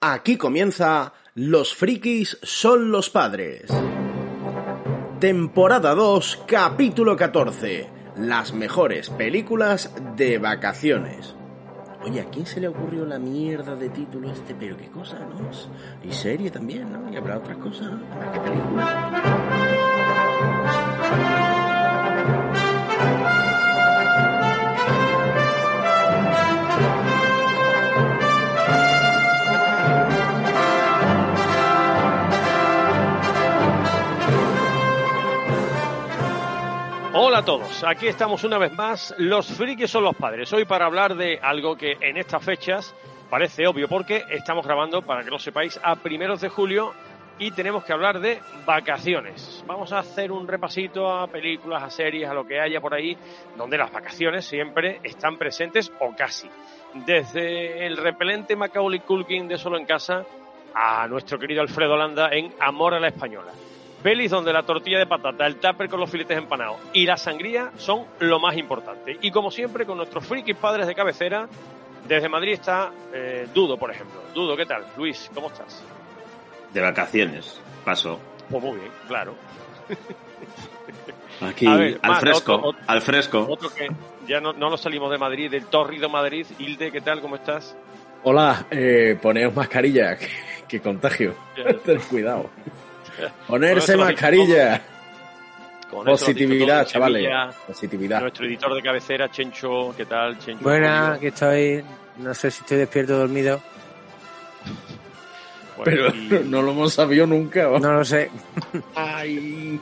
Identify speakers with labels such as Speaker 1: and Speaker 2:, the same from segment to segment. Speaker 1: Aquí comienza Los frikis son los padres. Temporada 2, capítulo 14. Las mejores películas de vacaciones. Oye, ¿a quién se le ocurrió la mierda de título este? Pero qué cosa, ¿no? Y serie también, ¿no? Y habrá otras cosas, ¿no? Habrá que película.
Speaker 2: Hola a todos, aquí estamos una vez más, los frikis son los padres, hoy para hablar de algo que en estas fechas parece obvio porque estamos grabando, para que lo sepáis, a primeros de julio y tenemos que hablar de vacaciones. Vamos a hacer un repasito a películas, a series, a lo que haya por ahí, donde las vacaciones siempre están presentes o casi. Desde el repelente Macaulay Culkin de Solo en Casa a nuestro querido Alfredo Landa en Amor a la Española. Pelis donde la tortilla de patata, el tupper con los filetes empanados y la sangría son lo más importante. Y como siempre, con nuestros frikis padres de cabecera, desde Madrid está eh, Dudo, por ejemplo. Dudo, ¿qué tal? Luis, ¿cómo estás?
Speaker 3: De vacaciones. Paso.
Speaker 2: Pues muy bien, claro.
Speaker 3: Aquí,
Speaker 2: A ver,
Speaker 3: al,
Speaker 2: más,
Speaker 3: fresco,
Speaker 2: otro, otro.
Speaker 3: al fresco.
Speaker 2: Otro que ya no, no nos salimos de Madrid, del torrido Madrid. Hilde, ¿qué tal? ¿Cómo estás?
Speaker 1: Hola, eh, poneos mascarilla, que, que contagio.
Speaker 2: Ya.
Speaker 1: Ten cuidado.
Speaker 2: Ponerse
Speaker 1: Ponerse
Speaker 2: la-
Speaker 1: mascarilla.
Speaker 2: Con eso lo has dicho todo
Speaker 1: Positividad,
Speaker 2: en
Speaker 1: chavales.
Speaker 2: Sevilla.
Speaker 1: Positividad.
Speaker 2: Nuestro editor de cabecera, Chencho, ¿qué tal? Chencho,
Speaker 4: Buenas,
Speaker 2: Bueno,
Speaker 4: aquí estoy. No sé si estoy despierto o dormido.
Speaker 1: Pero
Speaker 2: y-
Speaker 1: no lo hemos sabido nunca. ¿o?
Speaker 4: No lo sé.
Speaker 1: Ay.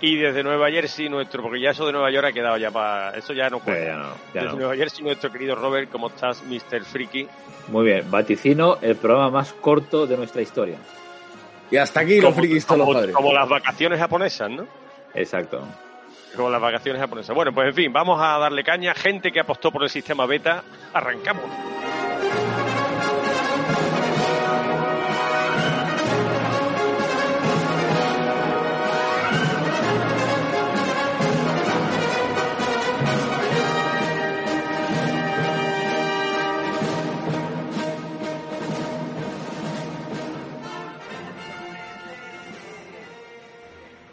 Speaker 2: Y desde Nueva Jersey nuestro, porque ya eso de Nueva York ha quedado ya para... Eso ya no
Speaker 3: Pues ya
Speaker 2: cuenta.
Speaker 3: no, ya
Speaker 2: desde
Speaker 3: no.
Speaker 2: Nueva Jersey nuestro querido Robert, ¿cómo estás, Mr. Friki?
Speaker 5: Muy bien, vaticino el programa más corto de nuestra historia.
Speaker 1: Y hasta aquí los frikis son los
Speaker 2: como-
Speaker 1: padres.
Speaker 2: como las vacaciones japonesas, ¿no?
Speaker 5: Exacto.
Speaker 2: Como las vacaciones japonesas. Bueno, pues en fin, vamos a darle caña. Gente que apostó por el sistema beta, arrancamos.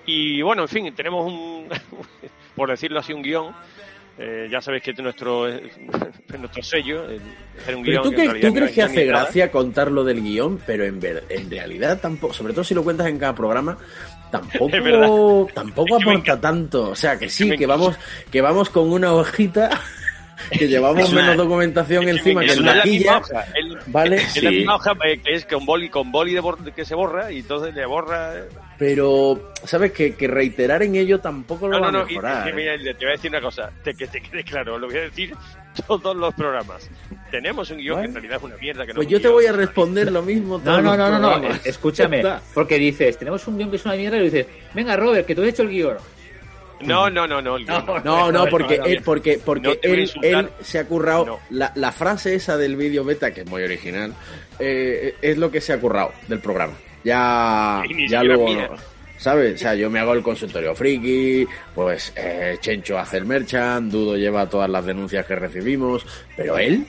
Speaker 2: Y bueno, en fin, tenemos un, por decirlo así, un guión. Eh, ya sabéis que es nuestro, es nuestro sello el hacer un
Speaker 1: Pero
Speaker 2: guión.
Speaker 1: tú,
Speaker 2: que en
Speaker 1: crees-
Speaker 2: realidad
Speaker 1: tú crees
Speaker 2: no
Speaker 1: que
Speaker 2: es
Speaker 1: hace
Speaker 2: ni nada.
Speaker 1: gracia contar lo del guión, pero en, ver- en realidad tampoco, sobre todo si lo cuentas en cada programa,
Speaker 2: Es verdad.
Speaker 1: tampoco, tampoco
Speaker 2: Es que me
Speaker 1: aporta tanto. O sea que sí,
Speaker 2: me
Speaker 1: que vamos, que vamos con una hojita, que llevamos
Speaker 3: Es una-
Speaker 1: menos documentación encima que
Speaker 2: Es
Speaker 1: en
Speaker 2: una-
Speaker 1: la
Speaker 2: es la misma
Speaker 1: quilla,
Speaker 2: hoja, es la-
Speaker 1: ¿vale?
Speaker 2: es la
Speaker 3: Sí.
Speaker 2: misma hoja eh, que es con boli, con boli de bor- que se borra y entonces le borra. eh.
Speaker 1: Pero, ¿sabes? Que, que reiterar en ello tampoco lo
Speaker 2: No,
Speaker 1: va
Speaker 2: no,
Speaker 1: a
Speaker 2: no. y-
Speaker 1: mejorar. ¿eh?
Speaker 2: y mira, te voy a decir una cosa, te- que te quede claro, lo voy a decir todos los programas. Tenemos un guión
Speaker 1: Vale.
Speaker 2: que en realidad es una mierda. Que no
Speaker 1: Pues
Speaker 2: es
Speaker 1: yo
Speaker 2: un
Speaker 1: te
Speaker 2: guión,
Speaker 1: voy a
Speaker 2: es una
Speaker 1: responder lo mismo.
Speaker 5: No,
Speaker 1: todos
Speaker 5: no,
Speaker 1: los
Speaker 5: no, no, no.
Speaker 1: programas.
Speaker 5: Eh, Escúchame,
Speaker 1: Ya está.
Speaker 5: porque dices, tenemos un guión que es una mierda y dices, venga Robert, que tú has hecho el guión.
Speaker 2: mierda. No, no, no, no. el guión no.
Speaker 1: No, no,
Speaker 2: no,
Speaker 1: porque
Speaker 2: no, no.
Speaker 1: él, porque, porque
Speaker 2: No te voy a
Speaker 1: él,
Speaker 2: insultar.
Speaker 1: él se ha currado.
Speaker 2: No.
Speaker 1: La, la frase esa del vídeo beta, que es muy original, eh, es lo que se ha currado del programa. Ya,
Speaker 2: Y ni
Speaker 1: ya
Speaker 2: siquiera
Speaker 1: luego.
Speaker 2: mía.
Speaker 1: no- ¿Sabes? O sea, yo me hago el consultorio friki, pues eh, Chencho hace el merchan, Dudo lleva todas las denuncias que recibimos, pero él,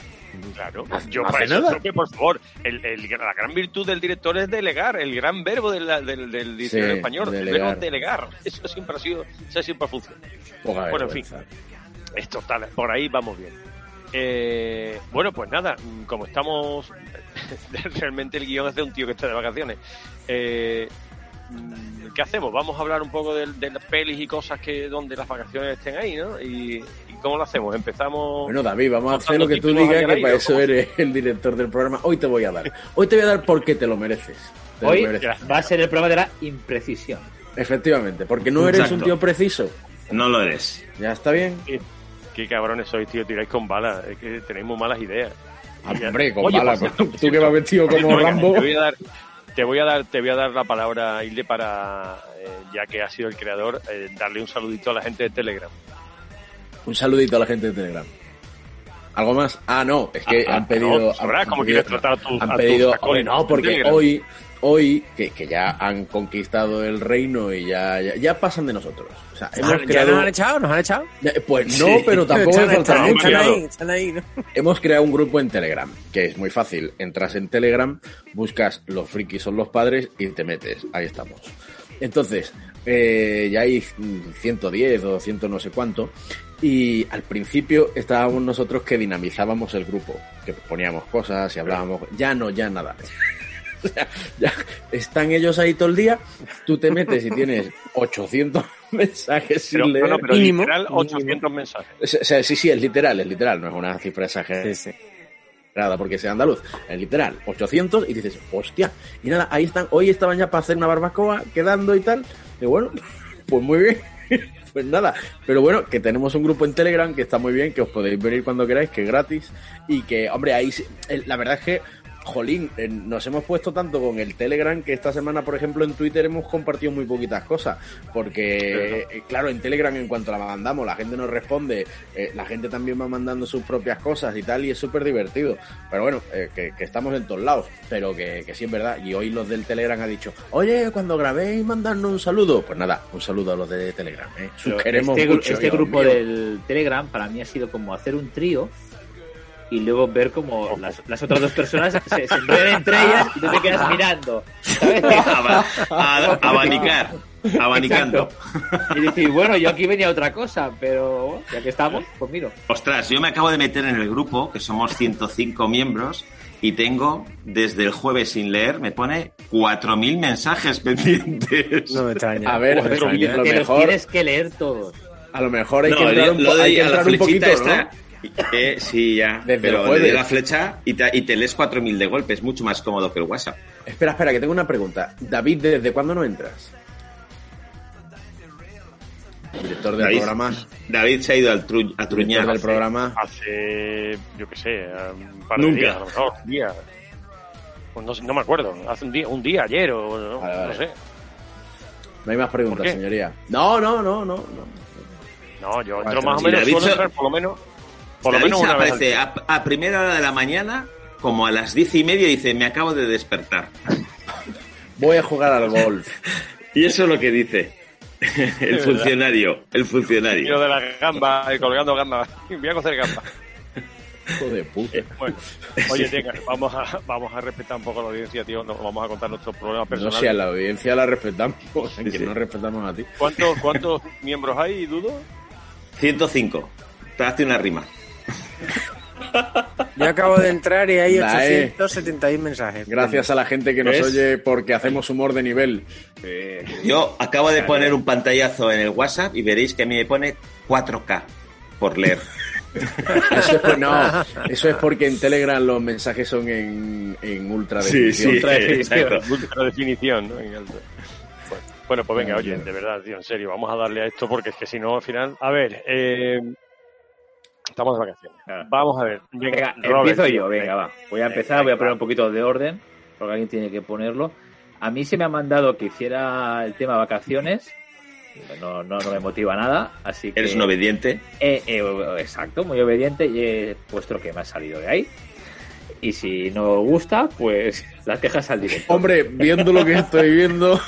Speaker 2: Claro.
Speaker 1: No hace-
Speaker 2: Yo
Speaker 1: no hace
Speaker 2: para eso
Speaker 1: nada.
Speaker 2: creo que, por favor, el, el- la gran virtud del director es delegar, el gran verbo de la- del, del diccionario
Speaker 1: Sí,
Speaker 2: español, el
Speaker 1: delegar.
Speaker 2: verbo delegar. Eso siempre ha sido, eso siempre ha funcionado.
Speaker 1: poca
Speaker 2: Bueno, en
Speaker 1: vergüenza.
Speaker 2: Es total, por ahí vamos bien. Eh, bueno, pues nada, mm, como estamos. realmente el guión es de un tío que está de vacaciones. Eh, mm, ¿Qué hacemos? Vamos a hablar un poco del- de, las pelis y cosas que donde las vacaciones estén ahí, ¿no? ¿Y, y cómo lo hacemos? Empezamos.
Speaker 1: Bueno, David, vamos a hacer
Speaker 2: Contando
Speaker 1: lo que tú
Speaker 2: títulos
Speaker 1: digas,
Speaker 2: allá
Speaker 1: que para
Speaker 2: arriba,
Speaker 1: eso
Speaker 2: ¿cómo?
Speaker 1: eres el director del programa. Hoy te voy a dar. Hoy te voy a dar porque te lo mereces. Te lo
Speaker 5: Hoy
Speaker 1: mereces.
Speaker 5: va a ser el programa de la imprecisión.
Speaker 1: Efectivamente, porque no eres un
Speaker 3: Exacto.
Speaker 1: tío preciso.
Speaker 3: No lo eres.
Speaker 1: Ya está bien.
Speaker 2: Qué cabrones sois, tío, tiráis con balas. Es que tenéis muy malas ideas.
Speaker 1: Ah, Hombre, con
Speaker 2: Oye, pues,
Speaker 1: bala,
Speaker 2: por
Speaker 1: tú que vas vestido como
Speaker 2: Venga,
Speaker 1: Rambo.
Speaker 2: Te voy a dar, te voy a dar, te voy a dar la palabra, Hilde, para, eh, ya que has sido el creador, eh, darle un saludito a la gente de Telegram.
Speaker 1: Un saludito a la gente de Telegram. ¿Algo más? Ah, no, es que
Speaker 2: Ah,
Speaker 1: han
Speaker 2: ah,
Speaker 1: pedido.
Speaker 2: no, sabrás
Speaker 1: han
Speaker 2: cómo
Speaker 1: pedido-
Speaker 2: quieres tratar a tus-
Speaker 1: Han
Speaker 2: a tus
Speaker 1: pedido.
Speaker 2: acólitos
Speaker 1: no,
Speaker 2: en
Speaker 1: porque
Speaker 2: Telegram.
Speaker 1: hoy, hoy, que, que ya han conquistado el reino y ya, ya, ya pasan de nosotros. O sea, hemos
Speaker 4: Ah, ¿Ya
Speaker 1: creado-
Speaker 4: nos han echado? ¿Nos han echado?
Speaker 1: Ya, Pues no,
Speaker 3: Sí.
Speaker 1: pero tampoco
Speaker 4: están,
Speaker 1: me faltará
Speaker 4: están-
Speaker 1: mucho.
Speaker 4: están
Speaker 3: claro.
Speaker 4: ahí, están ahí, ¿no?
Speaker 1: Hemos creado un grupo en Telegram, que es muy fácil. Entras en Telegram, buscas los frikis son los padres y te metes. Ahí estamos. Entonces, eh, ya hay mm, 110 o 100 no sé cuánto. Y al principio estábamos nosotros que dinamizábamos el grupo, que poníamos cosas y hablábamos. Ya no, ya nada. O sea, ya están ellos ahí todo el día, tú te metes y tienes 800 mensajes sin
Speaker 2: Pero, no,
Speaker 1: leer.
Speaker 2: no, pero
Speaker 4: Mínimo,
Speaker 2: literal
Speaker 4: mínimo.
Speaker 2: 800 mensajes.
Speaker 1: O sea, sí, sí, es literal, es literal, no es una cifra exagerada
Speaker 4: Sí, sí.
Speaker 1: nada, porque sea andaluz. Es literal, 800 y dices, hostia. Y nada, ahí están, hoy estaban ya para hacer una barbacoa, quedando y tal. Y bueno, pues muy bien. Pues nada, pero bueno, que tenemos un grupo en Telegram que está muy bien, que os podéis venir cuando queráis, que es gratis y que, hombre, ahí sí- eh, la verdad es que, jolín, eh, nos hemos puesto tanto con el Telegram que esta semana, por ejemplo, en Twitter hemos compartido muy poquitas cosas, porque, eh, claro, en Telegram en cuanto la mandamos, la gente nos responde, eh, la gente también va mandando sus propias cosas y tal, y es súper divertido. Pero bueno, eh, que, que estamos en todos lados, pero que, que sí es verdad. Y hoy los del Telegram han dicho, oye, cuando grabéis, mandadnos un saludo. Pues nada, un saludo a los de Telegram. ¿eh? Sus queremos
Speaker 5: este, gru-
Speaker 1: mucho,
Speaker 5: este
Speaker 1: Dios
Speaker 5: grupo
Speaker 1: mío.
Speaker 5: del Telegram para mí ha sido como hacer un trío y luego ver como las, las otras dos personas se, se enredan entre ellas y tú te quedas mirando. ¿sabes?
Speaker 3: Aba- a- abanicar. Abanicando.
Speaker 5: Y decir, bueno, yo aquí venía otra cosa, pero ya que estamos, pues miro.
Speaker 3: Ostras, yo me acabo de meter en el grupo, que somos 105 miembros, y tengo, desde el jueves sin leer, me pone 4.000 mensajes pendientes.
Speaker 4: No me extraña.
Speaker 1: A ver,
Speaker 4: No me
Speaker 1: pero
Speaker 4: extraña.
Speaker 1: A lo
Speaker 5: Te los
Speaker 1: mejor-
Speaker 5: tienes que leer todos.
Speaker 1: A lo mejor hay
Speaker 3: No,
Speaker 1: que entrar
Speaker 3: yo-
Speaker 1: un,
Speaker 3: lo
Speaker 1: po-
Speaker 3: de-
Speaker 1: hay que
Speaker 3: a la
Speaker 1: entrar un poquito,
Speaker 3: flechita
Speaker 1: ¿no?
Speaker 3: está- eh, sí, ya.
Speaker 1: Desde el
Speaker 3: pero le
Speaker 1: jueves.
Speaker 3: doy la flecha y te, y te lees 4.000 de golpe. Es mucho más cómodo que el WhatsApp.
Speaker 1: Espera, espera, que tengo una pregunta. David, ¿desde cuándo no entras? Director del
Speaker 3: David.
Speaker 1: programa.
Speaker 3: David se ha ido al tru- a
Speaker 1: Director
Speaker 3: truñar.
Speaker 1: del programa.
Speaker 2: Hace, yo qué sé, un par
Speaker 3: Nunca.
Speaker 2: de días, a lo mejor, un día. Pues no, sé, no me acuerdo, hace un día, un día ayer o no,
Speaker 1: Vale, vale.
Speaker 2: no sé.
Speaker 1: No hay más
Speaker 2: ¿Por
Speaker 1: preguntas,
Speaker 2: qué?
Speaker 1: señoría. No, no, no, no. no.
Speaker 2: No, yo
Speaker 1: Vale,
Speaker 2: entro más o
Speaker 1: si
Speaker 2: menos,
Speaker 3: David
Speaker 2: suelo
Speaker 3: se-
Speaker 2: entrar por lo menos, por lo
Speaker 3: David
Speaker 2: menos
Speaker 3: se
Speaker 2: una vez. al
Speaker 3: aparece a, a primera hora de la mañana, como a las diez y media, y dice, me acabo de despertar.
Speaker 1: Voy a jugar al golf.
Speaker 3: Y eso es lo que dice el
Speaker 2: verdad.
Speaker 3: funcionario, el
Speaker 2: Yo
Speaker 3: funcionario.
Speaker 2: de la gamba, eh, colgando gamba. Voy a cocer gamba.
Speaker 1: Hijo de puta.
Speaker 3: Eh,
Speaker 2: Bueno, oye, tío, vamos a, vamos a respetar un poco la audiencia, tío. No, vamos a contar nuestros problemas
Speaker 1: No
Speaker 2: personales.
Speaker 1: sé, a la audiencia la respetamos. a quien
Speaker 3: sí.
Speaker 1: no respetamos a ti.
Speaker 2: ¿Cuántos, ¿Cuántos miembros hay, Dudo?
Speaker 3: 105. Te hace una rima.
Speaker 4: Yo acabo de entrar y hay
Speaker 1: Dae.
Speaker 4: 871 mensajes.
Speaker 1: Gracias a la gente que nos
Speaker 2: ¿Ves?
Speaker 1: oye porque hacemos humor de nivel.
Speaker 3: Yo acabo de poner un pantallazo en el WhatsApp y veréis que a mí me pone 4K por leer.
Speaker 1: Eso es, por- no, eso es porque en Telegram los mensajes son en, en ultra definición.
Speaker 5: Ultra definición.
Speaker 2: Ultra definición, ¿no? En alto. Bueno, Bueno, pues venga,
Speaker 1: Claro,
Speaker 2: oye,
Speaker 1: claro.
Speaker 2: de verdad, tío, en serio, vamos a darle a esto porque es que si no, al final. A ver, eh, estamos de vacaciones. Vamos a ver.
Speaker 5: Venga,
Speaker 2: Robert,
Speaker 5: empiezo
Speaker 2: tío,
Speaker 5: yo, venga, va. Voy a empezar, voy a poner un poquito de orden, porque alguien tiene que ponerlo. A mí se me ha mandado que hiciera el tema vacaciones. No, no, no me motiva nada, así que...
Speaker 3: Eres un obediente.
Speaker 5: Eh, eh, exacto, muy obediente y he puesto lo que me ha salido de ahí. Y si no gusta, pues las quejas al directo.
Speaker 1: Hombre, viendo lo que estoy viendo.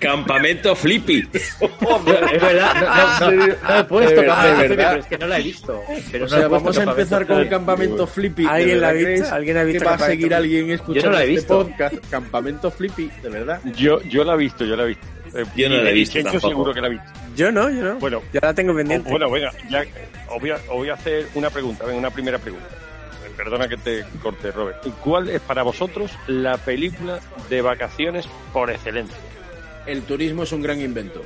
Speaker 3: Campamento Flippy.
Speaker 5: es verdad,
Speaker 4: Ah,
Speaker 5: no, no, no, no he puesto
Speaker 1: De verdad,
Speaker 5: campamento,
Speaker 1: de verdad.
Speaker 5: pero es que no la he visto.
Speaker 1: o
Speaker 5: Pero no
Speaker 1: sea,
Speaker 5: he puesto
Speaker 1: vamos a
Speaker 5: campamento.
Speaker 1: empezar con Campamento Flippy. ¿De
Speaker 4: ¿Alguien la ha
Speaker 1: verdad
Speaker 4: visto?
Speaker 1: creéis
Speaker 4: ¿Alguien ha visto
Speaker 1: que va a
Speaker 4: Campamento
Speaker 1: seguir
Speaker 4: Flippy?
Speaker 1: alguien escuchando
Speaker 5: la he
Speaker 1: este
Speaker 5: visto.
Speaker 1: podcast? Campamento Flippy, de verdad.
Speaker 2: Yo, yo la he visto, yo la he visto. Eh,
Speaker 3: Yo no la he
Speaker 2: y
Speaker 3: visto
Speaker 2: Chencho
Speaker 3: tampoco.
Speaker 2: seguro que la he visto.
Speaker 4: Yo no, yo no.
Speaker 2: Bueno,
Speaker 4: Ya la tengo
Speaker 2: O-
Speaker 4: pendiente.
Speaker 2: Bueno, bueno, ya os voy, a, os voy a hacer una pregunta, venga, una primera pregunta. Eh, Perdona que te corte, Robert. ¿Cuál es para vosotros la película de vacaciones por excelencia?
Speaker 1: El turismo es un gran invento.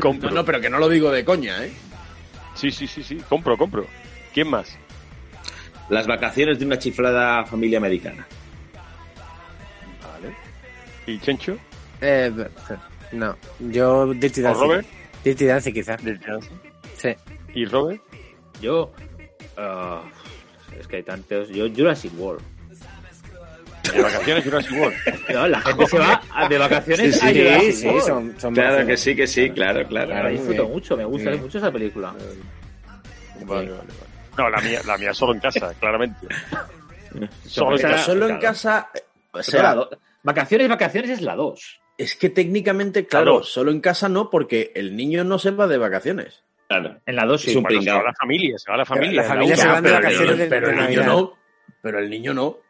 Speaker 2: Compro.
Speaker 1: No, no, pero que no lo digo de coña, ¿eh?
Speaker 2: Sí, sí, sí, sí, compro, compro. ¿Quién más?
Speaker 3: Las vacaciones de una chiflada familia americana.
Speaker 2: Vale. ¿Y Chencho?
Speaker 4: Eh, b- no, yo Dirty
Speaker 2: ¿O
Speaker 4: Dancing.
Speaker 2: Robert?
Speaker 4: Dirty Dancing quizás. Sí.
Speaker 2: ¿Y Robert?
Speaker 5: Yo. ah, es que hay tantos. Yo, Jurassic World.
Speaker 2: De vacaciones Jurassic World.
Speaker 5: No, la gente se va a- de vacaciones a Jurassic World.
Speaker 4: son, son
Speaker 3: Claro
Speaker 4: vacaciones.
Speaker 3: que sí, que sí, claro, claro.
Speaker 5: La disfruto
Speaker 1: Muy bien.
Speaker 5: mucho, me gusta
Speaker 4: Muy bien.
Speaker 5: mucho esa película.
Speaker 2: Vale, vale, vale. No, la mía, la mía solo en casa, claramente. solo en
Speaker 5: Esa-
Speaker 2: casa.
Speaker 1: Solo en
Speaker 5: claro.
Speaker 1: casa O
Speaker 5: Pero la
Speaker 1: sea,
Speaker 5: do- Vacaciones, vacaciones es la 2.
Speaker 1: es que técnicamente, claro,
Speaker 2: Claro.
Speaker 1: solo en casa no, porque el niño no se va de vacaciones.
Speaker 3: Claro.
Speaker 5: En la 2 sí.
Speaker 3: Es un
Speaker 2: Bueno, se va
Speaker 3: pringao.
Speaker 2: la familia, se va la familia.
Speaker 4: la familia
Speaker 2: una,
Speaker 4: se van de
Speaker 2: pero
Speaker 4: vacaciones
Speaker 2: yo-
Speaker 4: de-
Speaker 1: pero el niño
Speaker 4: Navidad.
Speaker 1: no. Pero el niño no. O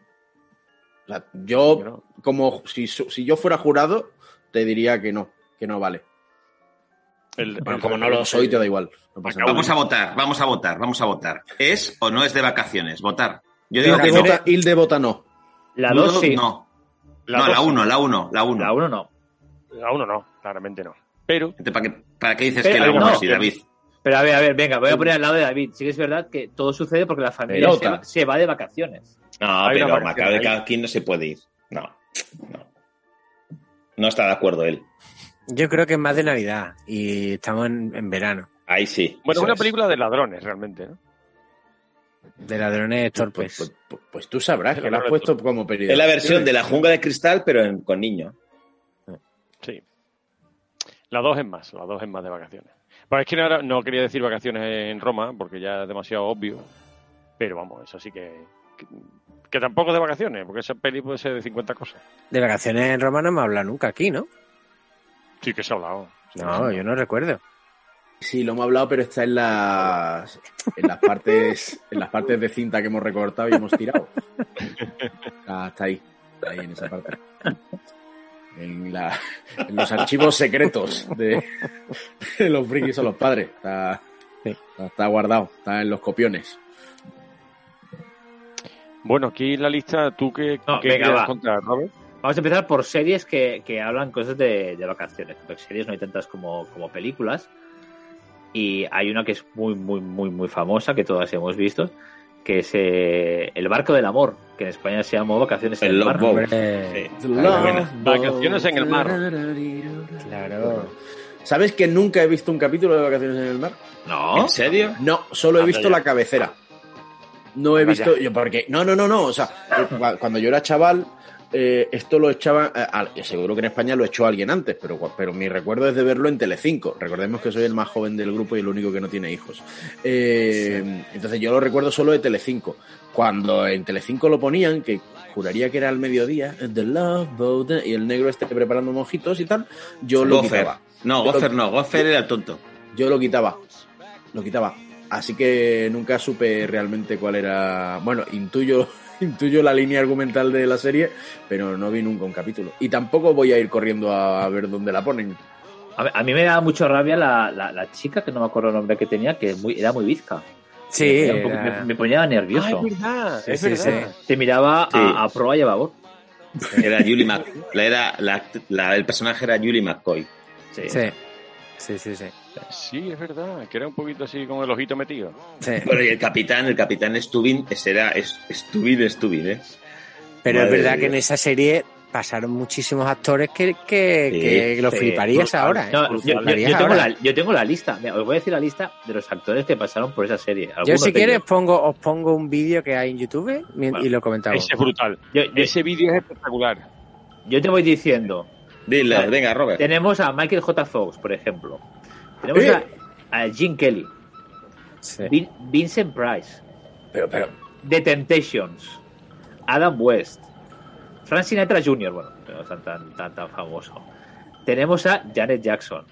Speaker 1: sea, yo, como si, su- si yo fuera jurado, te diría que no, que no vale.
Speaker 2: el-
Speaker 1: Bueno,
Speaker 2: el-
Speaker 1: como no lo soy, te da igual. No pasa nada.
Speaker 3: Vamos a votar, vamos a votar, vamos a votar. ¿Es o no es de vacaciones? Votar. Yo digo
Speaker 1: Hilde
Speaker 3: que no.
Speaker 1: vota, Hilde vota no.
Speaker 5: La
Speaker 3: Dudo-
Speaker 5: 2 sí.
Speaker 3: No,
Speaker 2: La
Speaker 3: No,
Speaker 2: dos,
Speaker 3: la 1, la 1, la 1.
Speaker 5: La 1 no.
Speaker 2: La uno no, claramente no. Pero
Speaker 3: Entonces, ¿para qué, para qué dices
Speaker 5: Pero
Speaker 3: que la
Speaker 5: no.
Speaker 3: 1 sí, David?
Speaker 5: Pero a ver, a ver, venga, voy a poner al lado de David. Sí que es verdad que todo sucede porque la familia se
Speaker 1: Pelota.
Speaker 5: va, se va de vacaciones.
Speaker 3: No,
Speaker 2: Hay
Speaker 3: pero
Speaker 2: una vacación
Speaker 3: Macao de
Speaker 2: ahí.
Speaker 3: aquí no se puede ir. No, no. No está de acuerdo él.
Speaker 4: Yo creo que es más de Navidad y estamos en, en verano.
Speaker 3: Ahí sí.
Speaker 2: bueno,
Speaker 3: eso
Speaker 2: una
Speaker 3: es.
Speaker 2: película de ladrones realmente, ¿no?
Speaker 4: De ladrones
Speaker 1: Pues,
Speaker 4: torpes.
Speaker 1: pues- pues- pues tú sabrás que lo has puesto como periodista.
Speaker 3: Es la versión de la jungla de cristal, pero en- con niño.
Speaker 2: Sí. La dos es más, la dos es más de vacaciones. Pero es que no, era- no quería decir vacaciones en Roma, porque ya es demasiado obvio. Pero vamos, eso sí que. Que, que tampoco es de vacaciones, porque esa peli puede ser de 50 cosas.
Speaker 4: De vacaciones en Roma no me habla nunca aquí, ¿no?
Speaker 2: Sí que se ha hablado.
Speaker 4: No, yo no recuerdo.
Speaker 1: Sí, lo hemos hablado, pero está en las, en las partes en las partes de cinta que hemos recortado y hemos tirado. Está, está ahí, está ahí en esa parte. En, la- en los archivos secretos de, de los frikis o los padres. Está, está- está guardado, está en los copiones.
Speaker 2: Bueno, aquí en la lista, ¿tú qué,
Speaker 5: No,
Speaker 2: qué
Speaker 5: venga,
Speaker 2: quieres
Speaker 5: va.
Speaker 2: contar, Robert?
Speaker 5: Vamos a empezar por series que, que hablan cosas de, de vacaciones. Porque series no hay tantas como, como películas. Y hay una que es muy, muy, muy, muy famosa, que todas hemos visto, que es eh, El Barco del Amor, que en España se llamó Vacaciones en
Speaker 3: El
Speaker 5: el
Speaker 3: Love
Speaker 5: Mar.
Speaker 3: Boat.
Speaker 4: Eh,
Speaker 3: buena.
Speaker 2: Vacaciones en el mar.
Speaker 4: Claro.
Speaker 1: ¿Sabes que nunca he visto un capítulo de Vacaciones en el mar?
Speaker 5: No,
Speaker 3: ¿En serio?
Speaker 1: No, solo he
Speaker 2: Anda
Speaker 1: visto
Speaker 2: ya.
Speaker 1: la cabecera. No he
Speaker 2: Anda
Speaker 1: visto. Yo, porque. No, no, no, no. O sea, eh, cua- cuando yo era chaval, eh, esto lo echaba. eh, al- seguro que en España lo echó alguien antes, pero, gua- pero mi recuerdo es de verlo en Telecinco. Recordemos que soy el más joven del grupo y el único que no tiene hijos. Eh, Entonces yo lo recuerdo solo de Telecinco. Cuando en Telecinco lo ponían, que juraría que era al mediodía, eh, The Love Boat, eh, y el negro esté preparando mojitos y tal, yo lo
Speaker 3: Goffer.
Speaker 1: quitaba.
Speaker 3: No,
Speaker 1: Yo lo-
Speaker 3: Goffer no. Goffer era el tonto.
Speaker 1: Yo lo quitaba. Lo quitaba. Así que nunca supe realmente cuál era. Bueno, intuyo, intuyo la línea argumental de la serie, pero no vi nunca un capítulo. Y tampoco voy a ir corriendo a ver dónde la ponen.
Speaker 5: a, mí- a mí me daba mucho rabia la, la, la chica, que no me acuerdo el nombre que tenía, que es muy, era muy bizca.
Speaker 4: Sí,
Speaker 5: me, ponía un poco-
Speaker 4: era-
Speaker 5: me- me ponía nervioso.
Speaker 2: Ah, es verdad,
Speaker 4: Sí,
Speaker 2: es
Speaker 4: sí,
Speaker 2: verdad.
Speaker 5: Te miraba
Speaker 3: Sí.
Speaker 5: a, a proa y a babor.
Speaker 3: Era Julie Mac. La era, la, la- el personaje era Julie McCoy.
Speaker 5: Sí.
Speaker 4: sí. Sí, sí, sí.
Speaker 2: Sí, es verdad, que era un poquito así con el ojito metido.
Speaker 4: sí.
Speaker 3: Bueno, y el capitán, el capitán Stubin, ese era es- Stubin, Stubin, ¿eh?
Speaker 4: Pero
Speaker 3: Madre
Speaker 4: es verdad
Speaker 3: de
Speaker 4: que en
Speaker 3: Dios.
Speaker 4: esa serie pasaron muchísimos actores que, que,
Speaker 3: Sí,
Speaker 4: que los
Speaker 5: sí.
Speaker 4: fliparías ahora. ¿eh?
Speaker 5: No,
Speaker 4: Los
Speaker 5: yo, yo-
Speaker 4: fliparías
Speaker 5: yo tengo
Speaker 4: ahora.
Speaker 5: la, yo tengo la lista. Mira, os voy a decir la lista de los actores que pasaron por esa serie.
Speaker 4: Yo
Speaker 5: Algunos
Speaker 4: si
Speaker 5: de
Speaker 4: quieres
Speaker 5: ellos.
Speaker 4: pongo, os pongo un vídeo que hay en YouTube eh, mien-
Speaker 5: Bueno,
Speaker 4: y lo comentamos.
Speaker 2: Ese es brutal.
Speaker 5: Yo,
Speaker 4: Eh.
Speaker 5: yo-
Speaker 2: Ese vídeo es espectacular.
Speaker 5: yo te voy diciendo.
Speaker 3: Dile,
Speaker 5: Vale.
Speaker 3: venga, Robert.
Speaker 5: Tenemos a Michael J. Fox, por ejemplo. Tenemos
Speaker 1: ¡Eh!
Speaker 5: a, a Gene Kelly.
Speaker 4: Sí.
Speaker 5: Vin- Vincent Price.
Speaker 1: Pero, pero.
Speaker 5: The Temptations. Adam West. Frank Sinatra Jr., bueno, no es tan, tan, tan, tan famoso. Tenemos a Janet Jackson.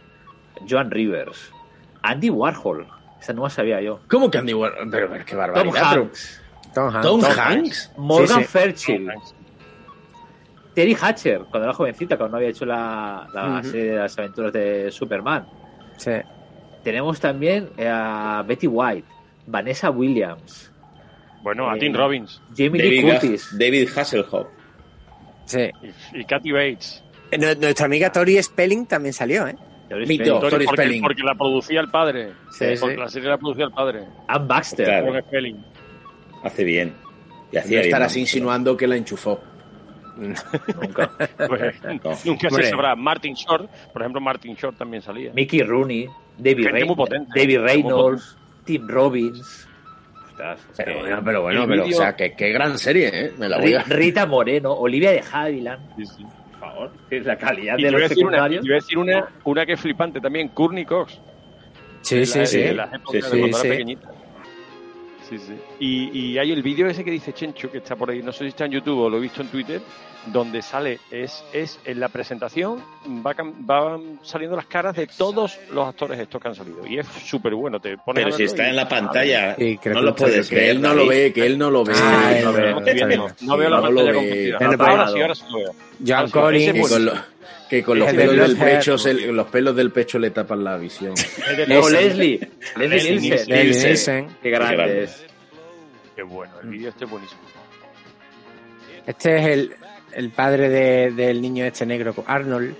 Speaker 5: Joan Rivers. Andy Warhol. Esa no la sabía yo.
Speaker 1: ¿Cómo que Andy Warhol? Pero, pero qué
Speaker 5: Tom
Speaker 1: barbaridad. pero-
Speaker 5: Hanks.
Speaker 4: Tom Hanks.
Speaker 1: Tom Hanks.
Speaker 5: Morgan
Speaker 4: Sí, sí.
Speaker 5: Fairchild. Terry Hatcher, cuando era jovencita, cuando no había hecho la, la
Speaker 4: Ujú.
Speaker 5: serie de las aventuras de Superman.
Speaker 4: Sí.
Speaker 5: Tenemos también eh, a Betty White, Vanessa Williams,
Speaker 2: Bueno, a
Speaker 5: Eh,
Speaker 2: Tim Robbins
Speaker 5: Jamie Lee
Speaker 3: David,
Speaker 5: Curtis.
Speaker 3: Gaff- David Hasselhoff.
Speaker 4: sí.
Speaker 2: y, y Kathy Bates.
Speaker 4: Eh, nu- Nuestra amiga Tori Spelling también salió, ¿eh?
Speaker 5: Doris
Speaker 1: Mito.
Speaker 5: Payne,
Speaker 1: Tori
Speaker 2: porque,
Speaker 1: Spelling.
Speaker 2: porque la producía el padre.
Speaker 4: Sí,
Speaker 2: porque
Speaker 4: sí.
Speaker 2: la serie la producía el padre.
Speaker 5: Ann Baxter.
Speaker 3: Claro.
Speaker 2: Morgan Spelling.
Speaker 3: Hace bien. Y hacía
Speaker 1: No
Speaker 3: bien,
Speaker 1: estarás
Speaker 3: ¿no?
Speaker 1: insinuando que la enchufó.
Speaker 5: Nunca. eh,
Speaker 2: Pues,
Speaker 3: No.
Speaker 2: nunca
Speaker 4: Hombre.
Speaker 2: se sabrá. Martin Short, por ejemplo, Martin Short también salía.
Speaker 5: Mickey Rooney, David,
Speaker 2: Gente
Speaker 5: Reyn-
Speaker 2: muy potente.
Speaker 5: David
Speaker 2: Muy
Speaker 5: Reynolds, Tim Robbins. Ostras, es que-
Speaker 1: Pero bueno, pero
Speaker 2: el
Speaker 1: bueno, pero, o
Speaker 2: vídeo-
Speaker 1: sea, que, qué gran serie, ¿eh? Me la voy
Speaker 5: Ri-
Speaker 1: a.
Speaker 5: Rita Moreno, Olivia de Havilland.
Speaker 2: Sí, sí.
Speaker 5: Por favor, que es la calidad
Speaker 2: Y te
Speaker 5: de
Speaker 2: voy a
Speaker 5: los
Speaker 2: decir una, y
Speaker 5: secundarios.
Speaker 2: te voy a decir una, una que es flipante también, Courtney Cox.
Speaker 4: Sí,
Speaker 2: La-
Speaker 4: sí, sí.
Speaker 2: de las épocas
Speaker 3: Sí,
Speaker 2: de cuando
Speaker 4: sí,
Speaker 2: era
Speaker 4: sí.
Speaker 2: pequeñita. Sí, sí. Y, y hay el vídeo ese que dice Chencho, que está por ahí, no sé si está en YouTube o lo he visto en Twitter, donde sale, es, es en la presentación, va cam- van saliendo las caras de todos los actores estos que han salido. Y es súper bueno, te pone
Speaker 6: Pero si está en la
Speaker 1: Ah,
Speaker 6: pantalla,
Speaker 4: Sí, creo
Speaker 6: no
Speaker 4: que
Speaker 6: lo
Speaker 4: lo
Speaker 6: puedes
Speaker 1: Que
Speaker 6: ver.
Speaker 1: él no lo
Speaker 6: David.
Speaker 1: ve, que él no lo ve.
Speaker 4: Ah,
Speaker 1: Él no
Speaker 4: él
Speaker 1: ve.
Speaker 4: no
Speaker 2: No, estoy viendo, no veo la
Speaker 1: No lo
Speaker 2: pantalla
Speaker 1: ve.
Speaker 2: compartida.
Speaker 4: Tiene
Speaker 2: Ahora
Speaker 4: preparado.
Speaker 2: sí, ahora sí lo veo.
Speaker 4: John
Speaker 2: Alfred, ese
Speaker 4: Collins.
Speaker 1: Que
Speaker 2: bueno.
Speaker 1: con, lo- Pues, que con los
Speaker 4: Es de
Speaker 1: pelos del
Speaker 4: Blood Hair.
Speaker 1: pecho, se- los pelos del pecho le tapan la visión.
Speaker 2: Es de
Speaker 5: O
Speaker 2: Nielsen.
Speaker 5: Leslie. Leslie
Speaker 6: Leslie
Speaker 5: Nielsen.
Speaker 6: Nielsen.
Speaker 4: Leslie
Speaker 6: Nielsen.
Speaker 4: Nielsen.
Speaker 5: Qué grande
Speaker 6: grande.
Speaker 5: es.
Speaker 2: Qué bueno, el vídeo este es buenísimo.
Speaker 4: Este es el, el padre de- del niño este negro, Arnold.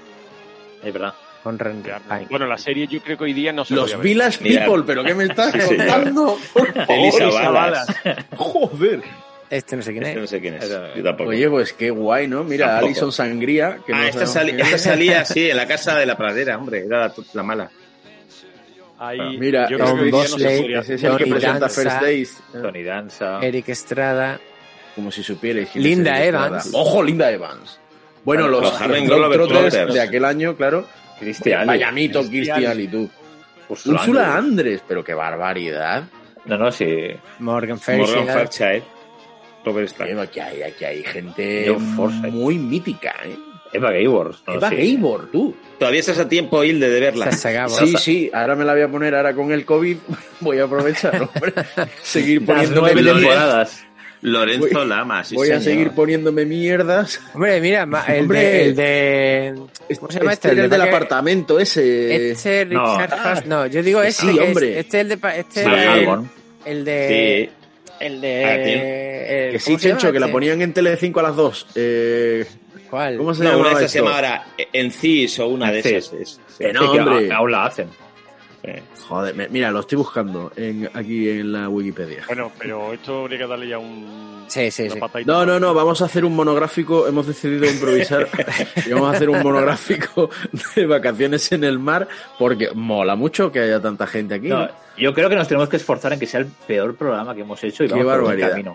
Speaker 5: Es verdad.
Speaker 4: Con Ren- Ay.
Speaker 2: Bueno, la serie yo creo que hoy día no se podía
Speaker 1: Los
Speaker 2: ver.
Speaker 1: Village
Speaker 6: Mira.
Speaker 1: People, pero ¿qué me estás
Speaker 6: Sí, señor.
Speaker 1: contando? Por
Speaker 6: Telly
Speaker 1: favor,
Speaker 6: Savalas.
Speaker 1: joder.
Speaker 4: Este no sé quién
Speaker 6: Este no
Speaker 4: es.
Speaker 6: sé quién es.
Speaker 5: Pero-
Speaker 6: Yo tampoco.
Speaker 1: ¿eh? Oye, pues qué guay, ¿no? Mira,
Speaker 6: Tampoco.
Speaker 1: Alison Sangría. Que
Speaker 6: ah,
Speaker 1: no
Speaker 6: esta,
Speaker 1: sabemos
Speaker 6: sali-
Speaker 1: quién es.
Speaker 6: esta salía, sí, en la casa de la pradera, hombre. Era la, la mala.
Speaker 2: Ahí,
Speaker 1: Mira,
Speaker 2: yo creo
Speaker 4: Tom
Speaker 2: que hoy día no se
Speaker 4: Bosley,
Speaker 2: podría-
Speaker 1: Ese es el que
Speaker 4: Tony
Speaker 1: presenta
Speaker 4: Danza.
Speaker 1: First Days.
Speaker 5: Tony Danza.
Speaker 2: Eh,
Speaker 4: Eric Estrada.
Speaker 1: Como si supieres. quién
Speaker 4: Linda
Speaker 1: es el que
Speaker 4: Evans.
Speaker 1: estaba. Ojo, Linda Evans. Bueno,
Speaker 6: Bueno,
Speaker 1: los,
Speaker 6: los Harlem
Speaker 1: los Globetrotters
Speaker 6: Globetrotters. Este
Speaker 1: de aquel año, claro.
Speaker 5: Cristian.
Speaker 2: Este
Speaker 1: Miami, Cristian y tú. Úrsula Andrés, pero qué barbaridad.
Speaker 5: No, no, sí.
Speaker 4: Morgan
Speaker 6: Morgan
Speaker 4: Fairchild.
Speaker 6: Fairchild. Robert Stack.
Speaker 1: Tío, Aquí hay, aquí hay gente
Speaker 5: John Forsythe.
Speaker 1: muy mítica, ¿eh?
Speaker 5: Eva Gabor. No,
Speaker 1: Eva
Speaker 5: sí.
Speaker 1: Gabor, tú.
Speaker 6: Todavía estás a tiempo, Hilde, de verla.
Speaker 4: Sasha Gabor.
Speaker 1: Sí, sí, ahora me la voy a poner, ahora con el COVID voy a aprovechar, hombre. Seguir
Speaker 5: Las
Speaker 1: poniéndome
Speaker 5: nueve
Speaker 1: mierdas.
Speaker 6: Lorenzo.
Speaker 5: temporadas.
Speaker 6: Lorenzo
Speaker 1: Voy-
Speaker 6: Lama, sí,
Speaker 1: Voy a
Speaker 6: señor.
Speaker 1: seguir poniéndome mierdas.
Speaker 4: Hombre, mira, ma- el,
Speaker 1: Hombre.
Speaker 4: De, el de. ¿Cómo se llama
Speaker 1: Este
Speaker 4: este?
Speaker 1: era el del
Speaker 4: de-
Speaker 1: apartamento ese.
Speaker 4: Este
Speaker 5: No.
Speaker 4: Richard
Speaker 1: Ah.
Speaker 4: Fast- no, yo digo
Speaker 1: Que
Speaker 4: este.
Speaker 1: Eh, sí,
Speaker 4: que es-
Speaker 1: hombre.
Speaker 4: este es el de. pa- Este
Speaker 6: Sí.
Speaker 4: era el,
Speaker 5: Gabor.
Speaker 4: el
Speaker 6: Sí.
Speaker 4: de. El de.
Speaker 6: Ah,
Speaker 1: Que
Speaker 4: el-
Speaker 1: sí,
Speaker 4: ¿cómo se llama
Speaker 1: Chencho, que la
Speaker 4: este?
Speaker 1: ponían en Tele5 a las 2. Eh,
Speaker 4: ¿Cuál?
Speaker 1: ¿Cómo se
Speaker 6: No, una
Speaker 1: llamaba
Speaker 6: de esas
Speaker 1: esto?
Speaker 6: se llama ahora Encis o una de
Speaker 5: Sí.
Speaker 6: esas. es- sí.
Speaker 1: Que no,
Speaker 5: Sí, que
Speaker 1: hombre.
Speaker 5: a- aún la hacen.
Speaker 6: Eh,
Speaker 1: Joder, me- mira, lo estoy buscando en- aquí en la Wikipedia.
Speaker 2: Bueno, pero esto habría que darle ya un.
Speaker 4: Sí, sí,
Speaker 2: una
Speaker 4: sí.
Speaker 2: patadita.
Speaker 1: No, no, no, vamos a hacer un monográfico, hemos decidido improvisar y vamos a hacer un monográfico de vacaciones en el mar porque mola mucho que haya tanta gente aquí.
Speaker 5: No,
Speaker 1: ¿no?
Speaker 5: yo creo que nos tenemos que esforzar en que sea el peor programa que hemos hecho y
Speaker 1: Qué
Speaker 5: vamos por buen
Speaker 1: barbaridad.
Speaker 5: camino.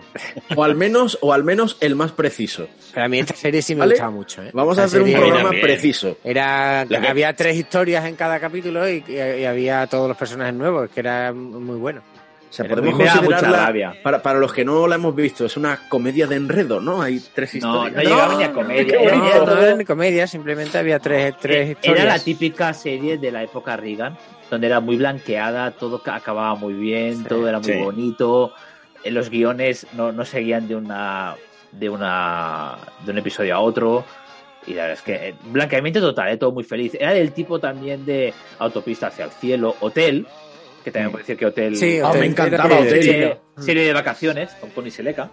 Speaker 1: O al menos, o al menos el más preciso.
Speaker 4: Pero a mí esta serie sí me
Speaker 1: ¿Vale?
Speaker 4: gustaba mucho. ¿eh?
Speaker 1: Vamos a
Speaker 5: Ah,
Speaker 4: Esta
Speaker 1: hacer un
Speaker 4: serie
Speaker 1: programa
Speaker 6: también.
Speaker 1: preciso.
Speaker 4: Era,
Speaker 6: La que-
Speaker 4: había tres historias en cada capítulo y, y había todos los personajes nuevos, que era muy bueno.
Speaker 1: O sea,
Speaker 5: Pero
Speaker 1: podemos
Speaker 5: me da mucha
Speaker 1: considerarla
Speaker 5: rabia.
Speaker 1: para, para los que no la hemos visto, es una comedia de enredo, ¿no? Hay tres
Speaker 5: No,
Speaker 1: historias.
Speaker 5: no llegaba ni a comedia.
Speaker 1: qué
Speaker 4: No,
Speaker 1: bonito.
Speaker 5: Era-
Speaker 4: no era ni comedia, simplemente había tres, tres historias.
Speaker 5: Eh, Era la típica serie de la época Reagan, donde era muy blanqueada, todo ca- acababa muy bien,
Speaker 4: Sí,
Speaker 5: todo era muy
Speaker 6: sí.
Speaker 5: bonito, eh, los guiones no, no seguían de una de una de un episodio a otro. Y la verdad es que eh, blanqueamiento total, eh, todo muy feliz. Era del tipo también de autopista hacia el cielo, hotel, que también puede decir que hotel.
Speaker 4: Sí,
Speaker 1: Mm. Ah, me
Speaker 4: Hotel.
Speaker 1: encantaba
Speaker 4: Era-
Speaker 1: Hotel.
Speaker 5: serie,
Speaker 4: Mm.
Speaker 5: serie de vacaciones con Connie Seleca.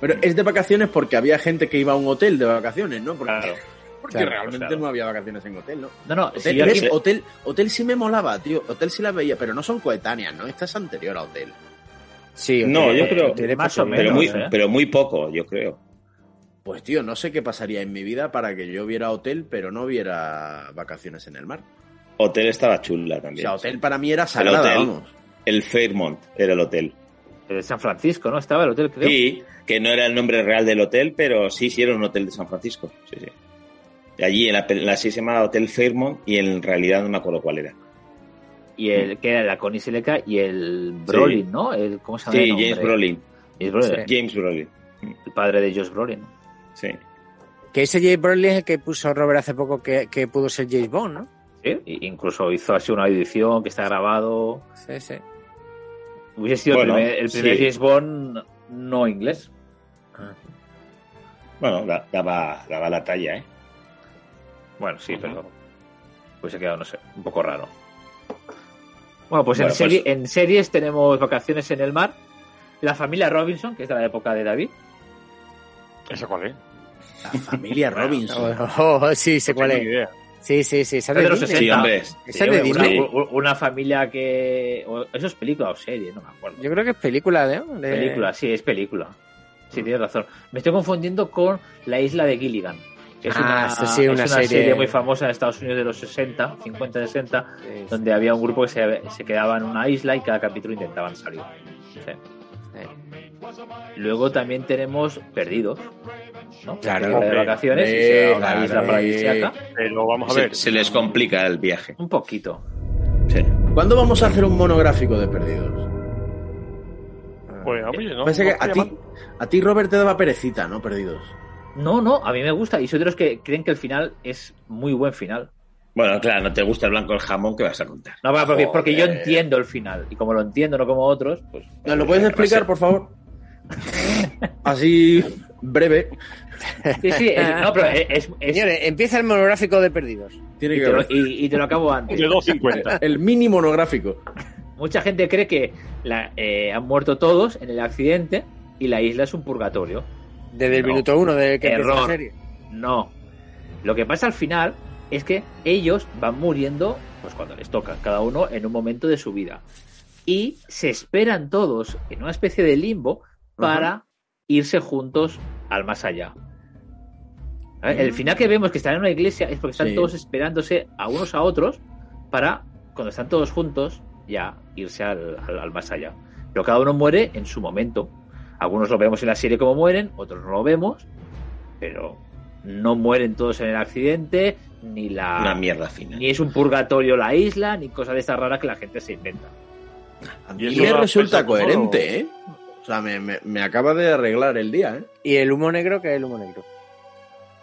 Speaker 1: Pero es de vacaciones porque había gente que iba a un hotel de vacaciones, ¿no? Porque,
Speaker 5: Claro.
Speaker 1: porque
Speaker 4: Claro,
Speaker 1: realmente
Speaker 5: claro.
Speaker 1: no había vacaciones en hotel, ¿no?
Speaker 5: No, no,
Speaker 1: Hotel,
Speaker 5: si yo
Speaker 1: ¿ves?
Speaker 5: aquí-
Speaker 1: hotel, hotel sí me molaba, tío. Hotel sí la veía, pero no son coetáneas, ¿no? Esta es anterior a Hotel.
Speaker 4: Sí,
Speaker 6: No,
Speaker 4: Hotel-
Speaker 6: yo creo-
Speaker 4: Hotel es
Speaker 5: Más o
Speaker 4: pequeño.
Speaker 6: pero,
Speaker 5: menos,
Speaker 6: muy,
Speaker 5: ¿eh?
Speaker 6: pero muy poco, yo creo.
Speaker 1: Pues tío, no sé qué pasaría en mi vida para que yo viera Hotel, pero no viera Vacaciones en el Mar.
Speaker 6: Hotel estaba chula
Speaker 1: O
Speaker 6: también.
Speaker 1: sea, Hotel para mí era sagrada,
Speaker 6: Hotel.
Speaker 1: vamos.
Speaker 6: El Fairmont era el hotel.
Speaker 5: eh, San Francisco, ¿no? Estaba el hotel, creo.
Speaker 6: Sí, que no era el nombre real del hotel, pero sí, sí era un hotel de San Francisco. Sí, sí. Y allí en la, pel- la serie se llamaba Hotel Fairmont y en realidad no me acuerdo cuál era.
Speaker 5: y el que era la Connie Seleca y el Brolin, ¿no? El, ¿Cómo se llama? el
Speaker 6: Sí,
Speaker 5: nombre?
Speaker 6: James Brolin.
Speaker 5: James Brolin,
Speaker 4: Sí.
Speaker 6: James Brolin.
Speaker 5: el padre de Josh Brolin.
Speaker 6: Sí.
Speaker 4: Que ese Jay Broly es el que puso Robert hace poco que, que pudo ser James Bond, ¿no?
Speaker 5: ¿Sí? Y incluso hizo así una edición que está grabado.
Speaker 4: Sí, sí.
Speaker 5: Hubiese sido
Speaker 6: Bueno,
Speaker 5: el primer, el primer
Speaker 6: sí.
Speaker 5: James Bond no inglés.
Speaker 6: Bueno, da- daba, daba la talla, ¿eh?
Speaker 5: Bueno, sí,
Speaker 6: Ajá.
Speaker 5: pero hubiese quedado, no sé, un poco raro. Bueno, pues, en,
Speaker 6: Bueno, pues-
Speaker 5: serie- en series tenemos Vacaciones en el Mar, La familia Robinson, que es de la época de David.
Speaker 2: ¿Eso cuál es?
Speaker 1: La familia Robinson.
Speaker 4: Oh, oh, oh, sí, sé
Speaker 2: No
Speaker 4: cuál
Speaker 2: tengo ni
Speaker 4: es.
Speaker 2: idea.
Speaker 4: Sí, sí, sí. esa
Speaker 5: Es de
Speaker 4: de
Speaker 5: los
Speaker 4: Disney.
Speaker 6: Sí,
Speaker 5: 60.
Speaker 6: hombre.
Speaker 4: Esa es de
Speaker 5: una,
Speaker 4: Disney.
Speaker 5: u- una familia que... o- Eso es película o serie, no me acuerdo.
Speaker 4: Yo creo que Mm. es película, ¿no? De...
Speaker 5: Película, sí, es película. Sí, tienes razón. Me estoy confundiendo con La isla de Gilligan. que es
Speaker 4: Ah,
Speaker 5: una,
Speaker 4: esta sí,
Speaker 5: es
Speaker 4: una
Speaker 5: una
Speaker 4: serie.
Speaker 5: serie... muy famosa en Estados Unidos de los 60, 50, 60,
Speaker 4: Sí, sí.
Speaker 5: donde había un grupo que se, se quedaba en una isla y cada capítulo intentaban salir. Sí.
Speaker 4: Eh,
Speaker 5: Luego también tenemos Perdidos. ¿no?
Speaker 4: Claro.
Speaker 5: Que se va de
Speaker 2: Hombre,
Speaker 5: vacaciones y se va a una
Speaker 1: claro,
Speaker 5: isla
Speaker 1: eh.
Speaker 5: paradisíaca.
Speaker 2: Pero vamos a
Speaker 6: Se-
Speaker 2: ver.
Speaker 6: se les complica el viaje.
Speaker 5: Un poquito.
Speaker 6: Sí.
Speaker 1: ¿Cuándo vamos a hacer un monográfico de perdidos?
Speaker 2: Pues, oye, no.
Speaker 1: Eh, Parece
Speaker 2: no
Speaker 1: que
Speaker 2: está
Speaker 1: a ti,
Speaker 2: llamando.
Speaker 1: a ti, Robert, te daba perecita, ¿no? Perdidos.
Speaker 5: No, no, a mí me gusta. Y soy de los que creen que el final es muy buen final.
Speaker 6: Bueno, claro, no te gusta el blanco el jamón, ¿qué vas a contar?
Speaker 5: No, pero porque, porque yo
Speaker 1: Joder.
Speaker 5: entiendo el final. Y como lo entiendo, no como otros, pues.
Speaker 1: ¿Nos lo puedes explicar, por favor? Así, breve.
Speaker 5: Sí, sí, es- no, pero es. es-
Speaker 7: Señores, empieza el monográfico de perdidos.
Speaker 1: Tiene
Speaker 5: y,
Speaker 1: que
Speaker 5: te lo,
Speaker 1: ver.
Speaker 5: y- y te lo acabo antes.
Speaker 2: De 2.50.
Speaker 1: El mini monográfico.
Speaker 5: Mucha gente cree que la- eh, han muerto todos en el accidente y la isla es un purgatorio.
Speaker 7: Desde el
Speaker 5: No.
Speaker 7: minuto uno de que empieza la
Speaker 5: Error.
Speaker 7: serie.
Speaker 5: No. Lo que pasa al final es que ellos van muriendo, pues cuando les toca, cada uno en un momento de su vida. Y se esperan todos en una especie de limbo para irse juntos al más allá. A ver, El final que vemos que están en una iglesia es porque están
Speaker 1: Sí.
Speaker 5: todos esperándose a unos a otros para, cuando están todos juntos, ya irse al, al- al más allá. Pero cada uno muere en su momento. Algunos lo vemos en la serie como mueren, otros no lo vemos, pero no mueren todos en el accidente, ni la
Speaker 6: Una mierda final.
Speaker 5: ni es un purgatorio la isla, ni cosas de esas raras que la gente se inventa.
Speaker 1: A
Speaker 2: ¿Y
Speaker 1: mí
Speaker 2: eso
Speaker 1: me
Speaker 2: lo has
Speaker 1: resulta
Speaker 2: pensado todo,
Speaker 1: coherente, ¿eh? O sea, me, me- me acaba de arreglar el día, ¿eh?
Speaker 7: Y el humo negro, que es el humo negro.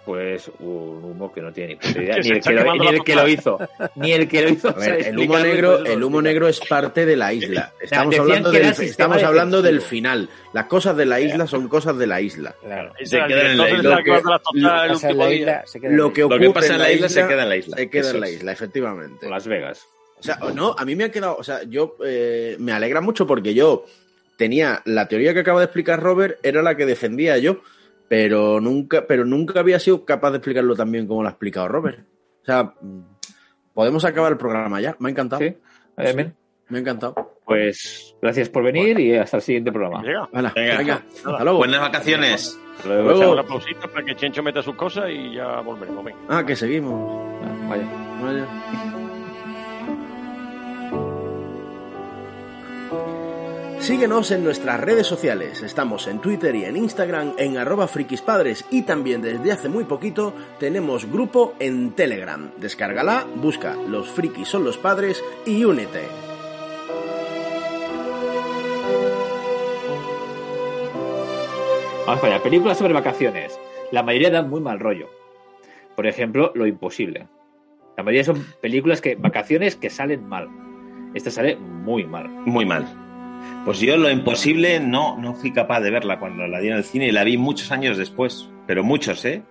Speaker 5: Pues un humo que no tiene ni puta idea,
Speaker 2: Que
Speaker 5: ni
Speaker 2: se
Speaker 5: el
Speaker 2: está
Speaker 5: que, lo,
Speaker 2: quemando
Speaker 5: ni
Speaker 2: la
Speaker 5: el que lo hizo, ni el que lo hizo.
Speaker 1: A ver,
Speaker 5: sabe
Speaker 1: el humo
Speaker 5: explicarlo,
Speaker 1: negro,
Speaker 5: entonces
Speaker 1: el
Speaker 5: pues, lo
Speaker 1: humo
Speaker 5: explica.
Speaker 1: negro es parte de la isla. Estamos
Speaker 5: decían
Speaker 1: hablando
Speaker 5: que
Speaker 1: del,
Speaker 5: era sistema
Speaker 1: estamos hablando del
Speaker 5: defensivo.
Speaker 1: final. Las cosas de la isla son cosas de la isla.
Speaker 7: Claro.
Speaker 2: Eso
Speaker 6: Se
Speaker 2: era el
Speaker 6: quedan en la
Speaker 2: director
Speaker 6: isla.
Speaker 2: de
Speaker 1: Lo que-
Speaker 2: Tacos de la Tostada Ah, el
Speaker 7: Pasa en
Speaker 2: último
Speaker 7: la
Speaker 2: día.
Speaker 7: isla, se queda
Speaker 1: Lo
Speaker 7: ahí.
Speaker 1: que
Speaker 6: Lo
Speaker 1: ocurre
Speaker 6: que pasa en la isla se queda en la isla.
Speaker 1: se queda
Speaker 6: Eso
Speaker 1: en la
Speaker 6: es.
Speaker 1: isla, efectivamente.
Speaker 5: Las Vegas.
Speaker 1: O sea, no, a mí me ha quedado, o sea, yo eh, me alegra mucho porque yo tenía la teoría que acaba de explicar Robert era la que defendía yo, pero nunca, pero nunca había sido capaz de explicarlo tan bien como lo ha explicado Robert. O sea, mm, podemos acabar el programa ya. Me ha encantado,
Speaker 5: Sí. Eh, bien.
Speaker 1: me ha encantado.
Speaker 5: Pues gracias por venir y hasta el siguiente programa.
Speaker 2: Llega.
Speaker 1: Hala, venga,
Speaker 6: Venga.
Speaker 1: hasta luego.
Speaker 6: Buenas vacaciones.
Speaker 5: Hasta luego,
Speaker 1: Luego.
Speaker 5: chao.
Speaker 2: Una pausita para que Chencho meta sus cosas y ya volveremos. Venga.
Speaker 1: Ah, que seguimos.
Speaker 5: Ah, vaya.
Speaker 1: Vaya. Síguenos en nuestras redes sociales. Estamos en Twitter y en Instagram en arroba friquispadres y también desde hace muy poquito tenemos grupo en Telegram. Descárgala, busca Los frikis son los padres y únete.
Speaker 5: Vamos para allá. Películas sobre vacaciones. La mayoría dan muy mal rollo. Por ejemplo, Lo Imposible. La mayoría son películas que, vacaciones que salen mal. Esta sale muy mal.
Speaker 6: Muy mal. Pues yo lo imposible no, no fui capaz de verla cuando la di en el cine y la vi muchos años después, pero muchos, ¿eh?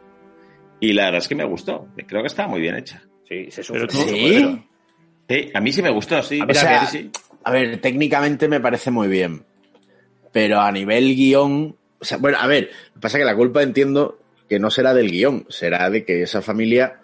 Speaker 6: Y la verdad es que me gustó, creo que está muy bien hecha.
Speaker 5: Sí, se sufre.
Speaker 2: Pero tú-
Speaker 5: mucho,
Speaker 1: ¿Sí?
Speaker 5: pero-
Speaker 6: Sí, a mí sí me gustó, sí.
Speaker 5: A mí
Speaker 6: sí,
Speaker 1: también.
Speaker 6: sí, sí.
Speaker 1: A ver, técnicamente me parece muy bien. Pero a nivel guión. O sea, bueno, a ver, lo que pasa es que la culpa entiendo que no será del guión, será de que esa familia.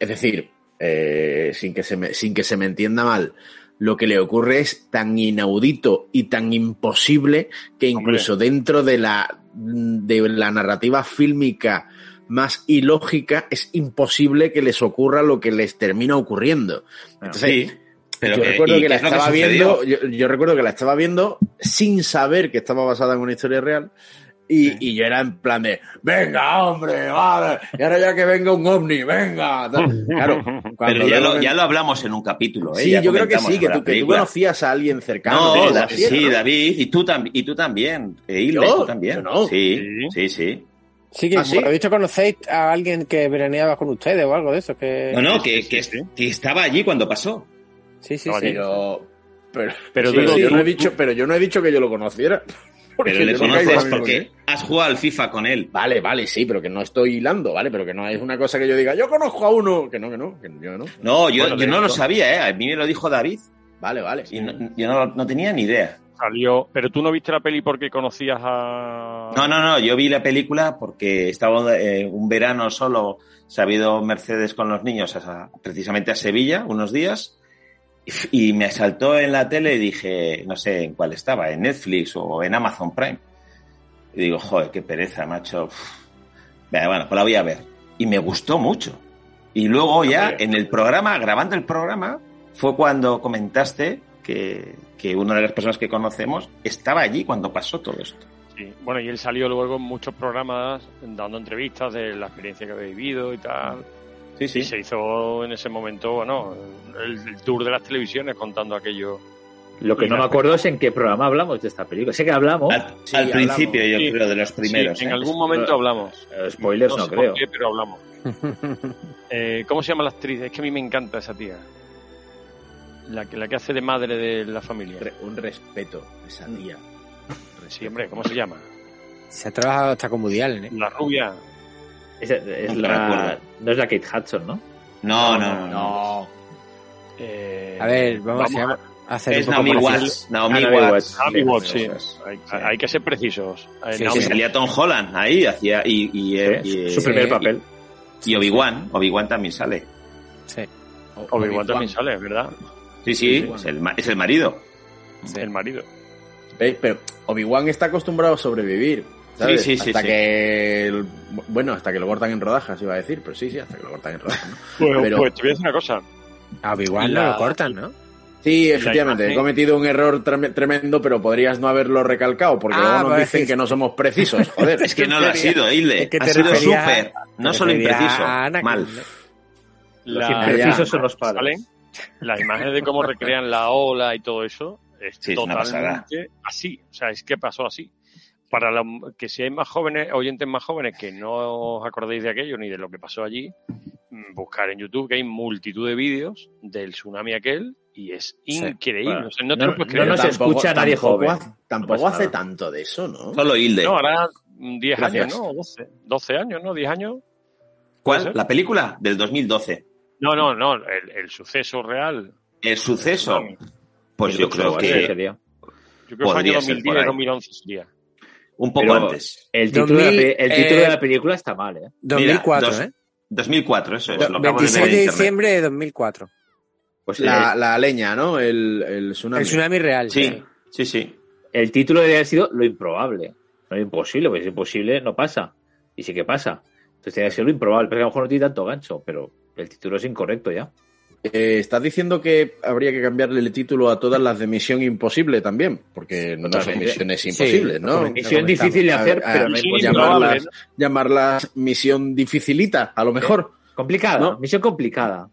Speaker 1: Es decir, eh, sin, que se me, sin que se me entienda mal, lo que le ocurre es tan inaudito y tan imposible que incluso dentro de la, de la narrativa fílmica más ilógica es imposible que les ocurra lo que les termina ocurriendo. Entonces,
Speaker 6: Sí, pero
Speaker 1: yo
Speaker 6: que-
Speaker 1: recuerdo
Speaker 6: ¿y
Speaker 1: que la
Speaker 6: qué es lo
Speaker 1: estaba
Speaker 6: sucedió?
Speaker 1: viendo, yo, yo recuerdo que la estaba viendo sin saber que estaba basada en una historia real. Y, y yo era en plan de, venga, hombre, vale, y ahora ya que venga un ovni, venga. tal. Claro, cuando
Speaker 6: Pero ya
Speaker 1: luego
Speaker 6: lo,
Speaker 1: me-
Speaker 6: ya lo hablamos en un capítulo, ¿eh?
Speaker 1: Sí,
Speaker 6: Ya
Speaker 1: yo creo que
Speaker 6: comentamos
Speaker 1: sí, que
Speaker 6: sobre la
Speaker 1: tú, que tú
Speaker 6: película.
Speaker 1: conocías a alguien cercano.
Speaker 6: No,
Speaker 1: de la
Speaker 6: da-
Speaker 1: sierra,
Speaker 6: sí,
Speaker 1: ¿no?
Speaker 6: David, y tú, tam- y tú también, eh, Hilde,
Speaker 1: ¿Yo?
Speaker 6: tú también.
Speaker 1: Yo no.
Speaker 6: Sí,
Speaker 2: Sí.
Speaker 6: sí, sí.
Speaker 7: Sí, que
Speaker 1: ¿Ah, sí?
Speaker 7: por lo visto conocéis a alguien que veraneaba con ustedes o algo de eso. Que...
Speaker 6: No, no, que, que- que estaba allí cuando pasó.
Speaker 7: Sí, sí,
Speaker 2: No,
Speaker 7: sí.
Speaker 1: Pero, pero,
Speaker 2: Pero
Speaker 1: sí,
Speaker 2: digo,
Speaker 1: yo
Speaker 2: tú-
Speaker 1: no he dicho, pero yo no he dicho que yo lo conociera. porque
Speaker 6: Pero le
Speaker 1: yo no caigo
Speaker 6: conoces
Speaker 1: en el
Speaker 6: porque has jugado al FIFA con él.
Speaker 1: Vale, vale, sí, pero que no estoy hilando, ¿vale? Pero que no es una cosa que yo diga, yo conozco a uno. Que no, que no, que yo no.
Speaker 6: No, yo,
Speaker 2: Bueno,
Speaker 6: yo no
Speaker 2: de-
Speaker 6: lo sabía, ¿eh? A mí me lo dijo David.
Speaker 1: Vale, vale.
Speaker 6: Y no- yo no, no tenía ni idea.
Speaker 2: Salió. Pero tú no viste la peli porque conocías a.
Speaker 6: No, no, no, yo vi la película porque estaba eh, un verano solo, se ha ido Mercedes con los niños a- precisamente a Sevilla unos días y me asaltó en la tele y dije, no sé en cuál estaba, en Netflix o en Amazon Prime. Y digo, joder, qué pereza, macho. Uf. Venga, Bueno, pues la voy a ver. Y me gustó mucho. Y luego ya en el programa, grabando el programa, fue cuando comentaste que, que una de las personas que conocemos estaba allí cuando pasó todo esto.
Speaker 2: Sí. Bueno, y él salió luego en muchos programas dando entrevistas de la experiencia que había vivido y tal.
Speaker 6: Sí, sí.
Speaker 2: Y se hizo en ese momento, bueno, el, el tour de las televisiones contando aquello
Speaker 5: Lo que no me acuerdo es en qué programa hablamos de esta película. Sé que hablamos.
Speaker 6: Al,
Speaker 1: Sí,
Speaker 6: al
Speaker 1: hablamos.
Speaker 6: principio, yo
Speaker 2: Sí.
Speaker 6: creo, de los primeros.
Speaker 2: Sí, en
Speaker 6: ¿eh?
Speaker 2: algún momento hablamos.
Speaker 5: eh, Spoilers no,
Speaker 2: sé
Speaker 5: creo.
Speaker 2: por qué, pero hablamos. Eh, ¿Cómo se llama la actriz? Es que a mí me encanta esa tía. La que, la que hace de madre de la familia.
Speaker 1: Re- un respeto, esa tía.
Speaker 2: Sí, hombre, ¿cómo se llama?
Speaker 4: Se ha trabajado hasta con Woody Allen, ¿eh?
Speaker 2: La rubia.
Speaker 5: Es, es
Speaker 6: Nunca me
Speaker 5: la,
Speaker 6: acuerdo.
Speaker 5: no es la Kate Hudson, ¿no?
Speaker 6: No, no, no. no.
Speaker 1: No,
Speaker 2: eh,
Speaker 4: A ver, vamos,
Speaker 2: vamos
Speaker 4: a hacer
Speaker 6: Es
Speaker 4: un poco
Speaker 6: Naomi
Speaker 4: más-
Speaker 6: Watts. Naomi
Speaker 5: Ah, Naomi
Speaker 6: Watts.
Speaker 5: Watts.
Speaker 2: Naomi Watts, sí.
Speaker 6: Cosas.
Speaker 2: Hay, hay que ser precisos. Eh,
Speaker 4: Sí,
Speaker 6: Sí,
Speaker 2: Naomi,
Speaker 6: salía Tom Holland ahí, hacía. Y, y, eh,
Speaker 5: Sí,
Speaker 6: y-
Speaker 5: su
Speaker 6: y-
Speaker 5: primer
Speaker 4: sí.
Speaker 5: papel.
Speaker 6: y Obi-Wan. Obi-Wan también sale.
Speaker 4: Sí.
Speaker 2: Obi-Wan también sale, ¿verdad?
Speaker 6: Sí, sí,
Speaker 1: Obi-Wan.
Speaker 6: es el, ma- es el marido.
Speaker 2: El marido.
Speaker 1: ¿Veis? Pero Obi-Wan está acostumbrado a sobrevivir. ¿sabes?
Speaker 6: Sí, sí, sí,
Speaker 1: Hasta
Speaker 6: sí.
Speaker 1: que. el- Bueno, hasta que lo cortan en rodajas, iba a decir, pero sí, sí, hasta que lo cortan en rodajas. ¿no?
Speaker 2: Pues,
Speaker 1: Pero-
Speaker 2: pues te voy a decir una cosa.
Speaker 4: A Obi-Wan no
Speaker 2: La-
Speaker 4: lo cortan, ¿no?
Speaker 1: Sí, efectivamente,
Speaker 2: imagen-
Speaker 1: he cometido un error trem- tremendo, pero podrías no haberlo recalcado, porque
Speaker 4: Ah,
Speaker 1: luego nos
Speaker 4: vale,
Speaker 1: dicen
Speaker 4: sí.
Speaker 1: que no somos precisos. Joder,
Speaker 6: Es que no lo ha
Speaker 4: refería-
Speaker 6: sido, Hilde.
Speaker 4: es que
Speaker 6: Ha
Speaker 4: te
Speaker 6: sido
Speaker 4: refería-
Speaker 6: súper. No
Speaker 4: Se
Speaker 6: solo
Speaker 4: refería
Speaker 6: impreciso.
Speaker 4: a Anakin, ¿eh?
Speaker 6: Mal.
Speaker 4: ¿no?
Speaker 5: Los
Speaker 2: La-
Speaker 5: imprecisos
Speaker 1: ya,
Speaker 5: son los padres.
Speaker 2: salen las imágenes de cómo recrean la ola y todo eso es
Speaker 6: Sí, es una
Speaker 2: totalmente así o sea es que pasó así para la- que si hay más jóvenes oyentes más jóvenes que no os acordéis de aquello ni de lo que pasó allí mm, buscar en YouTube que hay multitud de vídeos del tsunami aquel y es increíble
Speaker 5: bueno,
Speaker 2: o sea, no te
Speaker 5: no-
Speaker 2: lo puedes
Speaker 5: no
Speaker 2: creer
Speaker 5: nos escucha nadie joven.
Speaker 1: ha- tampoco
Speaker 5: pasa
Speaker 1: hace
Speaker 5: nada.
Speaker 1: tanto de eso, ¿no?
Speaker 6: Solo Hilde.
Speaker 2: No, ahora mm, 10
Speaker 1: Gracias.
Speaker 2: años no 12, 12 años no 10 años
Speaker 6: ¿Cuál?
Speaker 2: ser?
Speaker 6: ¿La película? Del 2012.
Speaker 2: no no no el, el suceso real
Speaker 6: El suceso.
Speaker 2: tsunami.
Speaker 6: Pues yo creo
Speaker 5: Ese
Speaker 6: que
Speaker 5: día.
Speaker 2: yo creo que fue año
Speaker 6: Podría ser por
Speaker 2: 2010
Speaker 6: ahí.
Speaker 2: 2011 sería
Speaker 6: un poco
Speaker 5: Pero-
Speaker 6: antes.
Speaker 5: El título, de, la,
Speaker 4: 2000,
Speaker 5: pe- el título
Speaker 4: eh,
Speaker 5: de la película está mal, ¿eh?
Speaker 4: 2004,
Speaker 6: dos-
Speaker 4: ¿eh?
Speaker 6: 2004, eso es.
Speaker 4: Do-
Speaker 6: Lo acabo de ver
Speaker 4: 26 de,
Speaker 6: en internet.
Speaker 4: diciembre de 2004.
Speaker 5: Pues
Speaker 1: La,
Speaker 5: el,
Speaker 1: la leña, ¿no? El, el tsunami.
Speaker 4: El tsunami real.
Speaker 6: Sí, sí, sí.
Speaker 5: el título debería haber sido Lo improbable. No es imposible, porque si es imposible no pasa. Y sí que pasa. Entonces tiene que ser lo improbable. Pero a lo mejor no tiene tanto gancho, pero el título es incorrecto ya.
Speaker 1: Eh, ¿Estás diciendo que habría que cambiarle el título a todas las de Misión Imposible también? Porque no son
Speaker 5: Totalmente.
Speaker 1: misiones imposibles, ¿no?
Speaker 4: lo
Speaker 5: Misión
Speaker 4: comentamos.
Speaker 5: difícil de
Speaker 1: A-
Speaker 5: hacer,
Speaker 1: a-
Speaker 5: pero no
Speaker 1: pues
Speaker 2: Misión
Speaker 5: imposible.
Speaker 2: improbable,
Speaker 1: llamarlas, llamarlas Misión Dificilita, a lo mejor.
Speaker 5: Complicada,
Speaker 1: ¿No?
Speaker 5: misión complicada.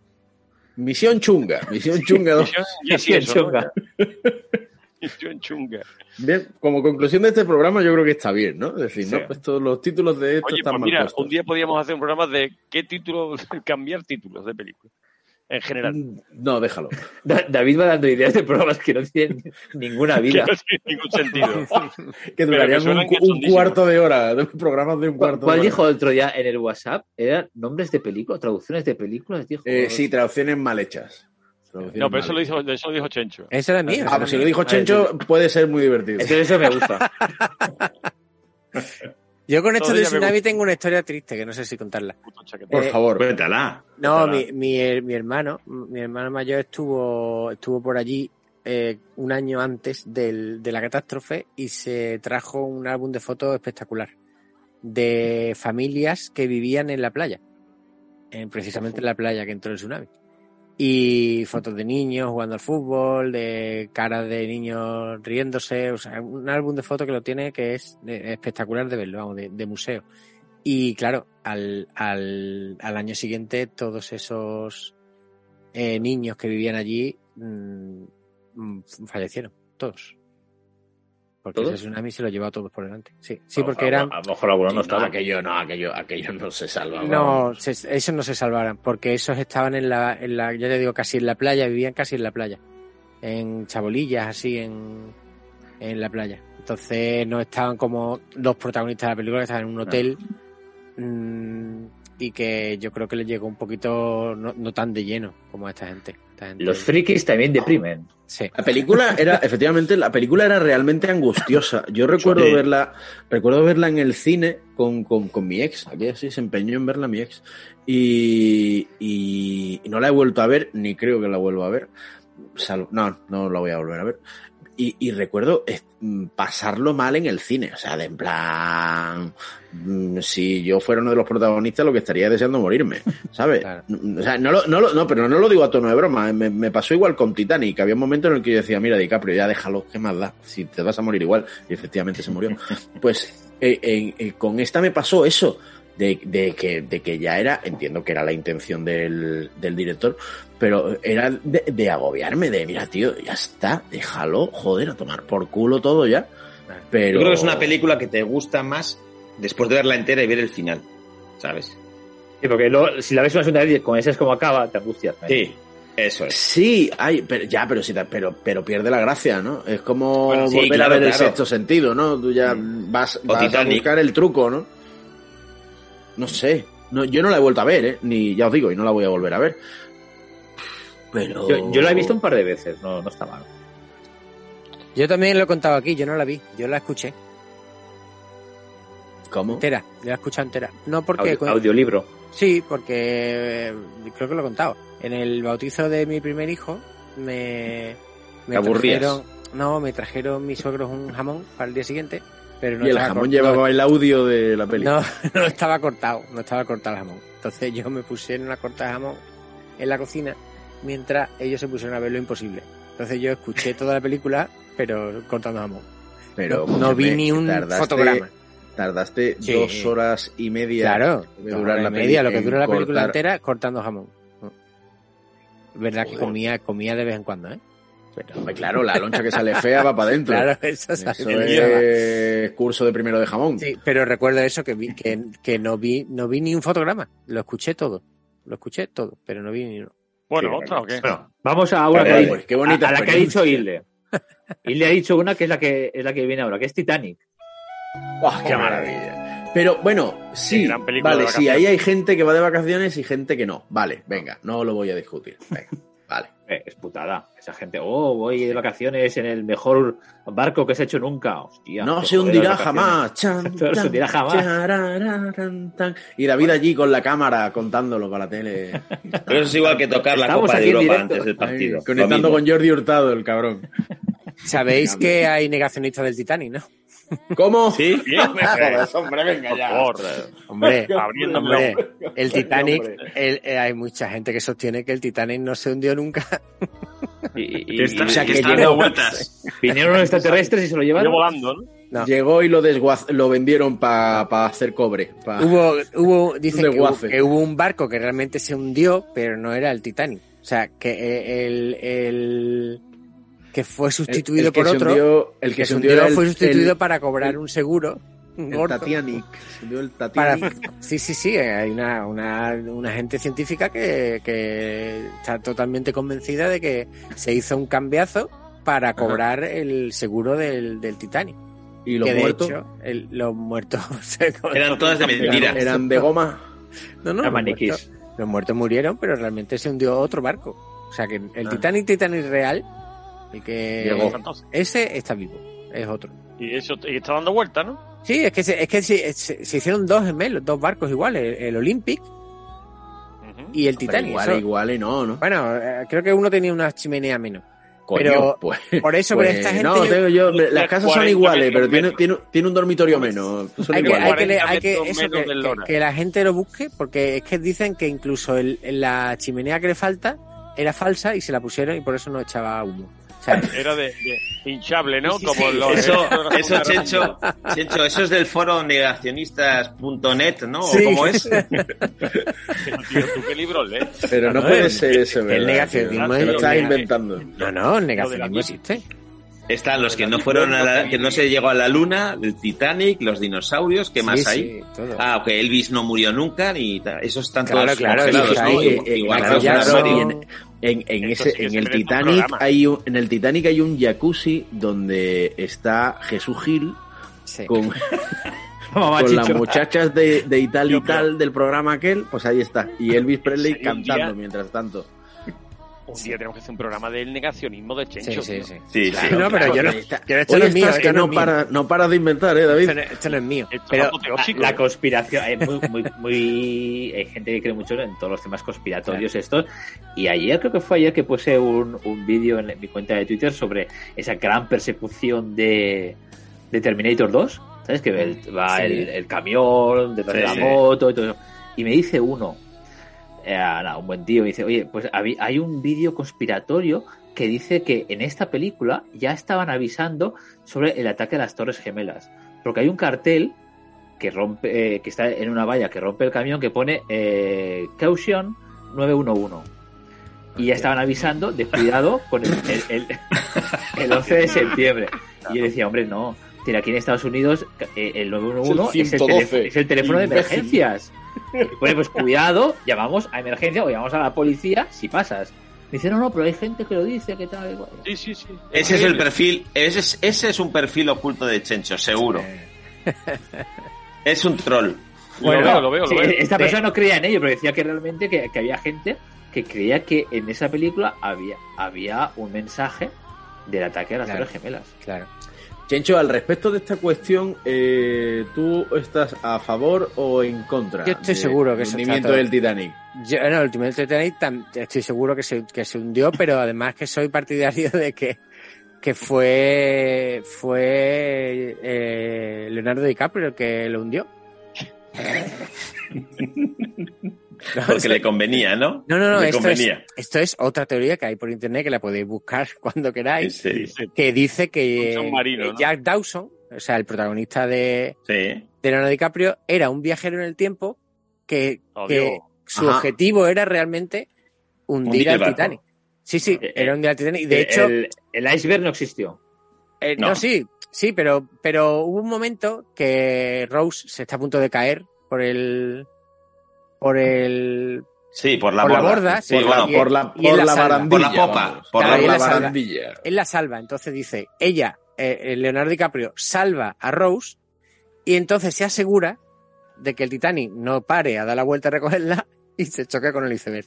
Speaker 1: Misión Chunga, Misión Chunga. dos.
Speaker 2: Misión- y sí, eso, ¿no?
Speaker 5: chunga.
Speaker 2: Misión chunga.
Speaker 1: Bien, como conclusión de este programa yo creo que está bien, ¿no? Es decir, ¿no?
Speaker 5: Sí.
Speaker 1: Pues todos los títulos de esto
Speaker 2: Oye,
Speaker 1: están
Speaker 2: pues
Speaker 1: mal
Speaker 2: mira,
Speaker 1: puestos.
Speaker 2: un día podíamos hacer un programa de qué título, cambiar títulos de películas. En general.
Speaker 1: Mm, No, déjalo.
Speaker 5: Da- David va dando ideas de programas que no tienen ninguna
Speaker 2: Que
Speaker 5: vida.
Speaker 2: no tiene ningún sentido.
Speaker 1: Que
Speaker 2: Pero
Speaker 1: durarían
Speaker 2: que suenan
Speaker 1: un, cu- un
Speaker 2: cachondísimos.
Speaker 1: cuarto de hora, de programas de un
Speaker 5: ¿Cuál
Speaker 1: cuarto de hora.
Speaker 5: dijo otro día en el WhatsApp? ¿Eran nombres de películas, traducciones de películas? Dijo,
Speaker 1: Eh, sí, traducciones mal hechas. Traducciones
Speaker 2: No, pero eso
Speaker 1: mal
Speaker 2: lo
Speaker 1: hechas.
Speaker 2: dijo, eso lo dijo Chencho.
Speaker 4: Esa era mía.
Speaker 1: Ah, pues si lo dijo Chencho, puede ser muy divertido.
Speaker 5: Es que eso me gusta.
Speaker 4: Yo con esto del
Speaker 2: Todavía me
Speaker 4: tsunami
Speaker 2: gusta.
Speaker 4: tengo una historia triste que no sé si contarla.
Speaker 2: Puto chaquetón.
Speaker 1: Por
Speaker 4: eh,
Speaker 1: favor.
Speaker 6: Cuéntala.
Speaker 4: No,
Speaker 6: Cuéntala.
Speaker 4: mi, mi, her- mi hermano, mi hermano mayor estuvo, estuvo por allí eh, un año antes del, de la catástrofe y se trajo un álbum de fotos espectacular de familias que vivían en la playa, en- precisamente en la playa que entró el tsunami. Y fotos de niños jugando al fútbol, de caras de niños riéndose, o sea, un álbum de fotos que lo tiene que es eh, espectacular de verlo, vamos, de- de museo. Y claro, al, al, al año siguiente todos esos eh, niños que vivían allí mm, mm, fallecieron, todos. Porque
Speaker 5: ¿Todos?
Speaker 4: ese tsunami se lo llevó a todos por delante. Sí, sí
Speaker 1: Oh,
Speaker 5: A-
Speaker 1: ah,
Speaker 4: porque
Speaker 5: a-
Speaker 4: eran...
Speaker 5: A, lo mejor algunos no
Speaker 1: No,
Speaker 5: estaban.
Speaker 1: aquello no, aquello, aquello no se salva.
Speaker 5: Ah,
Speaker 1: vamos.
Speaker 4: No, se- esos no se salvaron, porque esos estaban en la, en la, ya te digo, casi en la playa, vivían casi en la playa, en chabolillas, así, en, en la playa. Entonces no estaban como los protagonistas de la película, que estaban en un hotel mm, y que yo creo que les llegó un poquito, no, no tan de lleno como a esta gente. Esta gente-
Speaker 5: Los frikis también deprimen.
Speaker 4: sí.
Speaker 1: La película era, efectivamente, la película era realmente angustiosa. Yo recuerdo
Speaker 6: Sí.
Speaker 1: verla, recuerdo verla en el cine con, con, con mi ex, aquella sí se empeñó en verla mi ex. Y, y, y no la he vuelto a ver, ni creo que la vuelva a ver. Salvo- no, no la voy a volver a ver. Y, y recuerdo es- mm, pasarlo mal en el cine, o sea, de en plan, mm, si yo fuera uno de los protagonistas, lo que estaría deseando morirme, ¿sabes?
Speaker 4: Claro.
Speaker 1: Mm, O sea, no, lo- no, lo- no, pero no lo digo a tono de broma, eh, me, me pasó igual con Titanic, había un momento en el que yo decía, mira, DiCaprio, ya déjalo, ¿qué más da? Si te vas a morir igual, y efectivamente se murió. Pues eh, en- eh, con esta me pasó eso, de, de que, de que ya era, entiendo que era la intención del, del director, pero era de, de agobiarme, de mira, tío, ya está, déjalo, joder, a tomar por culo todo ya. Pero...
Speaker 6: Yo creo que es una película que te gusta más después de verla entera y ver el final, ¿sabes?
Speaker 5: Sí, porque luego, si la ves una segunda vez con ese es como acaba, te angustias. ¿no?
Speaker 6: Sí, eso es.
Speaker 1: Sí, ay, pero, ya, pero, sí, pero, pero pierde la gracia, ¿no? Es como
Speaker 6: Bueno, sí,
Speaker 1: volver
Speaker 6: claro,
Speaker 1: a ver el
Speaker 6: claro. Mm.
Speaker 1: sexto sentido, ¿no? Tú ya vas,
Speaker 6: O
Speaker 1: vas a
Speaker 6: Titanic.
Speaker 1: buscar el truco, ¿no? No sé. No, yo no la he vuelto a ver, ¿eh? Ni, ya os digo, y no la voy a volver a ver. Pero...
Speaker 5: Yo, yo la he
Speaker 1: Oh.
Speaker 5: visto un par de veces, no, no está mal.
Speaker 4: Yo también lo he contado aquí, yo no la vi, yo la escuché
Speaker 1: ¿Cómo?
Speaker 4: entera, yo la he escuchado entera. No porque...
Speaker 5: Audio- audiolibro.
Speaker 4: Sí, porque eh, creo que lo he contado. En el bautizo de mi primer hijo me, me
Speaker 6: ¿Te aburrías?
Speaker 4: trajeron, no, me trajeron mis suegros un jamón para el día siguiente, pero no
Speaker 1: Y el
Speaker 4: estaba
Speaker 1: jamón
Speaker 4: cor-
Speaker 1: llevaba el audio de la peli.
Speaker 4: no, no estaba cortado, no estaba cortado el jamón. Entonces yo me puse en una corta de jamón en la cocina mientras ellos se pusieron a ver lo imposible. Entonces yo escuché toda la película, pero cortando jamón.
Speaker 1: pero
Speaker 4: no, no vi
Speaker 1: escúchame,
Speaker 4: ni un
Speaker 1: tardaste-
Speaker 4: fotograma.
Speaker 1: Tardaste
Speaker 4: Sí.
Speaker 1: dos horas y media.
Speaker 4: Claro,
Speaker 1: debe
Speaker 4: dos
Speaker 1: durar
Speaker 4: horas
Speaker 1: la
Speaker 4: y
Speaker 1: peli
Speaker 4: media, lo que
Speaker 1: en
Speaker 4: dura la película
Speaker 1: cortar.
Speaker 4: entera cortando jamón. Verdad que
Speaker 1: Joder.
Speaker 4: comía, comía de vez en cuando, ¿eh? Pero,
Speaker 1: Hombre, Claro, la loncha que sale fea va para adentro.
Speaker 4: claro, eso,
Speaker 1: Eso
Speaker 4: sabe.
Speaker 1: es curso de primero de jamón.
Speaker 4: Sí, pero recuerdo eso que vi, que, que no vi, no vi ni un fotograma. Lo escuché todo, lo escuché todo, pero no vi ni uno.
Speaker 2: Bueno,
Speaker 6: Sí,
Speaker 2: otra o qué.
Speaker 5: Bueno, vamos a una
Speaker 6: Vale,
Speaker 5: que ha
Speaker 6: vale,
Speaker 5: dicho-
Speaker 1: pues, qué bonita
Speaker 5: a- a la que ha
Speaker 1: experiencia.
Speaker 5: dicho Hilde. Hilde ha dicho una que es la que es la que viene ahora, que es Titanic.
Speaker 1: ¡Buah, ¡Qué maravilla! Pero bueno, sí,
Speaker 2: gran película de
Speaker 1: vale, sí,
Speaker 2: vacaciones.
Speaker 1: ahí hay gente que va de vacaciones y gente que no. Vale, venga, no lo voy a discutir. Venga, vale.
Speaker 5: Eh, es putada. Esa gente, oh, voy de vacaciones en el mejor barco que se ha hecho nunca. Hostia,
Speaker 1: No
Speaker 5: que
Speaker 1: se
Speaker 5: joder,
Speaker 1: hundirá
Speaker 5: las vacaciones.
Speaker 1: jamás. Chan,
Speaker 5: No se
Speaker 1: tan,
Speaker 5: hundirá jamás.
Speaker 1: charararán, tan. Y David allí con la cámara contándolo para la tele.
Speaker 6: Pero eso es igual que tocar la
Speaker 5: Estamos
Speaker 6: Copa de
Speaker 5: aquí en
Speaker 6: Europa
Speaker 5: directo.
Speaker 6: antes del
Speaker 1: Ahí,
Speaker 6: partido.
Speaker 1: conectando
Speaker 6: Lo
Speaker 1: con
Speaker 6: mismo.
Speaker 1: Jordi Hurtado, el cabrón.
Speaker 4: Sabéis que hay negacionistas del Titanic, ¿no?
Speaker 1: ¿Cómo?
Speaker 6: Sí,
Speaker 2: Bien, hombre,
Speaker 1: hombre, venga
Speaker 2: por favor, eh,
Speaker 4: Hombre,
Speaker 2: abriéndome la
Speaker 4: hombre, el Titanic, el- eh, hay mucha gente que sostiene que el Titanic no se hundió nunca.
Speaker 5: Y, y-
Speaker 6: Te está-
Speaker 5: y-
Speaker 6: te
Speaker 5: que
Speaker 6: está
Speaker 5: llegó-
Speaker 6: dando vueltas.
Speaker 5: vinieron los extraterrestres y se lo
Speaker 2: Yo
Speaker 5: llevaron.
Speaker 2: volando, ¿no?
Speaker 4: No.
Speaker 1: Llegó y lo, desguaz- lo vendieron para hacer cobre. pa-
Speaker 4: Hubo, hubo, dicen que hubo,
Speaker 1: Ah, desguace.
Speaker 4: que hubo un barco que realmente se hundió, pero no era el Titanic. O sea, que eh, el, el que
Speaker 1: El-
Speaker 4: fue
Speaker 1: el
Speaker 4: sustituido
Speaker 1: que
Speaker 4: por
Speaker 1: se
Speaker 4: otro,
Speaker 1: hundió-
Speaker 4: el
Speaker 1: el
Speaker 4: que se
Speaker 1: era
Speaker 4: hundió
Speaker 1: el-
Speaker 4: fue sustituido
Speaker 1: el-
Speaker 4: para cobrar un seguro. un
Speaker 1: el
Speaker 4: gordo,
Speaker 1: Titanic. Se hundió el
Speaker 4: para-
Speaker 1: Titanic.
Speaker 4: sí, sí, sí, eh, hay una, una, una gente científica que, que está totalmente convencida de que se hizo un cambiazo para cobrar el seguro del, del Titanic.
Speaker 1: Y los
Speaker 4: que de
Speaker 1: muertos
Speaker 4: hecho, el- los muertos se-
Speaker 6: Eran todas de mentira.
Speaker 1: eran, eran de goma.
Speaker 4: No, no,
Speaker 5: Eran
Speaker 4: los
Speaker 5: maniquís.
Speaker 4: muertos- los muertos murieron, pero realmente se hundió otro barco. O sea que el
Speaker 1: Ah.
Speaker 4: Titanic, Titanic real, el que
Speaker 1: Llegó.
Speaker 2: Entonces,
Speaker 4: ese está vivo, es otro.
Speaker 2: Y eso y está dando vuelta, ¿no?
Speaker 4: Sí, es que se, es que se, se- se hicieron dos gemelos, dos barcos iguales, el, el Olympic
Speaker 2: Ujú.
Speaker 4: y el
Speaker 1: Pero
Speaker 4: Titanic.
Speaker 1: igual,
Speaker 4: eso-
Speaker 1: igual y no, ¿no?
Speaker 4: Bueno, eh, creo que uno tenía una chimenea menos.
Speaker 1: Coño,
Speaker 4: pero-
Speaker 1: pues.
Speaker 4: Por eso, pero
Speaker 1: pues,
Speaker 4: esta gente
Speaker 1: no,
Speaker 4: yo-
Speaker 1: tengo yo- las casas son
Speaker 2: 40
Speaker 1: iguales, pero
Speaker 2: metros.
Speaker 1: tiene, tiene, tiene un dormitorio menos. Son
Speaker 4: hay que,
Speaker 1: iguales.
Speaker 4: hay que, le-
Speaker 2: 40
Speaker 4: hay que-
Speaker 2: metros
Speaker 4: eso,
Speaker 2: menos
Speaker 4: que-
Speaker 2: del
Speaker 4: que-
Speaker 2: Lora.
Speaker 4: que la gente lo busque, porque es que dicen que incluso el, la chimenea que le falta era falsa y se la pusieron y por eso no echaba humo. O sea,
Speaker 2: Era de, de hinchable, ¿no?
Speaker 4: Sí, sí,
Speaker 2: Como
Speaker 4: sí.
Speaker 2: los-
Speaker 6: Eso,
Speaker 2: los-
Speaker 6: eso, Chencho, Chencho, eso es del foro negacionistas.net, ¿no? ¿O
Speaker 4: Sí.
Speaker 6: ¿Cómo es?
Speaker 2: Tío, ¿tú qué libro ¿eh? lees?
Speaker 1: Pero no
Speaker 4: No,
Speaker 1: puede
Speaker 4: el-
Speaker 1: ser eso, ¿verdad? tío?
Speaker 4: negacionismo
Speaker 1: Te lo
Speaker 2: es-
Speaker 1: estás
Speaker 2: eh,
Speaker 1: inventando.
Speaker 4: no, no,
Speaker 2: Lo
Speaker 4: el
Speaker 2: de la
Speaker 4: negacionismo
Speaker 2: vida.
Speaker 4: existe.
Speaker 6: Están los que no fueron a la, que no se llegó a la luna, el Titanic, los dinosaurios, ¿qué
Speaker 4: Sí,
Speaker 6: más
Speaker 4: sí,
Speaker 6: hay?
Speaker 4: todo.
Speaker 6: Ah, ok, Elvis no murió nunca ni ta- esos están
Speaker 4: Claro,
Speaker 6: todos
Speaker 4: claro,
Speaker 6: congelados,
Speaker 4: Elvis
Speaker 6: ¿no?
Speaker 4: ahí,
Speaker 6: Igual-
Speaker 1: eh,
Speaker 6: igual
Speaker 1: claro,
Speaker 6: que los
Speaker 1: claro,
Speaker 6: Mario.
Speaker 1: y en- En, en
Speaker 2: Esto
Speaker 1: ese,
Speaker 2: sí que
Speaker 1: en
Speaker 2: se
Speaker 1: el
Speaker 2: merece un
Speaker 1: Titanic
Speaker 2: programa.
Speaker 1: hay un, en el Titanic hay un jacuzzi donde está Jesús Gil
Speaker 4: Sí.
Speaker 1: con,
Speaker 5: Mamá
Speaker 1: con las
Speaker 5: Chicho.
Speaker 1: muchachas de, de y tal y
Speaker 2: Yo creo-
Speaker 1: tal del programa aquel, pues ahí está. Y Elvis Presley
Speaker 2: Sería un día-
Speaker 1: cantando mientras tanto.
Speaker 2: Un día tenemos que hacer un programa del negacionismo de Chencho.
Speaker 4: Sí, sí,
Speaker 2: tío.
Speaker 4: sí.
Speaker 6: Sí, sí.
Speaker 4: No, pero yo no, yo no- esto
Speaker 1: Oye,
Speaker 4: no es mío,
Speaker 1: estás
Speaker 4: esto
Speaker 1: que
Speaker 4: no
Speaker 1: no
Speaker 4: es mío.
Speaker 1: para, no para de inventar, ¿eh, David?
Speaker 4: Esto no- esto no es mío.
Speaker 2: Esto es
Speaker 4: Pero
Speaker 2: apoteósico,
Speaker 5: La
Speaker 2: ¿eh?
Speaker 5: conspiración, hay, muy, muy, muy- hay gente que cree mucho en todos los temas conspiratorios estos. Y ayer, creo que fue ayer que puse un, un vídeo en mi cuenta de Twitter sobre esa gran persecución de, de Terminator 2. ¿Sabes? Que el- va
Speaker 4: Sí.
Speaker 5: el, el camión, detrás de
Speaker 6: Sí,
Speaker 5: la
Speaker 6: sí.
Speaker 5: moto y todo eso. Y me dice uno, eh, nada, un buen tío, me dice, oye, pues habí- hay un vídeo conspiratorio que dice que en esta película ya estaban avisando sobre el ataque a las Torres Gemelas. Porque hay un cartel que rompe, eh, que está en una valla que rompe el camión que pone eh, Caution 911. Y ya estaban avisando de cuidado con el, el- el- el 11 de septiembre. Y yo decía, hombre, no. Tiene aquí en Estados Unidos eh, el 911 es el,
Speaker 8: 112,
Speaker 5: telé- es el teléfono de
Speaker 8: imbécil.
Speaker 5: emergencias. Y pone, pues cuidado, llamamos a emergencia o llamamos a la policía si pasas. Me dice, no, no, pero hay gente que lo dice, que tal. igual.
Speaker 2: Sí, sí, sí.
Speaker 6: Ese es el perfil, ese es, ese es un perfil oculto de Chencho, seguro. es un troll.
Speaker 2: Lo veo, lo veo, lo
Speaker 5: sí,
Speaker 2: veo.
Speaker 5: Esta
Speaker 4: De-
Speaker 5: persona no creía en ello, pero decía que realmente que, que había gente que creía que en esa película había, había un mensaje del ataque a las
Speaker 4: Claro.
Speaker 5: Torres Gemelas.
Speaker 4: Claro.
Speaker 1: Chencho, al respecto de esta cuestión, eh, ¿tú estás a favor o en contra?
Speaker 4: Yo estoy
Speaker 1: de-
Speaker 4: seguro que
Speaker 1: del
Speaker 4: se
Speaker 1: hundimiento
Speaker 4: trata-
Speaker 1: del Titanic.
Speaker 4: Yo, no, el último Titanic tam- estoy seguro que se, que se hundió, pero además que soy partidario de que, que fue, fue eh, Leonardo DiCaprio el que lo hundió.
Speaker 6: Porque le convenía, ¿no?
Speaker 4: No, no, no,
Speaker 6: Le
Speaker 4: esto es,
Speaker 6: convenía.
Speaker 4: esto es otra teoría que hay por internet que la podéis buscar cuando queráis,
Speaker 6: Sí, sí.
Speaker 4: que dice que
Speaker 2: Son marinos,
Speaker 4: eh,
Speaker 2: ¿no?
Speaker 4: Jack Dawson, o sea, el protagonista de,
Speaker 6: sí.
Speaker 4: de Leonardo DiCaprio, era un viajero en el tiempo que,
Speaker 2: Oh,
Speaker 4: que
Speaker 2: Dios.
Speaker 4: su
Speaker 6: Ajá.
Speaker 4: objetivo era realmente
Speaker 6: Hundir
Speaker 4: hundir
Speaker 6: el
Speaker 4: al
Speaker 6: barco.
Speaker 4: Titanic. Sí, sí,
Speaker 5: Eh,
Speaker 4: era hundir al Titanic. Y de hecho,
Speaker 5: el, el iceberg no existió.
Speaker 4: Eh,
Speaker 6: No.
Speaker 4: no. sí, sí, pero, pero hubo un momento que Rose se está a punto de caer por el. por el.
Speaker 6: Sí, por la
Speaker 4: por la
Speaker 6: borda.
Speaker 4: borda, sí,
Speaker 6: Sí,
Speaker 4: y-
Speaker 6: bueno,
Speaker 4: y-
Speaker 6: por,
Speaker 1: Por la,
Speaker 4: y él
Speaker 1: por
Speaker 4: la
Speaker 1: la
Speaker 4: salva.
Speaker 6: por
Speaker 1: barandilla.
Speaker 6: la popa.
Speaker 1: vamos.
Speaker 6: Por
Speaker 4: Claro,
Speaker 6: la
Speaker 4: él
Speaker 1: por la
Speaker 6: borda.
Speaker 4: la salva.
Speaker 1: barandilla.
Speaker 4: Él la salva. Entonces dice, ella, eh, eh, Leonardo DiCaprio, salva a Rose y entonces se asegura de que el Titanic no pare a dar la vuelta a recogerla y se choca con el iceberg.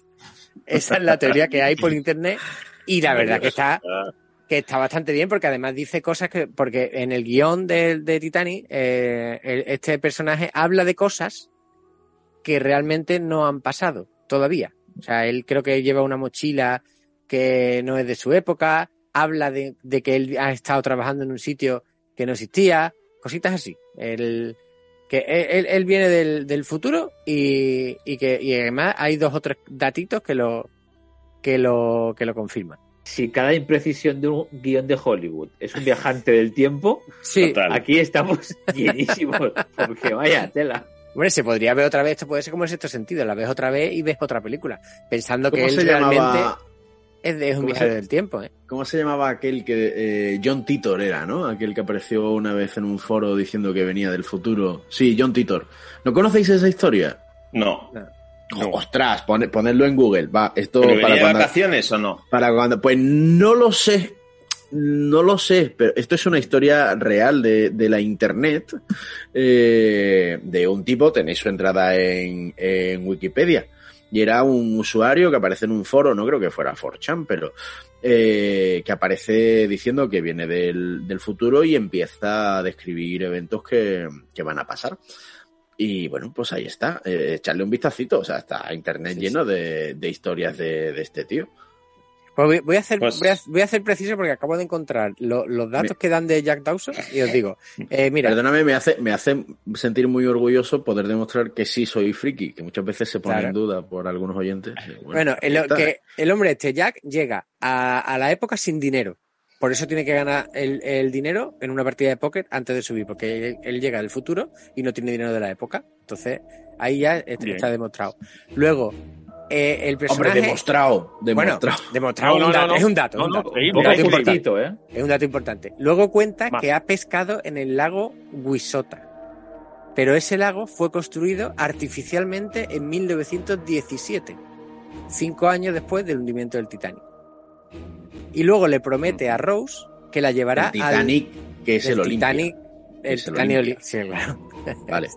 Speaker 4: Esa es la teoría que hay por internet y la verdad que está que está bastante bien porque además dice cosas que porque en el guión de, de Titanic eh, el- este personaje habla de cosas que realmente no han pasado todavía o sea él creo que lleva una mochila que no es de su época habla de, de que él ha estado trabajando en un sitio que no existía cositas así el que él, él- él viene del, del futuro y, y que y además hay dos o tres datitos que lo que lo que lo confirman
Speaker 5: Si cada imprecisión de un guión de Hollywood es un viajante del tiempo,
Speaker 4: sí
Speaker 6: Total.
Speaker 5: aquí estamos llenísimos. Porque vaya tela.
Speaker 4: Hombre, se podría ver otra vez, esto puede ser como en sexto sentido, la ves otra vez y ves otra película, pensando que
Speaker 1: ¿Cómo
Speaker 4: él
Speaker 1: se,
Speaker 4: realmente
Speaker 1: llamaba,
Speaker 4: es, de, es un
Speaker 1: cómo
Speaker 4: viajero
Speaker 1: se-
Speaker 4: del tiempo, ¿eh?
Speaker 1: ¿Cómo se llamaba aquel que... eh, John Titor era, ¿no? Aquel que apareció una vez en un foro diciendo que venía del futuro. Sí, John Titor. ¿No conocéis esa historia?
Speaker 6: No.
Speaker 1: Ostras, pone- ponedlo en Google. Va, esto
Speaker 6: ¿Pero venía
Speaker 1: para
Speaker 6: de
Speaker 1: cuando,
Speaker 6: vacaciones o no?
Speaker 1: para cuando- Pues no lo sé. No lo sé, pero esto es una historia real de, de la internet. eh, de un tipo, tenéis su entrada en, en Wikipedia. Y era un usuario que aparece en un foro, no creo que fuera 4chan, pero eh, que aparece diciendo que viene del, del futuro y empieza a describir eventos que, que van a pasar. Y bueno, pues ahí está. eh, echarle un vistacito. O sea, está internet lleno De, de historias de, de este tío.
Speaker 4: Pues voy, voy a hacer,
Speaker 6: Pues-
Speaker 4: voy, a, voy a hacer preciso porque acabo de encontrar lo- los datos que dan de Jack Dawson y os digo, eh, mira,
Speaker 1: Perdóname, me hace, me hace sentir muy orgulloso poder demostrar que sí soy friki, que muchas veces se pone
Speaker 4: Claro.
Speaker 1: en duda por algunos oyentes. Eh,
Speaker 4: bueno,
Speaker 1: ahí
Speaker 4: el,
Speaker 1: está.
Speaker 4: que el hombre este, Jack, llega a, a la época sin dinero, por eso tiene que ganar el, el dinero en una partida de póker antes de subir, porque él, él llega del futuro y no tiene dinero de la época, entonces ahí ya est-
Speaker 2: Bien.
Speaker 4: está demostrado. Luego, eh, el
Speaker 1: Hombre,
Speaker 4: personaje...
Speaker 1: demostrado, demostrado.
Speaker 4: Bueno, demostrado
Speaker 2: No, no,
Speaker 4: un dato,
Speaker 2: no, no.
Speaker 4: es un dato.
Speaker 2: No,
Speaker 4: un
Speaker 2: no,
Speaker 4: dato,
Speaker 2: creíble,
Speaker 4: un dato
Speaker 5: Poco
Speaker 4: importante,
Speaker 5: justito, ¿eh?
Speaker 4: es un dato importante. Luego cuenta
Speaker 2: Más.
Speaker 4: que ha pescado en el lago Wisota, pero ese lago fue construido artificialmente en 1917, cinco años después del hundimiento del Titanic. Y luego le promete a Rose que la llevará
Speaker 1: el Titanic, que es
Speaker 4: al
Speaker 1: el
Speaker 4: del
Speaker 1: Olimpia.
Speaker 4: Titanic. El
Speaker 1: Es el
Speaker 4: Titanic
Speaker 1: Olimpia.
Speaker 4: oli- sí, claro.
Speaker 1: Vale.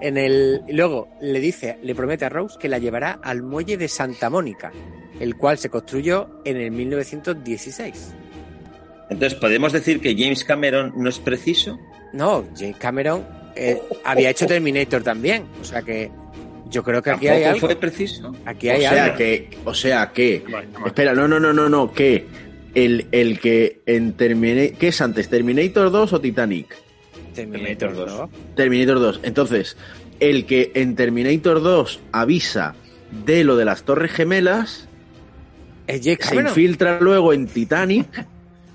Speaker 4: En el, y luego le dice, le promete a Rose que la llevará al muelle de Santa Mónica, el cual se construyó en el 1916.
Speaker 6: Entonces, ¿podemos decir que James Cameron no es preciso?
Speaker 4: No, James Cameron eh, había hecho Terminator también, o sea que yo creo que aquí
Speaker 6: ¿Tampoco
Speaker 4: hay algo.
Speaker 6: fue preciso?
Speaker 4: Aquí
Speaker 1: O
Speaker 4: hay
Speaker 1: sea
Speaker 4: algo.
Speaker 1: que, o sea que,
Speaker 2: Vale, vale.
Speaker 1: espera, no, no, no, no, no, que el, el que en Terminator, ¿qué es antes, Terminator 2 o Titanic?
Speaker 5: Terminator dos.
Speaker 4: ¿no?
Speaker 1: Terminator 2. Entonces, el que en Terminator 2 avisa de lo de las Torres Gemelas,
Speaker 4: Ah, Es James
Speaker 1: se
Speaker 4: Cameron.
Speaker 1: infiltra luego en Titanic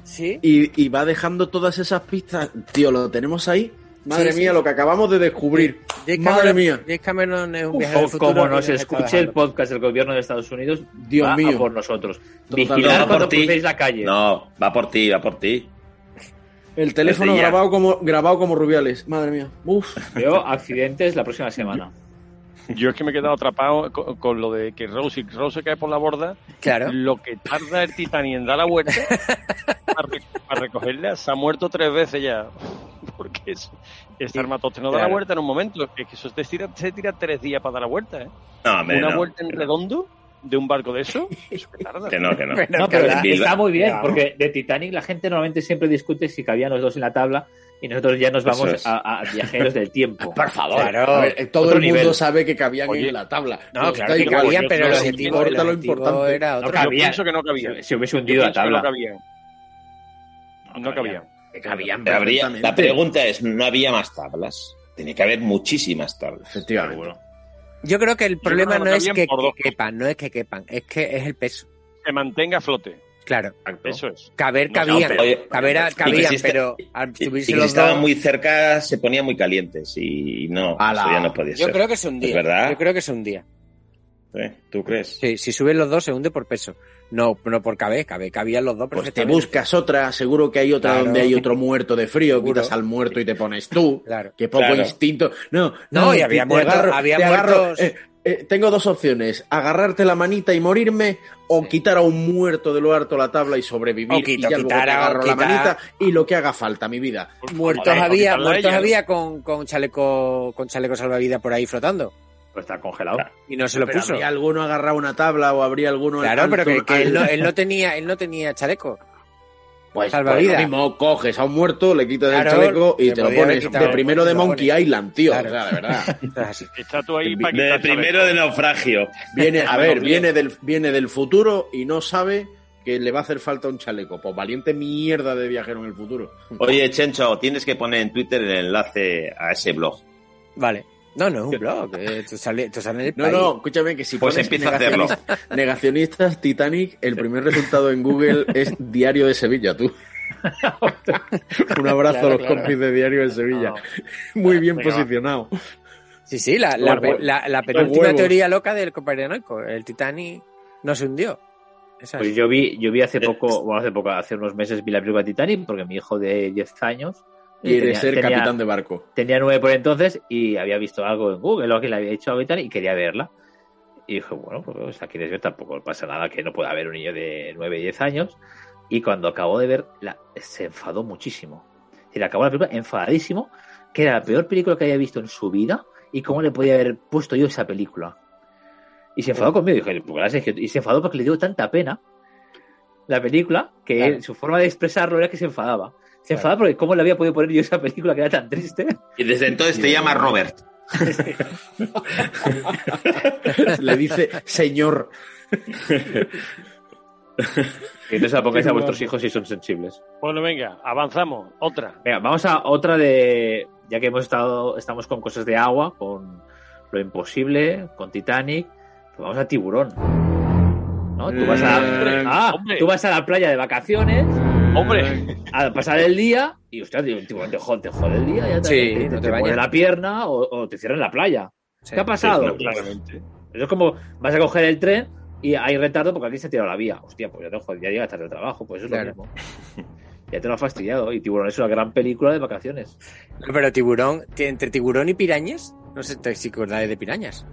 Speaker 4: Sí.
Speaker 1: y, y va dejando todas esas pistas. Tío, lo tenemos ahí. Madre mía, lo que acabamos de descubrir.
Speaker 4: James
Speaker 1: Madre
Speaker 4: Cameron-
Speaker 1: mía.
Speaker 4: James Cameron es un viaje
Speaker 5: O
Speaker 4: del futuro.
Speaker 5: como
Speaker 4: y
Speaker 5: nos
Speaker 4: está
Speaker 5: escuche el
Speaker 4: bajando.
Speaker 5: podcast del gobierno de Estados Unidos,
Speaker 1: Dios
Speaker 5: va a
Speaker 1: mío.
Speaker 5: por nosotros.
Speaker 1: Totalmente.
Speaker 5: Vigilar
Speaker 1: No,
Speaker 5: cuando
Speaker 6: por ti.
Speaker 5: crucéis la calle.
Speaker 6: No, va por ti, va por ti.
Speaker 1: El teléfono
Speaker 6: Desde ya.
Speaker 1: grabado como, grabado como Rubiales. Madre mía. Uf.
Speaker 5: Veo accidentes la próxima semana.
Speaker 2: Yo es que me he quedado atrapado con, con lo de que Rose, si Rose cae por la borda,
Speaker 4: Claro.
Speaker 2: lo que tarda el Titanic en dar la vuelta para, re- para recogerla, se ha muerto tres veces ya. Porque es, este armatoste no da la
Speaker 5: claro.
Speaker 2: vuelta en un momento. Es que eso se tira, se tira tres días para dar la vuelta. ¿eh?
Speaker 6: No, hombre,
Speaker 2: Una
Speaker 6: no.
Speaker 2: vuelta en redondo de un barco de eso, eso que tarda.
Speaker 6: Que no, que no.
Speaker 4: Pero
Speaker 5: No,
Speaker 4: que
Speaker 5: pero
Speaker 6: la-
Speaker 5: está, está muy bien,
Speaker 4: Claro.
Speaker 5: porque de Titanic la gente normalmente siempre discute si cabían los dos en la tabla y nosotros ya nos
Speaker 6: Eso
Speaker 5: vamos
Speaker 6: es.
Speaker 5: a, a viajeros del tiempo.
Speaker 1: Por favor.
Speaker 4: Claro.
Speaker 1: A ver, eh, todo
Speaker 5: Otro
Speaker 1: el mundo
Speaker 5: nivel.
Speaker 1: sabe que cabían
Speaker 2: Oye.
Speaker 1: en la tabla.
Speaker 4: No, claro
Speaker 1: Da
Speaker 4: que
Speaker 1: igual.
Speaker 4: cabían,
Speaker 2: yo
Speaker 4: pero
Speaker 2: creo
Speaker 4: el
Speaker 2: que
Speaker 4: objetivo,
Speaker 1: importa
Speaker 4: el
Speaker 1: lo
Speaker 4: objetivo
Speaker 1: importante.
Speaker 4: era
Speaker 5: No
Speaker 4: otro.
Speaker 2: Yo
Speaker 5: cabía.
Speaker 2: pienso que no cabía.
Speaker 5: Se, se hubiese
Speaker 2: Yo
Speaker 5: hundido la
Speaker 2: pienso que
Speaker 5: tabla.
Speaker 2: No cabía. No cabía.
Speaker 1: Que cabían
Speaker 6: Pero habría- la
Speaker 1: perfectamente.
Speaker 6: pregunta es, ¿no había más tablas? Tenía que haber muchísimas tablas.
Speaker 1: Efectivamente.
Speaker 4: Yo creo que el problema
Speaker 2: creo que
Speaker 4: no es
Speaker 2: cabían
Speaker 4: que,
Speaker 2: por dos.
Speaker 4: que quepan, no es que quepan, es que es el peso.
Speaker 2: Se mantenga a flote.
Speaker 4: Claro,
Speaker 2: Eso es.
Speaker 4: caber
Speaker 2: No,
Speaker 4: cabían,
Speaker 6: pero- oye,
Speaker 4: caber a-
Speaker 6: y que
Speaker 4: cabían,
Speaker 6: si está-
Speaker 4: pero al
Speaker 6: Y, y
Speaker 4: subirse
Speaker 6: que si
Speaker 4: los dos,
Speaker 6: estaban muy cerca se ponían muy calientes y no,
Speaker 1: Ala.
Speaker 6: eso ya no podía
Speaker 4: yo
Speaker 6: ser.
Speaker 4: creo que es un día.
Speaker 6: ¿Es verdad?
Speaker 4: Yo creo que es un día.
Speaker 6: ¿Eh? ¿Tú crees?
Speaker 4: Sí, si suben los dos se hunde por peso, no, no por caber, caber, cabían los dos
Speaker 1: Pues te
Speaker 4: perfectamente.
Speaker 1: buscas otra, seguro que hay otra
Speaker 4: Claro.
Speaker 1: donde hay otro muerto de frío,
Speaker 4: Seguro.
Speaker 1: quitas al muerto y te pones tú.
Speaker 4: Claro.
Speaker 1: Qué poco
Speaker 6: Claro.
Speaker 1: instinto. No,
Speaker 4: No, y había
Speaker 1: te
Speaker 4: muerto-
Speaker 1: agarro-
Speaker 4: había
Speaker 1: te agarro-
Speaker 4: muertos-
Speaker 1: eh, eh, tengo dos opciones, agarrarte la manita y morirme o quitar a un muerto de lo harto a la tabla y sobrevivir
Speaker 4: O quito-
Speaker 1: y ya luego te
Speaker 4: quitar a-
Speaker 1: agarro la
Speaker 4: quitar-
Speaker 1: manita y lo que haga falta, mi vida.
Speaker 4: Muertos
Speaker 2: Joder,
Speaker 4: había,
Speaker 2: quitarla a
Speaker 4: muertos
Speaker 2: ella.
Speaker 4: había con, con chaleco con chaleco salvavidas por ahí flotando
Speaker 5: Pues está congelado.
Speaker 4: y no se lo
Speaker 1: Pero
Speaker 4: puso.
Speaker 1: habría alguno agarrado una tabla o habría alguno
Speaker 4: Claro, pero que,
Speaker 1: alto-
Speaker 4: que él, no,
Speaker 1: al-
Speaker 4: él no tenía él no tenía chaleco.
Speaker 1: Pues,
Speaker 4: salvavidas.
Speaker 1: pues lo mismo, coges a un muerto, le quitas
Speaker 4: Claro,
Speaker 1: el chaleco y
Speaker 4: te
Speaker 1: te lo
Speaker 4: podía haber
Speaker 1: pones
Speaker 4: quitado
Speaker 1: de
Speaker 4: el
Speaker 1: primero de
Speaker 4: muerto y lo
Speaker 1: Monkey
Speaker 4: pones.
Speaker 1: Island, tío.
Speaker 4: Claro.
Speaker 1: O sea, de verdad.
Speaker 4: Esto es así.
Speaker 2: Está tú ahí para
Speaker 6: De
Speaker 2: quitar
Speaker 6: primero de naufragio.
Speaker 1: Viene, a ver, viene del, viene del futuro y no sabe que le va a hacer falta un chaleco. Pues valiente mierda de viajero en el futuro.
Speaker 6: Oye, Chencho, tienes que poner en Twitter el enlace a ese blog.
Speaker 4: Vale. No, no es un blog, eh, esto sale, esto sale en el
Speaker 1: No,
Speaker 4: país.
Speaker 1: no, escúchame que si
Speaker 6: Pues
Speaker 1: pones
Speaker 6: empieza a
Speaker 1: negacionis- negacionistas Titanic, el primer resultado en Google es Diario de Sevilla, tú. un abrazo a los compis de Diario de Sevilla. Muy bien
Speaker 2: Venga, va.
Speaker 1: posicionado.
Speaker 4: Sí, sí, la, la,
Speaker 1: Los hue-
Speaker 4: la- la penúltima
Speaker 1: huevos.
Speaker 4: teoría loca del Copernóico. El Titanic no se hundió. Esa es.
Speaker 5: Pues yo vi, yo vi hace poco, bueno, hace poco, hace unos meses vi la película Titanic, porque mi hijo de 10 años
Speaker 1: Quiere
Speaker 5: tenía-
Speaker 1: ser
Speaker 5: tenía-
Speaker 1: capitán de barco.
Speaker 5: tenía nueve por entonces y había visto algo en Google, o que le había hecho algo y tal, y quería verla. Y dije, bueno, pues o sea, quieres ver, tampoco pasa nada que no pueda haber un niño de nueve, diez años. Y cuando acabó de verla, se enfadó muchísimo. Y le acabó la película enfadadísimo, que era la peor película que había visto en su vida y cómo le podía haber puesto yo esa película. Y se enfadó conmigo, dije, "Pues gracias", y se enfadó porque le dio tanta pena la película que
Speaker 4: Claro.
Speaker 5: él- su forma de expresarlo era que se enfadaba. Se
Speaker 4: Claro.
Speaker 5: enfadaba porque cómo le había podido poner yo esa película que era tan triste.
Speaker 6: Y desde entonces te llama Robert.
Speaker 1: Le dice, señor.
Speaker 5: Que no se la pongáis a vuestros hijos si son sensibles.
Speaker 2: Bueno, venga, avanzamos. Otra.
Speaker 5: Venga, vamos a otra de. Ya que hemos estado. Estamos con cosas de agua, con lo imposible, con Titanic. Pues vamos a tiburón. ¿No? Tú vas a la,
Speaker 2: Eh,
Speaker 5: ah,
Speaker 2: hombre.
Speaker 5: tú vas a la playa de vacaciones,
Speaker 2: Hombre,
Speaker 5: a pasar el día, y usted un tiburón te jode, te jode el día, ya te,
Speaker 4: Sí,
Speaker 5: te-
Speaker 4: no
Speaker 5: te
Speaker 4: te
Speaker 5: muerde
Speaker 4: bañas.
Speaker 5: la pierna o, o te cierran la playa.
Speaker 4: Sí.
Speaker 5: ¿Qué ha pasado?
Speaker 2: claramente.
Speaker 5: Eso es como vas a coger el tren y hay retardo porque alguien se ha tirado la vía. Hostia, pues ya, te, joder, ya llegas tarde al trabajo, pues eso
Speaker 4: Claro.
Speaker 5: es lo mismo. Ya te lo has fastidiado. Y Tiburón es una gran película de vacaciones.
Speaker 4: No, Pero tiburón, que entre tiburón y pirañas, no sé te- si acordáis de pirañas.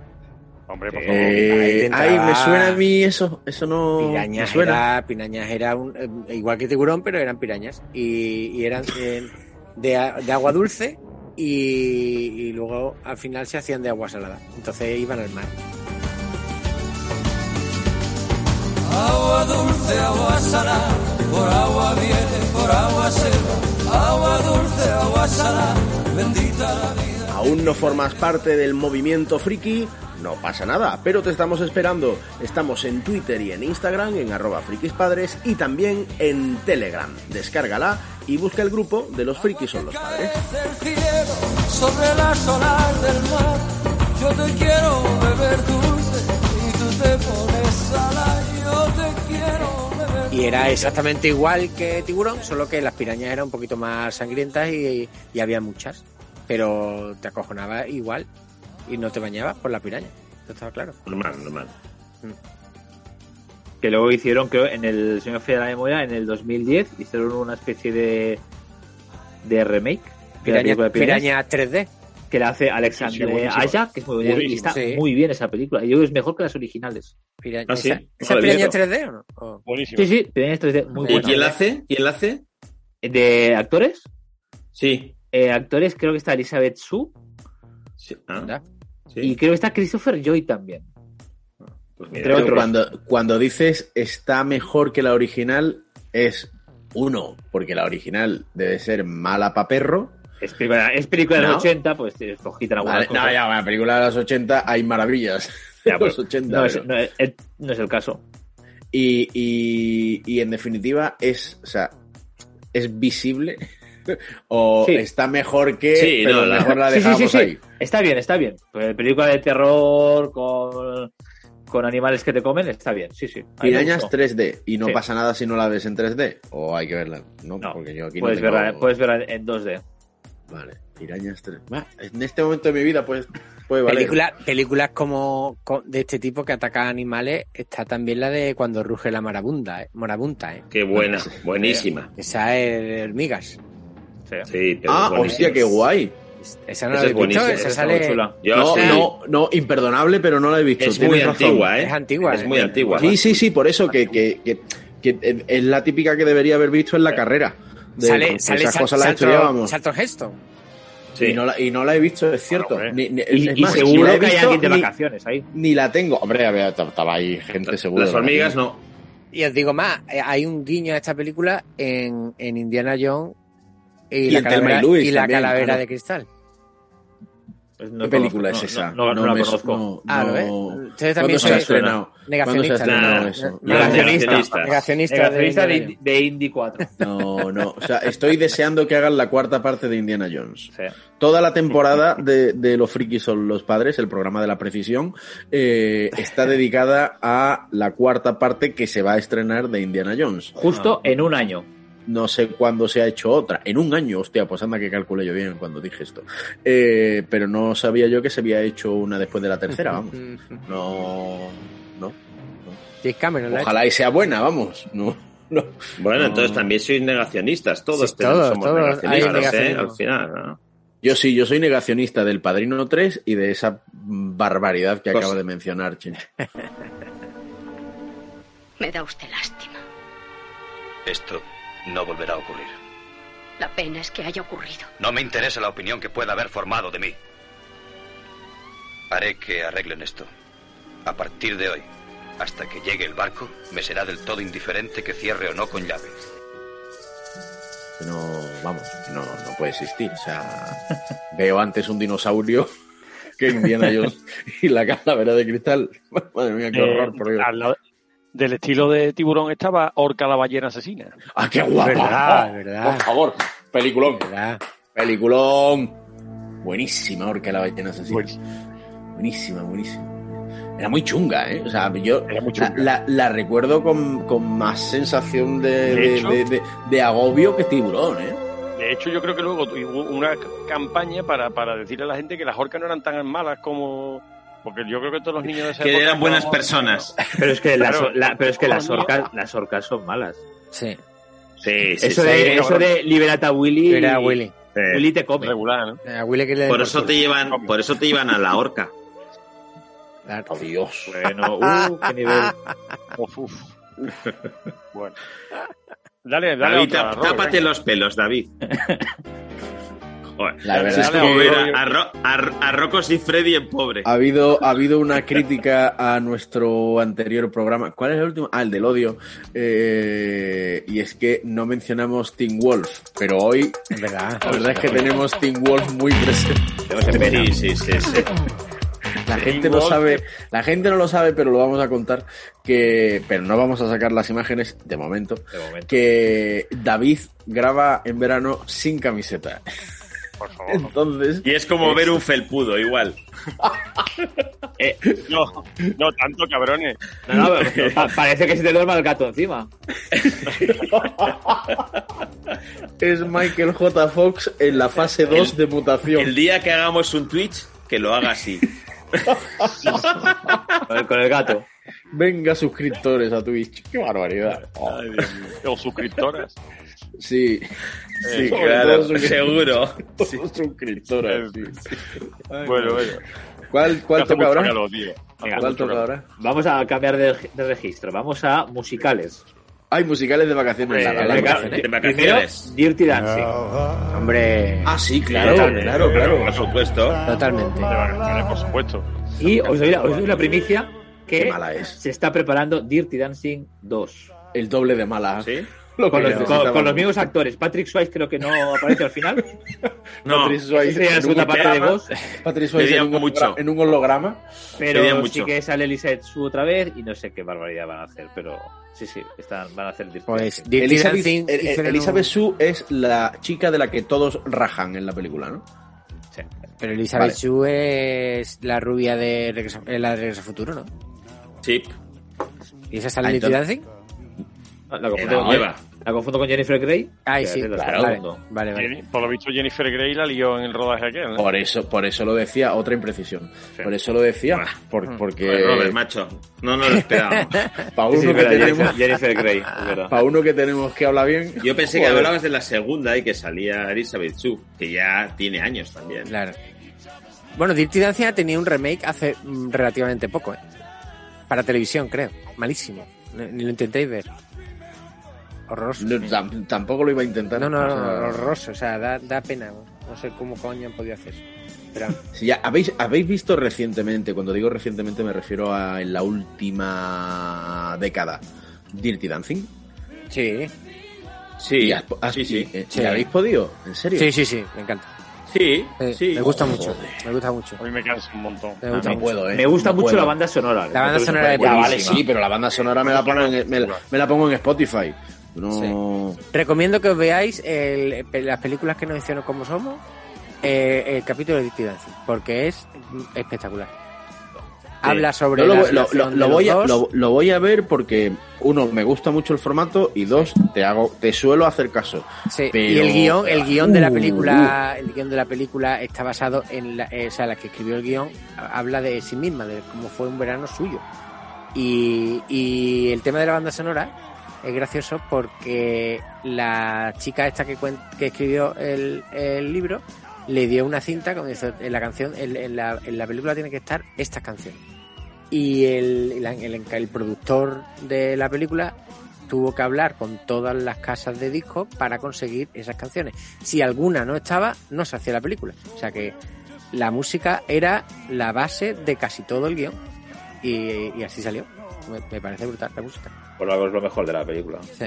Speaker 2: Hombre, por
Speaker 5: Eh,
Speaker 2: favor.
Speaker 1: Eh, ay, me suena a mí eso. Eso no. Oh, Me
Speaker 4: Pirañas
Speaker 1: suena.
Speaker 4: era, pirañas era un, eh, igual que tiburón, pero eran pirañas. Y, y eran eh, de, a- de agua dulce y, y luego al final se hacían de agua salada. Entonces iban al mar.
Speaker 1: ¿Aún no formas parte del movimiento friki? No pasa nada, pero te estamos esperando. Estamos en Twitter y en Instagram en arroba frikispadres y también en Telegram. Descárgala y busca el grupo de los frikis son los padres.
Speaker 8: sobre las olas del mar. Yo te quiero beber dulce y tú te pones salada. Yo te quiero beber
Speaker 4: Y era exactamente igual que tiburón, solo que las pirañas eran un poquito más sangrientas y, y había muchas. pero te acojonaba igual y no te bañabas por la piraña. Eso estaba claro.
Speaker 6: Normal, normal.
Speaker 5: Que luego hicieron, creo, en el Señor Fea de la Memoria, en el 2010, hicieron una especie de, de remake. de la
Speaker 4: Piraña,
Speaker 5: película de Pirañas,
Speaker 4: piraña 3D.
Speaker 5: que la hace
Speaker 2: Sí, sí,
Speaker 5: Alexandre
Speaker 2: buenísima.
Speaker 5: Aja, que es muy buena. Y
Speaker 2: Buenísima.
Speaker 5: está
Speaker 4: Sí.
Speaker 5: muy bien esa película. Yo creo que es mejor que las originales.
Speaker 4: Piraña,
Speaker 6: Ah, sí.
Speaker 4: ¿Esa, esa
Speaker 6: Joder,
Speaker 4: piraña
Speaker 6: viejo.
Speaker 4: 3D o no? O-
Speaker 2: Buenísimo.
Speaker 5: Sí, sí, Pirañas 3D, muy
Speaker 4: ¿Y
Speaker 6: ¿Y
Speaker 5: buena.
Speaker 6: quién la hace? ¿Quién la hace?
Speaker 5: ¿De actores?
Speaker 6: Sí.
Speaker 5: Eh, actores creo que está Elizabeth Su
Speaker 6: sí. Ah,
Speaker 4: Anda.
Speaker 6: sí.
Speaker 5: y creo que está Christopher Joy también.
Speaker 6: Pues mira, yo-
Speaker 5: Entre
Speaker 1: Pero
Speaker 5: otros.
Speaker 1: cuando, cuando dices está mejor que la original, es uno, porque la original debe ser mala pa' perro.
Speaker 5: Es película, es película de
Speaker 1: ¿No?
Speaker 5: los 80, pues es cojita en alguna
Speaker 1: Vale,
Speaker 5: cosa.
Speaker 1: no, ya, la película de los 80 hay maravillas. de
Speaker 5: Ya, pero-
Speaker 1: los 80,
Speaker 5: No, es,
Speaker 1: pero-
Speaker 5: no, es- es- no es el caso.
Speaker 1: Y, y- y en definitiva es, o sea, es visible o
Speaker 5: Sí.
Speaker 1: está mejor que,
Speaker 6: Sí,
Speaker 1: pero
Speaker 6: no, la-
Speaker 1: mejor la
Speaker 5: Sí, sí, sí,
Speaker 1: dejamos
Speaker 5: sí.
Speaker 1: ahí.
Speaker 5: Está bien, está bien. Pues, película de terror con, con animales que te comen, está bien. Sí, sí. A mí me
Speaker 1: Pirañas
Speaker 5: gustó.
Speaker 1: 3D y no
Speaker 5: Sí.
Speaker 1: pasa nada si no la ves en 3D o hay que verla, no,
Speaker 5: No,
Speaker 1: porque yo aquí
Speaker 5: Puedes,
Speaker 1: no tengo...
Speaker 5: verla, eh, puedes verla en 2D.
Speaker 1: Vale, Pirañas 3D. Va, en este momento de mi vida pues puede valer.
Speaker 4: Película- películas como co- de este tipo que atacan animales está también la de cuando ruge la marabunda, eh, morabunta, eh.
Speaker 6: Qué buena, buenísima.
Speaker 4: Esa es de hormigas.
Speaker 5: Sí.
Speaker 6: Sí, pero
Speaker 1: Ah,
Speaker 6: buenísima.
Speaker 1: hostia, qué guay.
Speaker 4: Esa no
Speaker 6: Esa
Speaker 4: la
Speaker 6: es
Speaker 4: habéis visto,
Speaker 6: buenísima,
Speaker 4: esa
Speaker 5: Esa está
Speaker 4: sale
Speaker 5: muy chula.
Speaker 6: Yo
Speaker 1: no,
Speaker 6: sí.
Speaker 1: no, no, imperdonable, pero no la he visto.
Speaker 6: Es
Speaker 1: tienes
Speaker 6: muy
Speaker 1: razón.
Speaker 6: antigua, ¿eh?
Speaker 4: Es antigua,
Speaker 6: Es
Speaker 4: ¿eh?
Speaker 6: muy antigua.
Speaker 1: Sí, sí, sí, por eso que, que- que- que es la típica que debería haber visto en la carrera. De-
Speaker 4: sale,
Speaker 1: porque
Speaker 4: sale
Speaker 1: esas
Speaker 4: Sal-
Speaker 1: cosas las
Speaker 4: Salto-
Speaker 1: estudiábamos.
Speaker 4: Salto Heston.
Speaker 6: Sí.
Speaker 1: Y, no la, y no la he visto, es cierto.
Speaker 2: hombre.
Speaker 1: Ni- ni-
Speaker 5: Y,
Speaker 1: es
Speaker 5: y
Speaker 1: más, ni
Speaker 5: seguro
Speaker 1: la he
Speaker 5: que hay
Speaker 1: visto
Speaker 5: alguien de
Speaker 1: ni-
Speaker 5: vacaciones ahí.
Speaker 1: Ni, la tengo. Hombre, había, estaba ahí gente seguro. ¿eh?
Speaker 6: Las hormigas no.
Speaker 4: Y os digo más, eh, hay un guiño a esta película en, en Indiana Jones y,
Speaker 1: Y
Speaker 4: la
Speaker 1: en Thelma y
Speaker 4: calavera,
Speaker 1: Louise
Speaker 4: y la
Speaker 1: también,
Speaker 4: calavera
Speaker 1: claro.
Speaker 4: de cristal.
Speaker 5: Pues
Speaker 1: ¿Qué
Speaker 5: no
Speaker 1: película
Speaker 5: conozco,
Speaker 1: es
Speaker 5: no,
Speaker 1: esa?
Speaker 5: No, no, no la
Speaker 1: me-
Speaker 5: conozco.
Speaker 1: no-
Speaker 4: Ah, ¿lo ves?
Speaker 1: no-
Speaker 4: Ustedes
Speaker 1: ¿Cuándo
Speaker 4: también
Speaker 1: se ha
Speaker 4: son
Speaker 1: estrenado? ¿Cuándo se ha
Speaker 4: negacionistas.
Speaker 1: estrenado
Speaker 6: Nah,
Speaker 1: eso?
Speaker 4: nah,
Speaker 1: No,
Speaker 4: nah.
Speaker 6: Negacionista.
Speaker 4: Negacionistas.
Speaker 5: Negacionista
Speaker 4: de
Speaker 5: de,
Speaker 4: Indiana Jones.
Speaker 5: de Indy 4.
Speaker 1: No, no. O sea, estoy deseando que hagan la cuarta parte de Indiana Jones.
Speaker 5: Sí.
Speaker 1: Toda la temporada de, de Los Frikis son los padres, el programa de la precisión, eh, está dedicada a la cuarta parte que se va a estrenar de Indiana Jones.
Speaker 5: Justo en un año.
Speaker 1: No sé cuándo se ha hecho otra. En un año, hostia, pues anda que calculé yo bien cuando dije esto. Eh, pero no sabía yo que se había hecho una después de la tercera, vamos.
Speaker 4: Mm,
Speaker 1: No. No.
Speaker 4: James Cameron. ¿la ha
Speaker 1: Ojalá y sea buena, vamos. No. no.
Speaker 6: Bueno,
Speaker 1: No.
Speaker 6: entonces también sois negacionistas. Todos,
Speaker 4: Sí,
Speaker 6: tenemos-
Speaker 4: todos,
Speaker 6: somos
Speaker 4: todos. Hay
Speaker 6: negacionistas, ¿eh?
Speaker 4: negacionismo.
Speaker 6: Al final, ¿no?
Speaker 1: Yo sí, yo soy negacionista del Padrino 3 y de esa barbaridad que
Speaker 6: Cosa.
Speaker 1: acaba de mencionar, Chin.
Speaker 9: Me da usted lástima.
Speaker 10: Esto no volverá a ocurrir.
Speaker 9: La pena es que haya ocurrido.
Speaker 10: No me interesa la opinión que pueda haber formado de mí. Haré que arreglen esto. A partir de hoy, hasta que llegue el barco, me será del todo indiferente que cierre o no con llave.
Speaker 1: No, vamos, no, no puede existir. O sea, veo antes un dinosaurio que Indiana Jones y la calavera de cristal. Madre mía, qué horror, por
Speaker 2: Eh,
Speaker 1: Dios.
Speaker 2: al lado del estilo de tiburón estaba Orca la ballena asesina.
Speaker 1: ¡Ah, qué
Speaker 4: hecho?
Speaker 1: guapa!
Speaker 4: Verdad,
Speaker 1: Por
Speaker 4: verdad,
Speaker 1: favor, peliculón,
Speaker 4: verdad.
Speaker 1: peliculón. Buenísima, Orca la ballena asesina.
Speaker 2: Pues,
Speaker 1: Buenísima, buenísima. Era muy chunga, ¿eh? O sea, yo
Speaker 2: Era muy
Speaker 1: la,
Speaker 2: chunga.
Speaker 1: la- la recuerdo con, con más sensación de,
Speaker 2: De
Speaker 1: de-
Speaker 2: hecho-
Speaker 1: de- de- de agobio que tiburón, ¿eh?
Speaker 2: De hecho, yo creo que luego hubo una c- campaña para, para decirle a la gente que las orcas no eran tan malas como. Porque yo creo que todos los niños de esa
Speaker 6: Que
Speaker 2: época
Speaker 6: eran buenas
Speaker 2: acababan-
Speaker 6: personas.
Speaker 5: Pero es que, las,
Speaker 2: Claro.
Speaker 5: la- pero es que las, orcas, las orcas son malas.
Speaker 4: Sí,
Speaker 6: Sí, sí,
Speaker 5: eso,
Speaker 6: sí.
Speaker 5: de,
Speaker 2: sí,
Speaker 5: eso
Speaker 2: cabrón.
Speaker 5: de liberata Willy.
Speaker 4: era Willy.
Speaker 5: Willy te come.
Speaker 2: Regular, ¿no?
Speaker 4: A Willy que le den
Speaker 6: Por eso
Speaker 4: culo.
Speaker 6: te llevan, por eso te llevan a la horca.
Speaker 4: Claro.
Speaker 1: Oh, Dios.
Speaker 5: Bueno, uh, qué nivel.
Speaker 2: Uf, uf. bueno. Dale, dale.
Speaker 6: David,
Speaker 2: otra,
Speaker 6: tá-
Speaker 2: Robert,
Speaker 6: tápate
Speaker 2: venga.
Speaker 6: los pelos, David. Joder.
Speaker 1: La
Speaker 6: Eso
Speaker 1: verdad
Speaker 6: es
Speaker 1: es que
Speaker 2: Dale,
Speaker 6: como
Speaker 2: dale,
Speaker 6: ver
Speaker 2: Roy.
Speaker 6: a, a Ro- a Ro- a Rocco y Freddy en pobre.
Speaker 4: Ah,
Speaker 1: ha habido, ha habido una crítica a nuestro anterior programa. ¿Cuál es el último? Ah, el del odio. Eh, y es que no mencionamos Team Wolf, pero hoy
Speaker 4: Es verdad.
Speaker 1: la verdad es que tenemos Team Wolf muy presente.
Speaker 6: Sí, sí, sí, sí.
Speaker 1: La gente no sabe, la gente no lo sabe, pero lo vamos a contar. Que, pero no vamos a sacar las imágenes de momento.
Speaker 5: De momento.
Speaker 1: Que David graba en verano sin camiseta.
Speaker 2: Por favor.
Speaker 1: Entonces,
Speaker 6: Y es como ver un felpudo, igual.
Speaker 2: Eh, no, no tanto, cabrones.
Speaker 5: No, no, pero- pa- parece que se te duerma el gato encima.
Speaker 1: es Michael J. Fox en la fase 2
Speaker 6: El-
Speaker 1: de mutación.
Speaker 6: El día que hagamos un Twitch, que lo haga así.
Speaker 5: Con el, con el gato.
Speaker 1: Venga, suscriptores a Twitch. ¡Qué barbaridad! Oh,
Speaker 2: O suscriptoras.
Speaker 1: sí.
Speaker 6: Sí,
Speaker 1: sobre
Speaker 6: claro,
Speaker 1: todo suscriptores.
Speaker 6: seguro.
Speaker 1: Todos suscriptoras. sí, sí.
Speaker 2: Bueno, bueno.
Speaker 1: ¿Cuál, cuál
Speaker 2: Hace
Speaker 1: toca
Speaker 2: mucho
Speaker 1: ahora? Ah,
Speaker 2: calor, tío. Hace
Speaker 5: Venga,
Speaker 2: mucho
Speaker 1: ¿Cuál toca
Speaker 2: calor.
Speaker 1: ahora?
Speaker 5: Vamos a cambiar de, de registro. Vamos a musicales.
Speaker 1: Hay musicales de vacaciones. la,
Speaker 2: Hombre,
Speaker 1: la, la.
Speaker 2: de
Speaker 5: Venga,
Speaker 2: vacaciones.
Speaker 5: primero,
Speaker 6: vacaciones.
Speaker 5: Dirty Dancing.
Speaker 4: Hombre,
Speaker 1: Ah, sí, claro,
Speaker 4: Totalmente.
Speaker 1: claro,
Speaker 6: Por
Speaker 1: claro.
Speaker 6: supuesto.
Speaker 5: Ah.
Speaker 4: totalmente.
Speaker 2: De vacaciones, por supuesto.
Speaker 5: Y os doy, la, os doy la primicia
Speaker 1: Qué
Speaker 5: que
Speaker 1: mala es.
Speaker 5: se está preparando Dirty Dancing 2.
Speaker 1: El doble de mala.
Speaker 6: ¿Sí?
Speaker 1: Lo
Speaker 5: Con los, con-
Speaker 1: necesitábamos.
Speaker 5: con los mismos actores. Patrick Swayze creo que no aparece al final.
Speaker 6: No,
Speaker 1: Patrick Swayze
Speaker 5: Esa es la
Speaker 1: en un
Speaker 5: segunda parte de
Speaker 1: holograma.
Speaker 5: vos.
Speaker 1: Patrick Swayze en
Speaker 6: Pedían
Speaker 1: un hologra-
Speaker 6: mucho.
Speaker 1: en un holograma.
Speaker 6: Pedían
Speaker 5: Pero sí
Speaker 6: mucho.
Speaker 5: que sale Elizabeth Su otra vez y no sé qué barbaridad van a hacer. Pero sí, sí, están, van a hacer Dirty
Speaker 4: Pues
Speaker 5: Dancing.
Speaker 4: Dirty
Speaker 1: Elizabeth,
Speaker 4: Dancing
Speaker 1: eh, eh,
Speaker 4: hicieron
Speaker 1: Elizabeth
Speaker 4: un-
Speaker 1: Sue es la chica de la que todos rajan en la película, ¿no?
Speaker 5: Sí.
Speaker 4: Pero Elizabeth
Speaker 1: Vale.
Speaker 4: Sue es la rubia de Regreso, eh, la de Regreso al Futuro, ¿no?
Speaker 6: Sí.
Speaker 5: Eh,
Speaker 4: ¿Y esa sale
Speaker 1: Ah,
Speaker 4: en Dirty
Speaker 1: entonces-
Speaker 4: Dancing?
Speaker 5: No, La
Speaker 6: Es
Speaker 5: confundo,
Speaker 6: la
Speaker 5: con,
Speaker 6: nueva.
Speaker 5: la confundo con Jennifer Grey.
Speaker 4: Ay,
Speaker 5: que
Speaker 4: sí,
Speaker 5: hace las
Speaker 4: claro.
Speaker 5: dos.
Speaker 4: Vale, vale, vale.
Speaker 2: Jenny- Por lo visto, Jennifer Grey la lió en el rodaje aquel. ¿eh? ¿no?
Speaker 1: Por eso, por eso lo decía, otra imprecisión.
Speaker 2: Sí.
Speaker 1: Por eso lo decía,
Speaker 6: Ah.
Speaker 5: Mm.
Speaker 1: por-
Speaker 5: eh,
Speaker 6: Joder, Robert,
Speaker 1: porque
Speaker 6: macho. No nos lo esperábamos.
Speaker 1: para
Speaker 5: Sí, sí,
Speaker 1: uno, que
Speaker 5: verdad,
Speaker 1: tenemos,
Speaker 5: Jennifer, Jennifer Grey, es verdad.
Speaker 1: pa' uno que tenemos que habla bien.
Speaker 6: Yo pensé que
Speaker 1: joder.
Speaker 6: hablabas de la segunda y que salía Elizabeth Chu, que ya tiene años también.
Speaker 4: Claro. Bueno, Dirty Dancing ha tenido un remake hace mm, relativamente poco, ¿eh? Para televisión, creo. Malísimo. Ni ni lo intentéis ver. Horroroso.
Speaker 1: No, tam- tampoco lo iba a intentar.
Speaker 4: No, no,
Speaker 1: O
Speaker 4: no,
Speaker 1: sea,
Speaker 4: horroroso. O sea, da, da pena. No sé cómo coño han podido hacer eso. Pero,
Speaker 1: si ya habéis, habéis visto recientemente, cuando digo recientemente me refiero a en la última década, Dirty Dancing.
Speaker 4: sí,
Speaker 1: ¿Y
Speaker 6: Sí,
Speaker 1: has- has-
Speaker 6: sí, sí.
Speaker 1: y- eh,
Speaker 4: Sí.
Speaker 1: ¿y habéis podido? ¿En serio?
Speaker 4: sí, sí, sí, me encanta.
Speaker 6: Sí,
Speaker 4: Eh,
Speaker 6: sí.
Speaker 4: Me gusta
Speaker 1: Joder.
Speaker 4: mucho, me gusta mucho.
Speaker 2: A mí me cansa un montón.
Speaker 4: Me
Speaker 1: No,
Speaker 4: gusta
Speaker 1: no
Speaker 4: mucho.
Speaker 1: puedo, eh,
Speaker 5: Me gusta
Speaker 1: no
Speaker 5: mucho
Speaker 1: puedo.
Speaker 5: la banda sonora.
Speaker 4: La banda sonora es
Speaker 1: Ya vale,
Speaker 4: buenísima.
Speaker 1: sí, pero la banda sonora me la, pongo en, me la, me la pongo en Spotify. No.
Speaker 4: Recomiendo que os veáis el- pe- las películas que no menciono como somos, eh, el capítulo de Dirty Dancing, porque es mm, espectacular. Habla sobre
Speaker 1: Yo lo,
Speaker 4: la
Speaker 1: voy- lo-
Speaker 4: relación
Speaker 1: lo-
Speaker 4: de
Speaker 1: lo
Speaker 4: los
Speaker 1: voy a,
Speaker 4: dos.
Speaker 1: lo- lo voy a ver porque, uno, me gusta mucho el formato y dos, te hago te suelo hacer caso.
Speaker 4: Sí, y
Speaker 1: pero-
Speaker 4: el guión, el guión de la
Speaker 1: Uh,
Speaker 4: película, el guión de la película está basado en la, eh, o sea, la que escribió el guión ha- habla de sí misma, de cómo fue un verano suyo. Y, y el tema de la banda sonora es gracioso porque la chica esta que, cuen- que escribió el, el libro le dio una cinta como dice, en la canción, en, en la, en la película tiene que estar estas canciones. Y el, el, el- el productor de la película tuvo que hablar con todas las casas de discos para conseguir esas canciones. Si alguna no estaba, no se hacía la película. O sea que la música era la base de casi todo el guión. Y, y así salió. Me, me parece brutal la música.
Speaker 5: Por algo es lo mejor de la película.
Speaker 2: Sí.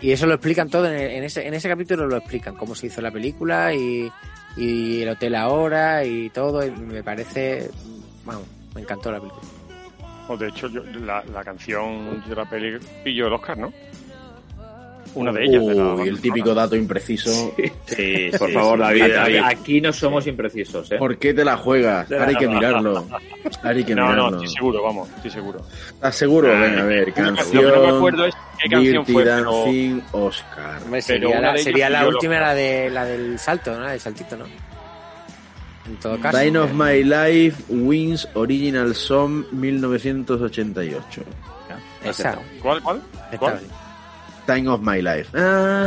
Speaker 4: Y eso lo explican todo en, en ese, en ese capítulo, lo explican cómo se hizo la película y, y el hotel ahora y todo. Y me parece, vamos, me encantó la película.
Speaker 2: O, Pues, de hecho, yo- la, la canción de la peli pilló el Oscar, ¿no? Una de ellas. de la
Speaker 1: Uy,
Speaker 2: banda
Speaker 1: el típico
Speaker 2: sonora.
Speaker 1: dato impreciso.
Speaker 6: Sí,
Speaker 5: Por
Speaker 6: sí,
Speaker 5: favor,
Speaker 6: sí.
Speaker 5: David, Aquí no somos imprecisos, ¿eh?
Speaker 1: ¿Por qué te la juegas? Ahora hay que mirarlo. Ahora hay que
Speaker 2: No, no,
Speaker 1: mirarlo.
Speaker 2: estoy seguro, vamos, estoy seguro.
Speaker 1: ¿Estás seguro? Venga, a ver,
Speaker 2: Lo
Speaker 1: canción.
Speaker 2: que no me acuerdo es qué canción
Speaker 1: Dirty
Speaker 2: fue, pero
Speaker 1: Dancing Oscar.
Speaker 4: Hombre,
Speaker 2: Pero
Speaker 4: sería
Speaker 2: una
Speaker 4: la,
Speaker 2: de ellas
Speaker 4: sería la
Speaker 2: yo lo-
Speaker 4: última, la, de, la del salto, ¿no? La del saltito, ¿no? En todo
Speaker 2: Mm.
Speaker 4: caso. eh,
Speaker 1: Time of My Life, Wings Original Song 1988.
Speaker 4: Esa.
Speaker 2: ¿cuál, cuál? ¿Cuál?
Speaker 4: Esta.
Speaker 1: Time of My Life. Ah,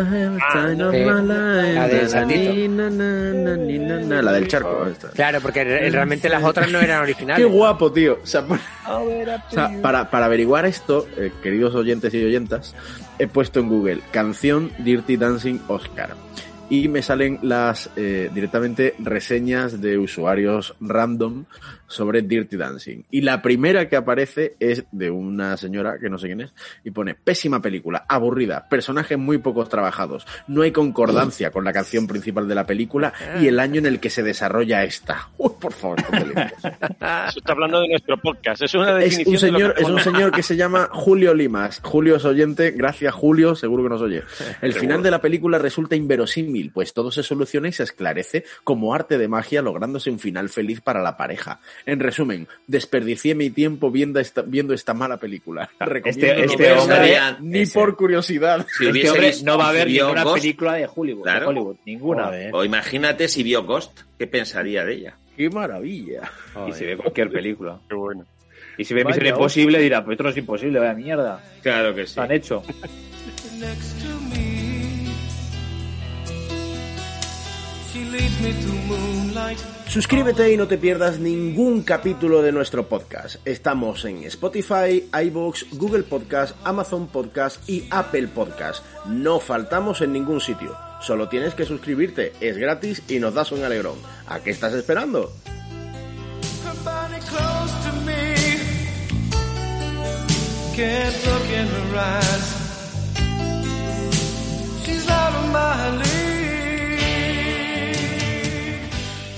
Speaker 1: time of
Speaker 4: eh,
Speaker 1: my life.
Speaker 4: la del
Speaker 1: Na, na,
Speaker 4: sapito.
Speaker 1: ni, na, na, na, ni, na, na. La del charco. esta.
Speaker 4: Claro, porque re- realmente las otras no eran originales.
Speaker 1: Qué guapo, tío. O sea, por- o sea, para, para averiguar esto, eh, queridos oyentes y oyentas, he puesto en Google canción Dirty Dancing Oscar. Y me salen las eh, directamente reseñas de usuarios random sobre Dirty Dancing. Y la primera que aparece es de una señora que no sé quién es y pone pésima película, aburrida, personajes muy pocos trabajados, no hay concordancia con la canción principal de la película y el año en el que se desarrolla esta. Uy, por favor, qué peligro.
Speaker 2: Eso está hablando de nuestro podcast. Es una
Speaker 1: Es
Speaker 2: definición
Speaker 1: un, señor,
Speaker 2: de
Speaker 1: es
Speaker 2: lo
Speaker 1: un
Speaker 2: que
Speaker 1: señor que se llama Julio Limas. Julio es oyente, gracias Julio, seguro que nos oye. El final de la película resulta inverosímil símil, pues todo se soluciona y se esclarece como arte de magia, lográndose un final feliz para la pareja. En resumen, desperdicié mi tiempo viendo esta, viendo esta mala película. Recomiendo
Speaker 5: Este-
Speaker 1: no
Speaker 5: este
Speaker 1: verla
Speaker 5: hombre-
Speaker 1: ni
Speaker 6: ese.
Speaker 1: por curiosidad.
Speaker 6: Si
Speaker 5: Este
Speaker 6: hubiese
Speaker 5: hombre
Speaker 6: visto-
Speaker 5: no va a haber
Speaker 6: si vio
Speaker 5: ninguna
Speaker 6: Ghost,
Speaker 5: película de Hollywood. de
Speaker 6: Claro.
Speaker 5: Hollywood, ninguna.
Speaker 6: O imagínate si vio Ghost, ¿qué pensaría de ella?
Speaker 1: ¡Qué maravilla!
Speaker 5: Y si ve cualquier película.
Speaker 2: Qué bueno.
Speaker 5: Y si ve Misión
Speaker 1: Vaya,
Speaker 5: Imposible, dirá, pues esto no es imposible, vaya mierda.
Speaker 6: Claro que sí.
Speaker 5: Lo han hecho.
Speaker 8: next to me. She leads me to moonlight.
Speaker 1: Suscríbete y no te pierdas ningún capítulo de nuestro podcast. Estamos en Spotify, iBox, Google Podcast, Amazon Podcast y Apple Podcast. No faltamos en ningún sitio. Solo tienes que suscribirte, es gratis y nos das un alegrón. ¿A qué estás esperando?
Speaker 8: Her body close to me. Can't look in her eyes. She's out of my league.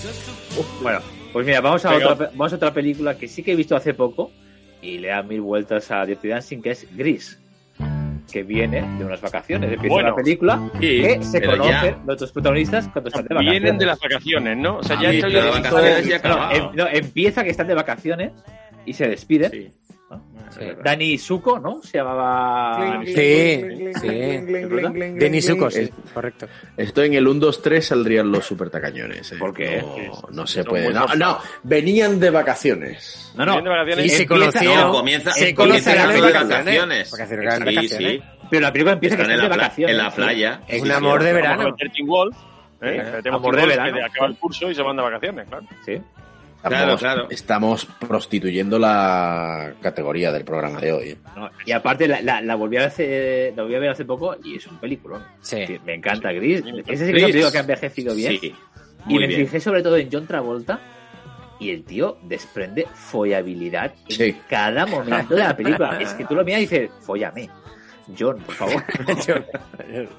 Speaker 8: Just a
Speaker 5: Bueno, pues mira, vamos a,
Speaker 2: Venga.
Speaker 5: otra, pe- vamos a otra película que sí que he visto hace poco y le da mil vueltas a Dirty Dancing, que es Gris, que viene de unas vacaciones. Empieza
Speaker 2: Bueno.
Speaker 5: la película
Speaker 6: Sí,
Speaker 5: que se
Speaker 6: pero ya-
Speaker 5: conocen los dos protagonistas cuando están de vacaciones.
Speaker 2: Vienen de las vacaciones, ¿no? O sea, ya
Speaker 6: Ah,
Speaker 2: estoy
Speaker 6: pero de
Speaker 2: en-
Speaker 6: vacaciones ya
Speaker 5: No,
Speaker 6: acabado.
Speaker 5: em- no, empieza que están de vacaciones y se despiden.
Speaker 6: Sí. Sí.
Speaker 5: Dani Suco, ¿no? Se llamaba...
Speaker 4: Sí, sí. Denis Sucos, sí, correcto.
Speaker 1: Estoy en el 1, 2, 3, saldrían los supertacañones. ¿eh?
Speaker 5: ¿Por qué?
Speaker 1: No, no se
Speaker 2: Son
Speaker 1: puede.
Speaker 2: muy
Speaker 1: No,
Speaker 2: forzados.
Speaker 1: no, venían de vacaciones.
Speaker 5: No, no,
Speaker 2: vienen de vacaciones.
Speaker 4: Y se
Speaker 6: Empieza-
Speaker 4: conocieron.
Speaker 6: No, comienza,
Speaker 4: se
Speaker 6: comienza
Speaker 4: conocen
Speaker 6: las
Speaker 4: a las
Speaker 6: vacaciones.
Speaker 4: Porque cerca de
Speaker 6: Sí,
Speaker 4: vacaciones.
Speaker 6: sí.
Speaker 5: pero la película empieza ¿eh? que
Speaker 6: Están
Speaker 5: están
Speaker 6: en
Speaker 5: de
Speaker 6: la, pla-
Speaker 5: vacaciones. ¿eh?
Speaker 6: en la playa.
Speaker 4: Es
Speaker 6: Sí,
Speaker 4: un
Speaker 6: sí,
Speaker 4: amor de
Speaker 2: Vamos a
Speaker 4: verano.
Speaker 2: meter Teen Wolf. ¿eh?
Speaker 5: Sí.
Speaker 2: Metemos
Speaker 5: Amor
Speaker 2: Teen
Speaker 5: de
Speaker 2: Wolf,
Speaker 5: verano.
Speaker 2: que acaba el curso y se van de vacaciones, claro.
Speaker 5: Sí.
Speaker 6: Claro,
Speaker 1: Estamos,
Speaker 6: claro.
Speaker 1: estamos prostituyendo la categoría del programa de hoy. ¿eh?
Speaker 5: No, y aparte la, la, la volví a ver hace, la volví a ver hace poco y es un peliculón.
Speaker 4: Sí.
Speaker 5: Que Me encanta Gris.
Speaker 2: Sí,
Speaker 5: Ese sí que es
Speaker 6: Gris.
Speaker 5: un película que ha envejecido bien.
Speaker 6: Sí,
Speaker 5: y
Speaker 6: muy
Speaker 5: me
Speaker 6: bien.
Speaker 5: fijé sobre todo en John Travolta. Y el tío desprende follabilidad en
Speaker 1: Sí.
Speaker 5: cada momento de la película. es que tú lo miras y dices, follame. John, por favor.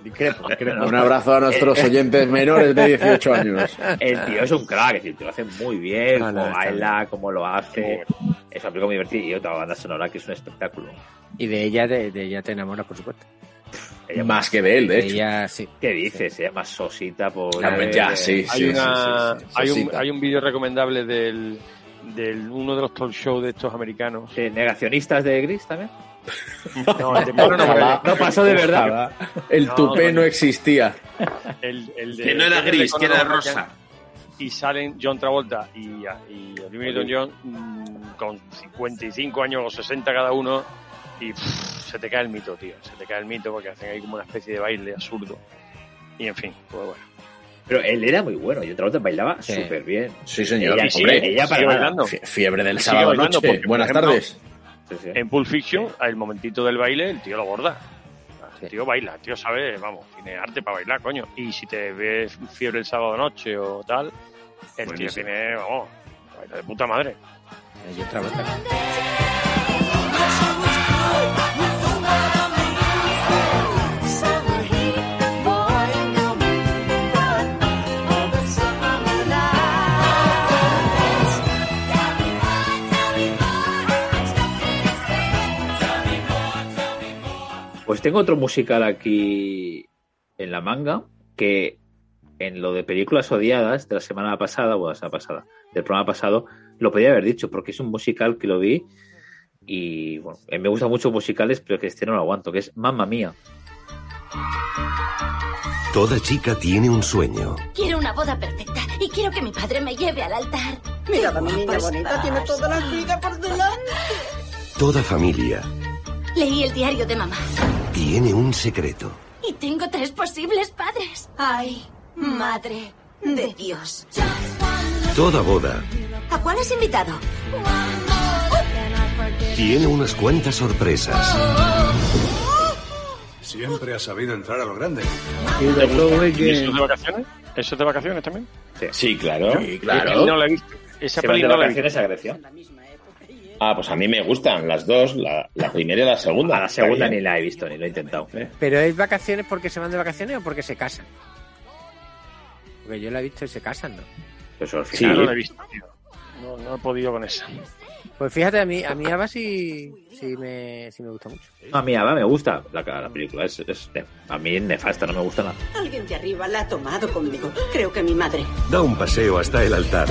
Speaker 4: Discrepo, discrepo.
Speaker 1: Un abrazo a
Speaker 4: Eh,
Speaker 1: nuestros oyentes menores de 18 años.
Speaker 5: El tío es un crack, el tío lo hace muy bien,
Speaker 4: No, no,
Speaker 5: cómo
Speaker 4: está
Speaker 5: baila, cómo lo hace. Es una película muy divertida y otra banda sonora que es un espectáculo.
Speaker 4: Y de ella, de, de ella te enamoras, por supuesto.
Speaker 5: Ella-
Speaker 1: Más que de él, de
Speaker 4: De
Speaker 1: hecho.
Speaker 4: ella, sí.
Speaker 5: ¿Qué dices? Se llama Sosita por.
Speaker 1: Ah, pues ya, sí,
Speaker 2: Hay,
Speaker 1: sí,
Speaker 2: una,
Speaker 1: sí, sí, sí.
Speaker 2: hay un,
Speaker 1: Cosita.
Speaker 2: hay un vídeo recomendable del, del uno de los talk shows de estos americanos.
Speaker 5: Eh, ¿Negacionistas de Gris también?
Speaker 2: No, el de Pedro Navalle.
Speaker 1: Ojalá.
Speaker 5: No pasó de verdad.
Speaker 1: El
Speaker 2: No,
Speaker 1: tupé no
Speaker 2: coño.
Speaker 1: existía.
Speaker 2: El- el de-
Speaker 6: Que no era
Speaker 2: el de
Speaker 6: gris, que
Speaker 2: Conan
Speaker 6: era
Speaker 2: O'Brien.
Speaker 6: rosa.
Speaker 2: Y salen John Travolta y, y Olivia Newton-John mm, con 55 años o 60 cada uno y pff, se te cae el mito, tío. Se te cae el mito porque hacen ahí como una especie de baile absurdo. Y en fin, pues bueno.
Speaker 5: Pero él era muy bueno y otra vez bailaba
Speaker 4: Sí.
Speaker 5: súper bien.
Speaker 1: Sí, señor.
Speaker 5: Ella-
Speaker 1: hombre.
Speaker 5: ella- ella para
Speaker 2: Sigue
Speaker 5: nada.
Speaker 2: bailando.
Speaker 1: Fie- Fiebre del
Speaker 2: Sigue
Speaker 1: sábado
Speaker 2: bailando,
Speaker 1: noche.
Speaker 2: porque, por
Speaker 1: Buenas
Speaker 2: ejemplo,
Speaker 1: tardes.
Speaker 5: Sí, sí.
Speaker 2: En Pulp Fiction, al momentito del baile, el tío lo borda. El tío baila, el tío sabe, vamos, tiene arte para bailar, coño. Y si te ves fiebre el sábado noche o tal, el tío
Speaker 6: Buenísimo.
Speaker 2: tiene, vamos, baila de puta madre.
Speaker 4: Yo Travolta.
Speaker 5: Pues tengo otro musical aquí en la manga que en lo de películas odiadas de la semana pasada, o la semana pasada, del programa pasado, lo podía haber dicho porque es un musical que lo vi y bueno, eh, me gustan mucho musicales, pero que este no lo aguanto, que es Mamma Mía.
Speaker 11: Toda chica tiene un sueño.
Speaker 9: Quiero una boda perfecta y quiero que mi padre me lleve al altar. Mira, mi niña bonita tiene toda la vida por delante.
Speaker 11: Toda familia
Speaker 9: Leí el diario de mamá
Speaker 11: tiene un secreto.
Speaker 9: y tengo tres posibles padres. Ay, madre de Dios.
Speaker 11: Toda boda
Speaker 9: ¿A cuál has invitado?
Speaker 11: tiene unas cuantas sorpresas.
Speaker 12: Siempre has sabido entrar a lo grande.
Speaker 2: ¿Y eso es de vacaciones? ¿Eso es de vacaciones también?
Speaker 6: Sí, claro.
Speaker 1: Sí,
Speaker 2: Esa peli no
Speaker 1: claro.
Speaker 2: la he visto. Esa
Speaker 5: Se van
Speaker 2: peli
Speaker 5: de
Speaker 2: no la he visto.
Speaker 5: vacaciones a Grecia.
Speaker 6: Ah, pues a mí me gustan las dos, la, la primera y la segunda.
Speaker 5: A la segunda ni la he visto, ni lo he intentado. ¿eh?
Speaker 4: ¿Pero es vacaciones porque se van de vacaciones o porque se casan? Porque yo la he visto y se casan, ¿no?
Speaker 5: Pero eso al
Speaker 6: Sí.
Speaker 5: final...
Speaker 2: No la he visto, tío. No, no he podido con esa.
Speaker 4: Pues fíjate, a mí, a mí Ava sí, sí me, sí me gusta mucho.
Speaker 5: No, a mí Ava me gusta la, la película. Es, es- a mí es nefasta, no me gusta nada.
Speaker 13: Alguien de arriba la ha tomado conmigo. Creo que mi madre.
Speaker 11: Da un paseo hasta el altar.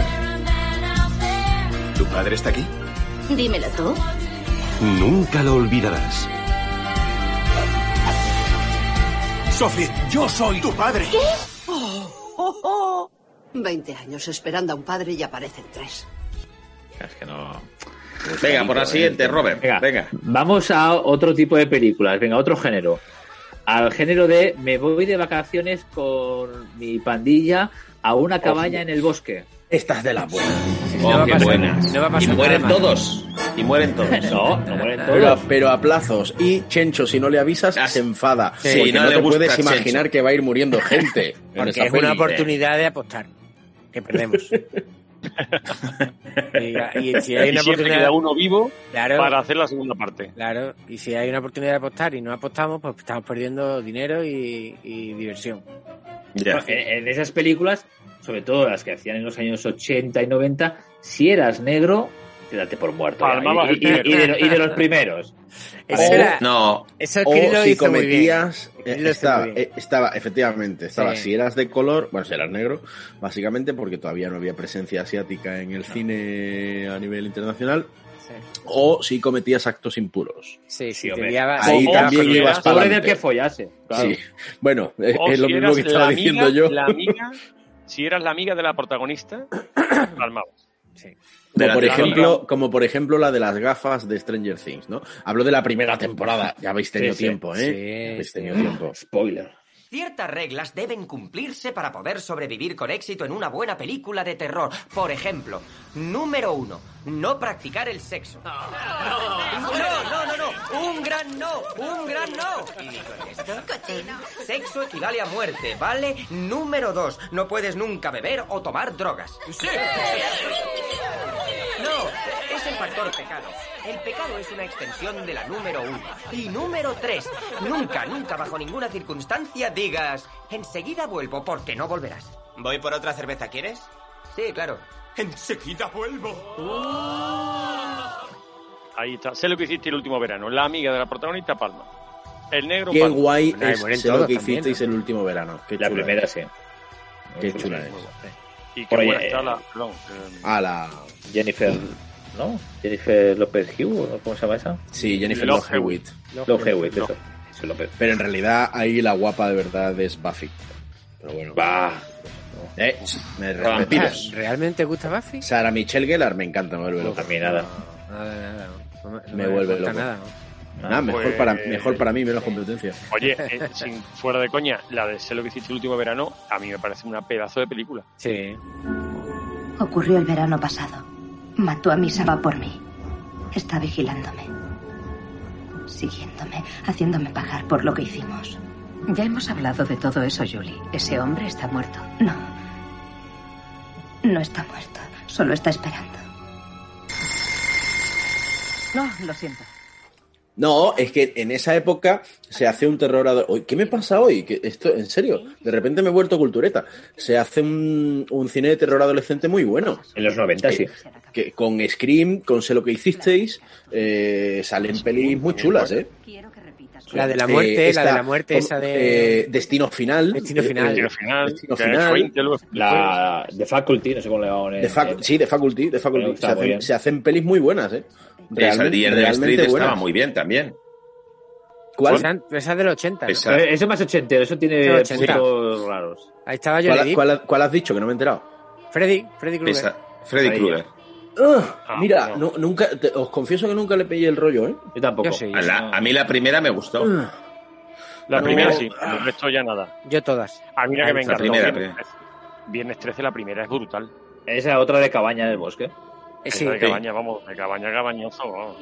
Speaker 14: ¿Tu padre está aquí?
Speaker 9: Dímelo tú.
Speaker 11: Nunca lo olvidarás.
Speaker 14: Sophie, yo soy tu padre.
Speaker 13: ¿Qué? Veinte años esperando a un padre y aparecen tres.
Speaker 5: Es que no.
Speaker 3: Venga,
Speaker 6: ¿eh?
Speaker 3: por la siguiente, Robert.
Speaker 5: Venga.
Speaker 3: Venga.
Speaker 5: Vamos a otro tipo de películas. Venga, otro género. Al género de me voy de vacaciones con mi pandilla a
Speaker 1: Oh,
Speaker 5: una cabaña en el bosque.
Speaker 1: Estas de las buenas.
Speaker 5: No va a
Speaker 6: Oh,
Speaker 3: qué
Speaker 5: pasar-
Speaker 3: buenas.
Speaker 5: no va a pasar
Speaker 3: y mueren
Speaker 5: nada más.
Speaker 3: todos. Y mueren todos.
Speaker 5: No, no mueren
Speaker 1: Pero a,
Speaker 5: todos.
Speaker 1: pero a plazos. Y Chencho, si no le avisas,
Speaker 4: Ah,
Speaker 1: se enfada.
Speaker 3: Sí,
Speaker 1: porque
Speaker 3: no
Speaker 1: no,
Speaker 3: le
Speaker 1: te
Speaker 3: gusta
Speaker 1: puedes
Speaker 3: Chencho.
Speaker 1: imaginar que va a ir muriendo gente. en
Speaker 4: Porque
Speaker 1: esa
Speaker 4: es una
Speaker 1: peli.
Speaker 4: oportunidad de apostar. Que perdemos. y, y si hay
Speaker 2: Y siempre
Speaker 4: una oportunidad.
Speaker 2: queda uno vivo
Speaker 4: Claro.
Speaker 2: para hacer la segunda parte.
Speaker 4: Claro, y si hay una oportunidad de apostar y no apostamos, pues estamos perdiendo dinero y, y diversión.
Speaker 3: Ya.
Speaker 5: En, en esas películas, sobre todo las que hacían en los años 80 y 90, si eras negro, te date por muerto. ya.
Speaker 2: Palmabas
Speaker 5: Y,
Speaker 2: el
Speaker 5: y- y- y de, lo-
Speaker 2: dinero.
Speaker 5: y de los primeros.
Speaker 4: Eso era-
Speaker 3: No,
Speaker 4: eso
Speaker 1: O
Speaker 4: Kirill lo
Speaker 1: si
Speaker 4: hizo muy bien.
Speaker 1: cometías, eh,
Speaker 4: Kirill lo hizo
Speaker 1: estaba,
Speaker 4: muy bien.
Speaker 1: eh, estaba, efectivamente, estaba,
Speaker 4: Sí.
Speaker 1: si eras de color, bueno, si eras negro, básicamente porque todavía no había presencia asiática en el cine a nivel internacional,
Speaker 4: Sí,
Speaker 1: o si cometías actos impuros.
Speaker 4: sí,
Speaker 5: Sí,
Speaker 4: te
Speaker 5: hombre.
Speaker 4: liaba-
Speaker 1: Ahí
Speaker 2: o
Speaker 1: también
Speaker 2: si
Speaker 1: ibas
Speaker 2: eras-
Speaker 1: para
Speaker 5: Pobre del que follase. claro.
Speaker 1: Sí. Bueno, eh,
Speaker 2: O
Speaker 1: es lo
Speaker 2: si
Speaker 1: mismo que
Speaker 2: eras
Speaker 1: estaba
Speaker 2: la
Speaker 1: diciendo
Speaker 2: amiga-
Speaker 1: yo.
Speaker 2: la amiga- si eras la amiga de la protagonista, palmabas.
Speaker 1: Como por,
Speaker 3: Espérate,
Speaker 1: ejemplo, como por ejemplo la de las gafas de Stranger Things, ¿no? Hablo de la primera temporada. Ya habéis tenido
Speaker 5: Sí, sí.
Speaker 1: tiempo, ¿eh?
Speaker 4: Sí,
Speaker 1: Ya habéis
Speaker 4: sí.
Speaker 1: tenido tiempo.
Speaker 5: Spoiler.
Speaker 15: Ciertas reglas deben cumplirse para poder sobrevivir con éxito en una buena película de terror. Por ejemplo, número uno, no practicar el sexo. No, no, no, no. Un gran no, un gran no. ¿Y con esto? Sexo equivale a muerte, ¿vale? Número dos, no puedes nunca beber o tomar drogas. No, es el factor pecado. El pecado es una extensión de la número uno. Y número tres, nunca, nunca, bajo ninguna circunstancia digas, enseguida vuelvo porque no volverás.
Speaker 14: Voy por otra cerveza, ¿quieres?
Speaker 15: Sí, claro.
Speaker 14: Enseguida vuelvo.
Speaker 2: Ahí está. Sé lo que hiciste el último verano. La amiga de la protagonista, palma. El negro,
Speaker 1: Qué
Speaker 2: palma.
Speaker 1: guay
Speaker 4: Bueno, ahí
Speaker 1: es
Speaker 4: mueren
Speaker 1: sé lo
Speaker 4: todos
Speaker 1: que
Speaker 4: también,
Speaker 1: hicisteis el último verano. Qué
Speaker 5: La
Speaker 1: chula
Speaker 5: primera,
Speaker 1: es.
Speaker 5: sí.
Speaker 1: Qué chula es.
Speaker 2: Y qué
Speaker 5: Oye,
Speaker 2: buena está
Speaker 5: eh,
Speaker 2: la. Perdón. eh,
Speaker 1: A la...
Speaker 5: Jennifer. ¿No? Jennifer López Hugh, ¿no? ¿cómo se llama esa?
Speaker 1: Sí, Jennifer
Speaker 2: Love
Speaker 1: Love Hewitt.
Speaker 5: López Hewitt,
Speaker 2: no.
Speaker 5: eso. Eso, López.
Speaker 1: Pero en realidad ahí la guapa de verdad es Buffy. Pero bueno.
Speaker 5: Bah.
Speaker 1: Eh, me
Speaker 4: Ah,
Speaker 1: respetas.
Speaker 4: ¿Realmente gusta Buffy?
Speaker 1: Sara Michelle Gellar me encanta, me vuelve
Speaker 5: A
Speaker 1: loco.
Speaker 5: mí nada.
Speaker 4: Nada, nada. No me, no
Speaker 1: Me vuelve
Speaker 4: gusta
Speaker 1: loco.
Speaker 4: nada.
Speaker 5: Ah,
Speaker 1: Nada, mejor,
Speaker 2: pues-
Speaker 1: para, mejor para mí, menos competencia.
Speaker 2: Oye, eh, sin, fuera de coña, la de Sé lo que hiciste el último verano, a mí me parece una pedazo de película.
Speaker 4: Sí.
Speaker 9: Ocurrió el verano pasado. Mató a mi Saba por mí. Está vigilándome. Siguiéndome, haciéndome pagar por lo que hicimos.
Speaker 13: Ya hemos hablado de todo eso, Julie. Ese hombre está muerto.
Speaker 9: No. No está muerto. Solo está esperando.
Speaker 13: No, lo siento.
Speaker 1: No, es que en esa época se hace un terror. ado- Uy, ¿Qué me pasa hoy? ¿Qué- esto, en serio, de repente me he vuelto cultureta. Se hace un, un cine de terror adolescente muy bueno.
Speaker 5: En los 90, sí.
Speaker 1: Que con Scream, con Sé lo que hicisteis, eh, salen pelis muy chulas, ¿eh?
Speaker 9: Quiero que repitas.
Speaker 4: La de la
Speaker 1: Eh,
Speaker 4: muerte, la
Speaker 1: esta,
Speaker 4: de la muerte,
Speaker 1: con-
Speaker 4: esa de.
Speaker 1: eh, Destino Final.
Speaker 4: Destino Final.
Speaker 2: Y
Speaker 1: Eh,
Speaker 2: al final,
Speaker 1: Destino
Speaker 2: que es
Speaker 1: Final.
Speaker 2: 20 luego.
Speaker 5: La The Faculty, no sé cómo le llamaban. en-
Speaker 1: de fac- sí, de Faculty. De
Speaker 5: Me
Speaker 1: faculty. Se,
Speaker 5: gusta, muy
Speaker 1: hacen,
Speaker 5: bien.
Speaker 1: se hacen pelis muy buenas, ¿eh?
Speaker 3: Esa
Speaker 1: Realmente-
Speaker 3: de Year Street
Speaker 1: realmente buenas.
Speaker 3: estaba muy bien también.
Speaker 1: ¿Cuál?
Speaker 4: Esa, esa del 80. ¿no?
Speaker 3: Esa-
Speaker 5: Pero Eso es Eh, más 80, eso tiene
Speaker 4: Pero 80.
Speaker 5: puntos raros.
Speaker 4: Ahí estaba yo, le
Speaker 1: ¿Cuál,
Speaker 4: di.
Speaker 1: cuál- cuál has dicho? Que no me he enterado.
Speaker 4: Freddy, Freddy Krueger.
Speaker 3: Esa- Freddy
Speaker 5: Ahí.
Speaker 3: Krueger.
Speaker 1: Ah,
Speaker 2: Ah,
Speaker 1: mira,
Speaker 2: bueno.
Speaker 1: no, nunca, te- os confieso que nunca le pillé el rollo, ¿eh?
Speaker 5: Yo tampoco.
Speaker 4: Yo sí.
Speaker 3: A, la- a mí la primera me gustó.
Speaker 1: Ah,
Speaker 2: La
Speaker 3: No.
Speaker 2: primera sí, el resto ya nada.
Speaker 4: Yo todas.
Speaker 2: A
Speaker 1: Ah,
Speaker 2: mí la que me
Speaker 4: La
Speaker 2: encantó.
Speaker 3: primera,
Speaker 2: Viernes 13. Viernes 13, la primera es brutal.
Speaker 5: Esa es otra de cabaña en el bosque.
Speaker 4: Eh,
Speaker 2: Esa
Speaker 4: sí.
Speaker 2: de cabaña, vamos, de cabaña, cabañoso, vamos.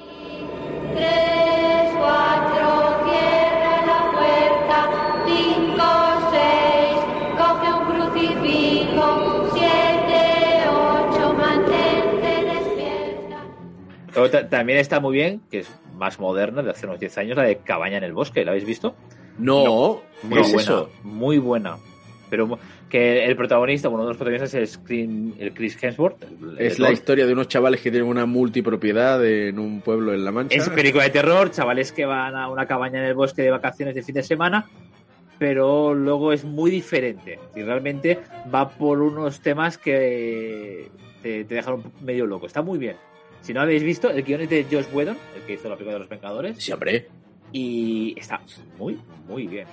Speaker 5: Luego ta- también está muy bien, que es más moderna, de hace unos 10 años, la de cabaña en el bosque. ¿La habéis visto?
Speaker 1: No,
Speaker 5: Muy
Speaker 1: ¿qué es
Speaker 5: buena.
Speaker 1: eso?
Speaker 5: Muy buena. pero que el protagonista, bueno, uno de los protagonistas es Clint- el Chris Hemsworth. el- el
Speaker 1: Es la
Speaker 5: Thor.
Speaker 1: historia de unos chavales que tienen una multipropiedad en un pueblo en La Mancha.
Speaker 5: Es película de terror, chavales que van a una cabaña en el bosque de vacaciones de fin de semana, pero luego es muy diferente. Y realmente va por unos temas que te, te dejan un poco medio loco. Está muy bien. Si no habéis visto, el guion es de Josh Whedon, el que hizo la película de los Vengadores.
Speaker 1: Sí, hombre.
Speaker 5: Y está muy, muy bien.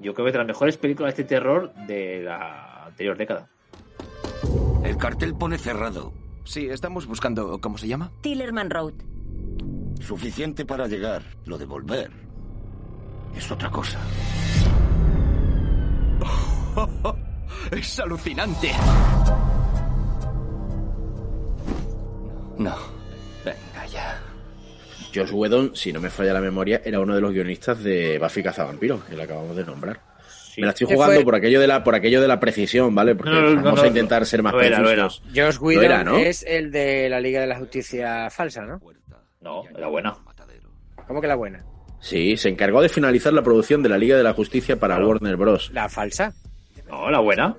Speaker 5: Yo creo que es de las mejores películas de terror de la anterior década.
Speaker 16: El cartel pone cerrado. Sí, estamos buscando. ¿Cómo se llama?
Speaker 17: Tillerman Road.
Speaker 16: Suficiente para llegar. Lo de volver. Es otra cosa.
Speaker 18: Es alucinante.
Speaker 1: No, venga ya. Josh Whedon, si no me falla la memoria, era uno de los guionistas de Buffy Cazavampiros, que lo acabamos de nombrar. Me la estoy
Speaker 4: Que
Speaker 1: jugando
Speaker 4: fue-
Speaker 1: por aquello de la por aquello de la precisión, ¿vale? Porque
Speaker 4: No, no, no,
Speaker 1: vamos
Speaker 4: no,
Speaker 1: a intentar ser más
Speaker 4: no era, no era.
Speaker 1: precisos.
Speaker 4: Josh
Speaker 1: No
Speaker 4: Whedon
Speaker 1: era, ¿no?
Speaker 4: es el de la Liga de la Justicia falsa, ¿no?
Speaker 5: No, la buena.
Speaker 4: ¿Cómo que la buena?
Speaker 1: Sí, se encargó de finalizar la producción de la Liga de la Justicia para Warner Bros.
Speaker 4: ¿La falsa?
Speaker 5: No, la buena.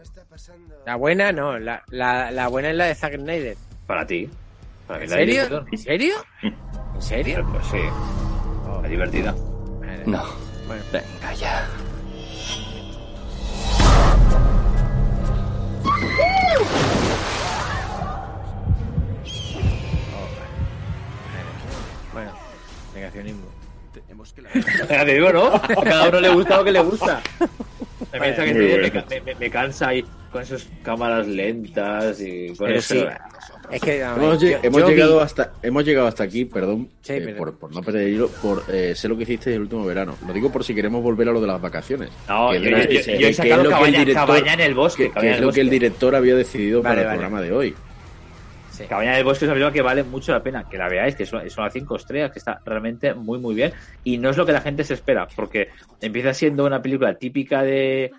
Speaker 4: La buena no, la, la, la buena es la de Zack Snyder.
Speaker 5: Para ti. Para mí
Speaker 4: ¿En
Speaker 5: la de
Speaker 4: serio?
Speaker 5: Josh
Speaker 4: ¿En serio? ¿En serio?
Speaker 5: Whedon. Pues sí. Es divertida.
Speaker 16: No.
Speaker 5: Venga ya.
Speaker 4: Bueno, negacionismo.
Speaker 5: Te digo, ¿no? A cada uno le gusta lo que le gusta. Me,
Speaker 4: Vale,
Speaker 5: piensa que
Speaker 4: muy
Speaker 5: me-
Speaker 4: bueno.
Speaker 5: me, me- me cansa ahí con esas cámaras lentas y con
Speaker 4: Pero
Speaker 5: eso.
Speaker 4: sí. Es que a ver,
Speaker 1: Hemos, lle-
Speaker 4: yo-
Speaker 1: hemos
Speaker 4: yo vi-
Speaker 1: llegado hasta, hemos llegado hasta aquí, perdón,
Speaker 4: Sí,
Speaker 1: eh,
Speaker 4: perdón.
Speaker 1: por, por no perder el hilo, por eh, sé lo que hiciste el último verano. Lo digo por si queremos volver a lo de las vacaciones.
Speaker 5: No,
Speaker 1: Que
Speaker 5: yo-
Speaker 1: era-
Speaker 5: yo- yo-
Speaker 1: que-
Speaker 5: yo he
Speaker 1: que es
Speaker 5: sacado
Speaker 1: lo que el
Speaker 5: cabaña-
Speaker 1: director-
Speaker 5: cabaña en el bosque,
Speaker 1: que- Que,
Speaker 5: cabaña en
Speaker 1: es
Speaker 5: el
Speaker 1: lo que el
Speaker 5: bosque.
Speaker 1: director había decidido
Speaker 5: Vale,
Speaker 1: para
Speaker 5: vale.
Speaker 1: el programa de hoy.
Speaker 5: Cabaña del Bosque es una película que vale mucho la pena que la veáis, que son, son las cinco estrellas, que está realmente muy, muy bien. Y no es lo que la gente se espera, porque empieza siendo una película típica de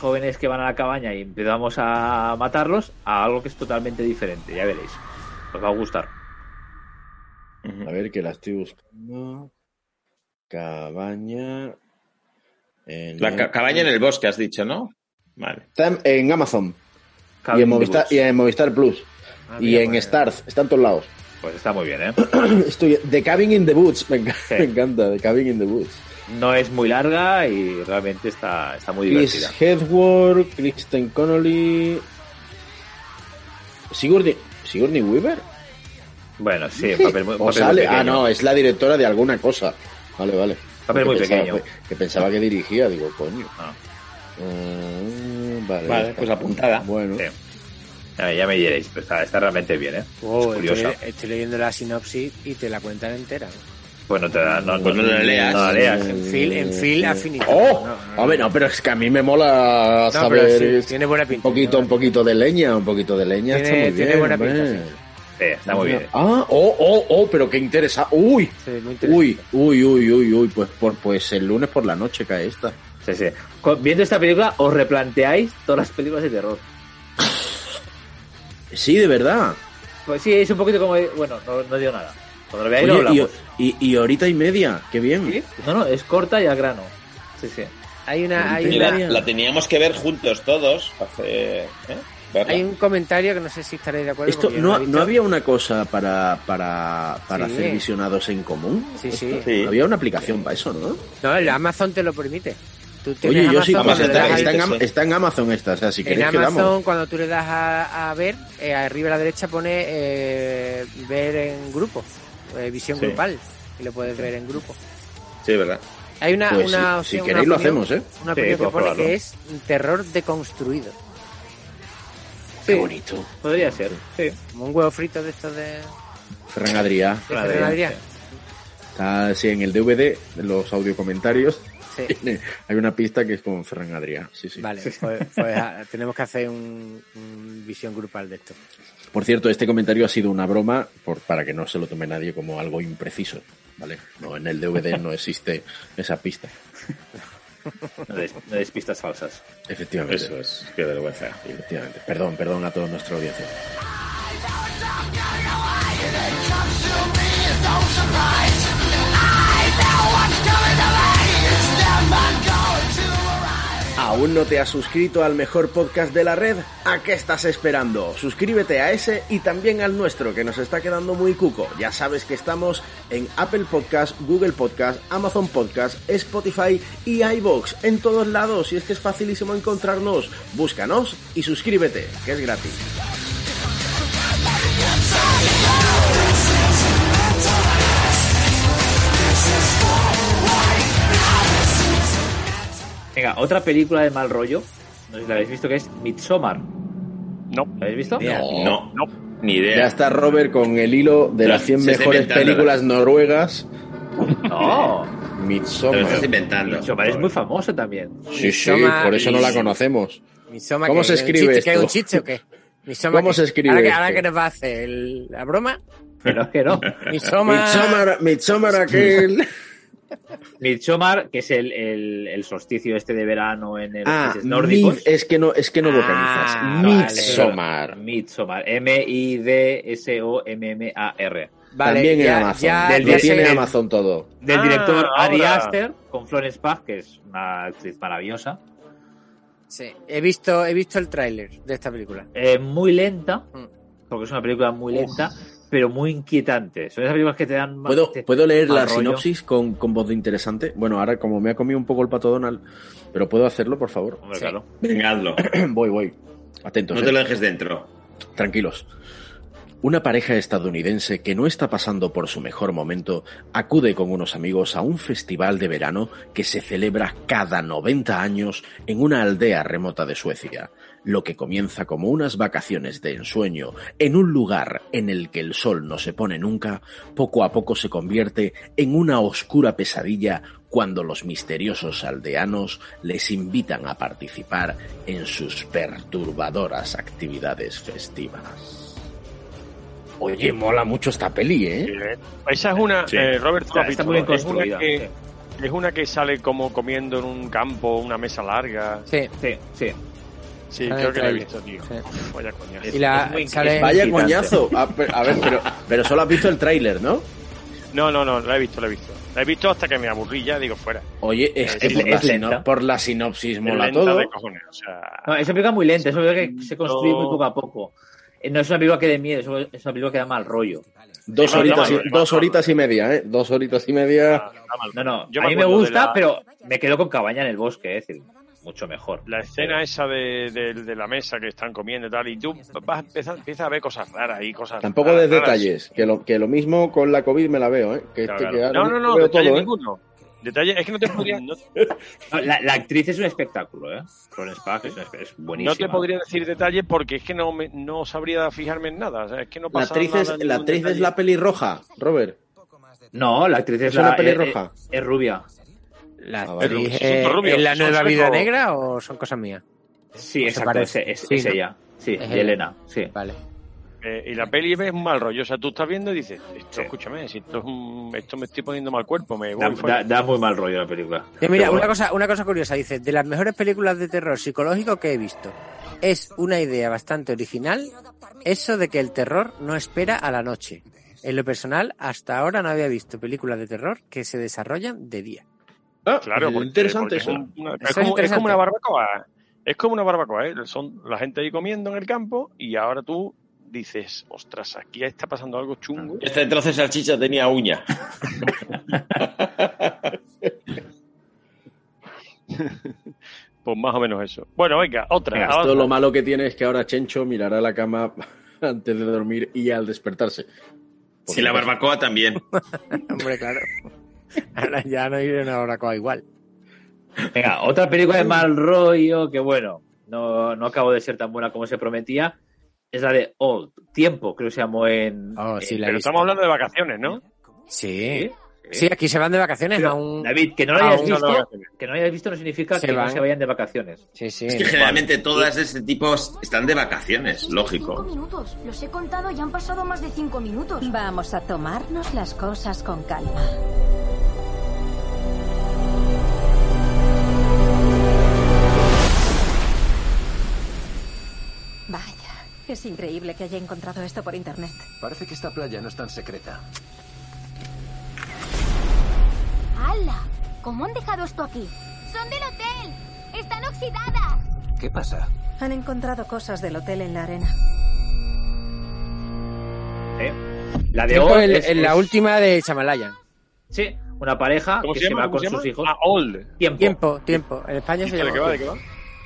Speaker 5: jóvenes que van a la cabaña y empezamos a matarlos, a algo que es totalmente diferente, ya veréis. Os va a gustar.
Speaker 1: A ver, que la estoy buscando. Cabaña. en
Speaker 6: La
Speaker 1: el-
Speaker 6: ca- cabaña en el bosque, has dicho, ¿no? Vale.
Speaker 1: Está en, en Amazon. Y en, Movistar, y en Movistar Plus.
Speaker 4: Ah,
Speaker 1: y en
Speaker 4: pues.
Speaker 1: Stars. Está en todos lados.
Speaker 5: Ah, Pues está muy bien, ¿eh?
Speaker 1: Estoy, The Cabin in the Woods. Me, enca- me encanta. The Cabin in the Woods.
Speaker 5: No es muy larga y realmente está, está muy
Speaker 1: Chris
Speaker 5: divertida.
Speaker 1: Hedworth, Kristen Connolly. Sigourney, Sigourney Weaver.
Speaker 5: Bueno, sí, un papel muy, un
Speaker 1: ¿O
Speaker 5: papel muy
Speaker 1: sale?
Speaker 5: pequeño.
Speaker 1: Ah, no, es la directora de alguna cosa. Vale, vale.
Speaker 5: Papel
Speaker 1: Que
Speaker 5: muy
Speaker 1: pensaba,
Speaker 5: pequeño.
Speaker 1: pues, Que pensaba que dirigía, digo, coño.
Speaker 5: Ah,
Speaker 1: Eh, vale,
Speaker 5: Vale,
Speaker 1: ya está.
Speaker 5: pues apuntada.
Speaker 1: Bueno.
Speaker 5: Sí. Ya, me- ya me diréis, pero está, está realmente bien, ¿eh?
Speaker 4: Wow,
Speaker 5: es
Speaker 4: estoy,
Speaker 5: curiosa.
Speaker 4: estoy leyendo la sinopsis y te la cuentan entera.
Speaker 5: Bueno, te da- no,
Speaker 6: Pues no la leas.
Speaker 5: No la leas.
Speaker 4: En Phil, en Phil Affinity.
Speaker 1: Eh, ¡Oh!
Speaker 4: No,
Speaker 1: Hombre, no, pero es que a mí me mola
Speaker 4: No, pero
Speaker 1: saber.
Speaker 4: sí,
Speaker 1: es-
Speaker 4: tiene buena pinta.
Speaker 1: un poquito, un poquito de leña, un poquito de leña.
Speaker 4: Tiene-
Speaker 1: está muy
Speaker 4: tiene
Speaker 1: bien,
Speaker 4: buena
Speaker 1: hombre.
Speaker 4: pinta,
Speaker 5: Sí, está muy bien.
Speaker 1: Ah, oh, oh, oh, pero qué interesa. Uy, uy, uy, uy, uy, uy, pues, por, pues el lunes por la noche cae esta.
Speaker 5: Sí, sí. Con- Viendo esta película, os replanteáis todas las películas de terror.
Speaker 1: Sí, de verdad.
Speaker 5: Pues sí, es un poquito como. Bueno, no, no digo nada. Cuando lo veáis, lo
Speaker 1: Oye,
Speaker 5: hablamos.
Speaker 1: y, y- y horita y media, qué bien.
Speaker 5: No, no, es corta y al grano. Sí, sí.
Speaker 4: Hay una, hay
Speaker 6: Y La,
Speaker 4: una-
Speaker 6: la teníamos que ver juntos todos. hace- ¿eh? Verla.
Speaker 4: hay un comentario que no sé si estaréis de acuerdo.
Speaker 1: Esto
Speaker 4: porque yo
Speaker 1: no,
Speaker 4: lo he
Speaker 1: no
Speaker 4: visto.
Speaker 1: había una cosa para para, para
Speaker 4: Sí.
Speaker 1: hacer visionados en común.
Speaker 4: Sí, sí.
Speaker 1: Esto, Había una aplicación para eso, ¿no?
Speaker 4: No, el Amazon te lo permite. Tú tienes
Speaker 1: Oye, yo sí. pues,
Speaker 4: Amazon, cuando le
Speaker 1: está,
Speaker 4: das
Speaker 1: está
Speaker 4: al-
Speaker 1: en, Am- está en Amazon esta, o sea, si
Speaker 4: En
Speaker 1: queréis
Speaker 4: Amazon,
Speaker 1: quedamos.
Speaker 4: cuando tú le das a, a ver, eh, arriba a la derecha pone eh, ver en grupo, eh, visión
Speaker 6: Sí.
Speaker 4: grupal, y lo puedes ver en grupo.
Speaker 6: Sí, verdad.
Speaker 4: Hay una,
Speaker 6: Pues
Speaker 4: una
Speaker 6: sí, si
Speaker 4: opción-
Speaker 6: queréis
Speaker 4: una
Speaker 6: lo
Speaker 4: opción-
Speaker 6: hacemos, ¿eh?
Speaker 4: Una
Speaker 6: Sí,
Speaker 4: opción que
Speaker 6: puedo
Speaker 4: pone
Speaker 6: probarlo.
Speaker 4: que es terror deconstruido.
Speaker 1: Qué bonito.
Speaker 5: Podría ser. Sí.
Speaker 4: Como un huevo frito de estos de...
Speaker 1: Ferran Adrià.
Speaker 4: Ferran Adrià. Adrià.
Speaker 1: Está así en el DVD, en los audio comentarios.
Speaker 4: Sí.
Speaker 1: tiene- Hay una pista que es con Ferran Adrià. Sí, sí.
Speaker 4: Vale, pues, pues, ah, tenemos que hacer un, un visión grupal de esto.
Speaker 1: Por cierto, este comentario ha sido una broma por, para que no se lo tome nadie como algo impreciso. ¿Vale? No, en el DVD no existe esa pista.
Speaker 5: No des, no des pistas falsas.
Speaker 1: Efectivamente.
Speaker 5: Eso
Speaker 6: es, qué vergüenza.
Speaker 1: Efectivamente. Perdón, perdón a toda nuestra audiencia. ¿Aún no te has suscrito al mejor podcast de la red? ¿A qué estás esperando? Suscríbete a ese y también al nuestro, que nos está quedando muy cuco. Ya sabes que estamos en Apple Podcast, Google Podcast, Amazon Podcast, Spotify y iBox, en todos lados, y es que es facilísimo encontrarnos. Búscanos y suscríbete, que es gratis.
Speaker 5: Venga, otra película de mal rollo, no sé si la habéis visto, que es Midsommar.
Speaker 2: No.
Speaker 5: ¿La habéis visto?
Speaker 3: No, no, ni
Speaker 1: Ya
Speaker 3: idea.
Speaker 1: está Robert con el hilo de
Speaker 3: Pero
Speaker 1: las 100
Speaker 3: se está
Speaker 1: mejores
Speaker 3: inventando,
Speaker 1: películas noruegas.
Speaker 5: No.
Speaker 3: Te lo
Speaker 1: Midsommar.
Speaker 3: estás inventando.
Speaker 5: Midsommar es muy famoso también.
Speaker 1: Sí, sí,
Speaker 4: Midsommar
Speaker 1: por eso no
Speaker 4: y-
Speaker 1: la conocemos.
Speaker 4: Midsommar,
Speaker 1: ¿Cómo
Speaker 4: que
Speaker 1: se
Speaker 4: es un
Speaker 1: escribe esto?
Speaker 4: chiste, ¿Que es un chiste o qué? Midsommar,
Speaker 1: ¿Cómo
Speaker 4: que-
Speaker 1: se escribe
Speaker 4: Ahora que,
Speaker 1: esto?
Speaker 4: ahora que nos va a hacer el- la broma,
Speaker 5: Pero es que no.
Speaker 4: Midsommar...
Speaker 1: Midsommar, Midsommar aquel.
Speaker 5: Midsommar, que es el, el, el solsticio este de verano en el- los
Speaker 1: Ah,
Speaker 5: países
Speaker 1: mid,
Speaker 5: nórdicos.
Speaker 1: es que no, es que no vocalizas.
Speaker 4: Ah,
Speaker 1: Midsommar.
Speaker 5: Midsommar. M-I-D-S-O-M-M-A-R.
Speaker 4: Vale,
Speaker 1: También en
Speaker 4: ya-
Speaker 1: Amazon.
Speaker 4: ya-
Speaker 1: Del-
Speaker 5: ya
Speaker 1: lo
Speaker 5: sé
Speaker 1: tiene
Speaker 5: que-
Speaker 1: Amazon todo.
Speaker 5: Del
Speaker 2: Ah,
Speaker 5: director Ari
Speaker 2: ahora.
Speaker 5: Aster, con Florence Pugh, que es una actriz maravillosa.
Speaker 4: Sí, he visto, he visto el tráiler de esta película.
Speaker 5: Eh, muy lenta,
Speaker 4: Mm.
Speaker 5: porque es una película muy lenta, pero muy inquietante. Son esas películas que te dan más-
Speaker 1: ¿Puedo,
Speaker 5: te-
Speaker 1: ¿Puedo leer
Speaker 5: este mal
Speaker 1: la
Speaker 5: rollo.
Speaker 1: sinopsis con, con voz de interesante? Bueno, ahora como me ha comido un poco el pato Donald, pero puedo hacerlo, por favor.
Speaker 5: Hombre,
Speaker 4: Sí.
Speaker 5: claro.
Speaker 3: Venga, hazlo.
Speaker 1: voy, voy. Atentos.
Speaker 3: No
Speaker 1: ¿eh?
Speaker 3: te lo dejes dentro.
Speaker 1: Tranquilos. Una pareja estadounidense que no está pasando por su mejor momento acude con unos amigos a un festival de verano que se celebra cada 90 años en una aldea remota de Suecia. Lo que comienza como unas vacaciones de ensueño en un lugar en el que el sol no se pone nunca, poco a poco se convierte en una oscura pesadilla cuando los misteriosos aldeanos les invitan a participar en sus perturbadoras actividades festivas. Oye, mola mucho esta peli, ¿eh?
Speaker 2: Esa es una,
Speaker 3: Sí.
Speaker 2: eh, Robert, tú la
Speaker 5: Está-
Speaker 2: has
Speaker 5: está
Speaker 2: visto,
Speaker 5: muy bien
Speaker 2: ¿no? es una
Speaker 5: construida.
Speaker 2: que es una que sale como comiendo en un campo, una mesa larga.
Speaker 4: Sí.
Speaker 5: Sí, sí.
Speaker 2: Sí,
Speaker 1: Ah,
Speaker 4: Sale
Speaker 2: creo
Speaker 4: el
Speaker 2: que la he
Speaker 4: trailer.
Speaker 2: visto, tío.
Speaker 4: Sí.
Speaker 2: Uf, Vaya coña.
Speaker 4: Y la
Speaker 5: Es muy-
Speaker 4: sale-
Speaker 5: es muy
Speaker 1: Vaya
Speaker 5: inquietante.
Speaker 1: coñazo. A, pe- a ver, pero, pero solo has visto el tráiler, ¿no?
Speaker 2: No, no, no, la he visto, la he visto. La he visto hasta que me aburrí ya, digo, fuera.
Speaker 1: Oye, es que
Speaker 2: Es-
Speaker 1: por,
Speaker 5: es
Speaker 1: la
Speaker 5: lenta.
Speaker 1: sino- por la sinopsis mola
Speaker 2: Lenta
Speaker 1: todo.
Speaker 2: de cojones, o sea,
Speaker 5: No, es una película muy lenta, es una película que se construye
Speaker 2: No.
Speaker 5: muy poco a poco. Eh, No es una película que dé miedo, es una- es una película que da mal rollo.
Speaker 1: Dos
Speaker 2: Sí,
Speaker 1: horitas,
Speaker 2: vamos,
Speaker 1: y,
Speaker 2: vamos. Ah,
Speaker 1: dos horitas y media, ¿eh? Dos horitas y media.
Speaker 2: está mal.
Speaker 5: No, no,
Speaker 2: Yo
Speaker 5: a mí me
Speaker 2: acuerdo de
Speaker 5: gusta,
Speaker 2: la-
Speaker 5: pero me quedo con Cabaña en el bosque, es decir, mucho mejor.
Speaker 2: La escena esa de, de- de la mesa que están comiendo y tal, y tú vas, empiezas, empiezas a ver cosas raras y cosas
Speaker 1: Tampoco
Speaker 2: raras,
Speaker 1: de
Speaker 2: raras.
Speaker 1: detalles, que lo, que lo mismo con la COVID me la veo, ¿eh? Que
Speaker 2: Claro,
Speaker 1: este
Speaker 2: claro.
Speaker 1: que ahora
Speaker 2: No, no, no,
Speaker 1: veo
Speaker 2: detalle
Speaker 1: todo, ¿eh?
Speaker 2: ninguno. Detalle, es que no te podría, no,
Speaker 5: No, La, la actriz es un espectáculo, ¿eh? Florence Pugh es, una espe- es buenísima.
Speaker 2: no te podría decir detalles porque es que no, me- no sabría fijarme en nada. o sea, es que no
Speaker 1: La
Speaker 2: pasa
Speaker 1: actriz,
Speaker 2: nada,
Speaker 1: es,
Speaker 2: ningún
Speaker 1: la actriz es
Speaker 2: detalle.
Speaker 1: la pelirroja, Robert.
Speaker 5: No, la actriz es,
Speaker 1: ¿Es
Speaker 5: la,
Speaker 1: una pelirroja?
Speaker 5: Es, es rubia.
Speaker 4: La
Speaker 1: Ah,
Speaker 2: vale.
Speaker 4: actriz,
Speaker 2: Son
Speaker 4: eh,
Speaker 2: rubios,
Speaker 4: ¿Es la
Speaker 2: son
Speaker 4: nueva
Speaker 2: suecos.
Speaker 4: vida negra o son cosas mías?
Speaker 5: Sí,
Speaker 4: ¿O Pues se
Speaker 5: exacto, es,
Speaker 4: parece?
Speaker 5: es-
Speaker 4: Sí,
Speaker 5: es
Speaker 4: ¿no?
Speaker 5: ella. Sí,
Speaker 4: Es
Speaker 5: y Elena. Sí.
Speaker 4: Vale.
Speaker 2: Eh, y la peli es un mal rollo. O sea, tú estás viendo y dices, esto,
Speaker 5: Sí.
Speaker 2: escúchame, si esto, es un- esto me estoy poniendo mal cuerpo, me voy
Speaker 5: Da,
Speaker 2: fuera.
Speaker 5: da- da muy mal rollo la película.
Speaker 4: Eh, mira,
Speaker 5: Pero
Speaker 4: una
Speaker 5: bueno,
Speaker 4: cosa, una cosa curiosa, dice, de las mejores películas de terror psicológico que he visto. Es una idea bastante original, eso de que el terror no espera a la noche. En lo personal, hasta ahora no había visto películas de terror que se desarrollan de día.
Speaker 1: Ah,
Speaker 2: Claro, porque-
Speaker 1: interesante
Speaker 2: porque es,
Speaker 1: eso.
Speaker 2: un- una- es
Speaker 4: Eso es
Speaker 2: como, es
Speaker 4: interesante.
Speaker 2: como una barbacoa. Es como una barbacoa, ¿eh? Son la gente ahí comiendo en el campo y ahora tú dices, ostras, aquí está pasando algo
Speaker 5: Ah.
Speaker 2: chungo.
Speaker 3: Este trozo de salchicha tenía uña.
Speaker 2: Pues más o menos eso. Bueno, venga, otra.
Speaker 5: Venga,
Speaker 2: avanza.
Speaker 1: Todo lo malo que tiene es que ahora Chencho mirará la cama antes de dormir y al despertarse.
Speaker 3: Si la barbacoa también.
Speaker 4: Hombre, claro. Ahora ya no iré a una hora cosa igual.
Speaker 5: Venga, otra película de mal rollo que, bueno, no, no acabo de ser tan buena como se prometía. Es la de Old, Tiempo, creo que se llamó en.
Speaker 4: Oh, sí,
Speaker 5: en-
Speaker 4: la he
Speaker 2: Pero
Speaker 4: visto.
Speaker 2: estamos hablando de vacaciones, ¿no?
Speaker 4: Sí. Sí, aquí se van de vacaciones
Speaker 5: Pero,
Speaker 4: a un...
Speaker 5: David, que no lo
Speaker 4: a
Speaker 5: hayas
Speaker 4: un-
Speaker 5: visto,
Speaker 2: no, no,
Speaker 5: que no hayas visto no significa
Speaker 4: Se
Speaker 5: que
Speaker 4: van.
Speaker 5: no se vayan de vacaciones.
Speaker 4: Sí, sí.
Speaker 3: Es que generalmente todas de este tipo están de vacaciones, lógico.
Speaker 9: minutos. Los he contado y han pasado más de cinco minutos.
Speaker 13: Vamos a tomarnos las cosas con calma.
Speaker 9: Vaya, es increíble que haya encontrado esto por internet.
Speaker 11: Parece que esta playa no es tan secreta.
Speaker 9: ¡Hala! ¿Cómo han dejado esto aquí? ¡Son del hotel!
Speaker 17: ¡Están oxidadas!
Speaker 14: ¿Qué pasa?
Speaker 19: Han encontrado cosas del hotel en la arena.
Speaker 5: ¿eh? La de
Speaker 4: Creo
Speaker 5: Old
Speaker 4: el-
Speaker 5: es-
Speaker 4: en la
Speaker 5: es-
Speaker 4: última de Chamalayan.
Speaker 5: Sí, una pareja
Speaker 4: ¿Cómo
Speaker 5: que
Speaker 4: se
Speaker 5: se,
Speaker 4: llama?
Speaker 5: va
Speaker 4: ¿Cómo
Speaker 5: con
Speaker 4: se
Speaker 5: sus
Speaker 4: llama?
Speaker 5: hijos.
Speaker 2: Ah, Old.
Speaker 5: Tiempo.
Speaker 4: Tiempo, tiempo. En España se llama. Tiempo.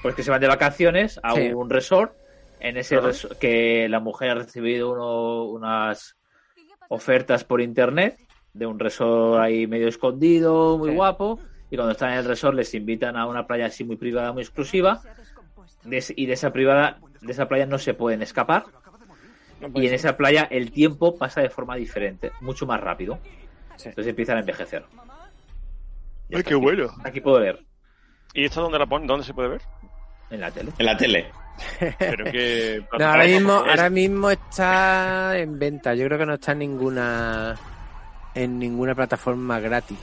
Speaker 5: Pues que se van de vacaciones a
Speaker 4: Sí.
Speaker 5: un resort. En ese resort que la mujer ha recibido uno- unas ofertas por internet de un resort ahí medio escondido, muy guapo. Y cuando están en el resort les invitan a una playa así muy privada, muy exclusiva. De es- y de esa privada, de esa playa no se pueden escapar. y en esa playa el tiempo pasa de forma diferente, mucho más rápido. Entonces empiezan a envejecer.
Speaker 2: Ay, qué bueno.
Speaker 5: Aquí puedo leer.
Speaker 2: ¿Y esto dónde la ponen? ¿Dónde se puede ver?
Speaker 5: En la tele.
Speaker 6: En la tele.
Speaker 2: Pero que.
Speaker 4: No, ahora mismo, ahora mismo está en venta. Yo creo que no está en ninguna en ninguna plataforma gratis.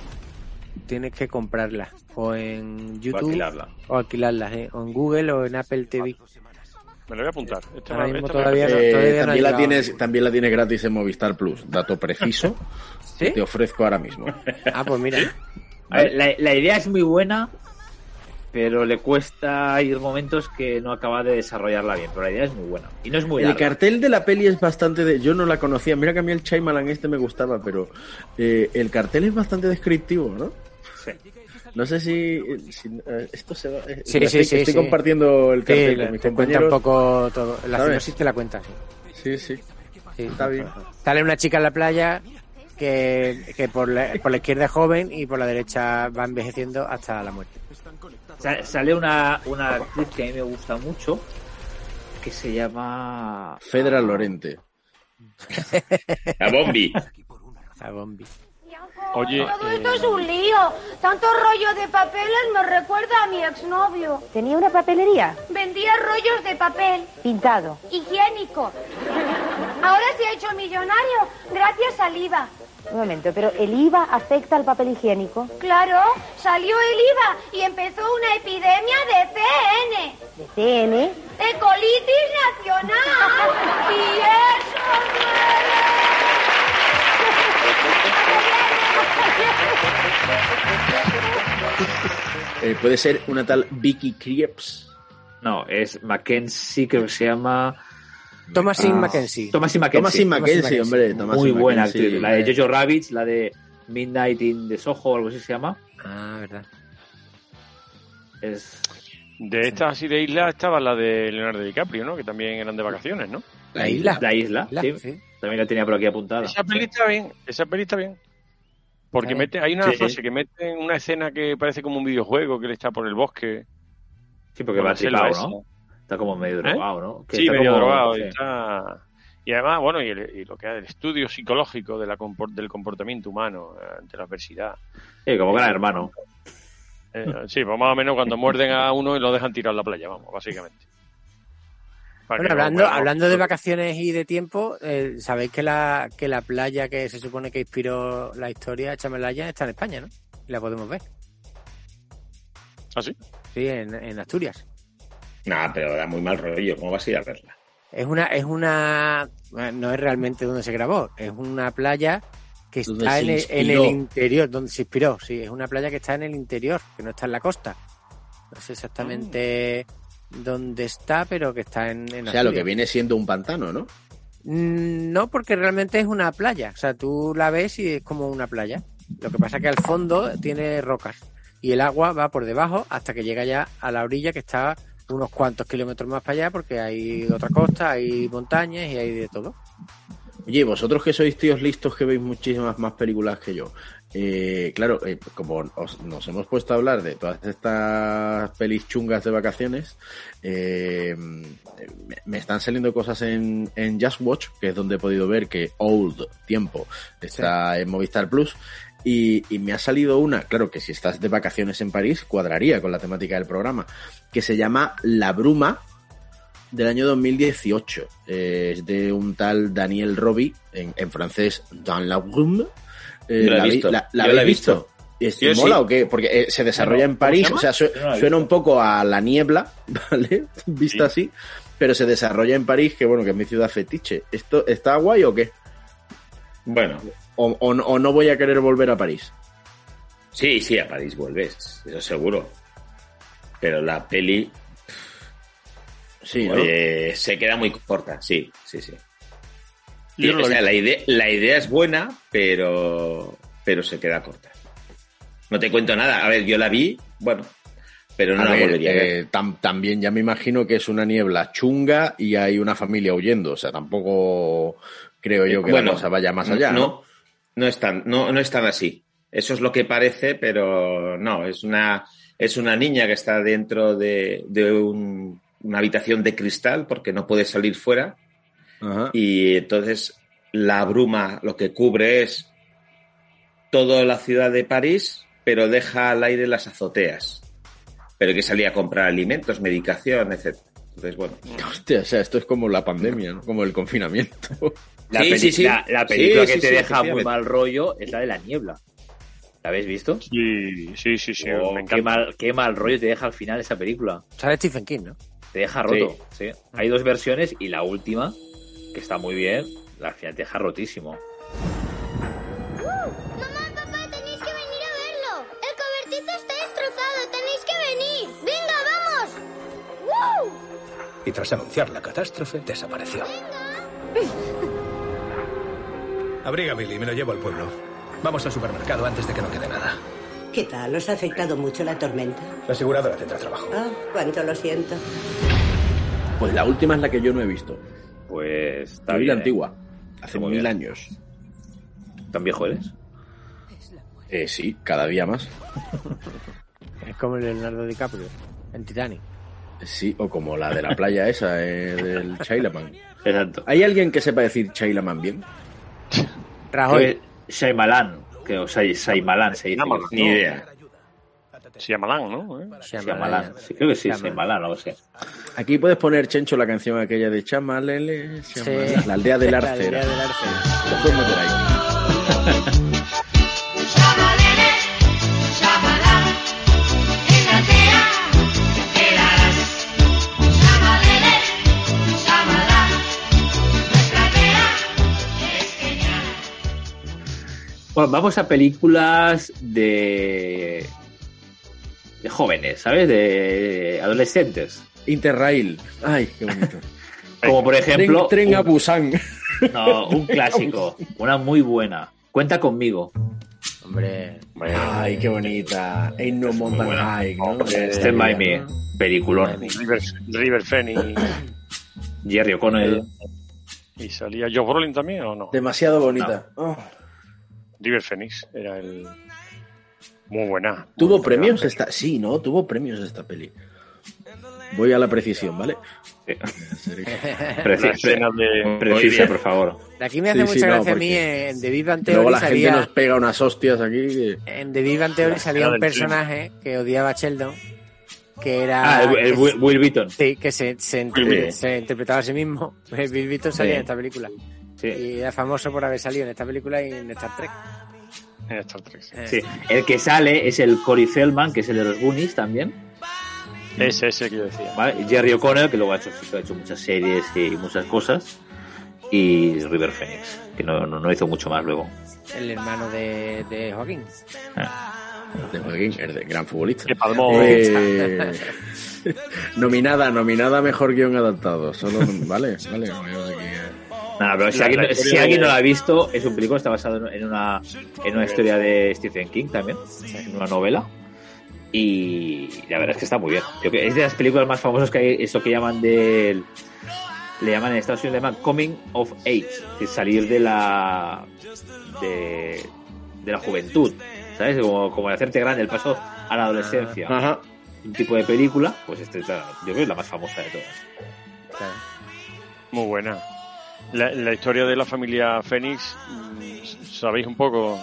Speaker 4: Tienes que comprarla o en YouTube
Speaker 5: alquilarla.
Speaker 4: o alquilarla, eh, o en Google o en Apple TV.
Speaker 2: Me lo voy a apuntar. Este
Speaker 4: Ahora
Speaker 2: me-
Speaker 4: mismo
Speaker 2: este me-
Speaker 4: todavía no-
Speaker 2: Eh,
Speaker 4: todavía no ha
Speaker 1: también, la
Speaker 4: llegado.
Speaker 1: tienes, también la tienes gratis en Movistar Plus. Dato preciso que te ofrezco ahora mismo.
Speaker 4: Ah, pues mira.
Speaker 5: A ver, la, la idea es muy buena, pero le cuesta ir momentos que no acaba de desarrollarla bien. Pero la idea es muy buena. Y no es muy
Speaker 1: el
Speaker 5: larga.
Speaker 1: cartel de la peli es bastante de, yo no la conocía mira que a mí el Chaymalan este me gustaba pero eh, el cartel es bastante descriptivo no no sé si, si, eh, esto se va eh,
Speaker 4: Sí,
Speaker 1: la
Speaker 4: sí,
Speaker 1: estoy,
Speaker 4: sí,
Speaker 1: estoy
Speaker 4: sí.
Speaker 1: compartiendo el
Speaker 4: Sí,
Speaker 1: cartel
Speaker 4: la-
Speaker 1: con mis
Speaker 4: te cuenta
Speaker 1: compañeros
Speaker 4: un poco todo. La
Speaker 1: ¿Sabes?
Speaker 4: sinopsis te la cuenta.
Speaker 1: sí
Speaker 4: sí.
Speaker 1: sí
Speaker 4: Sí.
Speaker 1: está bien
Speaker 4: Sale una chica en la playa que, que por, la, por la izquierda es joven y por la derecha va envejeciendo hasta la muerte.
Speaker 5: Sa- Sale una, una actriz que a mí me gusta mucho, que se llama...
Speaker 1: Fedra Lorente
Speaker 6: A Bombi.
Speaker 4: A Bombi.
Speaker 2: Oye,
Speaker 20: Todo
Speaker 2: eh,
Speaker 20: esto es un lío. Tanto rollo de papeles me recuerda a mi exnovio.
Speaker 21: Tenía una papelería
Speaker 20: Vendía rollos de papel
Speaker 21: pintado.
Speaker 20: higiénico. Ahora se ha hecho millonario gracias al IVA.
Speaker 21: Un momento, pero el IVA afecta al papel higiénico.
Speaker 20: Claro, salió el IVA y empezó una epidemia de CN,
Speaker 21: De CN.
Speaker 20: de colitis nacional. Y eso
Speaker 1: Eh, puede ser una tal Vicky Krieps
Speaker 5: No, es Mackenzie, creo que se llama...
Speaker 4: Thomasin
Speaker 5: Ah,
Speaker 4: Mackenzie.
Speaker 5: Thomasin Mackenzie.
Speaker 1: Thomasin Mackenzie,
Speaker 5: Thomasin
Speaker 1: hombre, Thomasin
Speaker 5: Muy buena
Speaker 1: Mackenzie,
Speaker 5: actriz. La de
Speaker 1: hombre.
Speaker 5: Jojo Rabbit, la de Midnight in the Soho o algo así se llama.
Speaker 4: Ah, verdad.
Speaker 5: Es...
Speaker 2: de estas así de isla estaba la de Leonardo DiCaprio, ¿no? Que también eran de vacaciones, ¿no?
Speaker 4: La isla.
Speaker 5: La isla,
Speaker 4: La-
Speaker 5: sí.
Speaker 4: sí.
Speaker 5: También la tenía por aquí apuntada.
Speaker 2: Esa peli está bien, esa peli está bien. Porque
Speaker 5: Está bien.
Speaker 2: mete, hay una
Speaker 5: Sí.
Speaker 2: frase que meten una escena que parece como un videojuego, que él está por el bosque.
Speaker 5: Sí, porque
Speaker 2: Con
Speaker 5: va
Speaker 2: la selva
Speaker 5: tripado, ¿no? Está como medio drogado, ¿no? Que
Speaker 2: sí,
Speaker 5: está
Speaker 2: medio
Speaker 5: como-
Speaker 2: drogado.
Speaker 5: sí.
Speaker 2: Y, está... y además, bueno, y, el- y lo que es el estudio psicológico de la compor- del comportamiento humano eh, ante la adversidad.
Speaker 5: Sí, como gran hermano.
Speaker 2: Eh, sí, pues más o menos cuando muerden a uno y lo dejan tirar a la playa, vamos, básicamente. Para
Speaker 4: Bueno,
Speaker 2: que no
Speaker 4: hablando,
Speaker 2: podamos-
Speaker 4: hablando de vacaciones y de tiempo, eh, sabéis que la, que la playa que se supone que inspiró la historia Chamelaya está en España, ¿no? Y la podemos ver.
Speaker 2: ¿Ah, sí?
Speaker 4: Sí, en, en Asturias.
Speaker 6: Nah, pero da muy mal rollo. ¿Cómo vas a ir a verla?
Speaker 4: Es una, es una, bueno, no es realmente donde se grabó, es una playa que
Speaker 6: Donde
Speaker 4: está
Speaker 6: se
Speaker 4: en el, en
Speaker 6: inspiró.
Speaker 4: el interior, donde se inspiró, sí, es una playa que está en el interior, que no está en la costa. No sé exactamente dónde está, pero que está en, en
Speaker 1: Ah. o sea lo
Speaker 4: Asturias.
Speaker 1: que viene siendo un pantano no
Speaker 4: Mm, No, porque realmente es una playa. O sea, tú la ves y es como una playa. Lo que pasa es que al fondo tiene rocas y el agua va por debajo hasta que llega ya a la orilla que está unos cuantos kilómetros más para allá porque hay otra costa, hay montañas y hay de todo.
Speaker 1: Oye, vosotros que sois tíos listos que veis muchísimas más películas que yo. eh, claro, eh, como os- nos hemos puesto a hablar de todas estas pelis chungas de vacaciones, eh, me, me están saliendo cosas en, en Just Watch, que es donde he podido ver que Old Tiempo está en Movistar Plus. Y, y me ha salido una, claro que si estás de vacaciones en París, cuadraría con la temática del programa, que se llama La Bruma, del año 2018. Eh, es de un tal Daniel Roby, en, en francés, Dans la Brume. Eh,
Speaker 6: Yo la he
Speaker 1: habéis-
Speaker 6: visto.
Speaker 1: la- la
Speaker 6: Yo
Speaker 1: habéis
Speaker 6: la he visto.
Speaker 1: visto? ¿Es-
Speaker 6: Yo
Speaker 1: ¿Mola
Speaker 6: sí.
Speaker 1: o qué? Porque eh, se desarrolla en
Speaker 6: ¿Cómo
Speaker 1: París,
Speaker 6: se llama?
Speaker 1: o sea, su-
Speaker 6: Yo no la he
Speaker 1: suena un poco a la niebla, ¿vale? Vista así, pero se desarrolla en París, que bueno, que es mi ciudad fetiche. ¿Esto está guay o qué?
Speaker 6: Bueno.
Speaker 1: O, o no- o no voy a querer volver a París.
Speaker 6: Sí, sí, a París vuelves. Eso seguro. pero la peli.
Speaker 1: Sí,
Speaker 6: oye, ¿no? se queda muy corta, sí, sí, sí. Y, o sea, la idea, la idea es buena, pero, pero se queda corta. No te cuento nada. A ver, yo la vi, bueno, pero no a la ver, volvería a ver.
Speaker 1: Eh, tam, también ya me imagino que es una niebla chunga y hay una familia huyendo. O sea, tampoco creo yo que
Speaker 6: Bueno,
Speaker 1: la cosa vaya más allá. No,
Speaker 6: No, no es tan, no, no es tan así. Eso es lo que parece, pero no, es una, es una niña que está dentro de, de un- una habitación de cristal porque no puede salir fuera.
Speaker 1: Ajá.
Speaker 6: Y entonces la bruma lo que cubre es toda la ciudad de París, pero deja al aire las azoteas. Pero hay que salir a comprar alimentos, medicación, etc. Entonces, bueno.
Speaker 1: Hostia, o sea, esto es como la pandemia, ¿no? Como el confinamiento.
Speaker 5: La,
Speaker 6: Sí,
Speaker 5: peli-
Speaker 6: sí, sí.
Speaker 5: la- la película
Speaker 6: Sí,
Speaker 5: que
Speaker 6: sí,
Speaker 5: te
Speaker 6: sí,
Speaker 5: deja muy
Speaker 6: efectivamente.
Speaker 5: mal rollo es la de la niebla. ¿La habéis visto?
Speaker 2: Sí, sí, sí, sí.
Speaker 5: Oh,
Speaker 2: me
Speaker 5: qué,
Speaker 2: encanta.
Speaker 5: mal, qué mal rollo te deja al final esa película.
Speaker 4: Sale Stephen King, ¿no?
Speaker 5: Te deja roto. Sí. Hay dos versiones y la última, que está muy bien, la al final te deja rotísimo.
Speaker 17: Mamá, papá, tenéis que venir a verlo. El cobertizo está destrozado, tenéis que venir. Venga, vamos. ¡Woo!
Speaker 11: Y tras anunciar la catástrofe, desapareció. Abriga, Billy, me lo llevo al pueblo. Vamos al supermercado antes de que no quede nada.
Speaker 22: ¿Qué tal? ¿Os ha afectado mucho la tormenta?
Speaker 11: La aseguradora tendrá trabajo.
Speaker 22: Ah, cuánto lo siento.
Speaker 1: Pues la última es la que yo no he visto.
Speaker 5: Pues está
Speaker 1: Yo vi
Speaker 5: bien.
Speaker 1: la
Speaker 5: ¿eh?
Speaker 1: antigua. Hace
Speaker 5: Muy
Speaker 1: mil
Speaker 5: bien.
Speaker 1: años.
Speaker 5: ¿Tan viejo eres?
Speaker 1: Eh, sí, cada día más.
Speaker 4: Es como Leonardo DiCaprio en Titanic.
Speaker 1: Sí, o como la de la playa esa, eh, del Chailaman.
Speaker 5: Exacto.
Speaker 1: ¿Hay alguien que sepa decir Chailaman bien?
Speaker 5: Rajoy. Shyamalan. Que, o sea, Shyamalan se dice.
Speaker 2: Shyamalan,
Speaker 5: Ni
Speaker 2: ¿no?
Speaker 5: idea.
Speaker 2: Shyamalan, ¿no? ¿Eh?
Speaker 5: Shyamalan. Sí, creo que sí, Shyamalan, no lo sé.
Speaker 1: Aquí puedes poner, Chencho, la canción aquella de Chamalele, Chamalele, la aldea del
Speaker 4: La
Speaker 1: arce.
Speaker 4: aldea
Speaker 1: era.
Speaker 4: del arce.
Speaker 1: Lo puedes meter ahí.
Speaker 5: Bueno, vamos a películas de. de jóvenes, ¿sabes? De adolescentes.
Speaker 1: Interrail. Ay, qué bonito.
Speaker 5: Como por ejemplo.
Speaker 1: Tren, tren a
Speaker 5: un-
Speaker 1: Busan.
Speaker 5: No, un clásico. Una muy buena. Cuenta conmigo.
Speaker 4: Hombre.
Speaker 1: Ay, qué bonita. Ain't no mountain high, ¿no? Eh,
Speaker 5: Stand by me. Peliculón.
Speaker 2: River, River Phoenix.
Speaker 5: Jerry O'Connell.
Speaker 2: ¿Y salía Joe Brolin también o no?
Speaker 1: Demasiado bonita. Oh.
Speaker 2: River Phoenix era el. Muy buena.
Speaker 1: ¿Tuvo premios esta? Sí, ¿no? Tuvo premios esta peli. Voy a la precisión, ¿vale?
Speaker 5: Eh,
Speaker 2: La escena de.
Speaker 5: Precisa, por favor.
Speaker 4: De aquí me
Speaker 1: Sí,
Speaker 4: hace
Speaker 1: sí,
Speaker 4: mucha
Speaker 1: no,
Speaker 4: gracia a
Speaker 1: porque
Speaker 4: mí en The Big Bang
Speaker 1: Luego
Speaker 4: Theory
Speaker 1: la gente
Speaker 4: salía-
Speaker 1: nos pega unas hostias aquí. que-
Speaker 4: En The Big Bang Theory salía
Speaker 1: escena
Speaker 4: un
Speaker 1: del tren.
Speaker 4: personaje que odiaba a Sheldon, que era...
Speaker 5: Ah, el, el
Speaker 4: que
Speaker 5: Will, Will Beaton.
Speaker 4: Sí, que se, se, inter-
Speaker 5: Will Beaton.
Speaker 4: se interpretaba a sí mismo. Bill Beaton salía
Speaker 5: Sí.
Speaker 4: en esta película.
Speaker 5: Sí.
Speaker 4: Y era famoso por haber salido en esta película y en Star Trek.
Speaker 2: En Star Trek. sí.
Speaker 5: Sí. El que sale es el Corey Feldman, que es el de los Goonies también.
Speaker 2: Ese, ese que yo decía.
Speaker 5: ¿vale? Y Jerry O'Connell, que luego ha hecho, ha hecho muchas series y muchas cosas. Y River Phoenix, que no, no, no hizo mucho más luego.
Speaker 4: El hermano de, de Joaquín.
Speaker 1: De Joaquín, es de gran futbolista.
Speaker 2: Que palmó.
Speaker 1: Eh, nominada, nominada a mejor guión adaptado. Solo, vale, vale.
Speaker 5: Nada, pero si,
Speaker 2: La-
Speaker 5: alguien,
Speaker 2: la historia
Speaker 5: si alguien
Speaker 2: de-
Speaker 5: no la ha visto, es un película, está basado en una, en una historia de Stephen King también, en una novela. Y la verdad es que está muy bien. Yo creo que es de las películas más famosas que hay, eso que llaman del. Le llaman en Estados Unidos, le llaman Coming of Age, que es salir de la. de, de la juventud, ¿sabes? Como, como de hacerte grande, el paso a la adolescencia.
Speaker 6: Ah.
Speaker 1: Ajá.
Speaker 5: Un tipo de película, pues esta es la- yo creo que es la más famosa de todas.
Speaker 2: Muy buena. La, la historia de la familia Fénix, mm, sabéis un poco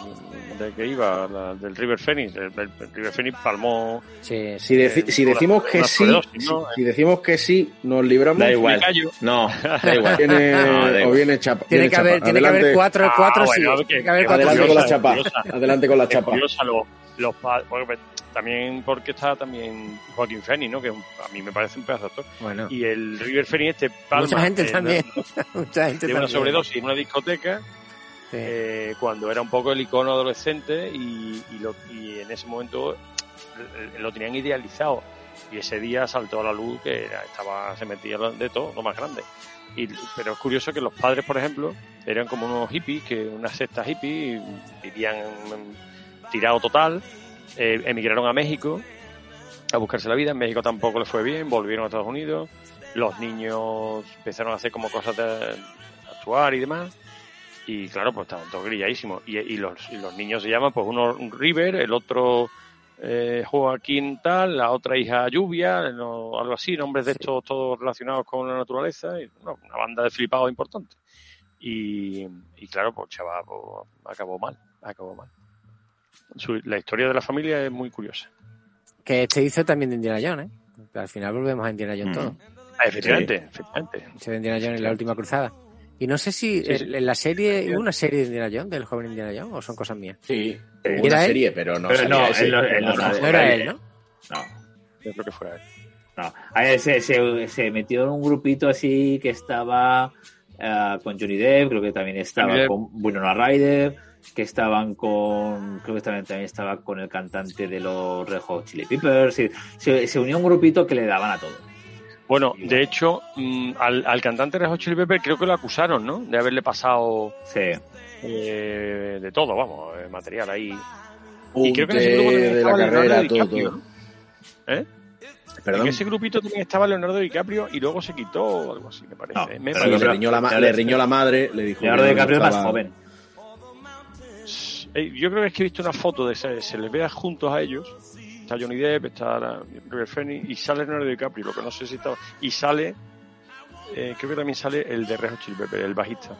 Speaker 2: de qué iba, la, del River Phoenix. El, el- el River Phoenix palmó.
Speaker 4: Sí,
Speaker 1: Si, deci- si decimos que
Speaker 2: Una
Speaker 1: sí,
Speaker 2: sobredosis,
Speaker 1: si,
Speaker 2: ¿no?
Speaker 1: si decimos que sí, nos libramos.
Speaker 6: Da igual.
Speaker 2: Me callo.
Speaker 6: No, da igual.
Speaker 1: Viene-
Speaker 6: No, da
Speaker 1: o
Speaker 6: igual.
Speaker 1: viene chapa.
Speaker 4: Tiene
Speaker 1: viene
Speaker 4: que
Speaker 1: chapa.
Speaker 4: haber, tiene que
Speaker 1: Adelante.
Speaker 4: haber cuatro,
Speaker 2: Ah,
Speaker 4: cuatro sí.
Speaker 2: bueno, que-
Speaker 4: tiene que haber
Speaker 2: que
Speaker 4: cuatro
Speaker 1: Adelante con la
Speaker 2: curiosa,
Speaker 1: chapa.
Speaker 2: curiosa.
Speaker 1: Adelante con la
Speaker 2: Es
Speaker 1: chapa.
Speaker 2: curiosa, lo- los pa- bueno, pues, también porque está también Joaquín Phoenix, ¿no? Que es un- a mí me parece un pedazo de actor.
Speaker 4: Bueno,
Speaker 2: Y el River Phoenix este palma
Speaker 4: Ah. mucha gente
Speaker 2: en-
Speaker 4: también. mucha gente
Speaker 2: de una
Speaker 4: también.
Speaker 2: sobredosis en una discoteca
Speaker 4: Sí.
Speaker 2: eh, cuando era un poco el icono adolescente y, y lo- y en ese momento eh, lo tenían idealizado y ese día saltó a la luz que era- estaba se metía lo- de todo, lo más grande. Y, pero es curioso que los padres, por ejemplo, eran como unos hippies, que una secta hippie, y vivían en- tirado total, eh, emigraron a México a buscarse la vida, en México tampoco les fue bien, volvieron a Estados Unidos, los niños empezaron a hacer como cosas de actuar y demás, y claro, pues estaban todos grilladísimos. Y, y los, y los niños se llaman, pues uno River, el otro eh, Joaquín tal, la otra hija Lluvia, no- algo así, nombres de estos todos relacionados con la naturaleza, y, bueno, una banda de flipados importante. Y, y claro, pues chaval, pues, acabó mal, acabó mal. Su- la historia de la familia es muy curiosa.
Speaker 4: Que este hizo también de Indiana Jones, ¿eh? Al final volvemos a Indiana Jones todo.
Speaker 2: Ah, efectivamente, efectivamente.
Speaker 4: Se de Indiana Jones en la última cruzada. Y no sé
Speaker 1: Sí,
Speaker 4: si
Speaker 1: sí.
Speaker 4: en- en la serie, ¿hubo una serie de Indiana Jones, del joven Indiana Jones, o son cosas mías.
Speaker 1: Sí,
Speaker 4: ¿Era
Speaker 1: hubo una
Speaker 4: él?
Speaker 1: serie, pero no.
Speaker 4: Pero
Speaker 1: salía
Speaker 4: no,
Speaker 1: ese.
Speaker 4: él no-
Speaker 5: él no
Speaker 1: no,
Speaker 5: sale.
Speaker 4: No era él, ¿no?
Speaker 1: no.
Speaker 2: Yo creo que fuera él.
Speaker 5: No. A ver, se, se- se metió en un grupito así que estaba ah, con Johnny Depp, creo que también estaba
Speaker 2: Johnny Depp.
Speaker 5: con Winona Ryder, que estaban con. Creo que también, también estaba con el cantante de los Red Hot Chili Peppers. y se, se unió a un grupito que le daban a todo.
Speaker 2: Bueno, de hecho, mm, al, al cantante Rejo Chili Pepper creo que lo acusaron, ¿no? De haberle pasado eh, de todo, vamos, eh, material ahí. y creo que en ese grupo
Speaker 1: Punte
Speaker 2: también
Speaker 1: de la
Speaker 2: estaba Leonardo
Speaker 1: carrera, todo,
Speaker 2: DiCaprio,
Speaker 1: todo.
Speaker 2: ¿no? ¿Eh?
Speaker 1: Perdón.
Speaker 2: En ese grupito también estaba Leonardo DiCaprio y luego se quitó o algo así, me parece. ¿eh?
Speaker 1: No,
Speaker 2: Me
Speaker 1: pero
Speaker 2: parece.
Speaker 1: le, riñó la ma- le riñó la madre, le dijo.
Speaker 5: Leonardo
Speaker 1: que no
Speaker 5: DiCaprio es más
Speaker 1: estaba-
Speaker 5: joven.
Speaker 2: Eh, Yo creo que es que he visto una foto de se, se les vea juntos a ellos. Está Johnny Depp, está la- River Phoenix y sale Leonardo DiCaprio, lo que no sé si estaba. Y sale, eh, creo que también sale el de Rejo Chili Pepper, el bajista.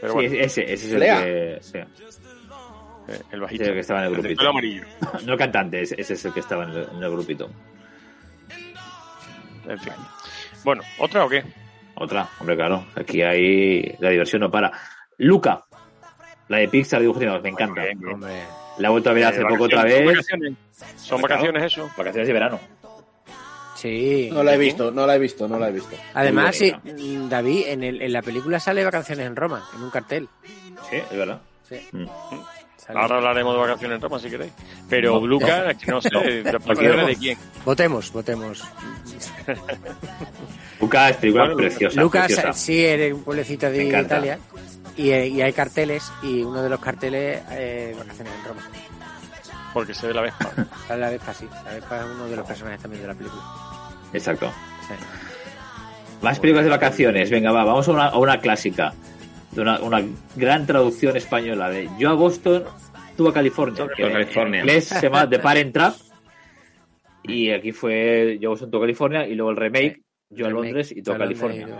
Speaker 2: Pero
Speaker 5: Sí,
Speaker 2: bueno.
Speaker 5: ese, ese es el
Speaker 2: Lea.
Speaker 5: que. sí.
Speaker 2: Eh, El bajista.
Speaker 5: Sí, el que estaba en el
Speaker 2: de
Speaker 5: grupito.
Speaker 2: pelo amarillo.
Speaker 5: No el cantante, ese, ese es el que estaba en el, en el grupito.
Speaker 2: En fin. Bueno, ¿otra o qué?
Speaker 5: Otra, hombre, claro. Aquí hay. La diversión no para. Luca, la de Pixar, dibujos animados, me encanta. La he vuelto a ver hace
Speaker 2: Eh,
Speaker 5: poco otra
Speaker 2: vacaciones,
Speaker 5: vez.
Speaker 2: son vacaciones. Son vacaciones eso.
Speaker 5: Vacaciones de verano.
Speaker 4: Sí.
Speaker 1: No la he visto, no la he visto, no la he visto.
Speaker 4: Además,
Speaker 1: Muy
Speaker 4: sí,
Speaker 1: bonita.
Speaker 4: mm, David, en, el, en la película sale Vacaciones en Roma, en un cartel.
Speaker 5: Sí, es verdad.
Speaker 4: Sí.
Speaker 5: Mm.
Speaker 4: Sale.
Speaker 2: Ahora hablaremos de vacaciones en Roma si queréis. Pero Luca, es que no sé,
Speaker 4: No.
Speaker 2: la palabra de quién.
Speaker 4: Votemos, votemos.
Speaker 5: Lucas, película
Speaker 2: Bueno,
Speaker 5: preciosa.
Speaker 4: Lucas, eh,
Speaker 5: preciosa.
Speaker 4: sí, eres un pueblecito
Speaker 5: Me
Speaker 4: de
Speaker 5: encanta.
Speaker 4: Italia. Y, eh, y hay carteles, y uno de los carteles, eh, Vacaciones en Roma.
Speaker 2: Porque se ve la Vespa.
Speaker 4: Sale la Vespa, sí. La Vespa es uno de los personajes también de la película.
Speaker 5: Exacto.
Speaker 4: Sí.
Speaker 5: Más películas de vacaciones. Venga, va, vamos a una, a una clásica. De una, una gran traducción española de Yo a Boston, tú a California. que
Speaker 6: a California.
Speaker 5: En inglés se llama The Parent Trap. Y aquí fue Yo a Boston, tú a California. Y luego el remake, Yo a Londres y tú a
Speaker 4: a Londres
Speaker 5: California.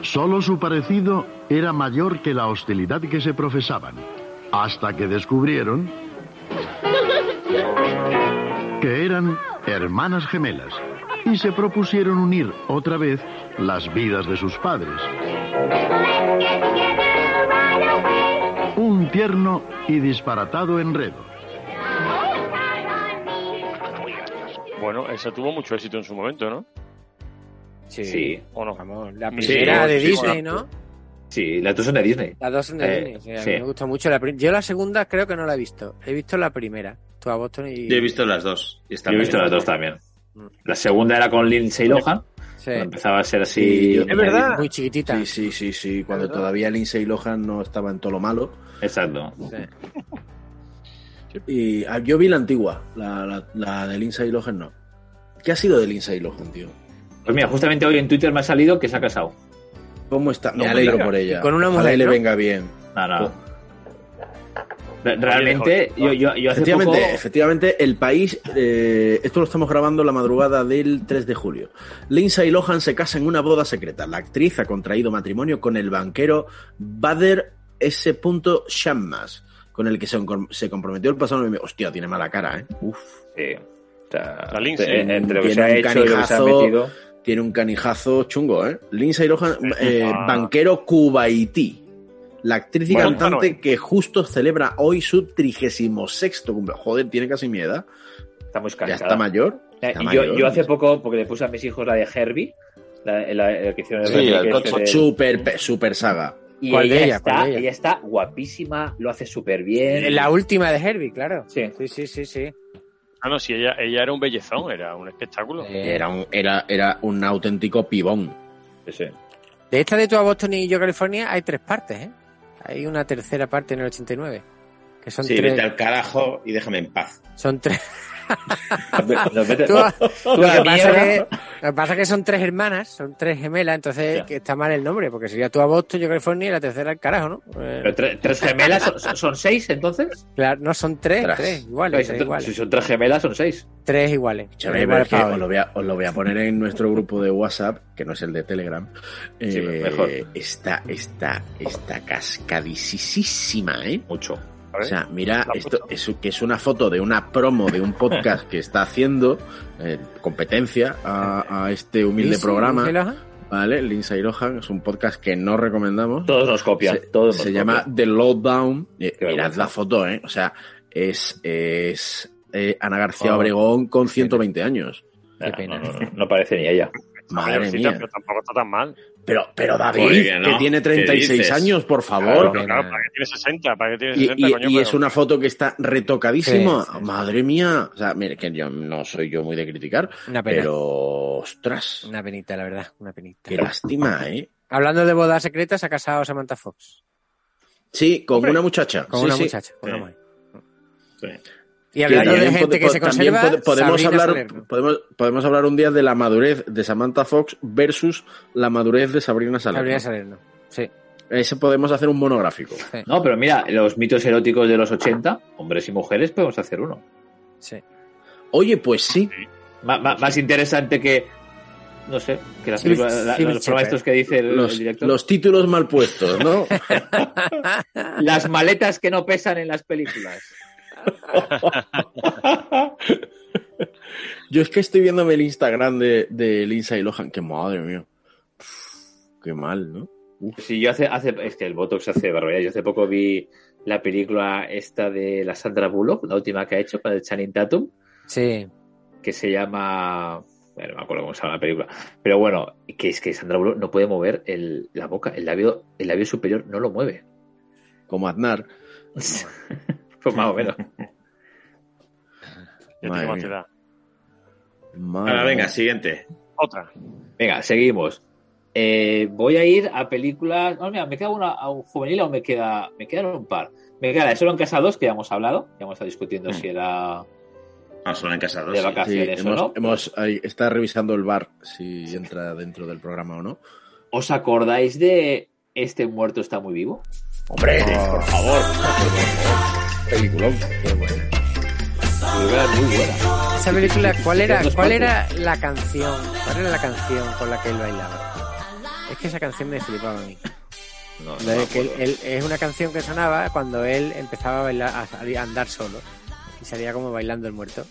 Speaker 7: Solo su parecido era mayor que la hostilidad que se profesaban, hasta que descubrieron que eran hermanas gemelas y se propusieron unir otra vez las vidas de sus padres. Un tierno y disparatado enredo.
Speaker 2: Bueno, esa tuvo mucho éxito en su momento, ¿no?
Speaker 4: Sí.
Speaker 5: Sí.
Speaker 2: ¿O no?
Speaker 4: la
Speaker 2: Sí,
Speaker 4: primera de
Speaker 2: sí,
Speaker 4: Disney,
Speaker 2: bueno.
Speaker 4: ¿no?
Speaker 5: Sí, las dos son de Disney.
Speaker 4: Las dos son de
Speaker 5: Eh,
Speaker 4: Disney. sí, a
Speaker 5: sí.
Speaker 4: mí me gustó mucho. La prim- Yo la segunda creo que no la he visto. He visto la primera. Tú a Boston y...
Speaker 6: Yo he visto las dos. y
Speaker 5: Yo
Speaker 6: están
Speaker 5: he visto
Speaker 6: bien.
Speaker 5: las dos también. Mm. La segunda era con Lindsay Lohan.
Speaker 4: Sí.
Speaker 5: cuando Empezaba a ser
Speaker 1: Sí,
Speaker 5: así.
Speaker 1: yo-
Speaker 4: Muy chiquitita.
Speaker 1: Sí, sí, sí, sí. Cuando
Speaker 4: ¿Verdad?
Speaker 1: todavía Lindsay Lohan no estaba en todo lo malo.
Speaker 5: Exacto.
Speaker 1: Y ah, yo vi la antigua, la, la, la de Lindsay Lohan no. ¿Qué ha sido de Lindsay Lohan, tío?
Speaker 5: Pues mira, justamente hoy en Twitter me ha salido que se ha casado.
Speaker 1: ¿Cómo está? Me
Speaker 5: No me
Speaker 1: alegro
Speaker 5: digas.
Speaker 1: por ella.
Speaker 5: Y con una
Speaker 1: Ojalá
Speaker 5: mujer,
Speaker 1: y le
Speaker 5: ¿no?
Speaker 1: venga bien.
Speaker 5: No,
Speaker 1: Pues,
Speaker 5: no. Re- Realmente, yo, yo, yo hace
Speaker 1: efectivamente,
Speaker 5: poco.
Speaker 1: efectivamente, el país, eh, esto lo estamos grabando la madrugada del 3 de julio. Lindsay Lohan se casa en una boda secreta. La actriz ha contraído matrimonio con el banquero Bader S. Shammas, con el que se, se comprometió el pasado mes. Hostia, tiene mala cara, ¿eh? Uf.
Speaker 5: Sí. O sea,
Speaker 2: La Lindsay.
Speaker 5: en- entre lo que se
Speaker 1: Tiene
Speaker 5: ha
Speaker 1: un
Speaker 5: hecho y lo que se ha
Speaker 1: canijazo.
Speaker 5: metido.
Speaker 1: Tiene un canijazo chungo, ¿eh? Lindsay Lohan, eh,
Speaker 5: Ah.
Speaker 1: banquero cubaití. La actriz y
Speaker 2: Bueno,
Speaker 1: cantante
Speaker 2: bueno.
Speaker 1: que justo celebra hoy su 36 cumpleaños. Joder, tiene casi mi edad.
Speaker 5: Está muy
Speaker 1: Ya
Speaker 5: cansada.
Speaker 1: está mayor.
Speaker 5: Eh,
Speaker 1: Está
Speaker 5: y yo,
Speaker 1: mayor.
Speaker 5: yo hace poco, porque le puse a mis hijos la de Herbie, la, la- la que hicieron el
Speaker 1: Sí,
Speaker 5: remake
Speaker 1: el
Speaker 5: este
Speaker 1: coche.
Speaker 5: de-
Speaker 1: Super, pe- super saga.
Speaker 5: Y
Speaker 4: ¿Cuál
Speaker 5: ella,
Speaker 4: de ella?
Speaker 5: está,
Speaker 4: ¿Cuál de ella?
Speaker 5: ella está
Speaker 4: Eh,
Speaker 5: guapísima, lo hace súper bien.
Speaker 4: La última de Herbie, claro.
Speaker 5: Sí.
Speaker 4: Sí, sí, sí, sí.
Speaker 2: Ah, no, sí, ella, ella era un bellezón, era un espectáculo.
Speaker 1: Era un, era, era un auténtico pibón.
Speaker 6: Ese.
Speaker 4: De esta de toda Boston y yo, California, hay tres partes, ¿eh? Hay una tercera parte en el 89. Que son
Speaker 6: Sí,
Speaker 4: tres.
Speaker 6: vete al carajo y déjame en paz.
Speaker 4: Son tres.
Speaker 6: Lo vete-
Speaker 4: Tú-
Speaker 6: tú
Speaker 4: lo,
Speaker 6: a la
Speaker 4: que pasa
Speaker 6: mierda.
Speaker 4: que, lo que pasa que son tres hermanas, son tres gemelas, entonces que está mal el nombre, porque sería tú a Boston, yo California y la tercera al carajo, ¿no? Eh,
Speaker 5: Pero tre- tres gemelas son- son, son seis, entonces.
Speaker 4: claro, no son tres,
Speaker 1: Tras.
Speaker 4: tres
Speaker 5: Oye,
Speaker 4: iguales,
Speaker 5: si
Speaker 4: tres
Speaker 5: son-
Speaker 4: iguales.
Speaker 5: si son tres gemelas, son seis.
Speaker 4: Tres iguales.
Speaker 1: Escúchame,
Speaker 4: Tres
Speaker 1: pero
Speaker 4: iguales
Speaker 1: es que
Speaker 4: para hoy.
Speaker 1: os lo, voy a, os lo voy a poner en nuestro grupo de WhatsApp, que no es el de Telegram.
Speaker 6: Sí,
Speaker 1: Eh,
Speaker 6: mejor.
Speaker 1: Está, está, está cascadisísima, ¿eh?
Speaker 6: Mucho.
Speaker 1: O sea, mira, esto es, que es una foto de una promo de un podcast que está haciendo eh, competencia a, a este humilde
Speaker 4: Lindsay-
Speaker 1: programa.
Speaker 4: Lindsay Lohan.
Speaker 1: ¿Vale? Lindsay Lohan es un podcast que no recomendamos.
Speaker 5: Todos nos copian. todos nos
Speaker 1: Se
Speaker 5: copian.
Speaker 1: llama The Lockdown. Eh,
Speaker 6: Qué
Speaker 1: mirad
Speaker 6: vergüenza.
Speaker 1: la foto, ¿eh? O sea, es, es eh, Ana García
Speaker 5: Oh.
Speaker 1: Obregón con 120 años.
Speaker 5: Ah, No, no, no, no parece ni ella.
Speaker 1: Madre
Speaker 2: Mayorcita,
Speaker 1: mía.
Speaker 2: pero tampoco está tan mal.
Speaker 1: Pero, pero David,
Speaker 6: Oye, que no.
Speaker 1: que tiene
Speaker 6: ¿Qué
Speaker 1: 36
Speaker 6: dices?
Speaker 1: años, por
Speaker 2: Claro,
Speaker 1: favor.
Speaker 2: pero claro, para que tiene 60, para que tiene
Speaker 1: Y,
Speaker 2: 60,
Speaker 1: y-
Speaker 2: coño,
Speaker 1: y
Speaker 2: pero-
Speaker 1: es una foto que está retocadísima.
Speaker 4: Sí, sí, sí.
Speaker 1: Madre mía. O sea, mire, que yo no soy yo muy de criticar,
Speaker 4: Una pena.
Speaker 1: pero ostras,
Speaker 4: Una penita, la verdad, una penita.
Speaker 1: qué lástima, ¿eh?
Speaker 4: Hablando de bodas secretas, se ha casado Samantha Fox.
Speaker 1: Sí, con
Speaker 6: Hombre.
Speaker 1: una muchacha.
Speaker 4: Con
Speaker 1: sí,
Speaker 4: una
Speaker 1: sí.
Speaker 4: muchacha, con
Speaker 6: Sí.
Speaker 4: una mujer.
Speaker 6: Sí.
Speaker 4: Y
Speaker 1: Que
Speaker 4: hablando de
Speaker 1: también
Speaker 4: gente
Speaker 1: pode-
Speaker 4: que se
Speaker 1: también
Speaker 4: conserva,
Speaker 1: pode- podemos
Speaker 4: Sabrina
Speaker 1: hablar,
Speaker 4: Salerno.
Speaker 1: podemos, podemos hablar un día de la madurez de Samantha Fox versus la madurez de Sabrina
Speaker 4: Sabrina
Speaker 1: Salerno.
Speaker 4: Salerno. Sí.
Speaker 1: Ese podemos hacer un monográfico.
Speaker 5: No, pero mira, los mitos eróticos de los 80, hombres y mujeres, podemos hacer uno.
Speaker 4: Sí.
Speaker 1: Oye, pues sí.
Speaker 5: Ma- ma- más interesante que. No sé, que las
Speaker 4: Sí,
Speaker 5: películas, la-
Speaker 4: sí,
Speaker 5: los
Speaker 4: sí,
Speaker 5: programas
Speaker 4: sí.
Speaker 5: estos que dice el, el
Speaker 1: Los,
Speaker 5: director.
Speaker 1: los títulos mal puestos, ¿no?
Speaker 5: Las maletas que no pesan en las películas.
Speaker 1: Yo es que estoy viéndome el Instagram de, de Lindsay Lohan, que madre mía. Uf, Qué mal, ¿no?
Speaker 5: Sí, yo hace, hace. Es que el Botox hace barbaridad. Yo hace poco vi la película esta de la Sandra Bullock, la última que ha hecho, para el Channing Tatum.
Speaker 4: Sí.
Speaker 5: que se llama. Bueno, no me acuerdo cómo se llama la película. Pero bueno, que es que Sandra Bullock no puede mover el, la boca, el labio, el labio superior no lo mueve.
Speaker 1: Como Aznar.
Speaker 5: Pues más o menos.
Speaker 2: Ya
Speaker 1: Madre
Speaker 2: tengo
Speaker 1: mía.
Speaker 2: ansiedad.
Speaker 1: Madre
Speaker 6: Ahora, venga,
Speaker 1: mía.
Speaker 6: siguiente.
Speaker 2: Otra.
Speaker 5: Venga, seguimos. Eh, voy a ir a películas. No, mira, me queda una a un juvenil o me queda. Me quedan un par. Me queda la de Solo en Casa 2, que ya hemos hablado. Ya hemos estado discutiendo
Speaker 4: Mm.
Speaker 5: si era
Speaker 6: Ah, solo en casa dos.
Speaker 5: de
Speaker 6: sí.
Speaker 1: Sí,
Speaker 5: vacaciones o
Speaker 1: hemos-
Speaker 5: no.
Speaker 1: hemos- ahí está revisando el bar si entra dentro del programa o no.
Speaker 5: ¿Os acordáis de Este muerto está muy vivo?
Speaker 1: ¡Hombre! Por favor. Peliculón.
Speaker 5: Muy buena, muy buena.
Speaker 4: Esa película, ¿cuál era,
Speaker 5: Los
Speaker 4: cuál
Speaker 5: patos.
Speaker 4: era la canción? ¿Cuál era la canción con la que él bailaba? Es que esa canción me flipaba a mí.
Speaker 6: No, no
Speaker 4: La
Speaker 6: me
Speaker 4: de que él-
Speaker 6: acuerdo.
Speaker 4: él- es una canción que sonaba cuando él empezaba a bailar, a, salir- a andar solo. Y salía como bailando el muerto.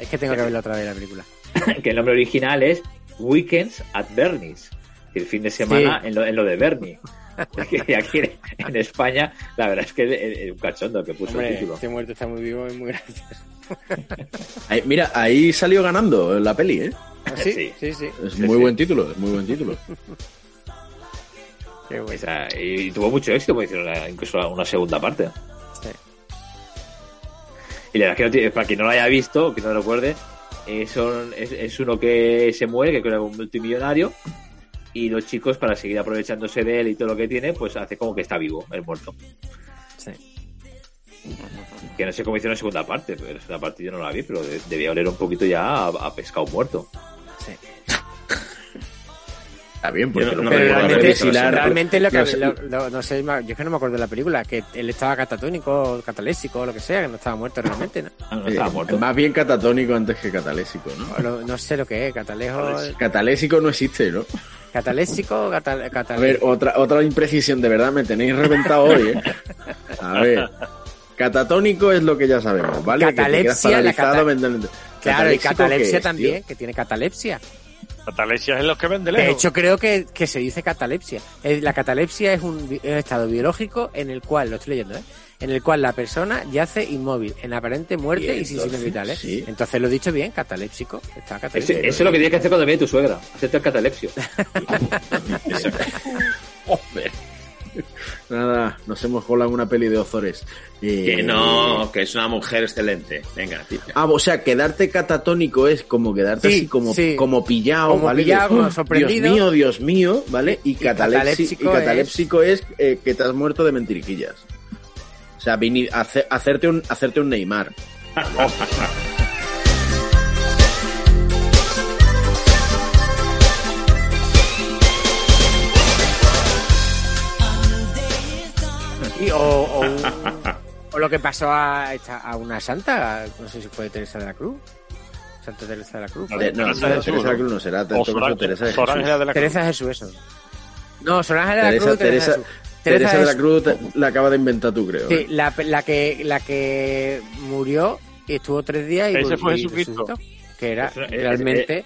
Speaker 4: Es que tengo que verla otra vez la película.
Speaker 5: que el nombre original es Weekends at Bernie's, el fin de semana en, lo, en lo de Bernie. Y aquí en, en España, la verdad es que es- es un cachondo que puso el
Speaker 4: Hombre,
Speaker 5: título.
Speaker 4: este muerto está muy vivo y muy gracioso.
Speaker 1: Ahí- mira, ahí salió ganando la peli, ¿eh?
Speaker 5: Sí,
Speaker 4: ¿Ah, Sí, sí, sí.
Speaker 1: Es
Speaker 5: Sí,
Speaker 1: muy
Speaker 5: sí.
Speaker 1: buen título, es muy buen título.
Speaker 4: Qué bueno.
Speaker 5: Esa- y tuvo mucho éxito, porque hicieron la- incluso una segunda parte.
Speaker 4: Sí.
Speaker 5: Y la verdad es que no tiene- para quien no lo haya visto, o que no lo recuerde, eh, son- es, es uno que se muere, que creo que es un multimillonario, y los chicos, para seguir aprovechándose de él y todo lo que tiene, pues hace como que está vivo, el muerto.
Speaker 4: Sí.
Speaker 5: Que no sé cómo hicieron la segunda parte, pero la segunda parte yo no la vi, pero de- debía oler un poquito ya a, a pescado muerto.
Speaker 4: sí.
Speaker 1: Está bien, porque
Speaker 6: Yo no-
Speaker 1: lo
Speaker 6: no
Speaker 1: que
Speaker 4: Pero
Speaker 6: me
Speaker 1: podemos
Speaker 6: acuerdo haber
Speaker 4: realmente,
Speaker 6: visto la
Speaker 1: destilar-
Speaker 6: segunda.
Speaker 4: realmente lo que
Speaker 1: los-
Speaker 4: lo- lo- no sé, ma- yo es que no me acuerdo de la película, que él estaba catatónico, o catalésico, o lo que sea, que no estaba muerto realmente, ¿no?
Speaker 5: Ah, no
Speaker 1: eh,
Speaker 5: estaba muerto.
Speaker 1: más bien catatónico antes que catalésico, ¿no?
Speaker 4: O lo- no sé lo que es, catalejo,
Speaker 1: Catalésico no existe, ¿no?
Speaker 4: catalésico, catal,
Speaker 1: A ver,
Speaker 4: catalésico.
Speaker 1: otra, otra imprecisión, de verdad, me tenéis reventado hoy, ¿eh? A ver. Catatónico es lo que ya sabemos, ¿vale? Que te quedas
Speaker 4: Catalepsia, la
Speaker 1: paralizado
Speaker 4: cata-
Speaker 1: mentalmente.
Speaker 4: Claro,
Speaker 1: ¿Catalépsico
Speaker 4: y
Speaker 1: qué
Speaker 4: catalepsia
Speaker 1: es,
Speaker 4: también,
Speaker 1: tío?
Speaker 4: que tiene catalepsia.
Speaker 2: Catalesias es los que venden
Speaker 4: De
Speaker 2: lejos.
Speaker 4: hecho, creo que, que se dice catalepsia. Eh, La catalepsia es un, bi- es un estado biológico en el cual, lo estoy leyendo, ¿eh? en el cual la persona yace inmóvil, en aparente muerte y,
Speaker 1: Y
Speaker 4: sin signos
Speaker 1: entonces,
Speaker 4: vitales.
Speaker 1: sí.
Speaker 4: Entonces lo he dicho bien, catalépsico. Está
Speaker 5: Ese-
Speaker 4: catalépsico.
Speaker 5: eso es lo que tienes que hacer cuando viene tu suegra, hacerte el catalepsio.
Speaker 1: Joder. Nada, nos hemos colado una peli de Ozores.
Speaker 6: Eh, que no, que es una mujer excelente. Venga, tira.
Speaker 1: Ah, o sea, quedarte catatónico es como quedarte
Speaker 4: Sí,
Speaker 1: así como,
Speaker 4: sí.
Speaker 1: como pillado,
Speaker 4: Como
Speaker 1: ¿vale?
Speaker 4: pillao, como
Speaker 1: Dios
Speaker 4: sorprendido.
Speaker 1: mío, Dios mío, ¿vale? Y, catalépsi- y
Speaker 4: catalépsico
Speaker 1: catalépsico es, eh, que te has muerto de mentiriquillas. O sea, vini- hace- hacerte, un, hacerte un Neymar.
Speaker 4: Y- o, o un- o lo que pasó a, esta- a una santa, a- no sé si fue Teresa de la Cruz. Santa Teresa de la Cruz.
Speaker 1: No,
Speaker 4: fue.
Speaker 1: no, Teresa de Teresa Jesús, de la Cruz no será, ¿no? tanto como Teresa de Jesús.
Speaker 4: Teresa Jesús, eso. No, Sor Ángela de la
Speaker 1: Teresa,
Speaker 4: Cruz. Teresa,
Speaker 1: Teresa,
Speaker 4: Jesús. Teresa
Speaker 1: Teresa de la
Speaker 4: Jesús.
Speaker 1: Cruz te- la acaba de inventar tú, creo.
Speaker 4: Sí,
Speaker 1: ¿eh?
Speaker 4: la, la que, la que murió y estuvo tres días y
Speaker 1: Ese fue
Speaker 4: y
Speaker 1: Jesucristo.
Speaker 4: resucitó, Que era
Speaker 1: Ese-
Speaker 5: eh,
Speaker 1: ese-
Speaker 4: realmente.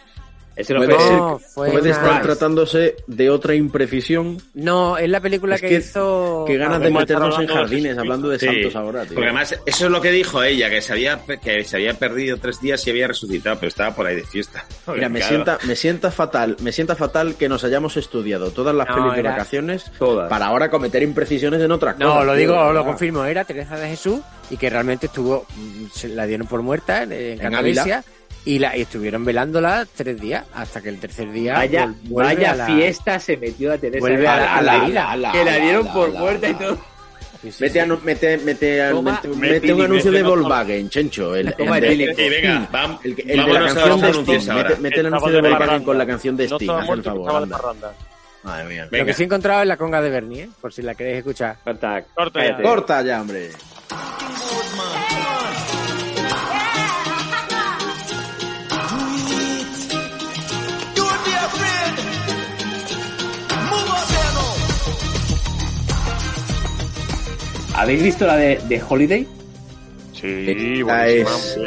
Speaker 5: Ese
Speaker 1: Puede, ser- puede
Speaker 4: una-
Speaker 1: estar tratándose de otra imprecisión.
Speaker 4: No, es la película
Speaker 1: Es
Speaker 4: que,
Speaker 1: que-
Speaker 4: hizo.
Speaker 1: que ganas de
Speaker 4: Ah,
Speaker 1: meternos en jardines hablando de
Speaker 6: Sí,
Speaker 1: santos ahora, tío.
Speaker 6: Porque además, eso es lo que dijo ella, que se había, que se había perdido tres días y había resucitado, pero estaba por ahí de fiesta.
Speaker 1: Mira, me
Speaker 6: Claro.
Speaker 1: sienta, me sienta fatal, me sienta fatal que nos hayamos estudiado todas las
Speaker 4: No,
Speaker 1: pelis de
Speaker 4: era-
Speaker 1: vacaciones para ahora cometer imprecisiones en otras cosas.
Speaker 4: No, lo
Speaker 1: tío, Ah.
Speaker 4: digo,
Speaker 1: de
Speaker 4: lo
Speaker 1: verdad.
Speaker 4: confirmo, era Teresa de Jesús y que realmente estuvo, mm, se la dieron por muerta en, en
Speaker 1: En
Speaker 4: Cataluña,
Speaker 1: Ávila.
Speaker 4: y, la, y estuvieron velándola tres días hasta que el tercer día
Speaker 5: Vaya,
Speaker 4: vol- vuelve
Speaker 5: vaya
Speaker 4: a la-
Speaker 5: fiesta se metió a Teresa
Speaker 4: vuelve a la- a la- a la-
Speaker 5: que la dieron
Speaker 4: a la-
Speaker 5: por
Speaker 4: a la-
Speaker 5: muerta y todo.
Speaker 1: Mete, anu- mete, mete, a-
Speaker 5: Toma,
Speaker 1: mete-
Speaker 5: metí,
Speaker 1: mete un
Speaker 5: metí,
Speaker 1: anuncio
Speaker 5: metí,
Speaker 1: de
Speaker 5: no, toma.
Speaker 1: Volkswagen, Chencho. El,
Speaker 5: Toma,
Speaker 1: el de-
Speaker 5: Billy,
Speaker 1: el
Speaker 5: sí, venga,
Speaker 6: vam-
Speaker 1: el que- el de la
Speaker 6: vámonos a
Speaker 1: canción
Speaker 6: los
Speaker 1: de
Speaker 6: anuncios
Speaker 1: Sting.
Speaker 6: ahora.
Speaker 1: Mete, mete el
Speaker 6: Estaba
Speaker 1: anuncio
Speaker 6: de
Speaker 1: de Volkswagen
Speaker 6: parranda.
Speaker 1: con la canción de
Speaker 6: No
Speaker 1: Sting.
Speaker 6: estaba
Speaker 1: haz el
Speaker 6: muerto,
Speaker 1: favor,
Speaker 6: estaba de
Speaker 1: anda.
Speaker 6: parranda.
Speaker 1: Madre mía.
Speaker 4: Lo que sí he encontrado es la conga de Bernie, ¿eh? por si la queréis escuchar.
Speaker 5: Corta,
Speaker 1: Corta ya. Corta ya, hombre.
Speaker 14: Don't be afraid. Move on, Zeno.
Speaker 5: ¿Habéis visto la de, de Holiday?
Speaker 2: Sí,
Speaker 4: Esta
Speaker 2: buenísima.
Speaker 4: es,
Speaker 2: eh,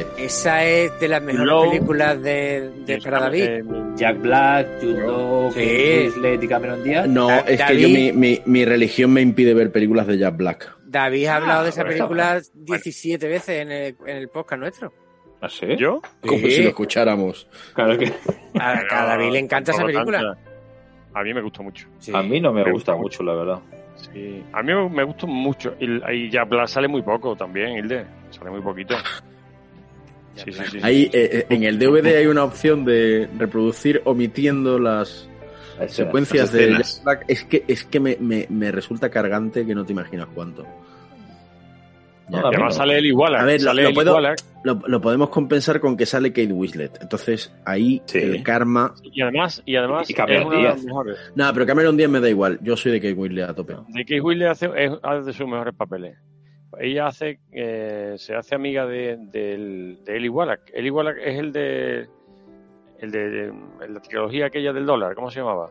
Speaker 1: eh,
Speaker 4: Esa es de las mejores
Speaker 5: Low.
Speaker 4: películas de, de para
Speaker 2: eh,
Speaker 4: David.
Speaker 5: Jack Black, Judo,
Speaker 4: Sí.
Speaker 5: Winslet y Cameron Díaz.
Speaker 1: No,
Speaker 4: Da-
Speaker 1: es que
Speaker 4: David-
Speaker 1: yo, mi, mi, mi religión me impide ver películas de Jack Black.
Speaker 4: David
Speaker 2: ah,
Speaker 4: ha hablado de esa
Speaker 5: bueno,
Speaker 4: película 17 veces en el, en el podcast nuestro.
Speaker 5: ¿Ah, sí?
Speaker 2: ¿Yo?
Speaker 1: Como
Speaker 4: Sí.
Speaker 1: si lo escucháramos.
Speaker 5: Claro que
Speaker 4: A, a David le encanta esa
Speaker 2: tampoco
Speaker 4: película.
Speaker 2: tanta. A mí me gustó mucho.
Speaker 5: a mí no me gusta mucho, la verdad.
Speaker 2: Sí. A mí me gustó mucho. Y, y ya Blas sale muy poco también, Hilde. Sale muy poquito.
Speaker 4: Ah.
Speaker 2: Sí, sí, sí.
Speaker 1: Ahí, eh, eh, en el DVD hay una opción de reproducir omitiendo las
Speaker 5: Escenas,
Speaker 1: secuencias
Speaker 5: las
Speaker 1: de
Speaker 5: escenas.
Speaker 1: Jack Black. Es que, es que me, me- me resulta cargante que no te imaginas cuánto.
Speaker 2: Y además sale él igual.
Speaker 1: A ver, lo,
Speaker 2: sale
Speaker 1: lo
Speaker 2: él
Speaker 1: puedo-
Speaker 2: igual, ¿eh?
Speaker 1: lo- lo podemos compensar con que sale Kate Winslet. Entonces ahí el karma.
Speaker 2: Y además, y además
Speaker 5: Y Cameron
Speaker 2: es una de las
Speaker 5: Díaz.
Speaker 2: mejores.
Speaker 1: Nada, pero Cameron 10 me da igual. Yo soy de Kate Winslet a tope.
Speaker 2: De Kate Winslet hace, es una de sus mejores papeles. Ella hace, eh, se hace amiga de, del- de Eli Wallach. Eli Wallach es el de, el de, de la trilogía aquella del dólar. ¿Cómo se llamaba?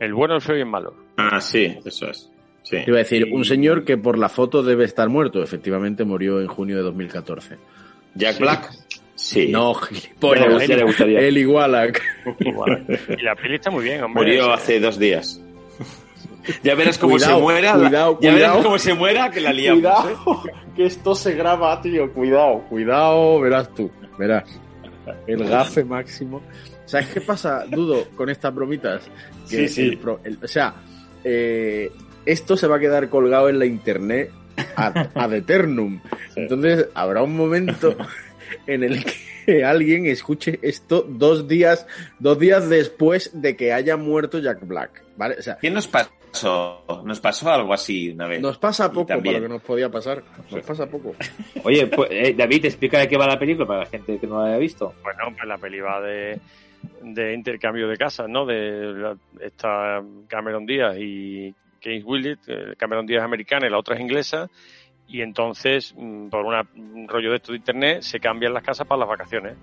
Speaker 2: El bueno, el feo y el malo.
Speaker 6: Ah, sí, eso es. Sí.
Speaker 1: Te iba a decir, un señor que por la foto debe estar muerto. Efectivamente murió en junio de 2014.
Speaker 6: Jack Black. Sí.
Speaker 1: No,
Speaker 6: Ya le
Speaker 1: gilipollas.
Speaker 6: gustaría, le gustaría.
Speaker 1: El Igualac.
Speaker 2: Igual. Y la peli está muy bien, hombre.
Speaker 6: Murió hace dos días. Ya verás cómo
Speaker 1: Cuidado,
Speaker 6: se muera. la-
Speaker 1: cuidado,
Speaker 6: ya verás
Speaker 1: cuidado.
Speaker 6: cómo se muera que la liamos. ¿eh?
Speaker 1: que esto se graba, tío. Cuidado, cuidado, verás tú. Verás. El gafe máximo. ¿Sabes qué pasa, Dudo, con estas bromitas?
Speaker 6: Sí, sí.
Speaker 1: el pro- el- o sea, eh, esto se va a quedar colgado en la internet ad, ad eternum. Entonces, habrá un momento en el que alguien escuche esto dos días, dos días después de que haya muerto Jack Black. ¿Vale? O sea,
Speaker 6: ¿Qué nos pasó? Nos pasó algo así una vez.
Speaker 1: nos pasa
Speaker 6: Y
Speaker 1: poco
Speaker 6: también.
Speaker 1: para lo que nos podía pasar. Nos pasa poco.
Speaker 5: Oye, pues, eh, David, explica de qué va la película para la gente que no la haya visto.
Speaker 2: Bueno, pues la peli va de, de intercambio de casas, ¿no? De la- esta Cameron Díaz y Kate Willett. eh, Cameron Díaz es americana y la otra es inglesa. Y entonces, mm, por una- un rollo de esto de internet, se cambian las casas para las vacaciones.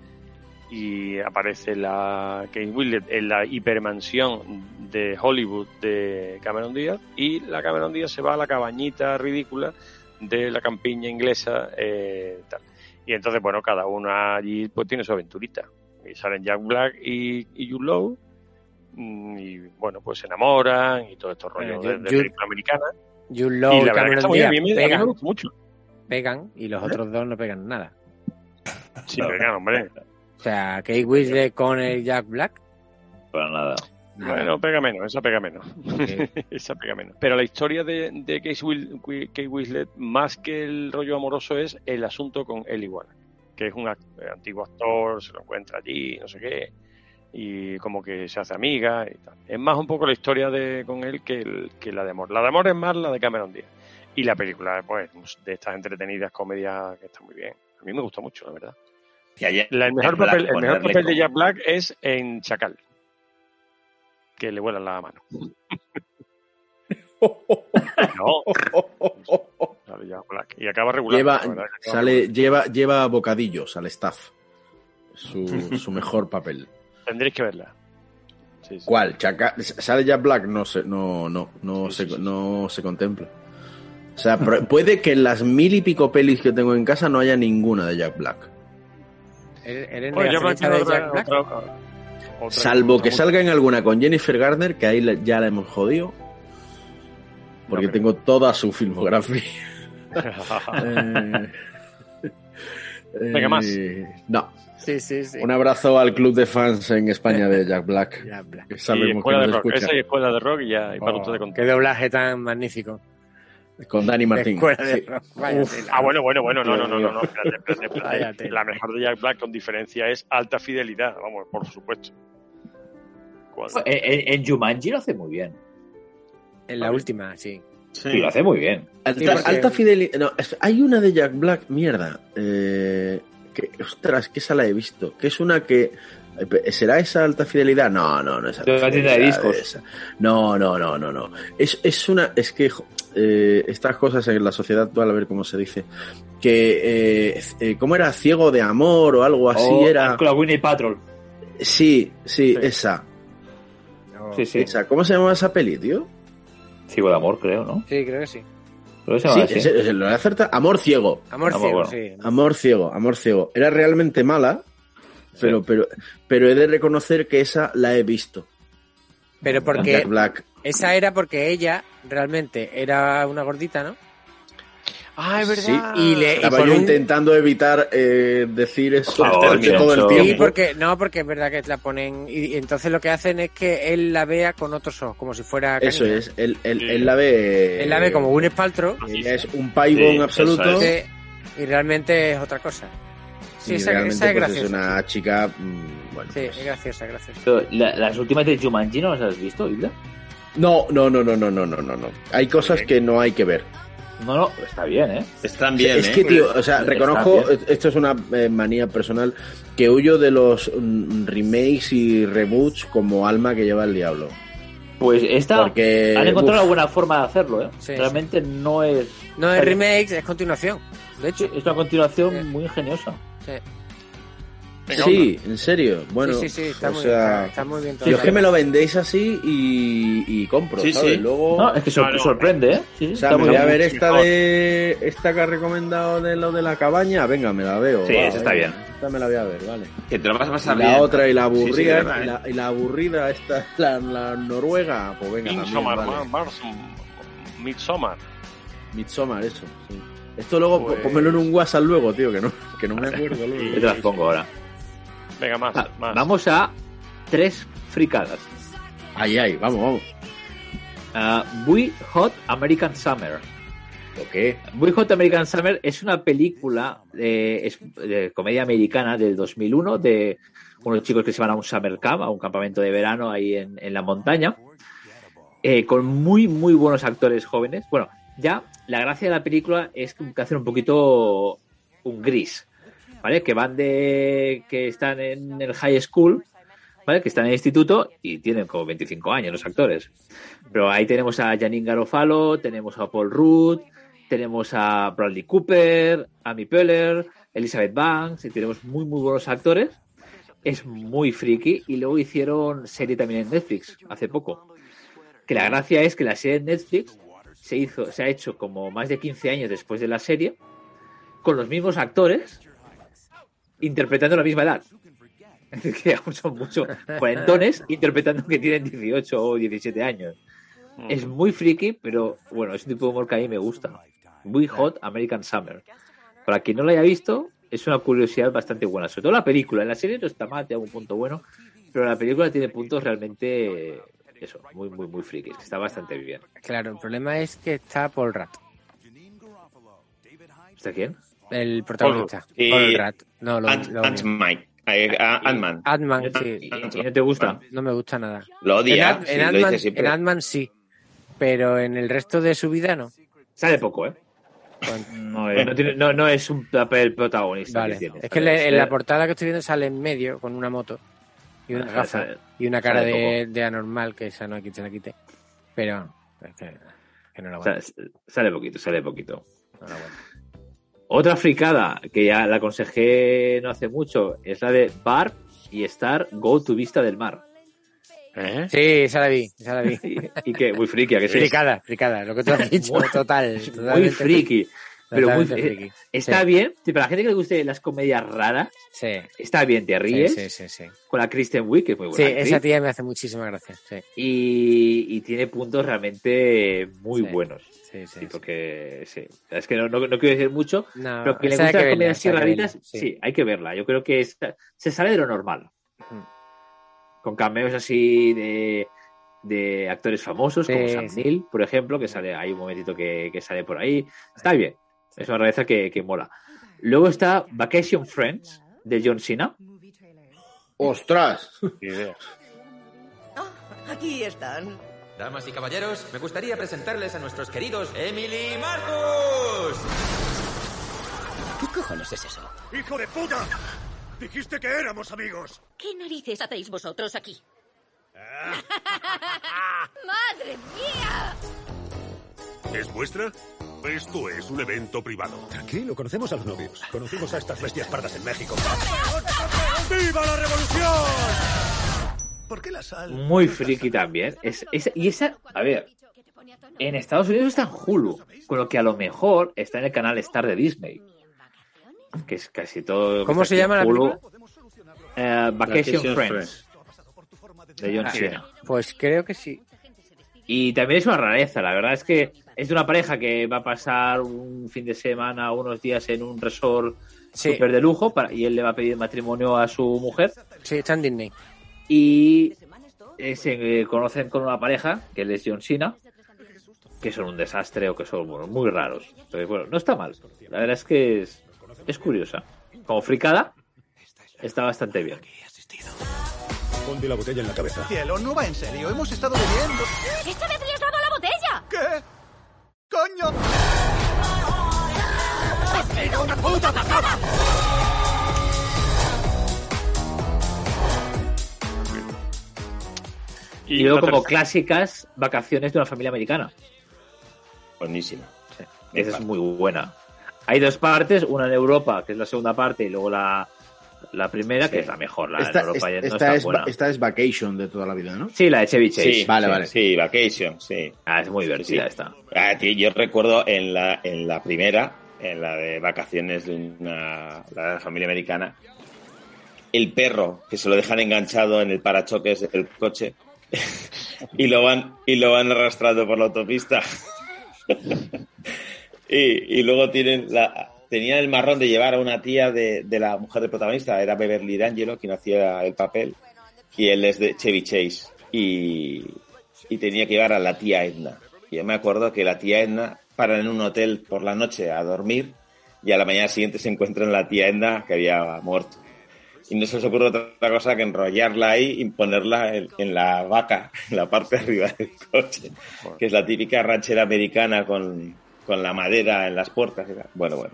Speaker 2: Y aparece la Kate Willett en la hipermansión de Hollywood de Cameron Díaz. Y la Cameron Díaz se va a la cabañita ridícula de la campiña inglesa. eh, tal. Y entonces, bueno, cada uno allí pues tiene su aventurita. Y salen Jack Black y, y Jude Law, mm, Y bueno, pues se enamoran y todo estos rollos
Speaker 4: Bueno,
Speaker 2: de,
Speaker 4: Jude-
Speaker 2: de
Speaker 4: Jude-
Speaker 2: película americana.
Speaker 4: You
Speaker 2: y
Speaker 4: Love
Speaker 2: la verdad que
Speaker 4: Cameron
Speaker 2: está muy bien. ¿Eh? A
Speaker 4: Díaz.
Speaker 2: mí me- a mí me
Speaker 4: Pegan,
Speaker 2: gusta mucho.
Speaker 4: pegan y los otros dos no pegan nada.
Speaker 2: Sí, pero claro, hombre.
Speaker 4: O sea, Kate Winslet con el Jack Black.
Speaker 5: Para nada.
Speaker 2: Bueno, pega menos, esa pega menos. Okay. esa pega menos. Pero la historia de, de Kate, Will, Kate Winslet, más que el rollo amoroso, es el asunto con Eli Wallach, que es un act eh, antiguo actor, se lo encuentra allí, no sé qué, y como que se hace amiga y tal. Es más un poco la historia de con él que, el, que la de amor. La de amor es más la de Cameron Díaz. Y la película, pues, de estas entretenidas comedias que está muy bien. A mí me gustó mucho, la verdad.
Speaker 6: Que
Speaker 2: la, el mejor, papel, Black, el mejor papel con... de Jack Black es en Chacal que le vuelan la mano. no. Sale ya Black. Y acaba regular.
Speaker 1: Lleva, sale, lleva, lleva bocadillos al staff. Su, su mejor papel.
Speaker 2: Tendréis que verla.
Speaker 1: Sí, sí. ¿Cuál? Chaca ¿Sale ya Black? No se, no, no, no, sí, se, no se contempla. O sea, puede que en las mil y pico pelis que tengo en casa no haya ninguna de Jack Black.
Speaker 4: ¿Eres
Speaker 2: Pues
Speaker 4: bueno, Jack Black de Jack Black? Otra,
Speaker 1: otra. Salvo que salga en alguna con Jennifer Garner, que ahí ya la hemos jodido. Porque no, tengo toda su filmografía.
Speaker 2: eh, Venga, más.
Speaker 1: Eh, No.
Speaker 4: Sí, sí, sí.
Speaker 1: Un abrazo al club de fans en España de Jack Black.
Speaker 4: Jack Black.
Speaker 1: Que sabemos
Speaker 2: escuela
Speaker 1: que
Speaker 2: de rock. Esa y escuela de rock y ya. Y para oh,
Speaker 4: qué doblaje tan magnífico.
Speaker 1: Con Dani Martín.
Speaker 4: Sí.
Speaker 2: Ah, bueno, bueno, bueno, no, no, no, no, no. Espérate, espérate, espérate. La mejor de Jack Black con diferencia es alta fidelidad, vamos, por supuesto.
Speaker 5: En, Eh, en, Jumanji lo hace muy bien.
Speaker 4: En la última, sí.
Speaker 5: sí. Sí, lo hace muy bien.
Speaker 1: Alta, sí, porque... alta fidelidad. No, hay una de Jack Black, mierda. Eh, que, ostras, que esa la he visto. Que es una que eh, ¿Será esa alta fidelidad? No, no, no es alta
Speaker 5: la tienda de discos. Esa.
Speaker 1: No, no, no, no, no. Es, es una, es que eh, estas cosas en la sociedad actual, a ver cómo se dice, que eh, eh, ¿cómo era? Ciego de amor o algo así
Speaker 5: oh,
Speaker 1: era.
Speaker 5: Con la Winnie Patrol.
Speaker 1: Sí, sí, sí. esa.
Speaker 5: No. Sí, sí.
Speaker 1: Esa. ¿Cómo se llamaba esa peli, tío?
Speaker 5: Ciego de amor, creo, ¿no?
Speaker 4: Sí, creo que sí.
Speaker 1: Sí, ese, ese, lo he acertado. Amor ciego.
Speaker 4: Amor, amor ciego, bueno. sí.
Speaker 1: Amor ciego, amor ciego. Era realmente mala, pero, pero, pero he de reconocer que esa la he visto.
Speaker 4: Pero porque Black, Black. esa era porque ella realmente era una gordita, ¿no?
Speaker 2: Ah, es verdad.
Speaker 1: Sí. Y le, Estaba y yo un... intentando evitar eh, decir eso
Speaker 6: favor,
Speaker 1: todo, todo el tiempo.
Speaker 4: Sí, porque, no, porque es verdad que la ponen. Y, y, entonces lo que hacen es que él la vea con otros ojos, como si fuera.
Speaker 1: Canina. Eso es, eh, él, él, sí. él, la ve.
Speaker 4: Él la ve como un espaltro.
Speaker 1: Ella eh, es un paibón absoluto.
Speaker 4: Es. Y realmente es otra cosa. Sí,
Speaker 1: y
Speaker 4: esa,
Speaker 1: realmente,
Speaker 4: esa es,
Speaker 1: pues,
Speaker 4: graciosa.
Speaker 1: es una chica. Bueno,
Speaker 4: sí,
Speaker 1: pues...
Speaker 4: es graciosa, graciosa.
Speaker 5: Pero, ¿la, las últimas de Jumanji no las has visto, Hilda.
Speaker 1: No, no, no, no, no, no, no, no. Hay cosas que no hay que ver.
Speaker 5: No, no, está bien, ¿eh? Pues,
Speaker 6: Están bien.
Speaker 1: Es
Speaker 6: ¿eh?
Speaker 1: que, tío, o sea, reconozco, esto es una eh, manía personal, que huyo de los mm, remakes y reboots como alma que lleva el diablo.
Speaker 5: Pues esta Porque, han encontrado una buena forma de hacerlo, ¿eh? Sí, Realmente sí. no es.
Speaker 4: No es remakes, es continuación. De hecho,
Speaker 5: es una continuación sí. muy ingeniosa.
Speaker 4: Sí.
Speaker 1: Sí, en serio. Bueno,
Speaker 4: sí, sí, sí está, muy, sea, bien, está, muy bien,
Speaker 1: todo Yo es que me lo vendéis así y, y compro,
Speaker 5: sí,
Speaker 1: ¿sabes?
Speaker 5: Sí.
Speaker 1: Luego...
Speaker 5: No, es que sor sorprende, ¿eh? Sí,
Speaker 1: o sea, me voy a ver esta, de, esta que ha recomendado de lo de la cabaña. Venga, me la veo.
Speaker 5: Sí,
Speaker 1: va,
Speaker 5: esa está
Speaker 1: venga.
Speaker 5: bien.
Speaker 1: Esta me la voy a ver, vale.
Speaker 6: Que te lo vas a pasar
Speaker 1: y la
Speaker 6: bien.
Speaker 1: otra y la aburrida, verdad,
Speaker 5: ¿eh?
Speaker 1: y, la, y, la, aburrida esta, la, la noruega, pues venga
Speaker 2: Midsommar,
Speaker 1: también,
Speaker 2: vale. Mars, mm, Midsommar.
Speaker 1: Midsommar, eso, sí. Esto luego, pues... pónmelo en un WhatsApp luego, tío, que no, que no me acuerdo luego.
Speaker 5: Yo te las pongo ahora.
Speaker 2: Venga, más,
Speaker 5: Va,
Speaker 2: más.
Speaker 5: Vamos a tres fricadas.
Speaker 1: Ay, ay, vamos,
Speaker 5: vamos. Uh, We Hot American Summer.
Speaker 1: ¿Lo qué?
Speaker 5: We Hot American Summer es una película de, es, de, comedia americana del 2001 de unos chicos que se van a un summer camp, a un campamento de verano ahí en, en la montaña, eh, con muy, muy buenos actores jóvenes. Bueno, ya la gracia de la película es que hacen un poquito un gris. ¿vale? Que van de. que están en el high school, ¿vale? Que están en el instituto y tienen como 25 años los actores. Pero ahí tenemos a Janine Garofalo, tenemos a Paul Rudd, tenemos a Bradley Cooper, Amy Peller, Elizabeth Banks, y tenemos muy, muy buenos actores. Es muy friki y luego hicieron serie también en Netflix hace poco. Que la gracia es que la serie en Netflix se hizo, se ha hecho como más de 15 años después de la serie, con los mismos actores, interpretando la misma edad. Es decir, que aún son muchos cuarentones interpretando que tienen 18 o 17 años.
Speaker 2: Mm.
Speaker 5: Es muy friki, pero bueno, es un tipo de humor que a mí me gusta. Muy hot American Summer. Para quien no lo haya visto, es una curiosidad bastante buena. Sobre todo la película. En la serie no está mal, tiene un punto bueno. Pero la película tiene puntos realmente. Eso, muy, muy, muy frikis. Está bastante bien.
Speaker 4: Claro, el problema es que está Paul Rat.
Speaker 5: ¿Está quién?
Speaker 4: El protagonista. Paul,
Speaker 6: y...
Speaker 4: Paul Rat.
Speaker 6: No, lo, Ant, lo Ant Mike. Ant-Man.
Speaker 4: Ant-Man, sí.
Speaker 5: ¿Y no te gusta?
Speaker 4: No me gusta nada.
Speaker 6: Lo odia.
Speaker 4: En Ant-Man sí, Ant sí, pero en el resto de su vida no.
Speaker 5: Sale poco, ¿eh? No, no, tiene, no, no, es un papel protagonista.
Speaker 4: eh. Vale. Que es que le, en la portada que estoy viendo sale en medio con una moto y una gafa y una cara de, de, anormal que esa no hay que se la quite. Pero es que, que no la
Speaker 5: sale, sale poquito, sale poquito. No la Otra fricada que ya la aconsejé no hace mucho es la de Barb y Star Go to Vista del Mar.
Speaker 4: ¿Eh? Sí, esa la vi, esa la vi.
Speaker 5: y que muy friki, ¿a que sí?
Speaker 4: Fricada, fricada, lo que tú has dicho, total.
Speaker 5: Muy friki. Pero muy, friki. está sí. bien, para la gente que le guste las comedias raras,
Speaker 4: sí.
Speaker 5: está bien, te ríes.
Speaker 4: Sí, sí, sí, sí.
Speaker 5: Con la Kristen Wiig, que es muy buena.
Speaker 4: Sí, actriz. esa tía me hace muchísima gracia. Sí.
Speaker 5: Y, y, tiene puntos realmente muy buenos. Sí, sí, Porque, sí. Es que no, no, no quiero decir mucho, no, pero que le gustan las verla, comedias así raritas, sí. hay que verla. Yo creo que es, se sale de lo normal. Mm con cameos así de, de actores famosos, sí, como Sam sí. Neill, por ejemplo, que sale, hay un momentito que, que sale por ahí. Está bien, es una rareza que, que, mola. Luego está Vacation Friends de John Cena.
Speaker 1: ¡Ostras!
Speaker 13: Ah,
Speaker 8: Aquí están.
Speaker 10: Damas y caballeros, me gustaría presentarles a nuestros queridos Emily y Marcus.
Speaker 8: ¿Qué cojones es eso?
Speaker 23: ¡Hijo de puta! Dijiste que éramos amigos.
Speaker 8: ¿Qué narices hacéis vosotros aquí?
Speaker 10: ¡Madre
Speaker 8: mía!
Speaker 23: ¿Es vuestra? Esto es un evento privado.
Speaker 24: Tranquilo, conocemos a los novios.
Speaker 23: Conocimos a estas bestias pardas en México. ¡Viva la revolución!
Speaker 24: ¿Por qué la sal?
Speaker 5: Muy friki también. Es, es, y esa, a ver, en Estados Unidos está en Hulu, con lo que a lo mejor está en el canal Star de Disney que es casi todo.
Speaker 4: ¿Cómo se llama culo? la
Speaker 5: película? Uh, Vacation, Vacation Friends. Friends. De John ah, Cena.
Speaker 4: Pues creo que sí.
Speaker 5: Y también es una rareza, la verdad es que es de una pareja que va a pasar un fin de semana, unos días en un resort sí. super de lujo para, y él le va a pedir matrimonio a su mujer.
Speaker 4: Sí, está en Disney.
Speaker 5: Y se conocen con una pareja que él es John Cena que son un desastre o que son bueno, muy raros. Entonces, bueno, no está mal. La verdad es que es, es curiosa. Como fricada, está bastante bien.
Speaker 24: Ponte la botella en la cabeza.
Speaker 23: Cielo, no va en serio. Hemos estado bebiendo.
Speaker 8: ¡Esta vez le has dado la botella!
Speaker 23: ¿Qué? ¡Coño! ¡Has sido una puta pasada!
Speaker 5: Y luego como clásicas vacaciones de una familia americana.
Speaker 6: Buenísima.
Speaker 5: Sí. Esa es muy buena hay dos partes, una en Europa, que es la segunda parte, y luego la, la primera, sí. que es la mejor, la
Speaker 1: esta,
Speaker 5: en
Speaker 1: esta,
Speaker 5: Europa ya no
Speaker 1: esta
Speaker 5: está
Speaker 1: es,
Speaker 5: buena.
Speaker 1: Esta es Vacation de toda la vida, ¿no?
Speaker 5: Sí, la de Chevy Chase.
Speaker 6: Sí,
Speaker 1: vale, vale.
Speaker 6: Sí, Vacation, sí.
Speaker 5: Ah, es muy divertida
Speaker 6: sí.
Speaker 5: esta.
Speaker 6: Ah, tío, yo recuerdo en la, en la primera, en la de vacaciones de una la familia americana, el perro, que se lo dejan enganchado en el parachoques del coche y lo van y lo van arrastrando por la autopista. Y, y, luego tienen la, tenían el marrón de llevar a una tía de, de la mujer del protagonista, era Beverly D'Angelo quien hacía el papel, y él es de Chevy Chase, y, y, tenía que llevar a la tía Edna. Y yo me acuerdo que la tía Edna para en un hotel por la noche a dormir, y a la mañana siguiente se encuentran la tía Edna que había muerto. Y no se les ocurre otra cosa que enrollarla ahí y ponerla en, en la vaca, en la parte de arriba del coche, que es la típica ranchera americana con, con la madera en las puertas. Bueno, bueno.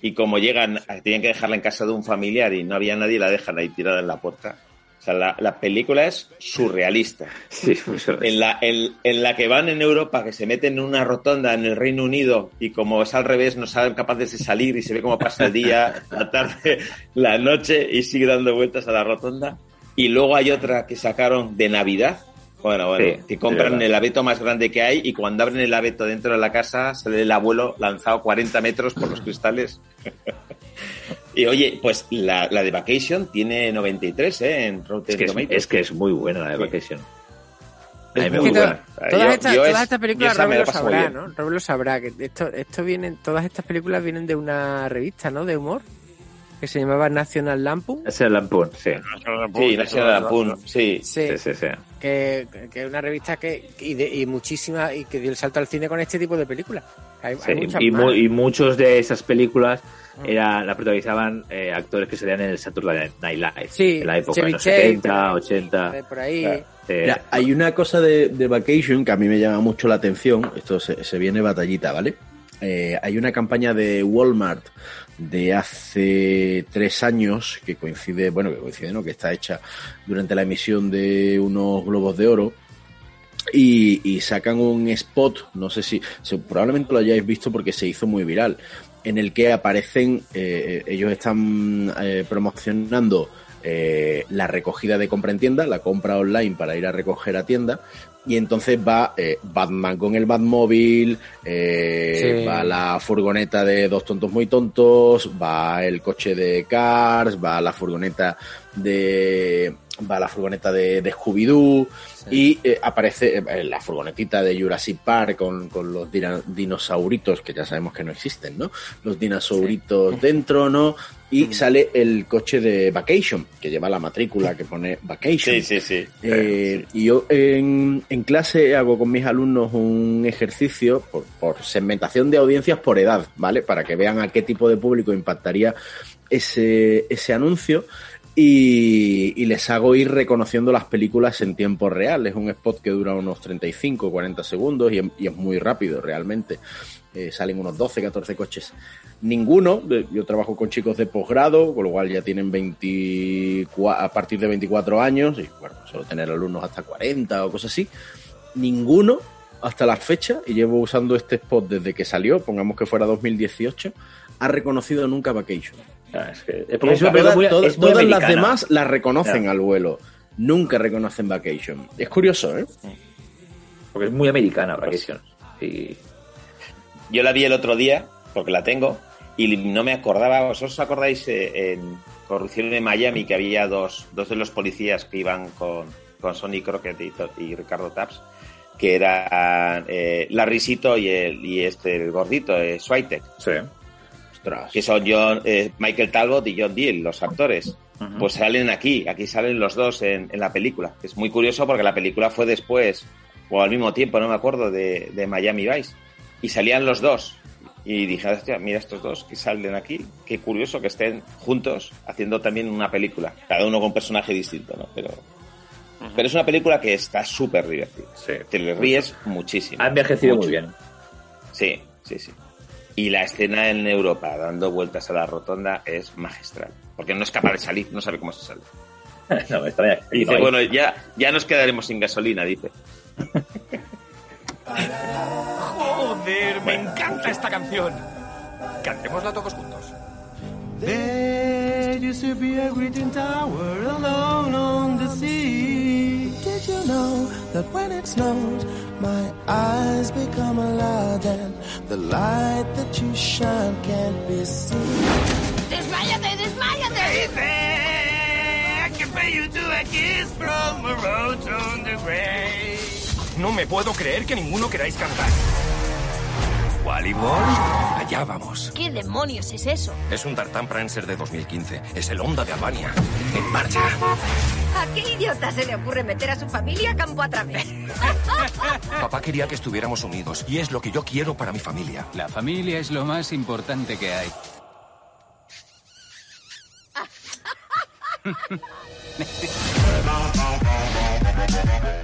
Speaker 6: Y como llegan, tienen que dejarla en casa de un familiar y no había nadie, la dejan ahí tirada en la puerta. O sea, la, la película es surrealista.
Speaker 5: Sí, pues, es muy surrealista.
Speaker 6: En, la, en, en, la que van en Europa, que se meten en una rotonda en el Reino Unido y como es al revés, no saben capaces de salir y se ve cómo pasa el día, la tarde, la noche y sigue dando vueltas a la rotonda. Y luego hay otra que sacaron de Navidad, bueno, bueno, sí, que compran el abeto más grande que hay y cuando abren el abeto dentro de la casa sale el abuelo lanzado 40 metros por los cristales. y oye, pues la, la, de Vacation tiene 93 ¿eh? en Rotten
Speaker 5: es que
Speaker 6: Tomatoes.
Speaker 5: Es, es, que es muy buena la de Vacation.
Speaker 6: Es
Speaker 4: muy buena. Todas estas esta películas, Robert lo sabrá, ¿no? Robert lo sabrá, que esto, esto vienen, todas estas películas vienen de una revista, ¿no? De humor. que se llamaba National Lampoon.
Speaker 5: National Lampoon, sí.
Speaker 6: Sí, National Lampoon, sí.
Speaker 4: Sí, sí, sí. Que, que es una revista que y, de, y muchísima y que dio el salto al cine con este tipo de películas. Hay,
Speaker 5: Sí,
Speaker 4: hay muchas
Speaker 5: y,
Speaker 4: más.
Speaker 5: mu- y muchos de esas películas era, la protagonizaban eh, actores que salían en el Saturday Night Live.
Speaker 4: Sí,
Speaker 5: en la época
Speaker 4: Chevy
Speaker 5: de los
Speaker 4: Chase,
Speaker 5: 70, 80.
Speaker 4: por ahí.
Speaker 5: claro, sí.
Speaker 1: Mira, hay una cosa de, de Vacation que a mí me llama mucho la atención. Esto se, se viene batallita, ¿vale? Eh, hay una campaña de Walmart de hace tres años que coincide, bueno, que coincide, ¿no? Que está hecha durante la emisión de unos globos de oro y, y sacan un spot, no sé si, se- probablemente lo hayáis visto porque se hizo muy viral, en el que aparecen, eh, ellos están eh, promocionando eh, la recogida de compra en tienda, la compra online para ir a recoger a tienda, y entonces va eh, Batman con el Batmóvil, eh,
Speaker 4: Sí.
Speaker 1: va la furgoneta de Dos Tontos Muy Tontos, va el coche de Cars, va la furgoneta de va la furgoneta de, de Scooby-Doo y eh, aparece eh, la furgonetita de Jurassic Park con, con los dira- dinosauritos que ya sabemos que no existen, ¿no? Los dinosauritos dentro, ¿no? Y
Speaker 6: Mm.
Speaker 1: sale el coche de Vacation, que lleva la matrícula que pone Vacation.
Speaker 6: Sí, sí, sí.
Speaker 1: Eh, Y yo en, en clase hago con mis alumnos un ejercicio por, por segmentación de audiencias por edad, ¿vale? Para que vean a qué tipo de público impactaría ese, ese anuncio. Y, y les hago ir reconociendo las películas en tiempo real. Es un spot que dura unos 35, 40 segundos y, es- y es muy rápido realmente. Eh, salen unos 12, 14 coches. Ninguno, de- yo trabajo con chicos de posgrado, con lo cual ya tienen 24, a partir de 24 años, y bueno, suelo tener alumnos hasta 40 o cosas así. Ninguno hasta la fecha, y llevo usando este spot desde que salió, pongamos que fuera 2018, ha reconocido nunca Vacation.
Speaker 5: Ah, es que- es porque
Speaker 1: Todas,
Speaker 5: es una película muy-
Speaker 1: todas-
Speaker 5: es muy
Speaker 1: todas las
Speaker 5: americana.
Speaker 1: demás las reconocen
Speaker 5: Ya.
Speaker 1: al vuelo. Nunca reconocen Vacation. Es curioso, ¿eh?
Speaker 5: Porque es muy americana, Vacation. Y
Speaker 6: Yo la vi el otro día, porque la tengo, y no me acordaba. ¿Vosotros os acordáis eh, en Corrupción de Miami que había dos, dos de los policías que iban con, con Sonny Crockett y, to- y Ricardo Taps? Que era eh, Larrysito y, el, y este, el gordito, eh, Swiatek.
Speaker 5: Sí.
Speaker 6: Que son John, eh, Michael Talbot y John Deal, los actores. Pues salen aquí, aquí salen los dos en, en la película. Es muy curioso porque la película fue después, o al mismo tiempo, no me acuerdo, de, de Miami Vice. Y salían los dos. Y dije, "Hostia, mira estos dos que salen aquí, qué curioso que estén juntos haciendo también una película. Cada uno con un personaje distinto, ¿no? Pero, pero es una película que está súper divertida. Te le ríes muchísimo.
Speaker 5: ha envejecido
Speaker 6: Mucho.
Speaker 5: muy bien.
Speaker 6: Sí, sí, sí. Y la escena en Europa dando vueltas a la rotonda es magistral. Porque no es capaz de salir, no sabe cómo se sale.
Speaker 5: no, me extraña.
Speaker 6: Y dice,
Speaker 5: No,
Speaker 6: bueno, ya, ya nos quedaremos sin gasolina, dice.
Speaker 10: Joder, me encanta esta canción. Cantémosla todos juntos.
Speaker 14: There used to be a greeting tower alone on the sea. Did you know that when it snows, my eyes become alive and the light that you shine can't be seen?
Speaker 17: ¡Desmáyate, desmáyate!
Speaker 10: No me puedo creer que ninguno queráis cantar. ¿Wally Allá vamos.
Speaker 8: ¿Qué demonios es eso?
Speaker 10: Es un tartán Prancer de 2015. Es el Honda de Albania. En marcha.
Speaker 8: ¿A qué idiota se le ocurre meter a su familia a campo a través?
Speaker 10: Papá quería que estuviéramos unidos y es lo que yo quiero para mi familia.
Speaker 12: La familia es lo más importante que hay.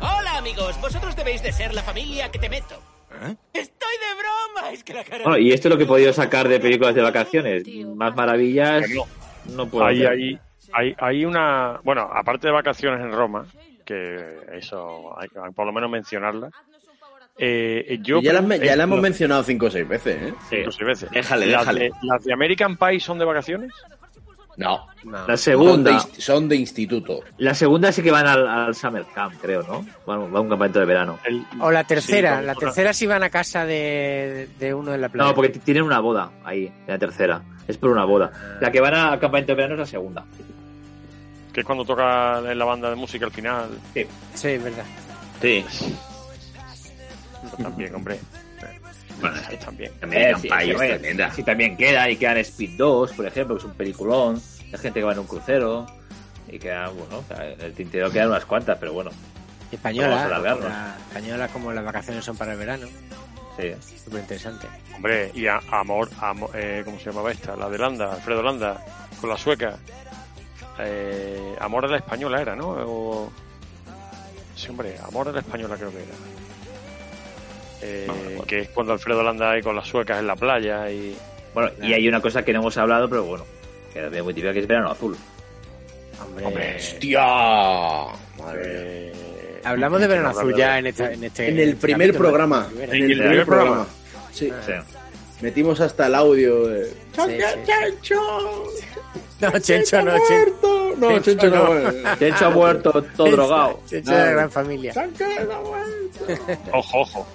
Speaker 15: Hola amigos, vosotros debéis de ser la familia que te meto. Estoy de broma, es que la cara...
Speaker 5: Bueno, y esto es lo que he podido sacar de películas de vacaciones. Más maravillas. No puedo.
Speaker 2: Hay,
Speaker 5: hacer.
Speaker 2: hay, hay, hay una. Bueno, aparte de vacaciones en Roma, que eso hay que por lo menos mencionarla. eh, eh, yo
Speaker 1: ya, las me- ya
Speaker 2: eh,
Speaker 1: la hemos
Speaker 2: lo-
Speaker 1: mencionado cinco o seis veces, ¿eh?
Speaker 2: cinco o seis veces.
Speaker 1: Déjale,
Speaker 2: las
Speaker 1: déjale.
Speaker 2: De, ¿Las de American Pie son de vacaciones?
Speaker 1: No.
Speaker 5: La segunda.
Speaker 1: Son de, inst- son de instituto.
Speaker 5: La segunda sí que van al, al Summer Camp, creo, ¿no? Bueno, va a un campamento de verano.
Speaker 4: O la tercera,
Speaker 5: Sí,
Speaker 4: la
Speaker 5: con-
Speaker 4: tercera si van a casa de, de uno en la playa.
Speaker 5: No, porque t- tienen una boda ahí, la tercera. Es por una boda. La que van al campamento de verano es la segunda.
Speaker 2: Que es cuando toca la banda de música al final.
Speaker 5: Sí,
Speaker 4: sí, es verdad.
Speaker 6: Sí.
Speaker 2: También, hombre.
Speaker 6: Bueno, es que
Speaker 2: país también.
Speaker 5: También Eh, sí, sí, también queda. Y quedan Speed 2, por ejemplo, que es un peliculón. La gente que va en un crucero. Y quedan, bueno, en el tintero quedan unas cuantas, pero bueno.
Speaker 4: Española, la, española como las vacaciones son para el verano. Sí, súper interesante.
Speaker 2: Hombre, y a, Amor, amor eh, ¿cómo se llamaba esta? La de Landa, Alfredo Landa, con la sueca. Eh, amor de la española era, ¿no? O... Sí, hombre, Amor de la española creo que era. Eh, no que es cuando Alfredo Landa ahí con las suecas en la playa y...
Speaker 5: Bueno, y hay una cosa que no hemos hablado, pero bueno, que también muy típica, que es verano azul.
Speaker 2: Hombre, hombre
Speaker 6: ¡Hostia! Madre
Speaker 4: mía. Eh, Hablamos de verano azul ya en, esta, en este.
Speaker 1: En el primer
Speaker 4: capítulo.
Speaker 1: programa.
Speaker 2: En el primer programa.
Speaker 1: Sí.
Speaker 5: Eh,
Speaker 1: Metimos hasta el audio de.
Speaker 4: Sí, sí. No, Chencho no, Chencho.
Speaker 1: No, Chencho no.
Speaker 5: Chencho ha muerto, todo drogado.
Speaker 4: Chencho de la gran familia.
Speaker 2: Ojo, ojo.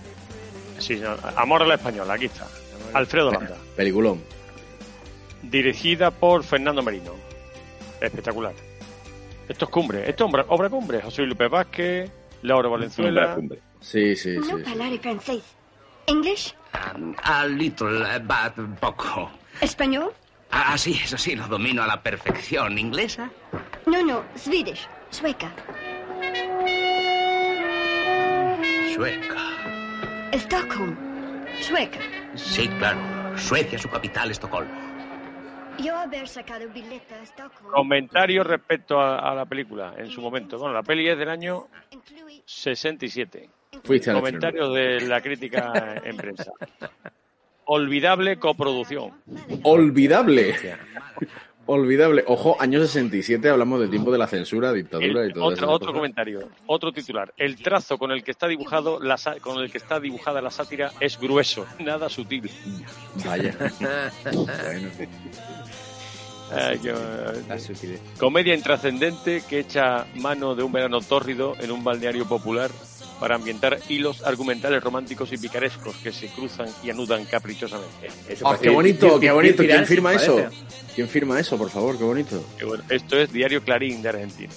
Speaker 2: Sí, no, Amor a la Española, aquí está. Alfredo Landa.
Speaker 1: Peliculón.
Speaker 2: Dirigida por Fernando Merino. Espectacular. Esto es cumbre, esto es obra, obra cumbre. José Lupe Vázquez, Laura Valenzuela.
Speaker 1: Sí, sí, sí.
Speaker 9: No
Speaker 1: sí.
Speaker 9: hablar francés. English?
Speaker 3: Um, a little, but poco.
Speaker 9: Español?
Speaker 3: Ah, sí, eso sí, lo domino a la perfección. ¿Inglesa?
Speaker 9: No, no, Swedish, sueca.
Speaker 3: Sueca.
Speaker 9: Stockholm, sueca.
Speaker 3: Sí, claro. Suecia, su capital, Estocolmo.
Speaker 9: Yo haber sacado billete a Stockholm.
Speaker 2: Comentario respecto a, a, la película en su momento. Bueno, la peli es del año 67.
Speaker 1: Fuiste a la
Speaker 2: Comentarios de la crítica en prensa. Olvidable coproducción.
Speaker 1: Olvidable. Olvidable. Ojo, año 67, hablamos del tiempo de la censura, dictadura
Speaker 2: El-
Speaker 1: y todo
Speaker 2: otro,
Speaker 1: eso.
Speaker 2: otro comentario, otro titular. El trazo con el que está dibujado la sa- con el que está dibujada la sátira es grueso, nada sutil.
Speaker 1: Vaya. bueno.
Speaker 2: Ay, qué- Comedia intrascendente que echa mano de un verano tórrido en un balneario popular para ambientar hilos argumentales románticos y picarescos que se cruzan y anudan caprichosamente.
Speaker 1: Ah, qué bonito, qué bonito. ¿Quién firma eso? ¿Quién firma eso, por favor? Qué bonito.
Speaker 2: Y bueno, esto es Diario Clarín de Argentina.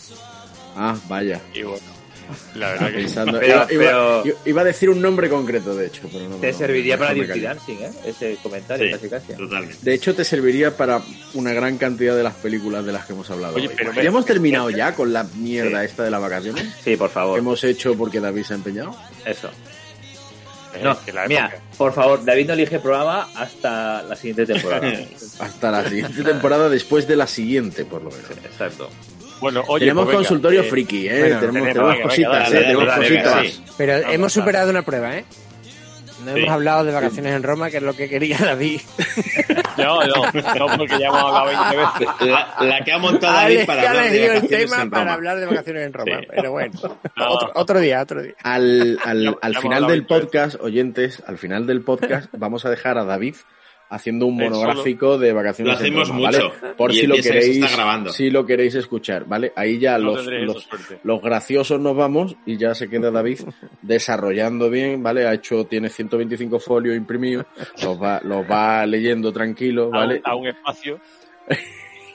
Speaker 1: Ah, vaya.
Speaker 2: Y bueno,
Speaker 1: Estaba
Speaker 2: la verdad que
Speaker 1: pensando-
Speaker 5: Pero-
Speaker 1: iba, iba-
Speaker 5: pero-
Speaker 1: iba a decir un nombre concreto, de hecho, pero no.
Speaker 5: Te
Speaker 1: no,
Speaker 5: serviría
Speaker 1: mejor
Speaker 5: para
Speaker 1: me
Speaker 5: Dirty
Speaker 1: callo.
Speaker 5: Dancing, ¿eh? Ese comentario, ¿eh? casi casi. Totalmente.
Speaker 1: De hecho, te serviría para una gran cantidad de las películas de las que hemos hablado.
Speaker 5: Oye,
Speaker 1: hoy.
Speaker 5: pero
Speaker 1: ¿Ya
Speaker 5: me-
Speaker 1: hemos terminado ya con la mierda esta de las vacaciones?
Speaker 5: Sí, por favor.
Speaker 1: que hemos hecho porque David se ha empeñado?
Speaker 5: Eso.
Speaker 2: Eh,
Speaker 5: No,
Speaker 2: que la
Speaker 5: mira,
Speaker 2: época.
Speaker 5: por favor, David no elige programa hasta la siguiente temporada.
Speaker 1: Hasta la siguiente temporada, después de la siguiente, por lo menos.
Speaker 5: Exacto.
Speaker 2: Bueno, oye,
Speaker 1: tenemos
Speaker 2: pues venga,
Speaker 1: consultorio
Speaker 2: eh,
Speaker 1: friki, ¿eh?
Speaker 2: bueno,
Speaker 1: tenemos,
Speaker 2: tenemos,
Speaker 1: tenemos
Speaker 2: venga,
Speaker 1: cositas,
Speaker 2: venga, dale,
Speaker 1: ¿eh? Tenemos
Speaker 2: dale, venga,
Speaker 1: cositas.
Speaker 2: sí.
Speaker 4: Pero
Speaker 2: Vamos
Speaker 4: hemos
Speaker 2: a-
Speaker 4: superado una prueba, ¿eh? No
Speaker 2: Sí.
Speaker 4: hemos hablado de vacaciones en Roma, que es lo que quería David.
Speaker 2: No, no, no, porque ya hemos hablado 20 veces.
Speaker 6: La, la que ha montado David
Speaker 4: Ale,
Speaker 6: para
Speaker 4: ya
Speaker 6: hablar
Speaker 4: les
Speaker 6: de
Speaker 4: dio el
Speaker 6: vacaciones
Speaker 4: tema
Speaker 6: en
Speaker 4: para
Speaker 6: Roma.
Speaker 4: hablar de vacaciones en Roma,
Speaker 6: Sí.
Speaker 4: pero bueno. Otro, otro día, otro día.
Speaker 1: Al, al-
Speaker 4: Ya- ya
Speaker 1: al
Speaker 4: hemos
Speaker 1: final
Speaker 4: hablado
Speaker 1: del
Speaker 4: mucho de
Speaker 1: podcast, oyentes, al final del podcast vamos a dejar a David haciendo un
Speaker 6: Eh, solo-
Speaker 1: monográfico de vacaciones.
Speaker 6: Lo
Speaker 1: en
Speaker 6: hacemos
Speaker 1: Roma, ¿vale?
Speaker 6: mucho.
Speaker 1: Por
Speaker 6: Y
Speaker 1: si lo
Speaker 6: empieza, eso está
Speaker 1: queréis,
Speaker 6: grabando.
Speaker 1: si lo queréis escuchar, ¿vale? Ahí ya
Speaker 2: No
Speaker 1: los,
Speaker 2: tendréis esa
Speaker 1: los,
Speaker 2: suerte.
Speaker 1: los graciosos nos vamos y ya se queda David desarrollando bien, ¿vale? Ha hecho, tiene 125 folios imprimidos, los va, los va leyendo tranquilo,
Speaker 2: A un-
Speaker 1: ¿vale?
Speaker 2: A, un, espacio.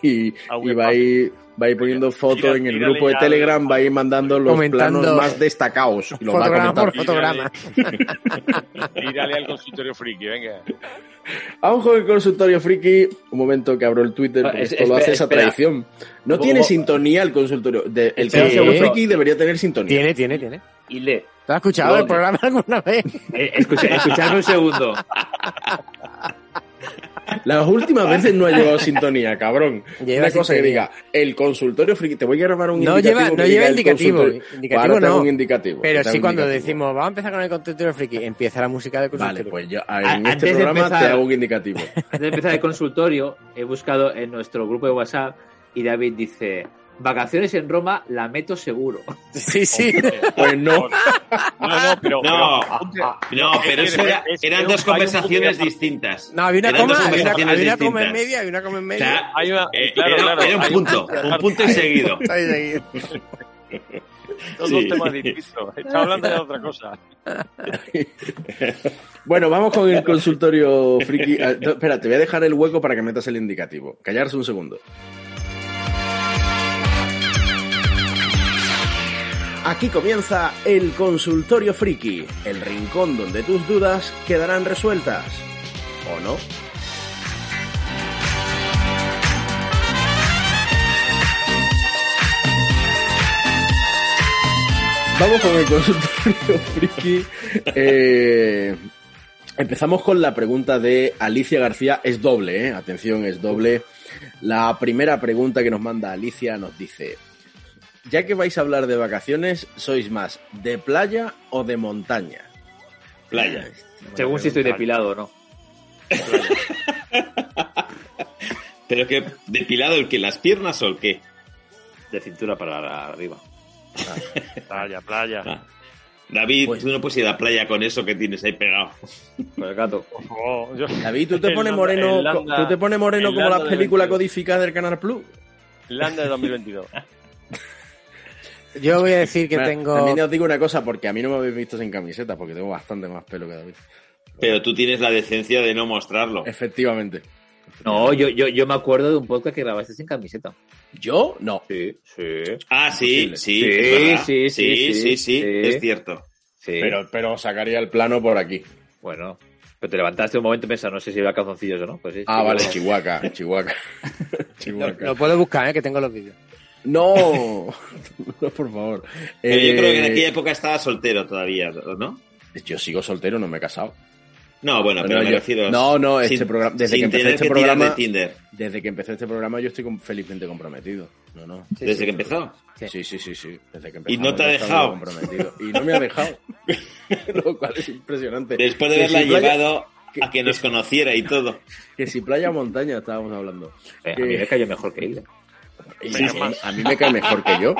Speaker 1: y,
Speaker 2: a un
Speaker 1: y va a ir, va a ir poniendo fotos
Speaker 2: tira-
Speaker 1: en el
Speaker 2: tírale
Speaker 1: grupo de
Speaker 2: ya
Speaker 1: Telegram, va a ir mandando los
Speaker 4: Comentando.
Speaker 1: planos más destacados y los va
Speaker 4: Fotograma por
Speaker 1: comentando.
Speaker 4: fotograma.
Speaker 2: Tírale al consultorio friki, venga.
Speaker 1: Vamos con el consultorio friki. Un momento que abro el Twitter,
Speaker 5: Ah,
Speaker 1: porque
Speaker 5: es-
Speaker 1: esto lo
Speaker 5: espera,
Speaker 1: hace esa
Speaker 5: espera.
Speaker 1: tradición. No
Speaker 5: Bo-
Speaker 1: tiene
Speaker 5: bo-
Speaker 1: sintonía el consultorio. de- el
Speaker 5: Sí.
Speaker 1: consultorio
Speaker 5: Sí.
Speaker 1: friki debería tener sintonía.
Speaker 4: Tiene, tiene, tiene.
Speaker 5: Y le.
Speaker 4: ¿Tú has escuchado
Speaker 5: ¿Dónde?
Speaker 4: el programa alguna vez?
Speaker 5: eh, escucha- escuchadme un segundo.
Speaker 1: Las últimas veces no ha llevado sintonía, cabrón.
Speaker 4: Lleva
Speaker 1: Una cosa que
Speaker 4: sintonía.
Speaker 1: diga, el consultorio friki. Te voy a grabar un
Speaker 4: No
Speaker 1: indicativo.
Speaker 4: lleva,
Speaker 1: que
Speaker 4: no lleva
Speaker 1: diga el
Speaker 4: indicativo.
Speaker 1: consultorio.
Speaker 4: Indicativo
Speaker 1: Ahora te hago
Speaker 4: no.
Speaker 1: un indicativo.
Speaker 4: Pero
Speaker 1: te hago
Speaker 4: sí
Speaker 1: un
Speaker 4: cuando
Speaker 1: indicativo.
Speaker 4: decimos, vamos a empezar con el consultorio friki, empieza la música del
Speaker 1: Vale,
Speaker 4: consultorio.
Speaker 1: pues yo
Speaker 5: A-
Speaker 1: en
Speaker 5: antes
Speaker 1: este
Speaker 5: de
Speaker 1: programa te
Speaker 5: empezar-
Speaker 1: hago un indicativo.
Speaker 5: Antes de empezar el consultorio, he buscado en nuestro grupo de WhatsApp y David dice: Vacaciones en Roma, la meto seguro.
Speaker 4: sí, sí.
Speaker 1: Pues no.
Speaker 2: No, no, pero.
Speaker 6: No,
Speaker 2: pero-
Speaker 6: Ah, no, pero eso era- eran dos conversaciones distintas.
Speaker 4: No, había una
Speaker 6: Eran dos
Speaker 4: coma, había una,
Speaker 6: conversaciones
Speaker 4: había una coma en
Speaker 6: distintas.
Speaker 4: media, había una coma en
Speaker 6: O
Speaker 4: media.
Speaker 6: sea,
Speaker 2: Hay una-
Speaker 6: eh,
Speaker 2: claro,
Speaker 6: era,
Speaker 2: claro,
Speaker 6: era un
Speaker 2: hay
Speaker 6: punto, un punto y seguido.
Speaker 4: Ahí, ahí.
Speaker 2: Son
Speaker 6: Sí.
Speaker 2: dos temas distintos. Está hablando de otra cosa.
Speaker 1: Bueno, vamos con el consultorio friki. Ah, no, espera, te voy a dejar el hueco para que metas el indicativo. Callarse un segundo. Aquí comienza el consultorio friki, el rincón donde tus dudas quedarán resueltas. ¿O no? Vamos con el consultorio friki. Eh, empezamos con la pregunta de Alicia García. Es doble, ¿eh? Atención, es doble. La primera pregunta que nos manda Alicia nos dice, ya que vais a hablar de vacaciones, ¿sois más de playa o de montaña?
Speaker 5: Playa. Según si estoy depilado o no.
Speaker 6: Pero que depilado el que las piernas o el qué?
Speaker 5: De cintura para arriba.
Speaker 2: Ah, playa, playa. Ah.
Speaker 6: David, pues, tú no puedes ir a la playa con eso que tienes ahí pegado.
Speaker 5: Con el gato.
Speaker 1: Oh, yo... David, tú te pones moreno, Landa, tú te pones moreno como las películas codificadas del Canal Plus.
Speaker 2: Landa de 2022.
Speaker 4: Yo voy a decir que bueno, tengo.
Speaker 1: También os digo una cosa, porque a mí no me habéis visto sin camiseta, porque tengo bastante más pelo que David.
Speaker 6: Pero tú tienes la decencia de no mostrarlo.
Speaker 1: Efectivamente.
Speaker 5: No, yo, yo, yo me acuerdo de un podcast que grabaste sin camiseta.
Speaker 1: ¿Yo? No.
Speaker 5: Sí, sí.
Speaker 6: Ah, sí, sí sí sí, sí, sí, sí, sí, es cierto.
Speaker 1: Pero, pero sacaría el plano por aquí.
Speaker 5: Bueno, pero te levantaste un momento y pensaste, no sé si iba a calzoncillos o no. Pues sí,
Speaker 1: ah, vale, Chihuahua, Chihuahua.
Speaker 4: Chihuahua. Lo, lo, puedo buscar, ¿eh? que tengo los vídeos.
Speaker 1: No, no, por favor.
Speaker 6: Pero eh... yo creo que en aquella época estaba soltero todavía, ¿no?
Speaker 1: Yo sigo soltero, no me he casado.
Speaker 6: No, bueno, pero, pero me yo, refiero
Speaker 1: No, no, este sin, programa. Desde que empecé este que programa.
Speaker 6: De Tinder.
Speaker 1: Desde que empecé este programa, yo estoy felizmente comprometido. No, no.
Speaker 6: Sí, ¿Desde sí, que empezó?
Speaker 1: Sí, sí, sí, sí. Desde que
Speaker 6: empezó. Y no te ha dejado.
Speaker 1: Comprometido. Y no me ha dejado. Lo cual es impresionante.
Speaker 6: Después de haberla si llevado playa, a que nos conociera y todo.
Speaker 1: Que si playa o montaña estábamos hablando.
Speaker 5: Eh, que, a mí me cayó mejor que ella.
Speaker 1: Sí, a mí me cae mejor que yo.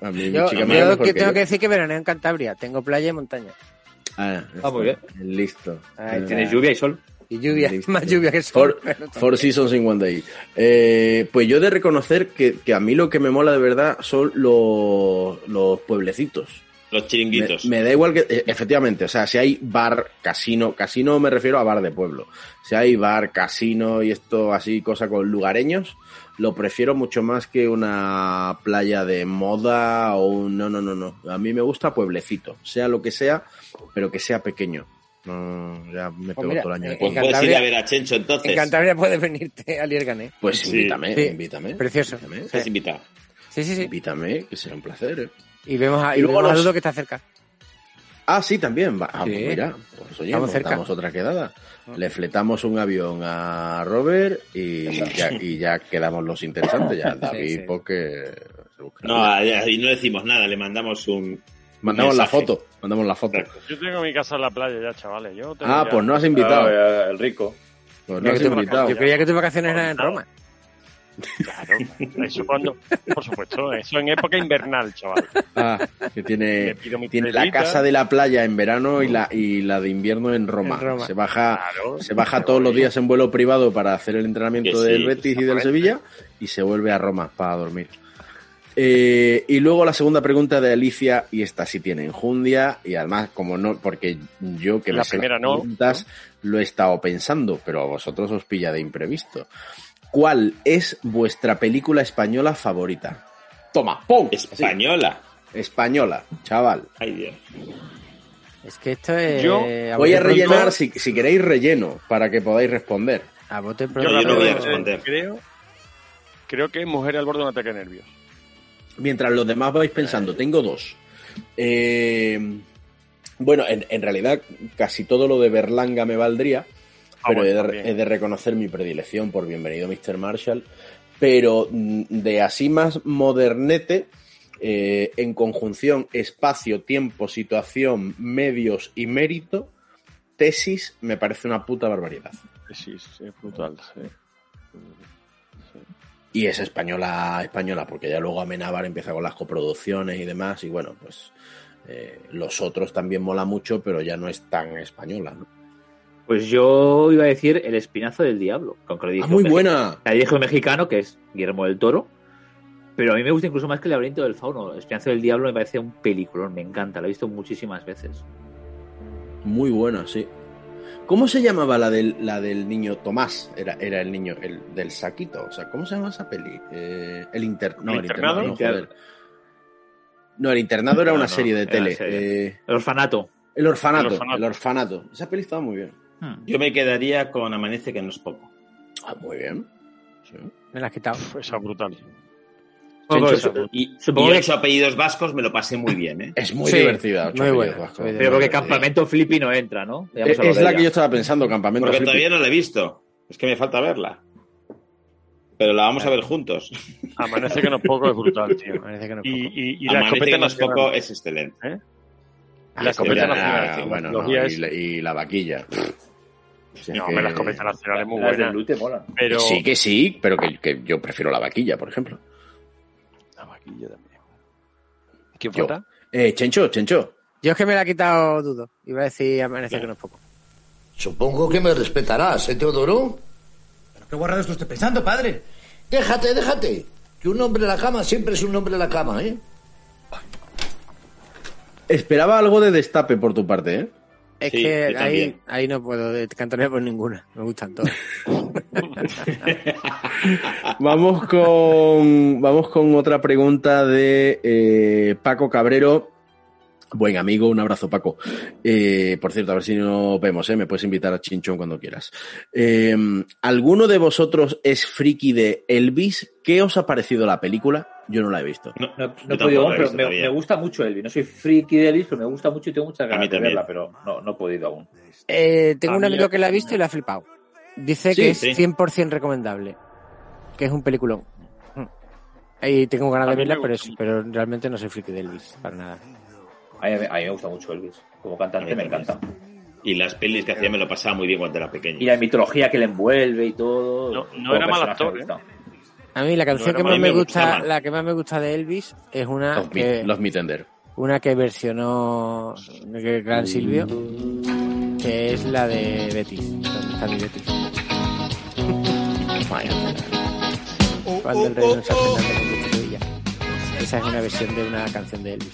Speaker 1: A mí,
Speaker 4: yo, chica me yo mejor que tengo yo. que decir que veraneo en Cantabria. Tengo playa y montaña.
Speaker 1: Ah,
Speaker 5: ah muy bien.
Speaker 1: Listo.
Speaker 5: Ah, Tienes lluvia y sol.
Speaker 4: Y lluvia, Listo. más lluvia que sol.
Speaker 1: For, for Seasons in One Day. Eh, pues yo he de reconocer que, que, a mí lo que me mola de verdad son los, los pueblecitos.
Speaker 6: Los chiringuitos.
Speaker 1: Me, me, da igual que, eh, efectivamente, o sea, si hay bar, casino, casino me refiero a bar de pueblo. Si hay bar, casino y esto así, cosa con lugareños, lo prefiero mucho más que una playa de moda o un... No, no, no, no. A mí me gusta pueblecito, sea lo que sea, pero que sea pequeño. No, ya me pegó pues todo el año.
Speaker 6: Pues puedes ir a ver a Chencho entonces.
Speaker 4: En Cantabria puedes venirte ¿eh? a Liergané.
Speaker 1: Pues sí. invítame, sí. invítame.
Speaker 4: Precioso.
Speaker 1: Invítame,
Speaker 6: Estás sí. invitado.
Speaker 4: Sí, sí, sí.
Speaker 1: Invítame, que será un placer. ¿eh?
Speaker 4: Y vemos a, y, y luego vemos los... a Dudo que está cerca.
Speaker 1: Ah, sí, también. Va. Ah, pues mira, pues oye, Estamos cerca. otra quedada. Le fletamos un avión a Robert y ya, y ya quedamos los interesantes. Ya David, pues porque...
Speaker 6: No,
Speaker 1: ah,
Speaker 6: y no decimos nada, le mandamos un,
Speaker 1: Mandamos la foto, mandamos la foto.
Speaker 2: Yo tengo mi casa en la playa ya, chavales. Yo
Speaker 1: ah, ya... pues no has invitado.
Speaker 5: Ah, el rico.
Speaker 1: Pues no has invitado.
Speaker 4: Yo creía que tus vacaciones eran en Roma.
Speaker 2: Claro, eso cuando, por supuesto, eso en época invernal, chaval.
Speaker 1: Ah, que tiene, tiene la casa de la playa en verano y la, y la de invierno en Roma. En Roma. Se baja, claro, se baja todos los días en vuelo privado para hacer el entrenamiento sí, del Betis y del Sevilla y se vuelve a Roma para dormir. Eh, y luego la segunda pregunta de Alicia, y esta sí tiene enjundia, y además, como no, porque yo que
Speaker 2: la
Speaker 1: me
Speaker 2: primera
Speaker 1: las
Speaker 2: no,
Speaker 1: preguntas
Speaker 2: no.
Speaker 1: lo he estado pensando, pero a vosotros os pilla de imprevisto. ¿Cuál es vuestra película española favorita? Toma, ¡pum!
Speaker 6: Española.
Speaker 1: Sí. Española, chaval.
Speaker 6: Ay, Dios.
Speaker 4: Es que esto es.
Speaker 1: Yo voy a rellenar, si, si, queréis, relleno, para que podáis responder.
Speaker 4: A bote
Speaker 6: yo, yo no voy a responder.
Speaker 2: Creo, creo que Mujer al borde de un ataque nervioso
Speaker 1: mientras los demás vais pensando, tengo dos. Eh, bueno, en, en, realidad casi todo lo de Berlanga me valdría, ah, pero bueno, he, de, he, de, reconocer mi predilección por Bienvenido Mr. Marshall, pero mm, de así más modernete, eh, en conjunción espacio, tiempo, situación, medios y mérito, tesis me parece una puta barbaridad.
Speaker 2: Tesis, es brutal, sí.
Speaker 1: Y es española, española, porque ya luego Amenábar empieza con las coproducciones y demás, y bueno, pues eh, los otros también mola mucho, pero ya no es tan española, ¿no?
Speaker 5: Pues yo iba a decir El Espinazo del Diablo, con que lo dijo
Speaker 1: ah, muy buena.
Speaker 5: La dijo mexicano, que es Guillermo del Toro, pero a mí me gusta incluso más que El laberinto del fauno. El Espinazo del Diablo me parece un peliculón, me encanta, lo he visto muchísimas veces.
Speaker 1: Muy buena, sí. ¿Cómo se llamaba la del, la del niño Tomás? Era, era el niño el, del saquito. O sea, ¿cómo se llama esa peli? Eh, el, inter, no,
Speaker 2: ¿El, el internado.
Speaker 1: No, joder. No, el internado era una serie de
Speaker 5: era
Speaker 1: tele.
Speaker 5: serie.
Speaker 1: eh,
Speaker 5: El orfanato.
Speaker 1: el orfanato.
Speaker 5: El
Speaker 1: El
Speaker 5: orfanato.
Speaker 1: orfanato. Esa peli estaba muy bien.
Speaker 6: Yo me quedaría con Amanece, que no es poco.
Speaker 1: Ah, muy bien.
Speaker 4: Me la has quitado.
Speaker 2: Esa Pues brutal.
Speaker 6: Y,
Speaker 5: Supongo
Speaker 6: y
Speaker 5: que-
Speaker 6: ocho apellidos vascos me lo pasé muy bien, ¿eh?
Speaker 1: Es muy
Speaker 5: Sí,
Speaker 1: divertida.
Speaker 5: muy
Speaker 1: Ocho Apellidos
Speaker 5: buena,
Speaker 1: Vascos.
Speaker 5: Pero porque Campamento Flippy no entra, ¿no? Ya hemos
Speaker 1: Es,
Speaker 5: hablado
Speaker 1: es
Speaker 5: de
Speaker 1: la
Speaker 5: ella.
Speaker 1: que yo estaba pensando, Campamento
Speaker 6: Porque
Speaker 1: Hippie.
Speaker 6: todavía no la he visto. Es que me falta verla. Pero la vamos a ver juntos.
Speaker 2: Amanece que no es poco, es brutal, tío.
Speaker 4: Amanece que no
Speaker 2: Y, y, y la
Speaker 6: Amanece que
Speaker 2: escopeta
Speaker 6: no es
Speaker 2: nacional.
Speaker 6: poco es excelente.
Speaker 2: ¿Eh?
Speaker 1: Ah,
Speaker 2: La escopeta
Speaker 1: sí,
Speaker 2: nacional.
Speaker 1: ah,
Speaker 2: sí.
Speaker 1: bueno,
Speaker 2: Los
Speaker 1: no,
Speaker 2: días-
Speaker 1: y, la, y la vaquilla. Si es
Speaker 2: No,
Speaker 1: que-
Speaker 2: hombre, la escopeta nacional es muy
Speaker 5: Las
Speaker 2: buena.
Speaker 5: del Lute molan.
Speaker 2: Pero
Speaker 1: Sí que sí, pero que, que yo prefiero la vaquilla, por ejemplo.
Speaker 2: La vaquilla también. ¿Quién
Speaker 1: Yo.
Speaker 2: falta?
Speaker 1: Eh, Chencho, Chencho.
Speaker 4: Yo es que me la he quitado dudo. Iba a decir amanece que no es poco.
Speaker 13: Supongo que me respetarás, ¿eh, Teodoro?
Speaker 24: ¿Qué guarrado esto usted pensando, padre?
Speaker 13: Déjate, déjate. Que un hombre en la cama siempre es un hombre en la cama, ¿eh?
Speaker 1: Esperaba algo de destape por tu parte, ¿eh?
Speaker 4: Es
Speaker 1: Sí,
Speaker 4: que
Speaker 1: yo
Speaker 4: ahí,
Speaker 1: también.
Speaker 4: ahí no puedo eh, cantonear por ninguna. Me gustan todas.
Speaker 1: Vamos con, vamos con otra pregunta de eh, Paco Cabrero. Buen amigo, un abrazo, Paco. Eh, por cierto, a ver si nos vemos, ¿eh? Me puedes invitar a Chinchón cuando quieras. Eh, ¿Alguno de vosotros es friki de Elvis? ¿Qué os ha parecido la película? Yo no la he visto.
Speaker 6: No,
Speaker 5: No he
Speaker 6: yo tampoco
Speaker 5: podido,
Speaker 6: la he
Speaker 5: pero
Speaker 6: visto
Speaker 5: me,
Speaker 6: todavía.
Speaker 5: me gusta mucho Elvis. No soy friki de Elvis, pero me gusta mucho y tengo muchas
Speaker 6: A mí
Speaker 5: ganas de
Speaker 6: también.
Speaker 5: verla, pero no, no he podido aún.
Speaker 4: Eh, tengo
Speaker 5: A
Speaker 4: un
Speaker 5: mí
Speaker 4: amigo
Speaker 5: la-
Speaker 4: que la ha visto y la ha flipado. Dice
Speaker 5: Ah, Sí,
Speaker 4: que es
Speaker 5: sí.
Speaker 4: 100% recomendable. Que es un peliculón. Mm. Y tengo ganas
Speaker 5: A
Speaker 4: de
Speaker 5: mí me
Speaker 4: verla, pero, es- pero realmente no soy friki de Elvis, para nada.
Speaker 5: A mí, a mí me gusta mucho Elvis. Como cantante me encanta.
Speaker 6: Y las pelis que hacía me lo pasaba muy bien cuando era pequeño.
Speaker 5: Y la mitología que le envuelve y todo.
Speaker 6: No- no
Speaker 5: Como
Speaker 6: era mal
Speaker 5: personaje
Speaker 6: actor,
Speaker 5: me
Speaker 6: ¿eh?
Speaker 5: gusta.
Speaker 4: A mí la canción
Speaker 5: era
Speaker 4: que
Speaker 5: mala,
Speaker 4: más
Speaker 5: a mí
Speaker 4: me
Speaker 5: me
Speaker 4: gusta,
Speaker 5: gustaba.
Speaker 4: la que más me gusta de Elvis es una
Speaker 1: Los,
Speaker 4: que,
Speaker 1: mi, los Mi Tender.
Speaker 4: una que versionó el gran Silvio, que es la de Betis. ¿Dónde está mi Betis? Cuando el rey nos aprenda a tener de Sevilla. Esa es una versión de una canción de Elvis.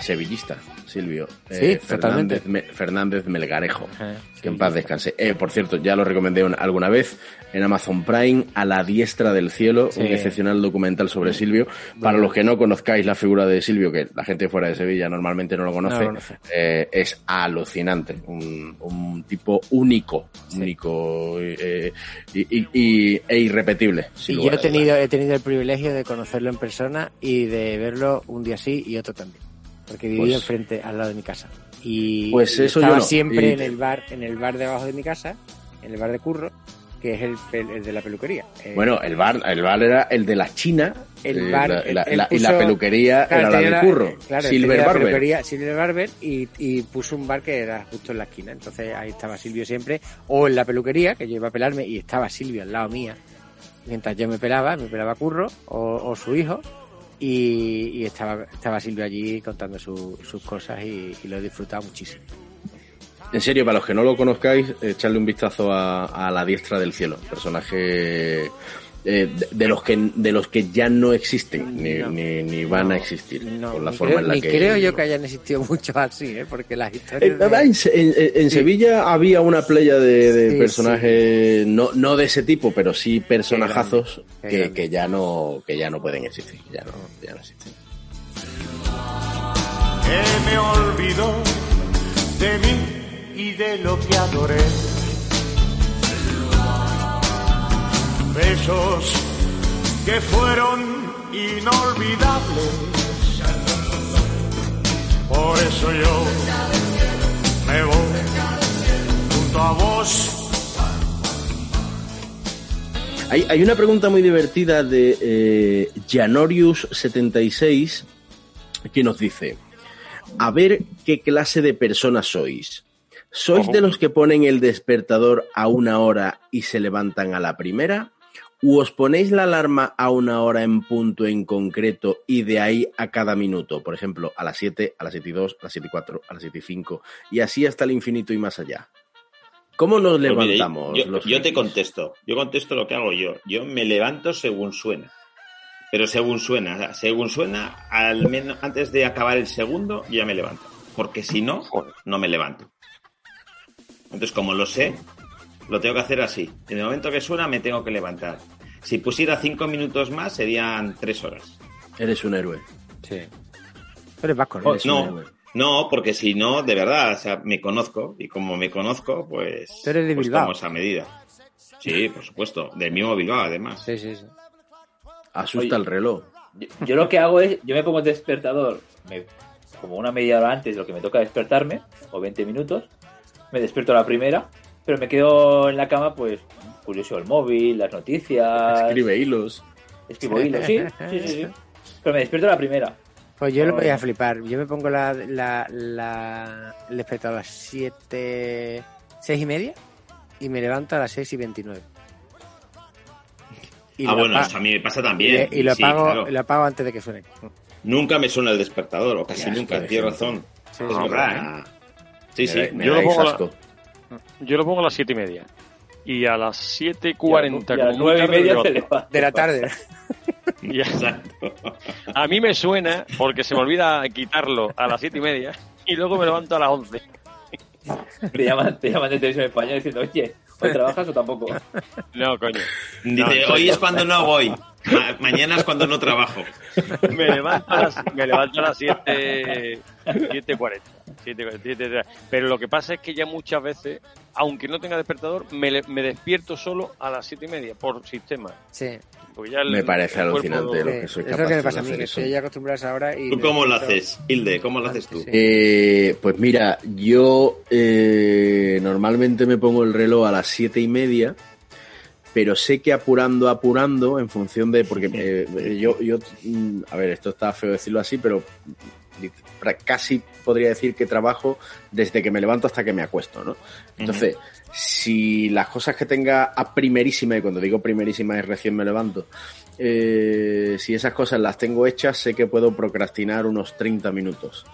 Speaker 1: Sevillista, Silvio. eh,
Speaker 4: Sí, totalmente.
Speaker 1: Fernández, Me- Fernández Melgarejo.
Speaker 4: Ajá,
Speaker 1: que en paz descanse. Eh, por cierto, ya lo recomendé un- alguna vez en Amazon Prime, A la diestra del cielo,
Speaker 4: Sí. Mm.
Speaker 1: un excepcional documental sobre Silvio. Para los que no conozcáis la figura de Silvio, que la gente fuera de Sevilla normalmente no lo conoce,
Speaker 4: No lo conoce.
Speaker 1: eh, es alucinante. Un, un tipo único, único eh, y, y- y- e irrepetible. sin
Speaker 4: Y yo
Speaker 1: lugar
Speaker 4: he
Speaker 1: a dudas.
Speaker 4: tenido, he tenido el privilegio de conocerlo en persona y de verlo un día sí y otro también. Porque vivía
Speaker 1: Pues-
Speaker 4: enfrente, al lado de mi casa. Y,
Speaker 1: Pues
Speaker 4: y
Speaker 1: eso
Speaker 4: estaba
Speaker 1: yo no.
Speaker 4: siempre
Speaker 1: Y-
Speaker 4: en el bar, en el bar de abajo de mi casa, en el bar de curro, que es el, pel- el de la peluquería. Eh,
Speaker 1: Bueno, el bar, el bar era el de la China.
Speaker 4: El
Speaker 1: eh,
Speaker 4: bar,
Speaker 1: la-
Speaker 4: él-
Speaker 1: la-
Speaker 4: él
Speaker 1: la- y la
Speaker 4: puso-
Speaker 1: peluquería
Speaker 4: claro,
Speaker 1: era
Speaker 4: tenía
Speaker 1: la de Curro.
Speaker 4: claro, tenía
Speaker 1: Silver
Speaker 4: la
Speaker 1: Barber.
Speaker 4: peluquería Silver Barber y, y puso un bar que era justo en la esquina. Entonces ahí estaba Silvio siempre. O en la peluquería, que yo iba a pelarme y estaba Silvio al lado mía. Mientras yo me pelaba, me pelaba Curro o, o su hijo. Y, y estaba, estaba Silvio allí contando su- sus cosas y, y lo he disfrutado muchísimo.
Speaker 1: En serio, para los que no lo conozcáis, echarle un vistazo a, a la diestra del cielo, personaje eh, de, de los que de los que ya no existen ni, ni- ni van a existir por la
Speaker 4: Ni
Speaker 1: forma
Speaker 4: creo,
Speaker 1: en la
Speaker 4: ni
Speaker 1: que.
Speaker 4: creo yo que hayan existido muchos así, ¿eh? porque las
Speaker 1: Eh,
Speaker 4: historias. de-
Speaker 1: nada, En, en- en- en Sevilla había una playa de, de
Speaker 4: Sí,
Speaker 1: personajes no, no de ese tipo, pero sí personajazos
Speaker 4: Qué
Speaker 1: que,
Speaker 4: grande.
Speaker 1: que ya no que ya no pueden existir, ya no, ya no existen.
Speaker 24: Que me olvidó de mí y de lo que adoré. Besos que fueron inolvidables. Por eso yo me voy junto a vos.
Speaker 1: Hay, hay una pregunta muy divertida de eh, Janorius76 que nos dice, a ver qué clase de persona sois. ¿Sois de los que ponen el despertador a una hora y se levantan a la primera? ¿O os ponéis la alarma a una hora en punto en concreto y de ahí a cada minuto? Por ejemplo, a las 7, a las 7 y 2, a las 7 y 4, a las 7 y 5 y así hasta el infinito y más allá. ¿Cómo nos
Speaker 6: Pues mira,
Speaker 1: levantamos?
Speaker 6: yo- yo,
Speaker 1: los
Speaker 6: yo te
Speaker 1: frikis?
Speaker 6: contesto. Yo contesto lo que hago yo. Yo me levanto según suena. Pero según suena, según suena, al menos antes de acabar el segundo, ya me levanto. Porque si no, no me levanto. Entonces, como lo sé, lo tengo que hacer así. En el momento que suena, me tengo que levantar. Si pusiera cinco minutos más, serían tres horas.
Speaker 1: Eres un héroe.
Speaker 4: Sí. Tú
Speaker 1: Oh.
Speaker 4: eres
Speaker 2: Oh,
Speaker 4: vasco,
Speaker 6: ¿no? No, no, porque si no, de verdad, o sea, me conozco y como me conozco, pues,
Speaker 4: Tú eres de
Speaker 6: pues
Speaker 4: Bilbao.
Speaker 6: estamos a medida. Sí, por supuesto, del mismo Bilbao además.
Speaker 4: Sí, sí, sí.
Speaker 1: Asusta el reloj.
Speaker 5: Yo, yo lo que hago es, yo me pongo el despertador me- como una media hora antes de lo que me toca despertarme, o 20 minutos, me despierto a la primera, pero me quedo en la cama, pues, curioso el móvil, las noticias.
Speaker 2: Ah,
Speaker 1: Escribe hilos.
Speaker 5: Escribo hilos, sí, sí, sí, sí. Pero me despierto a la primera.
Speaker 4: Pues yo lo
Speaker 5: No,
Speaker 4: voy a
Speaker 5: no.
Speaker 4: flipar. Yo me pongo la, la, la, el despertador a las 7, 6 y media y me levanto a las 6 y 29. Y
Speaker 6: ah,
Speaker 4: lo
Speaker 6: bueno,
Speaker 4: apa-
Speaker 6: eso a mí me pasa también.
Speaker 4: Y, y lo,
Speaker 6: Sí,
Speaker 4: apago,
Speaker 6: claro.
Speaker 4: lo apago antes de que suene.
Speaker 6: Nunca me suena el despertador, o
Speaker 4: Qué
Speaker 6: casi
Speaker 4: asco
Speaker 6: nunca,
Speaker 4: de
Speaker 6: tienes
Speaker 4: gente.
Speaker 6: razón.
Speaker 4: Sí,
Speaker 6: es
Speaker 4: sí.
Speaker 6: verdad, ¿eh? Sí, sí.
Speaker 1: Me da- me
Speaker 2: yo, lo
Speaker 1: dais
Speaker 2: pongo a la-
Speaker 1: asco.
Speaker 2: yo lo pongo a las 7 y media. Y a las 7.40
Speaker 5: Y a las
Speaker 2: como muy
Speaker 5: nueve y
Speaker 2: tarde,
Speaker 5: media
Speaker 2: me
Speaker 5: te
Speaker 2: levanto.
Speaker 5: levantas. De la tarde.
Speaker 2: Y a- A mí me suena, porque se me olvida quitarlo a las 7 y media, y luego me levanto a las 11.
Speaker 5: Te llaman, te llaman de televisión española diciendo, oye, ¿hoy trabajas o tampoco?
Speaker 2: No, coño. No,
Speaker 6: Dice,
Speaker 2: en
Speaker 6: hoy
Speaker 2: serio.
Speaker 6: es cuando no voy, ma- mañana es cuando no trabajo.
Speaker 2: Me levanto a las, me levanto a las 7, 7.40. 7.40, 7.30. Pero lo que pasa es que ya muchas veces, aunque no tenga despertador, me, le- me despierto solo a las 7 y media, por sistema.
Speaker 4: Sí.
Speaker 2: Porque ya el-
Speaker 1: Me parece
Speaker 2: el cuerpo-
Speaker 1: alucinante lo que
Speaker 4: Sí,
Speaker 1: sois
Speaker 4: es lo
Speaker 1: capaces
Speaker 4: que
Speaker 1: de
Speaker 4: me pasa a mí,
Speaker 1: hacer
Speaker 4: que
Speaker 1: eso.
Speaker 4: estoy ya acostumbrado a esa hora. Y
Speaker 6: ¿Tú
Speaker 4: me
Speaker 6: cómo lo
Speaker 4: levanto-
Speaker 6: haces, Hilde? ¿Cómo lo haces tú?
Speaker 1: Eh, pues mira, yo eh, normalmente me pongo el reloj a las siete y media, pero sé que apurando, apurando, en función de. Porque eh, yo, yo. mm, A ver, esto está feo decirlo así, pero pra- casi podría decir que trabajo desde que me levanto hasta que me acuesto, ¿no? Entonces, si las cosas que tenga a primerísima, y cuando digo primerísima es recién me levanto, eh, si esas cosas las tengo hechas, sé que puedo procrastinar unos 30 minutos.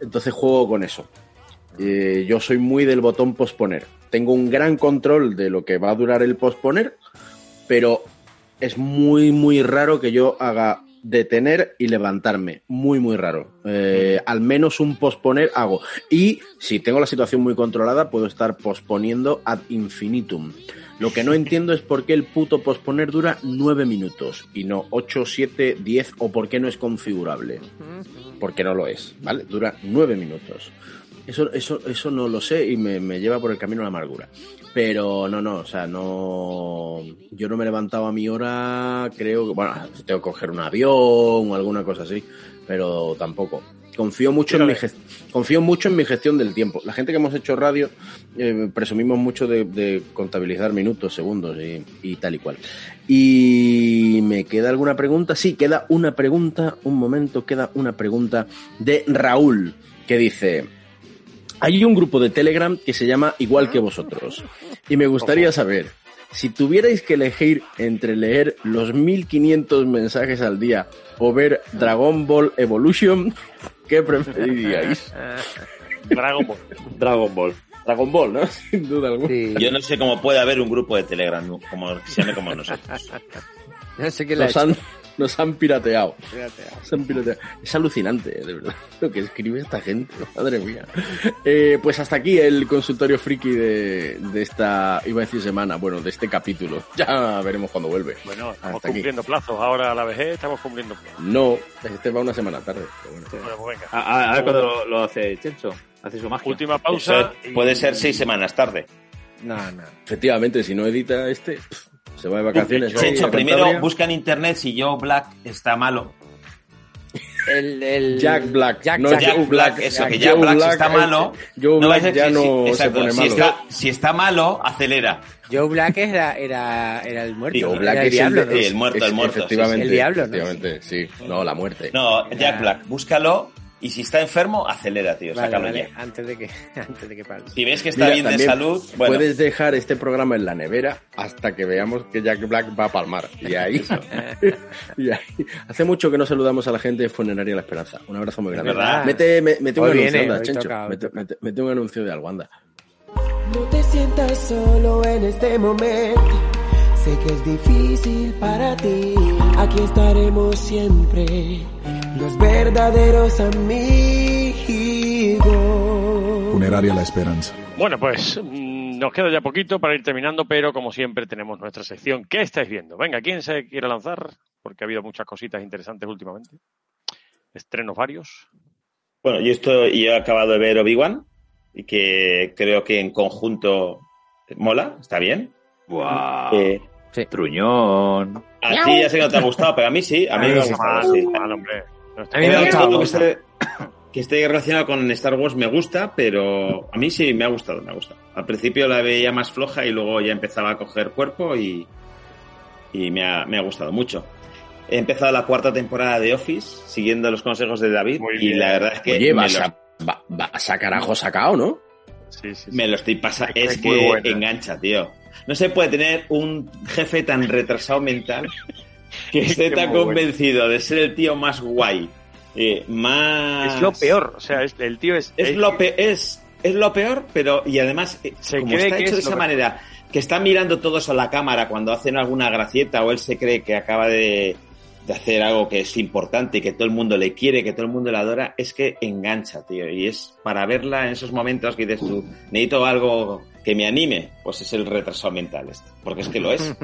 Speaker 1: Entonces juego con eso. Eh, yo soy muy del botón posponer. Tengo un gran control de lo que va a durar el posponer, pero es muy, muy raro que yo haga detener y levantarme. Muy, muy raro. Eh, al menos un posponer hago. Y si tengo la situación muy controlada, puedo estar posponiendo ad infinitum. Lo que no entiendo es por qué el puto posponer dura nueve minutos y no 8, 7, 10 o por qué no es configurable porque no lo es, ¿vale? Dura nueve minutos. Eso, eso, eso no lo sé y me, me lleva por el camino a la amargura. Pero no, no, o sea, no. Yo no me he levantado a mi hora, creo que. Bueno, tengo que coger un avión o alguna cosa así, pero tampoco. Confío mucho, en mi, gest- confío mucho en mi gestión del tiempo. La gente que hemos hecho radio eh, presumimos mucho de, de contabilizar minutos, segundos y, y tal y cual. Y me queda alguna pregunta. Sí, queda una pregunta. Un momento, queda una pregunta de Raúl que dice: Hay un grupo de Telegram que se llama Igual que vosotros. Y me gustaría saber si tuvierais que elegir entre leer los 1500 mensajes al día o ver Dragon Ball Evolution, ¿qué preferiríais?
Speaker 2: Dragon Ball.
Speaker 6: Dragon Ball.
Speaker 1: Dragon Ball, ¿no? Sin duda alguna.
Speaker 6: Yo no sé cómo puede haber un grupo de Telegram ¿no? como, que se llame como nosotros.
Speaker 4: No sé qué le ha
Speaker 1: Nos han,
Speaker 4: hecho.
Speaker 1: nos han pirateado.
Speaker 4: Espérate.
Speaker 1: Nos han pirateado. Es alucinante, eh, de verdad, lo que escribe esta gente. Madre mía. Eh, pues hasta aquí el consultorio friki de, de esta, iba a decir semana, bueno, de este capítulo. Ya veremos cuando vuelve.
Speaker 2: Bueno, pues estamos
Speaker 1: Hasta aquí.
Speaker 2: cumpliendo plazos. Ahora a la vejez estamos cumpliendo plazos.
Speaker 1: No, este va una semana tarde. pero bueno.
Speaker 2: Bueno, pues
Speaker 1: Ah,
Speaker 2: venga.
Speaker 5: A, a- a ver cuando lo, lo hace Chencho. Hace su magia.
Speaker 2: Última
Speaker 6: Eso
Speaker 2: pausa.
Speaker 6: es- puede ser seis semanas tarde.
Speaker 4: No, no.
Speaker 1: Efectivamente, si no edita este, pf, se va de vacaciones. ahí
Speaker 6: Chencho,
Speaker 1: a
Speaker 6: primero
Speaker 1: Cantabria.
Speaker 6: busca en internet si Joe Black está malo.
Speaker 4: El, el-
Speaker 1: Jack Black, no
Speaker 6: Jack,
Speaker 1: Jack
Speaker 6: Black,
Speaker 1: Black,
Speaker 6: eso, que
Speaker 1: Jack
Speaker 6: Jack Black, si
Speaker 1: Black, eh,
Speaker 6: está malo.
Speaker 1: Joe
Speaker 6: no
Speaker 1: Black
Speaker 6: vaya-
Speaker 1: ya no se
Speaker 6: exacto,
Speaker 1: pone
Speaker 6: si
Speaker 1: malo.
Speaker 6: Está, si está malo, acelera.
Speaker 4: Joe Black era, era, era el muerto.
Speaker 6: Sí, Joe
Speaker 4: era
Speaker 1: Black
Speaker 4: el
Speaker 1: es
Speaker 4: diablo,
Speaker 1: el, de-
Speaker 4: ¿no?
Speaker 6: Sí, el muerto,
Speaker 1: es-
Speaker 6: el muerto, sí,
Speaker 1: Efectivamente,
Speaker 4: sí. El diablo, ¿no?
Speaker 1: efectivamente, sí. No, la muerte.
Speaker 6: No,
Speaker 4: Ya.
Speaker 6: Jack Black, búscalo y si está enfermo, acelera, tío,
Speaker 4: Vale,
Speaker 6: sácalo
Speaker 4: vale,
Speaker 6: ya.
Speaker 4: antes de que, antes de que pase.
Speaker 6: Si ves que está
Speaker 1: Mira,
Speaker 6: bien de
Speaker 1: también
Speaker 6: salud, bueno,
Speaker 1: Puedes dejar este programa en la nevera hasta que veamos que Jack Black va a palmar. Y ahí, y ahí- Hace mucho que no saludamos a la gente de Funeraria La Esperanza. Un abrazo muy grande.
Speaker 6: verdad.
Speaker 1: Mete, me- mete un
Speaker 4: Hoy
Speaker 1: anuncio,
Speaker 4: viene,
Speaker 1: anda,
Speaker 4: hoy
Speaker 1: Chencho.
Speaker 4: toca, hoy
Speaker 1: mete, mete- mete un anuncio de algo, anda.
Speaker 14: No te sientas solo en este momento. Sé que es difícil para ti. Aquí estaremos siempre, los verdaderos amigos.
Speaker 16: Funeraria La Esperanza.
Speaker 2: Bueno, pues mm, nos queda ya poquito para ir terminando, pero como siempre tenemos nuestra sección. ¿Qué estáis viendo? Venga, ¿quién se quiere lanzar? Porque ha habido muchas cositas interesantes últimamente. Estrenos varios.
Speaker 6: Bueno, yo, estoy, yo he acabado de ver Obi-Wan, y que creo que en conjunto mola, está bien.
Speaker 5: ¡Wow! Eh, sí. Truñón.
Speaker 6: A ti ya sé que no te ha gustado, pero a mí sí.
Speaker 1: Ah,
Speaker 6: A mí, a mí me ha
Speaker 2: Ah,
Speaker 6: gustado, Ah, sí. Mal, hombre. No a mí me ha gustado. Eh, Que esté, que esté relacionado con Star Wars me gusta, pero a mí sí me ha gustado, me ha gustado. Al principio la veía más floja y luego ya empezaba a coger cuerpo y, y me, ha, me ha gustado mucho. He empezado la cuarta temporada de Office siguiendo los consejos de David Muy y bien. la verdad es que...
Speaker 1: Oye, vas, a, va, vas a carajo sacado, ¿no?
Speaker 6: Sí, sí, sí. Me lo estoy pasando. Es, es, que buena. engancha, tío. No se puede tener un jefe tan retrasado mental que esté tan convencido bueno. de ser el tío más guay. Eh, más...
Speaker 2: Es lo peor, o sea, es, el tío es...
Speaker 6: Es, lo peor, es, es lo peor, pero... Y además, eh, se como cree está que hecho es de esa manera, que está mirando todos a la cámara cuando hacen alguna gracieta o él se cree que acaba de, de hacer algo que es importante y que todo el mundo le quiere, que todo el mundo le adora, es que engancha, tío. Y es para verla en esos momentos que dices tú, necesito algo que me anime, pues es el retraso mental este. Porque es que lo es.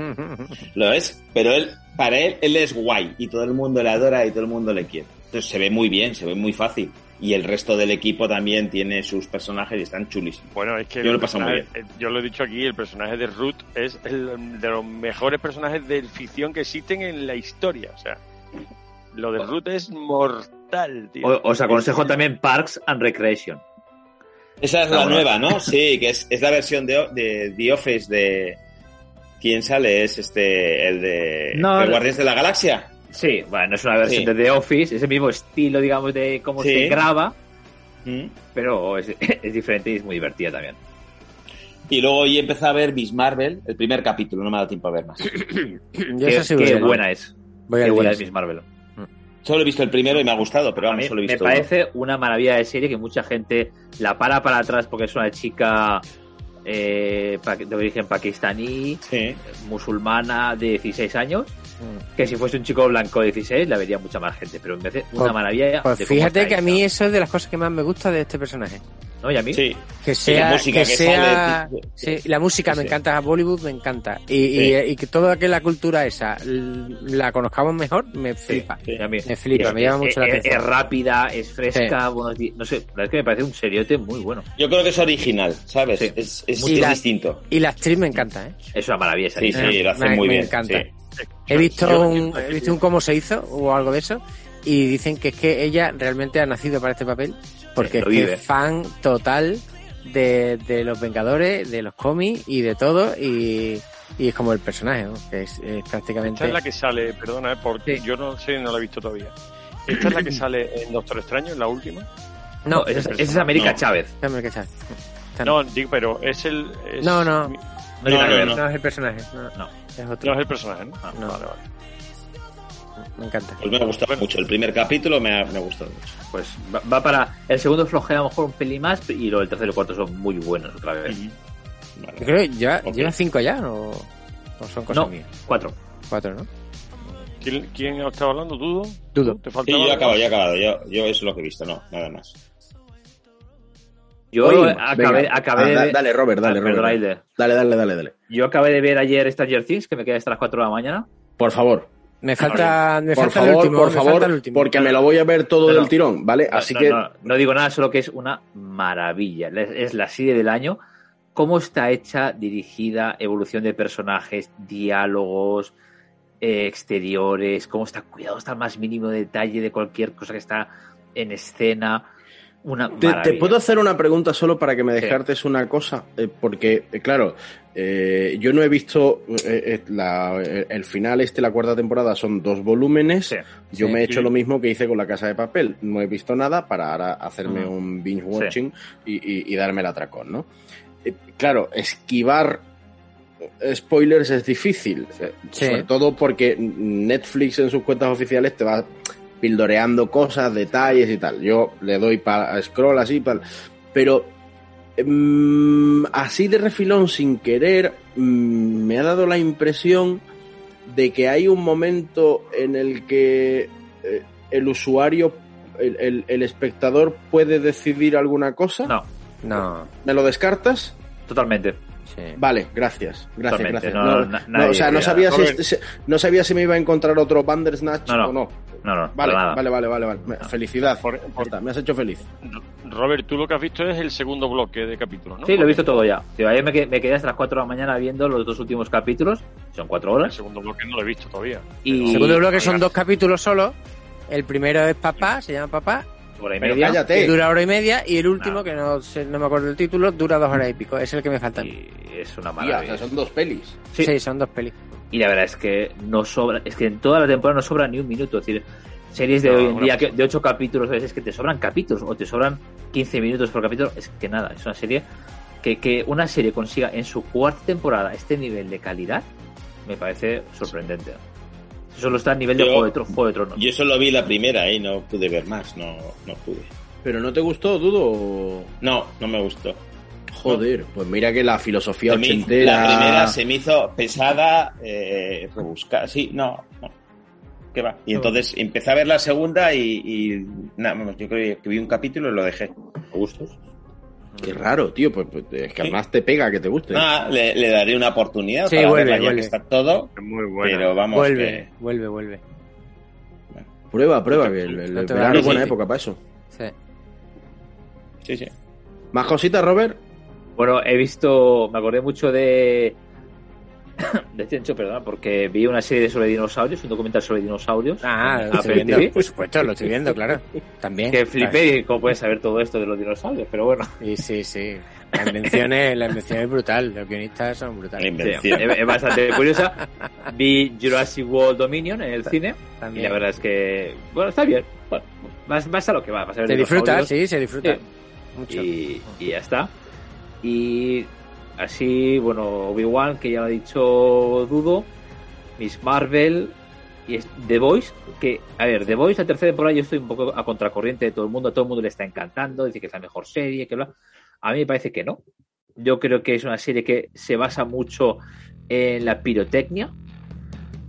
Speaker 6: lo es, pero él, para él, él es guay y todo el mundo le adora y todo el mundo le quiere. Entonces se ve muy bien, se ve muy fácil. Y el resto del equipo también tiene sus personajes y están chulísimos.
Speaker 2: Bueno, es que eh,
Speaker 6: yo lo paso muy bien.
Speaker 2: Yo lo he dicho aquí, el personaje de Ruth es el de los mejores personajes de ficción que existen en la historia. O sea, lo de Ruth es mortal, tío.
Speaker 5: O, os aconsejo también Parks and Recreation.
Speaker 6: Esa es la Ahora. nueva, ¿no? Sí, que es, es la versión de, de The Office de... ¿Quién sale? Es este, el de... No, de Guardianes de la Galaxia.
Speaker 5: Sí, bueno, es una versión sí. de The Office, es el mismo estilo, digamos, de cómo sí. se graba, ¿Mm? pero es, es, diferente y es muy divertida también.
Speaker 6: Y luego yo empecé a ver Miss Marvel, el primer capítulo, no me ha dado tiempo a ver más.
Speaker 5: qué, qué buena es. Voy qué buena es Miss Marvel.
Speaker 6: Solo he visto el primero y me ha gustado, pero a mí
Speaker 5: solo
Speaker 6: he visto
Speaker 5: Me parece uno. una maravilla de serie que mucha gente la para para atrás porque es una chica eh, de origen pakistaní, sí. musulmana de 16 años,
Speaker 4: Mm.
Speaker 5: que si fuese un chico blanco de 16 la vería mucha más gente, pero me hace una
Speaker 4: pues,
Speaker 5: maravilla.
Speaker 4: Pues fíjate que ahí, a mí ¿no? eso es de las cosas que más me gusta de este personaje.
Speaker 5: ¿No? ¿Y a mí?
Speaker 6: Sí.
Speaker 4: Que sea, la música, que que sea, sale... sí, la música sí. me encanta, Bollywood me encanta. Y, y, y que toda la cultura esa la conozcamos mejor, me flipa. A mí. Me flipa, es, me llama mucho
Speaker 5: es,
Speaker 4: la atención.
Speaker 5: Es rápida, es fresca, bueno, no sé, la verdad es que me parece un seriote muy bueno.
Speaker 6: Yo creo que es original, ¿sabes? Es, es muy
Speaker 4: la,
Speaker 6: distinto.
Speaker 4: Y la actriz me encanta, ¿eh?
Speaker 5: Es una maravilla esa
Speaker 6: Sí,
Speaker 5: idea.
Speaker 6: sí, lo hace me, muy
Speaker 4: me
Speaker 6: bien.
Speaker 4: encanta. He visto, un, he visto un cómo se hizo o algo de eso y dicen que es que ella realmente ha nacido para este papel porque es, que es fan total de, de, los Vengadores, de los cómics y de todo y, y es como el personaje, ¿no? que es, es, prácticamente...
Speaker 2: Esta es la que sale, perdona, eh, porque sí. yo no sé, no la he visto todavía. ¿Esta es la que sale en Doctor Extraño, en la última?
Speaker 5: No, no esa, es América no. Chávez.
Speaker 4: América Chávez.
Speaker 2: No, digo, pero es el... Es
Speaker 4: no, no.
Speaker 5: Mi... No, no,
Speaker 4: no, no, no, es el personaje. No,
Speaker 2: es otro. No es el personaje, ¿no? Ah, vale, vale.
Speaker 4: Me encanta.
Speaker 6: Pues me ha gustado mucho. El primer capítulo me ha, me ha gustado mucho.
Speaker 5: Pues va, va, para. El segundo flojea a lo mejor un peli más y luego el tercero y el cuarto son muy buenos otra vez. Uh
Speaker 4: -huh. vale. Creo que lleva, okay. lleva, cinco ya o, o son cosas
Speaker 5: no, mías. Cuatro.
Speaker 4: Cuatro, ¿no?
Speaker 2: ¿Quién, quién estaba hablando? ¿Dudo?
Speaker 4: Dudo.
Speaker 6: ¿Te sí, yo he acabado, yo he acabado. Yo, yo eso es lo que he visto, no, nada más.
Speaker 5: Yo Oye, acabé, venga, acabé de...
Speaker 1: Ah,
Speaker 5: Ah,
Speaker 1: da, Dale, Robert, dale, Robert. Dale, dale, dale, dale.
Speaker 5: Yo acabé de ver ayer Stranger Things, que me queda hasta las 4 de la mañana.
Speaker 1: Por favor.
Speaker 4: Me falta, me
Speaker 1: por
Speaker 4: falta
Speaker 1: favor,
Speaker 4: el último,
Speaker 1: por
Speaker 4: me
Speaker 1: favor,
Speaker 4: falta el último.
Speaker 1: porque me lo voy a ver todo no, del tirón, ¿vale?
Speaker 5: No,
Speaker 1: Así
Speaker 5: no,
Speaker 1: que
Speaker 5: no, digo nada, solo que es una maravilla. Es la serie del año. Cómo está hecha, dirigida, evolución de personajes, diálogos, eh, exteriores, cómo está cuidado hasta el más mínimo detalle de cualquier cosa que está en escena. Una
Speaker 1: te, te, puedo hacer una pregunta solo para que me descartes sí. una cosa, eh, porque, eh, claro, eh, yo no he visto eh, la, el final, este, la cuarta temporada, son dos volúmenes. Sí. Yo sí, me he hecho lo mismo que hice con La Casa de Papel. No he visto nada para ahora hacerme uh -huh. un binge watching y, y, y, darme el atracón, ¿no? eh, claro, esquivar eh, spoilers es difícil, sobre todo porque Netflix en sus cuentas oficiales te va pildoreando cosas, detalles y tal. Yo le doy para scroll así, para pero mmm, así de refilón sin querer mmm, me ha dado la impresión de que hay un momento en el que eh, el usuario, el, el, el, espectador puede decidir alguna cosa.
Speaker 5: No, no.
Speaker 1: ¿Me lo descartas?
Speaker 5: Totalmente.
Speaker 1: Sí. Vale, gracias. Gracias, Totalmente. gracias. No, no, no, o sea, no sabía, si, si, no sabía si me iba a encontrar otro Bandersnatch o no.
Speaker 5: No, no,
Speaker 1: Vale,
Speaker 5: para nada.
Speaker 1: vale, vale, vale, vale. Me- Felicidad. Ya está, Me has hecho feliz.
Speaker 2: Robert, tú lo que has visto es el segundo bloque de capítulos, ¿no?
Speaker 5: Sí, lo he visto todo ya. Tío, ayer me, que- me quedé hasta las 4 de la mañana viendo los dos últimos capítulos. Son 4
Speaker 2: El
Speaker 5: horas.
Speaker 2: segundo bloque no lo he visto todavía.
Speaker 5: Y
Speaker 4: El segundo bloque son dos capítulos solo. El primero es Papá, se llama Papá.
Speaker 5: Hora y
Speaker 4: Pero
Speaker 5: media.
Speaker 4: que dura hora y media. Y el último, que no, sé- no me acuerdo el título, dura dos horas y pico. Es el que me falta.
Speaker 5: Es una
Speaker 1: Tía, o
Speaker 5: maravilla.
Speaker 1: sea, son dos pelis.
Speaker 4: Sí. son dos pelis.
Speaker 5: Y la verdad es que no sobra, es que en toda la temporada no sobra ni un minuto. Es decir, series de
Speaker 2: No,
Speaker 5: hoy en
Speaker 2: una
Speaker 5: día, que, de 8 capítulos, a veces que te sobran capítulos o te sobran 15 minutos por capítulo. Es que nada, es una serie que, que una serie consiga en su cuarta temporada este nivel de calidad, me parece sorprendente. Solo está a nivel de
Speaker 6: Yo-
Speaker 5: Juego de, Tro- Juego de Tronos.
Speaker 6: Yo solo vi la primera y no pude ver más, no, no pude.
Speaker 1: ¿Pero no te gustó, Dudo?
Speaker 6: No, no me gustó.
Speaker 1: Joder, pues mira que la filosofía
Speaker 6: Se me-
Speaker 1: ochentera...
Speaker 6: La primera se me hizo pesada, eh, rebuscada. Sí, no, no. ¿Qué va? Y entonces empecé a ver la segunda y, y nada, vamos, yo creo que vi un capítulo y lo dejé. ¿A gustos?
Speaker 1: Qué raro, tío. Pues, pues, es que además te pega que te guste.
Speaker 6: Ah, le, le daré una oportunidad
Speaker 1: Sí,
Speaker 6: para
Speaker 1: vuelve,
Speaker 6: verla ya
Speaker 1: vuelve.
Speaker 6: que está todo.
Speaker 2: Muy
Speaker 6: Pero vamos,
Speaker 4: vuelve, vuelve, vuelve.
Speaker 1: Prueba, prueba, que el, el
Speaker 4: No te
Speaker 1: verano
Speaker 4: vayas.
Speaker 1: es buena
Speaker 4: Sí, sí.
Speaker 1: época para eso.
Speaker 4: Sí.
Speaker 6: que- sí, sí.
Speaker 1: ¿Más cositas, Robert?
Speaker 5: Bueno, he visto, me acordé mucho de. de Chencho, perdón, porque vi una serie sobre dinosaurios, un documental sobre dinosaurios.
Speaker 4: Ah, lo
Speaker 5: Ah,
Speaker 4: estoy
Speaker 5: pero
Speaker 4: viendo,
Speaker 5: sí.
Speaker 4: por supuesto, lo estoy viendo, claro. También.
Speaker 5: Que flipé, y ¿cómo puedes saber todo esto de los dinosaurios? Pero bueno.
Speaker 4: Sí, sí, sí. La invención es, la invención es brutal. Los guionistas son brutales.
Speaker 5: Sí, es, es bastante curiosa. Vi Jurassic World Dominion en el cine.
Speaker 4: También.
Speaker 5: Y la verdad es que, bueno, está bien. Bueno, vas, vas a lo que va. Vas a ver
Speaker 4: Se disfruta,
Speaker 5: dinosaurios.
Speaker 4: sí, se disfruta.
Speaker 5: Sí.
Speaker 4: Mucho.
Speaker 5: Y, y ya está. Y así, bueno, Obi-Wan, que ya lo ha dicho Dudo, Miss Marvel y es- The Voice, que, a ver, The Voice, la tercera temporada, yo estoy un poco a contracorriente de todo el mundo, a todo el mundo le está encantando, dice que es la mejor serie, que bla. A mí me parece que no. Yo creo que es una serie que se basa mucho en la pirotecnia,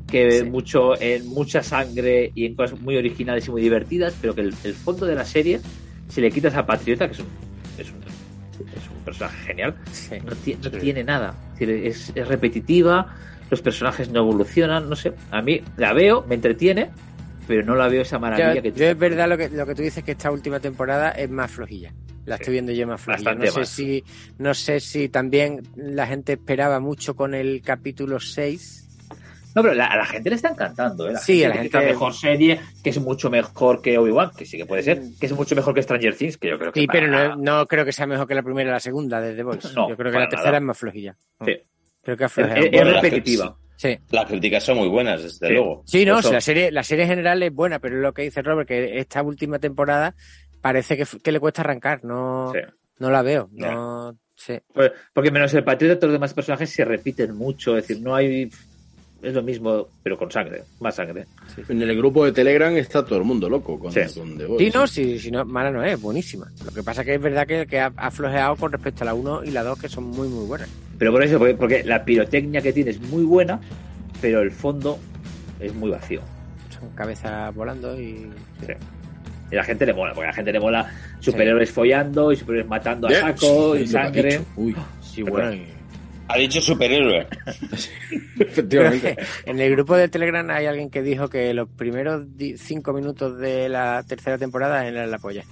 Speaker 5: que mucho en mucha sangre y en cosas muy originales y muy divertidas, pero que el, el fondo de la serie, si le quitas a Patriota, que es un, es un, es un personaje genial, no, ti- no tiene nada. Es, decir, es- es repetitiva, los personajes no evolucionan, no sé. A mí la veo, me entretiene, pero no la veo esa maravilla
Speaker 4: Yo,
Speaker 5: que
Speaker 4: yo es verdad lo que, lo que tú dices que esta última temporada es más flojilla. La estoy viendo yo más flojilla.
Speaker 5: Bastante
Speaker 4: no sé
Speaker 5: más.
Speaker 4: si no sé si también la gente esperaba mucho con el capítulo 6.
Speaker 5: No, pero la- a la gente le está encantando, ¿eh?
Speaker 4: Sí, a la
Speaker 5: dice
Speaker 4: gente-
Speaker 5: que es la mejor serie, que es mucho mejor que Obi-Wan, que sí que puede ser, que es mucho mejor que Stranger Things, que yo creo que.
Speaker 4: Sí,
Speaker 5: para
Speaker 4: pero no,
Speaker 5: nada.
Speaker 4: no creo que sea mejor que la primera o la segunda de The Voice.
Speaker 5: No,
Speaker 4: yo creo que
Speaker 5: para
Speaker 4: la tercera
Speaker 5: nada.
Speaker 4: es más flojilla.
Speaker 5: Sí.
Speaker 4: Creo que ha aflojado
Speaker 5: Es-
Speaker 4: un poco.
Speaker 5: es repetitiva.
Speaker 4: Sí.
Speaker 6: Las críticas son muy buenas, desde
Speaker 5: Sí.
Speaker 6: luego.
Speaker 4: Sí, no,
Speaker 6: Eso-
Speaker 4: si la serie, la serie en general es buena, pero es lo que dice Robert, que esta última temporada parece que, f- que le cuesta arrancar, no,
Speaker 5: Sí.
Speaker 4: no la veo. No, sí.
Speaker 5: Pues- Porque menos el patriota, todos los demás personajes se repiten mucho, es decir, no hay. Es lo mismo, pero con sangre, más sangre.
Speaker 1: En el grupo de Telegram está todo el mundo loco con, con The Voice.
Speaker 4: Sí, no, si, si no, mala no es, buenísima. Lo que pasa que es verdad que, que ha ha flojeado con respecto a la 1 y la 2, que son muy, muy buenas.
Speaker 5: Pero por eso, porque, porque la pirotecnia que tiene es muy buena, pero el fondo es muy vacío.
Speaker 4: Son cabezas volando y...
Speaker 5: Sí. Y a la gente le mola, porque a la gente le mola superhéroes follando y superhéroes matando a saco
Speaker 6: Lo
Speaker 5: y
Speaker 6: que ha
Speaker 5: sangre.
Speaker 6: dicho. Uy,
Speaker 4: sí,
Speaker 5: bueno,
Speaker 6: Ha dicho superhéroe.
Speaker 1: Efectivamente.
Speaker 4: En el grupo de Telegram hay alguien que dijo que los primeros di- cinco minutos de la tercera temporada eran la polla.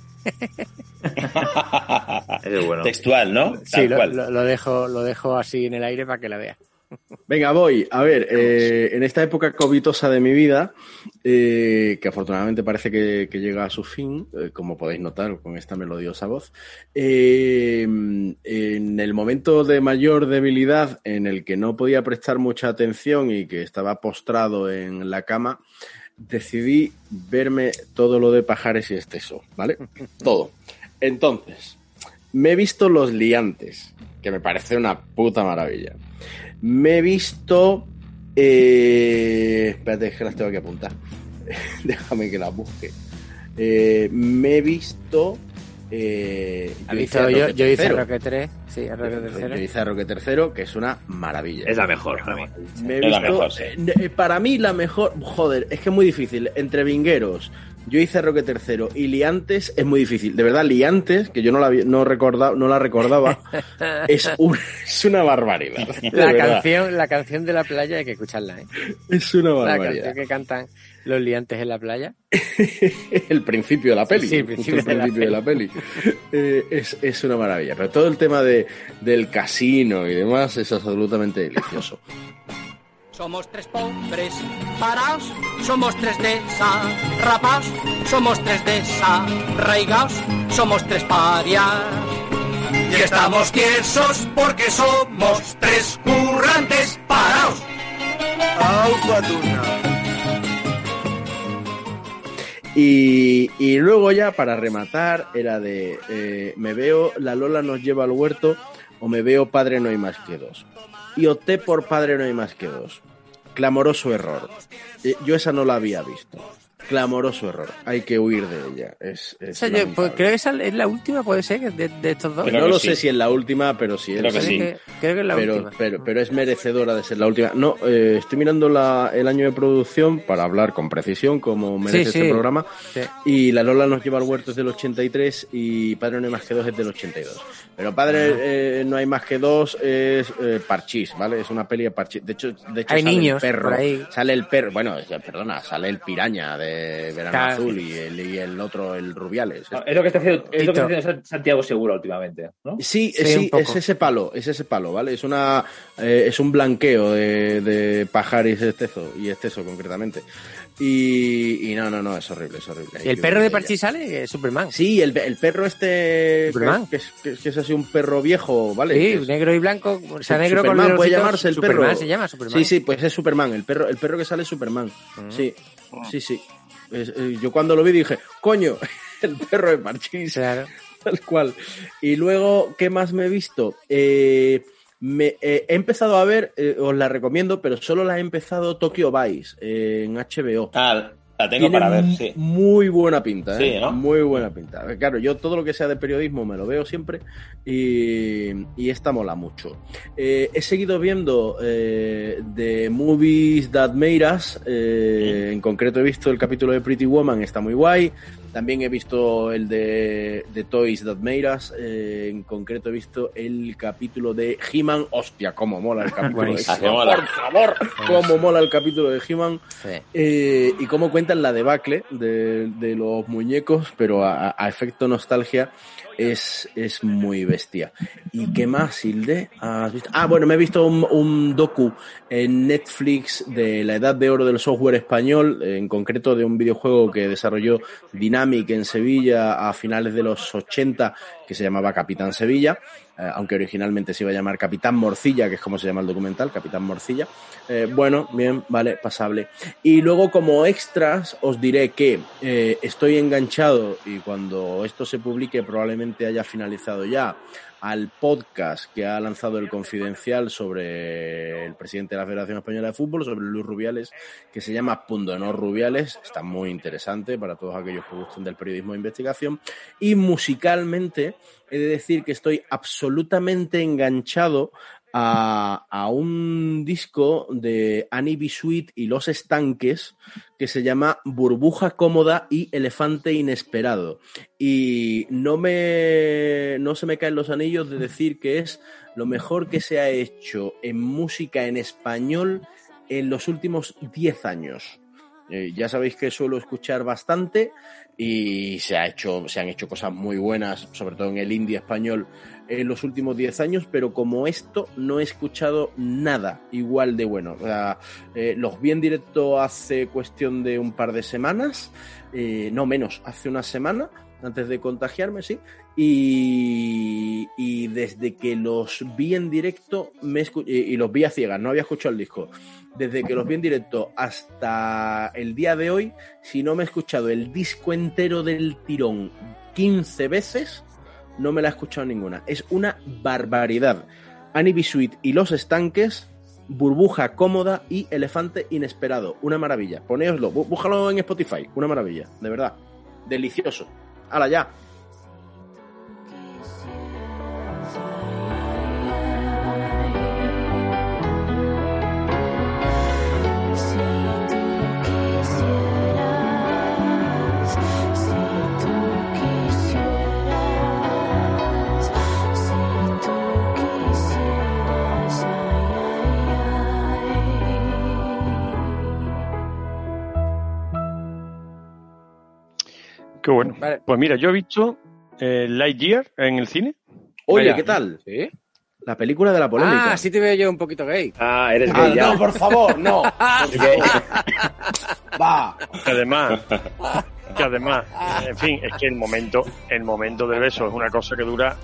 Speaker 6: Textual, ¿no?
Speaker 4: Sí, lo, lo- lo dejo, lo dejo así en el aire para que la vea.
Speaker 1: Venga, voy. A ver, eh, en esta época covitosa de mi vida, eh, que afortunadamente parece que, que llega a su fin, eh, como podéis notar con esta melodiosa voz, eh, en el momento de mayor debilidad en el que no podía prestar mucha atención y que estaba postrado en la cama, decidí verme todo lo de pajares y exceso, ¿vale? Todo. Entonces, me he visto Los Liantes, que me parece una puta maravilla. Me he visto. eh, espérate, es que las tengo que apuntar. Déjame que las busque. Eh, me he visto. eh,
Speaker 4: ¿Has
Speaker 1: hice
Speaker 4: visto?
Speaker 1: a
Speaker 4: Yo,
Speaker 1: Roque
Speaker 4: yo hice
Speaker 1: III.
Speaker 4: Roque 3, sí, a Roque
Speaker 1: Yo- Yo
Speaker 4: 3.
Speaker 1: hice a Roque III, que es una maravilla.
Speaker 5: Es la mejor, para mí.
Speaker 1: Me he
Speaker 5: Es la
Speaker 1: visto-
Speaker 5: mejor, sí.
Speaker 1: eh, eh, para mí la mejor, joder, es que es muy difícil. Entre vingueros, Yo hice Roque tercero y Liantes es muy difícil. De verdad, Liantes, que yo no la, vi- no recordaba, no la recordaba, es, un- es una barbaridad. De
Speaker 4: La
Speaker 1: verdad,
Speaker 4: canción, la canción de la playa hay que escucharla, ¿eh?
Speaker 1: Es una
Speaker 4: La
Speaker 1: barbaridad.
Speaker 4: canción que cantan los liantes en la playa.
Speaker 1: El principio de la peli.
Speaker 4: Sí, el
Speaker 1: justo
Speaker 4: principio de la
Speaker 1: principio de la peli. Eh, es, es una maravilla. Pero todo el tema de, del casino y demás es absolutamente delicioso.
Speaker 16: Somos tres pobres paraos, somos tres desarrapaos, somos tres desarraigaos, somos tres parias. Y estamos tiesos porque somos tres currantes paraos.
Speaker 1: Y, y luego ya para rematar era de eh, me veo la Lola nos lleva al huerto o me veo padre no hay más que dos. Y opté por padre no hay más que dos. Clamoroso error. Eh, yo esa no la había visto. Clamoroso error. Hay que huir de ella. Es, es
Speaker 4: O sea, yo, pues,
Speaker 1: lamentable.
Speaker 4: creo que esa es la última, puede ser, de, de estos dos.
Speaker 1: Pues no lo sé si es la última, pero sí es.
Speaker 4: Creo que sí. Creo que- creo que es la
Speaker 1: pero,
Speaker 4: última.
Speaker 1: Pero, pero es merecedora de ser la última. No, eh, estoy mirando la- el año de producción para hablar con precisión, como merece
Speaker 4: Sí,
Speaker 1: este
Speaker 4: sí.
Speaker 1: programa.
Speaker 4: Sí.
Speaker 1: Y La Lola nos lleva al huerto es del 83 y Padre No hay más que dos es del 82. Pero Padre eh, No hay más que dos es eh, Parchís, ¿vale? Es una peli de Parchís. De hecho, de hecho
Speaker 4: Hay
Speaker 1: sale
Speaker 4: niños
Speaker 1: el perro.
Speaker 4: por ahí.
Speaker 1: Sale el perro. Bueno, eh, perdona, sale el piraña de Verano
Speaker 4: Claro.
Speaker 1: Azul y el, y el otro, el Rubiales.
Speaker 5: Es lo que está haciendo, es lo que
Speaker 1: Tito.
Speaker 5: está haciendo Santiago Segura últimamente, ¿no?
Speaker 1: Sí, eh, sí, es ese palo, es ese palo, ¿vale? Es una eh, es un blanqueo de, de pajares estezo, y esteso concretamente. Y, y no, no, no, es horrible, es horrible.
Speaker 4: ¿Y el perro de Parchís sale? Eh, Superman.
Speaker 1: Sí, el, el perro este
Speaker 4: Superman.
Speaker 1: que es, que es- que es así un perro viejo, ¿vale?
Speaker 4: Sí,
Speaker 1: Que es-
Speaker 4: negro y blanco, o sea, negro
Speaker 1: Superman
Speaker 4: con
Speaker 1: puede
Speaker 4: los
Speaker 1: llamarse el
Speaker 4: Superman
Speaker 1: perro.
Speaker 4: se llama Superman. Mm.
Speaker 1: Sí, sí, pues es Superman, el perro, el perro que sale es Superman. Sí, sí, sí. Es- eh, yo cuando lo vi dije, coño, el perro de Parchís. Tal cual. Y luego, ¿qué más me he visto? Eh, me, eh, he empezado a ver, eh, os la recomiendo, pero solo la he empezado Tokyo Vice eh, en HBO.
Speaker 6: Ah, la tengo
Speaker 1: Tiene
Speaker 6: para ver,
Speaker 1: mu-
Speaker 6: sí.
Speaker 1: Muy buena pinta, ¿eh?
Speaker 6: Sí, ¿no?
Speaker 1: Muy buena pinta. Claro, yo todo lo que sea de periodismo me lo veo siempre y, y esta mola mucho. Eh, he seguido viendo eh, The Movies That Made Us. eh, En concreto he visto el capítulo de Pretty Woman, está muy guay. También he visto el de, de Toys That Made Us. eh, en concreto he visto el capítulo de He-Man. Hostia, cómo mola el capítulo de
Speaker 6: Buenísimo.
Speaker 1: He-Man.
Speaker 6: Mola.
Speaker 1: Por favor, cómo mola el capítulo de He-Man. Eh, y cómo cuentan la debacle de, de los muñecos, pero a, a efecto nostalgia es, es muy bestia. ¿Y qué más, Hilde? ¿Has visto? Ah, bueno, me he visto un, un docu en Netflix de la edad de oro del software español, en concreto de un videojuego que desarrolló Dynamic en Sevilla a finales de los 80, que se llamaba Capitán Sevilla. eh, aunque originalmente se iba a llamar Capitán Morcilla, que es como se llama el documental, Capitán Morcilla. Eh, bueno, bien, vale, pasable. Y luego como extras os diré que eh, estoy enganchado y cuando esto se publique probablemente haya finalizado ya al podcast que ha lanzado el Confidencial sobre el presidente de la Federación Española de Fútbol, sobre Luis Rubiales, que se llama Punto No Rubiales, está muy interesante para todos aquellos que gusten del periodismo de investigación. Y musicalmente he de decir que estoy absolutamente enganchado a, a un disco de Annie Bisuit y Los Estanques que se llama Burbuja Cómoda y Elefante Inesperado. Y no, me, no se me caen los anillos de decir que es lo mejor que se ha hecho en música en español en los últimos 10 años. Eh, ya sabéis que suelo escuchar bastante y se, ha hecho, se han hecho cosas muy buenas, sobre todo en el indie español, en los últimos 10 años, pero como esto no he escuchado nada igual de bueno. O sea, eh, los vi en directo hace cuestión de un par de semanas, eh, no menos, hace una semana, antes de contagiarme, sí, y, y desde que los vi en directo, me escu- y y los vi a ciegas, no había escuchado el disco, desde que los vi en directo hasta el día de hoy, si no me he escuchado el disco entero del tirón 15 veces, no me la he escuchado ninguna. Es una barbaridad. Annie Bisuit y los estanques, burbuja cómoda y elefante inesperado. Una maravilla. Ponéoslo, bú- búscalo en Spotify. Una maravilla, de verdad. Delicioso. ¡Hala ya!
Speaker 18: Si tú quisieras
Speaker 2: Qué bueno. Vale. Pues mira, yo he visto eh, Lightyear en el cine.
Speaker 1: Oye, Vaya. ¿qué tal?
Speaker 4: ¿Sí?
Speaker 1: La película de la polémica.
Speaker 4: Ah, sí te veo yo un poquito gay.
Speaker 6: Ah, eres gay. Ah, ya.
Speaker 1: No, por favor, no. Porque... Va.
Speaker 2: Que además, que además, en fin, es que el momento, el momento del beso es una cosa que dura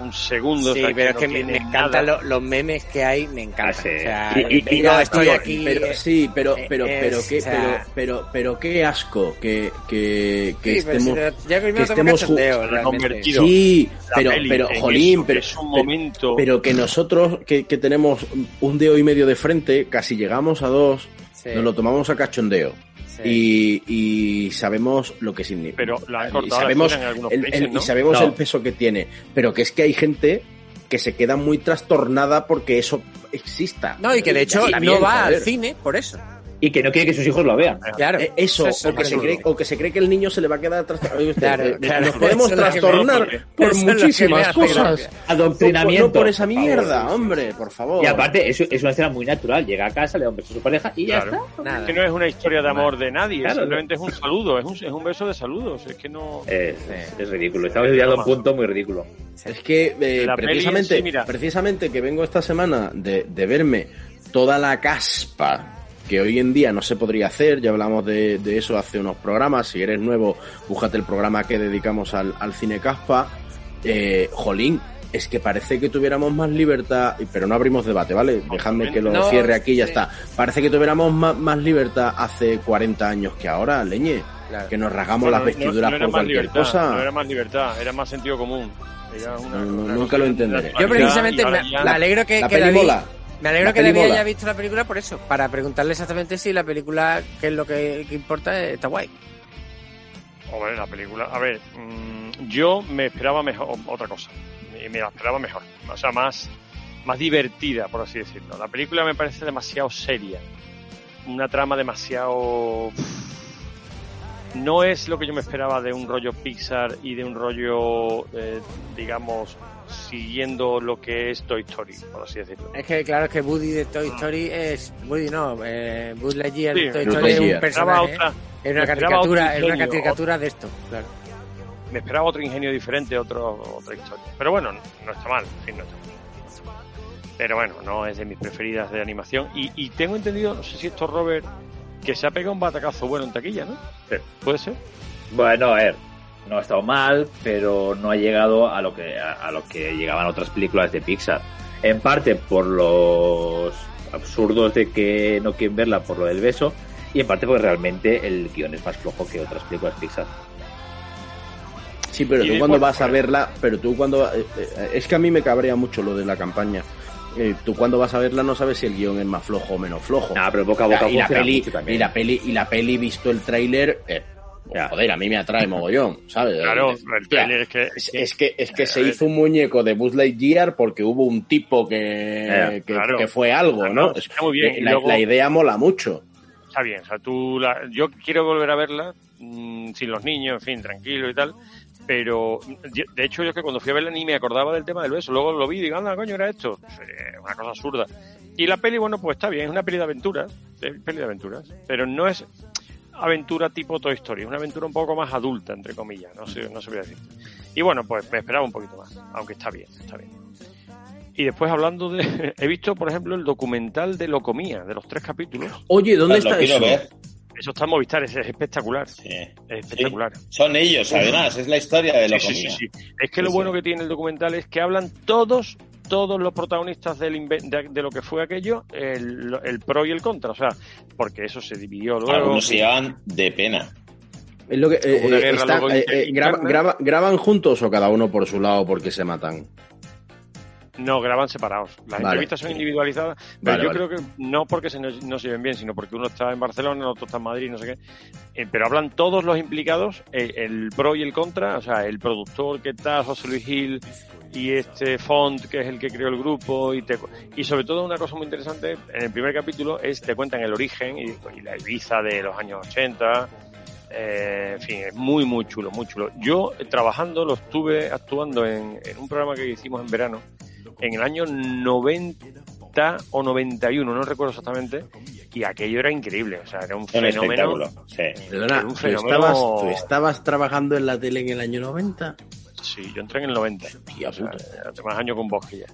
Speaker 2: un segundo.
Speaker 4: Sí, pero es que, que no me, me encantan lo, los memes que hay, me encantan. Ah, sí. o sea, y,
Speaker 1: y, y no, estoy aquí. Pero, sí, pero, pero, es, pero, qué, o sea... pero, pero, pero qué asco que, que, que sí, estemos, si te, que estemos
Speaker 2: convertidos.
Speaker 1: Sí, pero, pero, jolín, eso, pero,
Speaker 2: es un momento.
Speaker 1: pero que nosotros que, que tenemos un dedo y medio de frente, casi llegamos a dos, sí. nos lo tomamos a cachondeo. Sí. Y, y, sabemos lo que significa.
Speaker 2: Pero la han
Speaker 1: y sabemos,
Speaker 2: en algunos
Speaker 1: el,
Speaker 2: países,
Speaker 1: el,
Speaker 2: ¿no?
Speaker 1: Y sabemos no. el peso que tiene. Pero que es que hay gente que se queda muy trastornada porque eso exista.
Speaker 4: No, y que de hecho no bien, va joder. al cine por eso.
Speaker 6: Y que no quiere que sus hijos lo vean.
Speaker 1: Claro. Eh, eso, eso es o, que se cree, o, que se cree, que el niño se le va a quedar trastornado. Claro, claro, eh, Nos podemos trastornar me... por eso muchísimas cosas.
Speaker 6: Adoctrinamiento.
Speaker 1: No, por esa mierda, favor. hombre, por favor.
Speaker 5: Oh.
Speaker 6: Y aparte, es, es una escena muy natural. Llega a casa, le da un beso a su pareja y ya está.
Speaker 2: Nada. Es que no es una historia de amor de nadie. Simplemente es un saludo. Es un, es un beso de saludos. Es que no.
Speaker 1: Eh,
Speaker 6: Es, es ridículo. Estamos llegando a un punto muy ridículo.
Speaker 1: Es que eh, precisamente, sí, precisamente que vengo esta semana de, de verme toda la caspa que hoy en día no se podría hacer, ya hablamos de, de, eso hace unos programas, si eres nuevo, búscate el programa que dedicamos al, al cine caspa, eh, jolín, es que parece que tuviéramos más libertad, pero no abrimos debate, ¿vale? Dejadme que lo no, cierre aquí y ya sí. está. Parece que tuviéramos más, más, libertad hace 40 años que ahora, leñe, claro. que nos rasgamos bueno, las vestiduras no, no
Speaker 2: era
Speaker 1: por
Speaker 2: más
Speaker 1: cualquier
Speaker 2: libertad,
Speaker 1: cosa.
Speaker 2: No era más libertad, era más sentido común. Era una,
Speaker 1: una nunca lo entenderé.
Speaker 4: Yo precisamente me, me, alegro que...
Speaker 1: La
Speaker 4: que
Speaker 1: pelimola.
Speaker 4: Me alegro que David haya visto la película por eso, para preguntarle exactamente si la película, que es lo que, que importa, está guay.
Speaker 2: Hombre, la película, a ver, mmm, yo me esperaba mejor otra cosa, me, me la esperaba mejor, o sea, más, más divertida, por así decirlo. La película me parece demasiado seria, una trama demasiado... No es lo que yo me esperaba de un rollo Pixar y de un rollo, eh, digamos, siguiendo lo que es Toy Story, por así decirlo.
Speaker 4: Es que claro, es que Woody de Toy Story es... Woody no, eh, Woody Lightyear sí, de Toy Story es un personaje, otra, es una caricatura, es una caricatura otro, de esto, claro.
Speaker 2: Me esperaba otro ingenio diferente, otro, otra historia. Pero bueno, no, no está mal, en fin, no está mal. Pero bueno, no es de mis preferidas de animación. Y, y tengo entendido, no sé si esto Robert, que se ha pegado un batacazo bueno en taquilla, ¿no?
Speaker 6: Sí.
Speaker 2: ¿Puede ser?
Speaker 1: Eh,
Speaker 6: Bueno, a ver, no ha estado mal, pero no ha llegado a lo que a, a, lo que llegaban otras películas de Pixar. En parte por los absurdos de que no quieren verla por lo del beso y en parte porque realmente el guión es más flojo que otras películas Pixar.
Speaker 1: Sí, pero tú cuando vas a verla, pero tú cuando eh, es que a mí me cabrea mucho lo de la campaña. Eh, tú cuando vas a verla no sabes si el guión es más flojo o menos flojo.
Speaker 6: Ah, pero boca a boca
Speaker 1: y la, y la peli, y la peli y la peli visto el tráiler eh, ya. Joder, a mí me atrae mogollón, ¿sabes?
Speaker 2: Claro, el trailer es que...
Speaker 1: Es, es que, es que se hizo un muñeco de Buzz Lightyear porque hubo un tipo que, claro, que, claro. que, fue algo, ¿no? eh,
Speaker 2: Está muy bien.
Speaker 1: La, luego, la, idea mola mucho.
Speaker 2: Está bien, o sea, tú... La, yo quiero volver a verla mmm, sin los niños, en fin, tranquilo y tal, pero de hecho yo es que cuando fui a verla ni me acordaba del tema del beso, luego lo vi y digo, anda, coño, era esto. Una cosa absurda. Y la peli, bueno, pues está bien, es una peli de aventuras, peli de aventuras, pero no es aventura tipo Toy Story, una aventura un poco más adulta, entre comillas, no sé, no se voy a decir. Y bueno, pues me esperaba un poquito más, aunque está bien, está bien. Y después hablando de... he visto, por ejemplo, el documental de Locomía, de los tres capítulos.
Speaker 1: Oye, ¿dónde está eso? Ver.
Speaker 2: Eso está en Movistar, es, es espectacular. Sí. Es espectacular. Sí.
Speaker 6: Son ellos, además, es la historia de Locomía.
Speaker 2: Sí, es que lo bueno que tiene el documental es que hablan todos todos los protagonistas del de, de, lo que fue aquello el, el, pro y el contra, o sea, porque eso se dividió luego.
Speaker 6: Algunos se llevan de pena.
Speaker 1: Es lo que, eh, eh, está, eh, graba, graba, ¿Graban juntos o cada uno por su lado porque se matan?
Speaker 2: No, graban separados. Las vale. entrevistas son individualizadas, pero vale, yo vale. creo que no porque se no, no, se ven bien, sino porque uno está en Barcelona, el otro está en Madrid, no sé qué. Eh, pero hablan todos los implicados, el pro y el contra, o sea, el productor que está, José Luis Gil, y este font que es el que creó el grupo y te, y sobre todo una cosa muy interesante en el primer capítulo es te cuentan el origen y, y la Ibiza de los años 80 eh, en fin es muy muy chulo muy chulo yo eh, trabajando lo estuve actuando en, en un programa que hicimos en verano en el año 90 o 91 no recuerdo exactamente y aquello era increíble, o sea, era un
Speaker 6: Un
Speaker 2: fenómeno.
Speaker 6: espectáculo. Sí.
Speaker 1: Perdona,
Speaker 2: un
Speaker 1: ¿tú
Speaker 2: fenómeno-
Speaker 1: estabas, tú estabas trabajando en la tele en el año 90?
Speaker 2: Sí, yo entré en el 90.
Speaker 1: Hostia puta.
Speaker 2: hace más años con Bosquilla.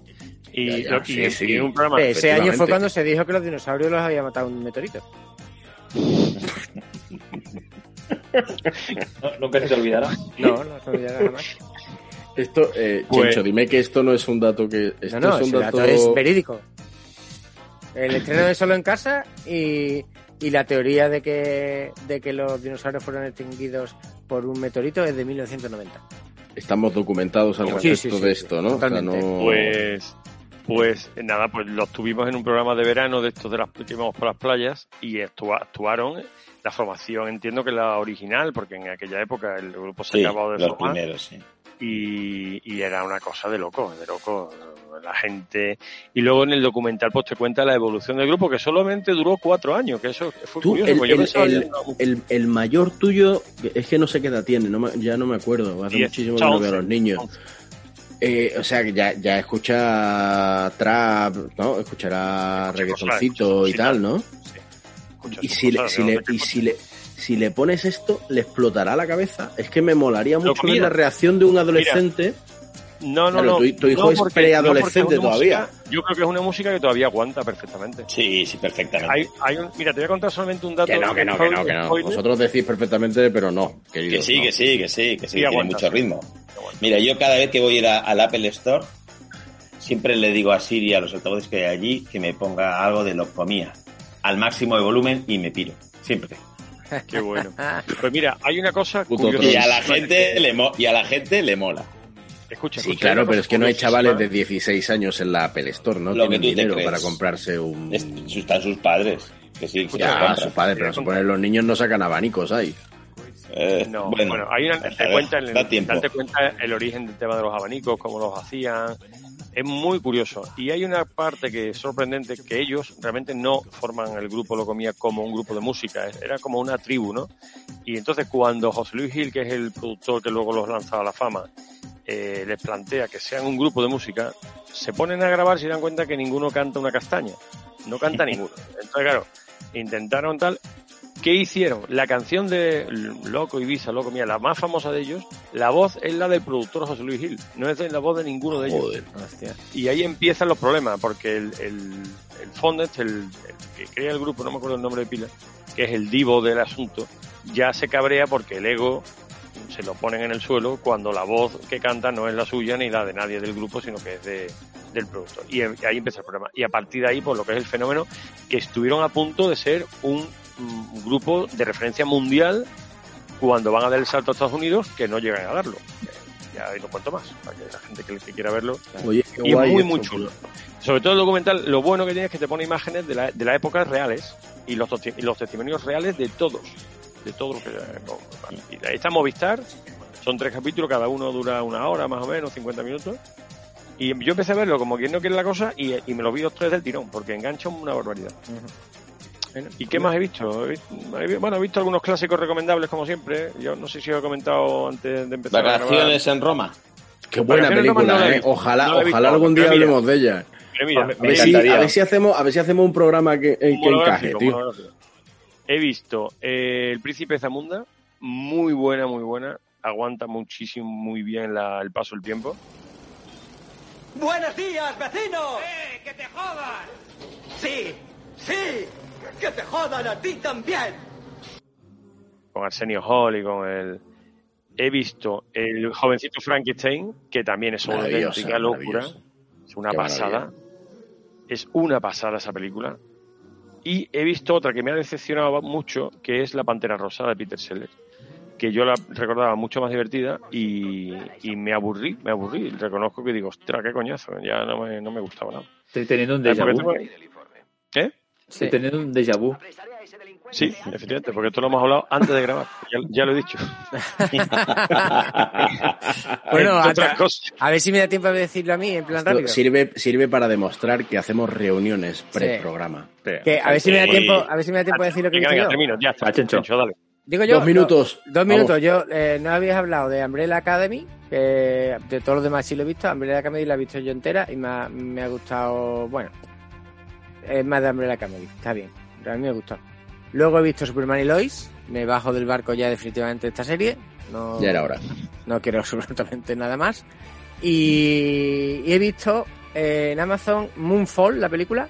Speaker 2: Y,
Speaker 1: Ya, ya,
Speaker 2: lo- y-
Speaker 1: sí,
Speaker 2: y
Speaker 1: sí.
Speaker 2: un programa.
Speaker 4: Ese año fue cuando se dijo que los dinosaurios los había matado un meteorito.
Speaker 5: nunca se te olvidará.
Speaker 4: No, no se olvidará jamás.
Speaker 1: Esto, eh,
Speaker 4: Pues-
Speaker 1: Chencho, dime que esto no es un dato que. Esto
Speaker 4: No, no,
Speaker 1: es un
Speaker 4: ese dato...
Speaker 1: dato.
Speaker 4: es verídico. El estreno de Solo en Casa y, y la teoría de que, de que los dinosaurios fueron extinguidos por un meteorito es de 1990.
Speaker 1: Estamos documentados al
Speaker 4: Sí,
Speaker 1: respecto
Speaker 4: sí, sí,
Speaker 1: de
Speaker 4: sí,
Speaker 1: esto, ¿no? O sea,
Speaker 4: totalmente.
Speaker 1: no-
Speaker 2: Pues, pues nada, pues los tuvimos en un programa de verano de estos de las que íbamos por las playas y actua- actuaron la formación, entiendo que la original, porque en aquella época el grupo se
Speaker 6: Sí,
Speaker 2: acababa de
Speaker 6: los
Speaker 2: formar.
Speaker 6: primeros, sí.
Speaker 2: y, y era una cosa de loco, de loco. La gente. Y luego en el documental, pues te cuenta la evolución del grupo, que solamente duró cuatro años, que eso fue
Speaker 1: Tú,
Speaker 2: curioso.
Speaker 1: el,
Speaker 2: porque yo
Speaker 1: el-
Speaker 2: pensaba
Speaker 1: el-
Speaker 2: que-
Speaker 1: el- el mayor tuyo, es que no sé qué edad tiene, no me- ya no me acuerdo, hace
Speaker 2: Diez,
Speaker 1: muchísimo que no veo a
Speaker 2: once,
Speaker 1: los niños. Eh, o sea, que ya, ya escucha trap, ¿no? Escuchará reggaetoncito y tal, ¿no? y si le,
Speaker 2: cosas,
Speaker 1: si
Speaker 2: ¿no?
Speaker 1: le,
Speaker 2: Escucha
Speaker 1: y si le, si le pones esto, le explotará la cabeza. Es que me molaría
Speaker 2: Lo
Speaker 1: mucho
Speaker 2: que
Speaker 1: ver
Speaker 2: mira,
Speaker 1: la reacción de un adolescente.
Speaker 2: No, no,
Speaker 1: Claro,
Speaker 2: no.
Speaker 1: tu- tu hijo es
Speaker 2: porque-
Speaker 1: preadolescente
Speaker 2: no, porque es una
Speaker 1: todavía.
Speaker 2: música- yo creo que es una música que todavía aguanta perfectamente.
Speaker 6: Sí, sí, perfectamente.
Speaker 2: Hay, hay un- mira, te voy a contar solamente un dato.
Speaker 1: Que no, que no, que no, que no.
Speaker 2: spoiler.
Speaker 1: Vosotros decís perfectamente, pero no, queridos.
Speaker 6: Que sí,
Speaker 1: no.
Speaker 6: que sí, que sí, que sí,
Speaker 1: Sí,
Speaker 6: tiene
Speaker 1: aguanta,
Speaker 6: mucho
Speaker 1: sí.
Speaker 6: ritmo. Mira, yo cada vez que voy a ir a- al Apple Store, siempre le digo a Siri, a los altavoces que hay allí, que me ponga algo de locomía, al máximo de volumen y me piro, siempre.
Speaker 2: Qué bueno. Pues mira, hay una cosa
Speaker 1: Puto
Speaker 2: curiosa.
Speaker 1: troll.
Speaker 6: Y a la gente le, mo- y a la gente le mola.
Speaker 2: Escucha,
Speaker 1: Sí,
Speaker 2: escucha,
Speaker 1: claro,
Speaker 2: una
Speaker 1: pero
Speaker 2: cosa
Speaker 1: es que no hay
Speaker 2: curiosísima.
Speaker 1: chavales de 16 años en la Apple Store, ¿no?
Speaker 6: Lo que
Speaker 1: Tienen
Speaker 6: tú te
Speaker 1: dinero
Speaker 6: crees.
Speaker 1: para comprarse un...
Speaker 6: Están sus padres. Que sí, que los
Speaker 1: Mm. Ya,
Speaker 6: compran.
Speaker 1: su padre, pero se ponen los niños no sacan abanicos ahí.
Speaker 6: Eh,
Speaker 2: No, bueno, hay una, te
Speaker 6: a ver,
Speaker 2: cuenta, en el-
Speaker 6: da tiempo.
Speaker 2: date cuenta el origen del tema de los abanicos, cómo los hacían. Es muy curioso. Y hay una parte que es sorprendente, que ellos realmente no forman el grupo Locomía como un grupo de música, eh, era como una tribu, ¿no? Y entonces cuando José Luis Gil, que es el productor que luego los lanza a la fama, eh, les plantea que sean un grupo de música, se ponen a grabar y se dan cuenta que ninguno canta una castaña. No canta ninguno. Entonces, claro, intentaron tal. ¿Qué hicieron? La canción de Loco Ibiza, Loco Mía, la más famosa de ellos, la voz es la del productor José Luis Gil, no es de la voz de ninguno de ellos. Y ahí empiezan los problemas, porque el, el, el fondo este, el, el que crea el grupo, no me acuerdo el nombre de pila, que es el divo del asunto, ya se cabrea porque el ego se lo ponen en el suelo cuando la voz que canta no es la suya ni la de nadie del grupo, sino que es de, del productor. Y ahí empieza el problema. Y a partir de ahí, pues lo que es el fenómeno, que estuvieron a punto de ser un mm, grupo de referencia mundial cuando van a dar el salto a Estados Unidos, que no llegan a darlo. Eh, Ya no cuento más, para que la gente que, que quiera verlo.
Speaker 1: Oye, qué
Speaker 2: y es
Speaker 1: guay
Speaker 2: muy,
Speaker 1: esto,
Speaker 2: muy chulo. Sobre todo el documental, lo bueno que tiene es que te pone imágenes de la, de la época reales y los, tosti- y los testimonios reales de todos. De todos los que. no, vale. Y ahí está Movistar, son tres capítulos, cada uno dura una hora más o menos, 50 minutos. Y yo empecé a verlo como quien no quiere la cosa y, y me los vi los tres del tirón, porque enganchan una barbaridad. ¿Y
Speaker 1: pues
Speaker 2: qué más he visto? He visto- he vi- Bueno, he visto algunos clásicos recomendables, como siempre. Yo no sé si os he comentado antes de empezar. a grabar.
Speaker 6: Vacaciones en Roma.
Speaker 1: Qué buena
Speaker 2: Vacaciones no,
Speaker 1: película,
Speaker 2: no la he
Speaker 1: ¿eh?
Speaker 2: visto.
Speaker 1: Ojalá,
Speaker 2: No la he
Speaker 1: ojalá
Speaker 2: visto,
Speaker 1: algún día
Speaker 2: pero mira,
Speaker 1: hablemos de ella.
Speaker 2: Pero mira,
Speaker 1: A ver, si, a ver si hacemos, a ver si hacemos un programa que, en que encaje,
Speaker 2: Monográfico,
Speaker 1: tío.
Speaker 2: monográfico. He visto eh, El Príncipe Zamunda, muy buena, muy buena. Aguanta muchísimo, muy bien la- el paso del tiempo.
Speaker 10: ¡Buenos días, vecino! ¡Eh, que te jodan! ¡Sí! ¡Sí! ¡Que te jodan a ti también!
Speaker 2: con Arsenio Hall y con el. He visto el jovencito Frankenstein, que también es una
Speaker 1: Maravillosa,
Speaker 2: auténtica locura.
Speaker 1: maravillosa.
Speaker 2: Es una
Speaker 1: Qué
Speaker 2: pasada. Es una pasada esa película. Y he visto otra que me ha decepcionado mucho, que es La Pantera Rosa de Peter Sellers, que yo la recordaba mucho más divertida y, y me aburrí, me aburrí. Reconozco que digo, ostras, qué coñazo, ya no me, no me gustaba nada.
Speaker 5: Estoy teniendo un
Speaker 2: Ah,
Speaker 5: déjà
Speaker 2: porque
Speaker 5: vu.
Speaker 2: tengo- ¿Eh?
Speaker 5: Estoy teniendo un déjà vu.
Speaker 2: Sí, efectivamente, porque esto lo hemos hablado antes de grabar, ya, ya lo he dicho.
Speaker 4: Bueno,
Speaker 2: Entre
Speaker 4: hasta-
Speaker 2: otras cosas.
Speaker 4: a ver si me da tiempo de decirlo a mí, en plan
Speaker 1: Esto
Speaker 4: rápido.
Speaker 1: sirve, sirve para demostrar que hacemos reuniones pre-programa.
Speaker 4: Que a ver si me da tiempo, a ver si me da tiempo de decir lo que
Speaker 2: Venga,
Speaker 4: he
Speaker 2: venga,
Speaker 4: dicho yo.
Speaker 2: termino, ya está. Chencho, dale.
Speaker 4: Digo Pues yo,
Speaker 1: Dos minutos.
Speaker 4: do- dos minutos. Yo eh, no habías hablado de Umbrella Academy, que de todos los demás sí lo he visto. Umbrella Academy la he visto yo entera y me ha, me ha gustado. Bueno, es más de Umbrella Academy, está bien. pero a mí me gustó. Luego he visto Superman y Lois, me bajo del barco ya definitivamente de esta serie. No,
Speaker 1: Ya era hora.
Speaker 4: No quiero absolutamente nada más. Y, y he visto eh, en Amazon Moonfall, la película.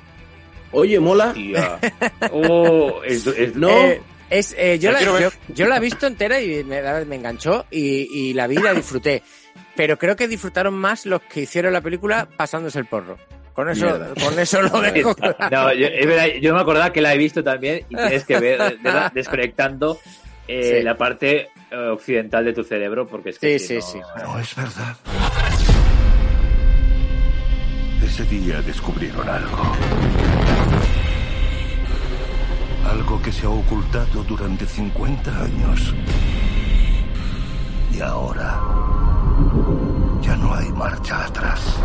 Speaker 1: Oye, mola.
Speaker 5: Oh,
Speaker 1: no.
Speaker 4: Eh, es, eh, yo,
Speaker 1: La
Speaker 4: la,
Speaker 1: quiero ver.
Speaker 4: yo, yo la he visto entera y me, la- me enganchó y, y la vi y la disfruté. Pero creo que disfrutaron más los que hicieron la película pasándose el porro. Con eso,
Speaker 5: Mierda.
Speaker 4: con eso lo dejo. claro.
Speaker 5: No, yo, es verdad, yo me acordaba que la he visto también y tienes que ver, de verdad, desconectando eh,
Speaker 4: Sí.
Speaker 5: la parte eh, occidental de tu cerebro, porque es que.
Speaker 4: Sí,
Speaker 5: si
Speaker 4: sí,
Speaker 5: no-
Speaker 18: No es verdad. Ese día descubrieron algo. Algo que se ha ocultado durante 50 años. Y ahora ya no hay marcha atrás.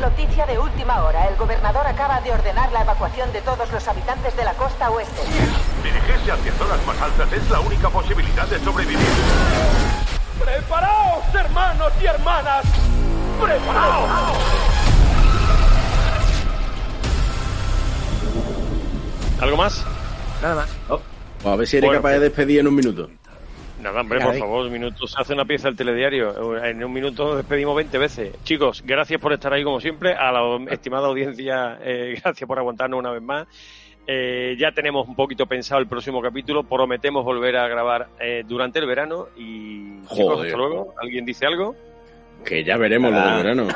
Speaker 19: Noticia de última hora. El gobernador acaba de ordenar la evacuación de todos los habitantes de la costa oeste.
Speaker 24: Dirigirse hacia zonas más altas es la única posibilidad de sobrevivir.
Speaker 23: ¡Preparaos, hermanos y hermanas! ¡Preparaos!
Speaker 2: ¿Algo más?
Speaker 4: Nada más.
Speaker 1: Pues A ver si eres
Speaker 2: Bueno,
Speaker 1: capaz de despedir en un minuto.
Speaker 2: Nada, hombre, por favor, un minuto se hace una pieza del telediario. En un minuto nos despedimos 20 veces. Chicos, gracias por estar ahí como siempre. A la estimada audiencia, eh, gracias por aguantarnos una vez más. Eh, ya tenemos un poquito pensado el próximo capítulo. Prometemos volver a grabar eh, durante el verano. Y chicos,
Speaker 1: Joder.
Speaker 2: hasta luego. ¿Alguien dice algo?
Speaker 1: Que ya veremos lo
Speaker 2: Ah.
Speaker 1: del verano.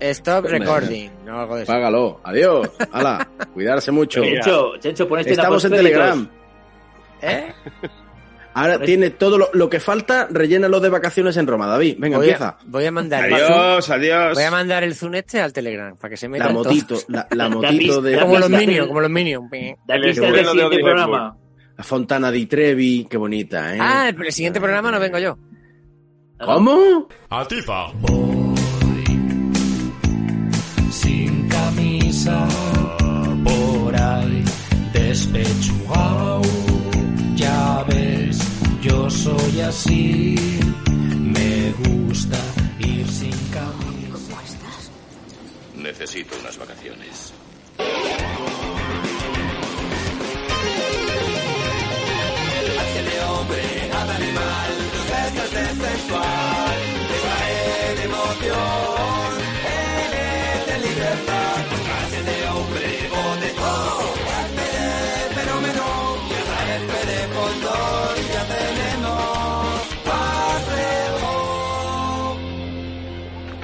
Speaker 4: Stop
Speaker 1: Hombre.
Speaker 4: recording. No, algo de eso.
Speaker 1: Págalo. Adiós. Hala. Cuidarse mucho.
Speaker 5: Chencho, Chencho, pon este
Speaker 1: Estamos en
Speaker 5: en apóstrofe y
Speaker 1: Telegram.
Speaker 4: ¿Eh?
Speaker 1: Ahora tiene todo lo, lo que falta, rellénalo de vacaciones en Roma, David. Venga,
Speaker 4: Voy a,
Speaker 1: empieza.
Speaker 4: voy a mandar el
Speaker 1: Adiós,
Speaker 4: zoom-
Speaker 1: adiós.
Speaker 4: Voy a mandar el zoom este al Telegram para que se meta
Speaker 1: La motito, la, la motito de.
Speaker 4: como los minions, como los minions.
Speaker 5: La pista del siguiente programa.
Speaker 1: La Fontana di Trevi, qué bonita, ¿eh?
Speaker 4: Ah, el, el siguiente programa no vengo yo.
Speaker 1: ¿Cómo?
Speaker 24: Atifa.
Speaker 20: sin camisa por ahí despechugao ya ves yo soy así me gusta ir sin camisa ¿cómo estás?
Speaker 3: Necesito unas vacaciones.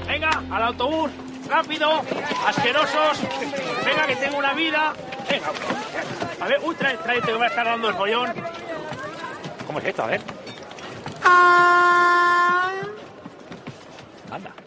Speaker 23: Venga, al autobús, rápido, asquerosos. Venga, que tengo una vida. Venga, a ver, uy, trae, este trae, te voy a estar dando el follón. ¿Cómo es esto? A ver. Anda.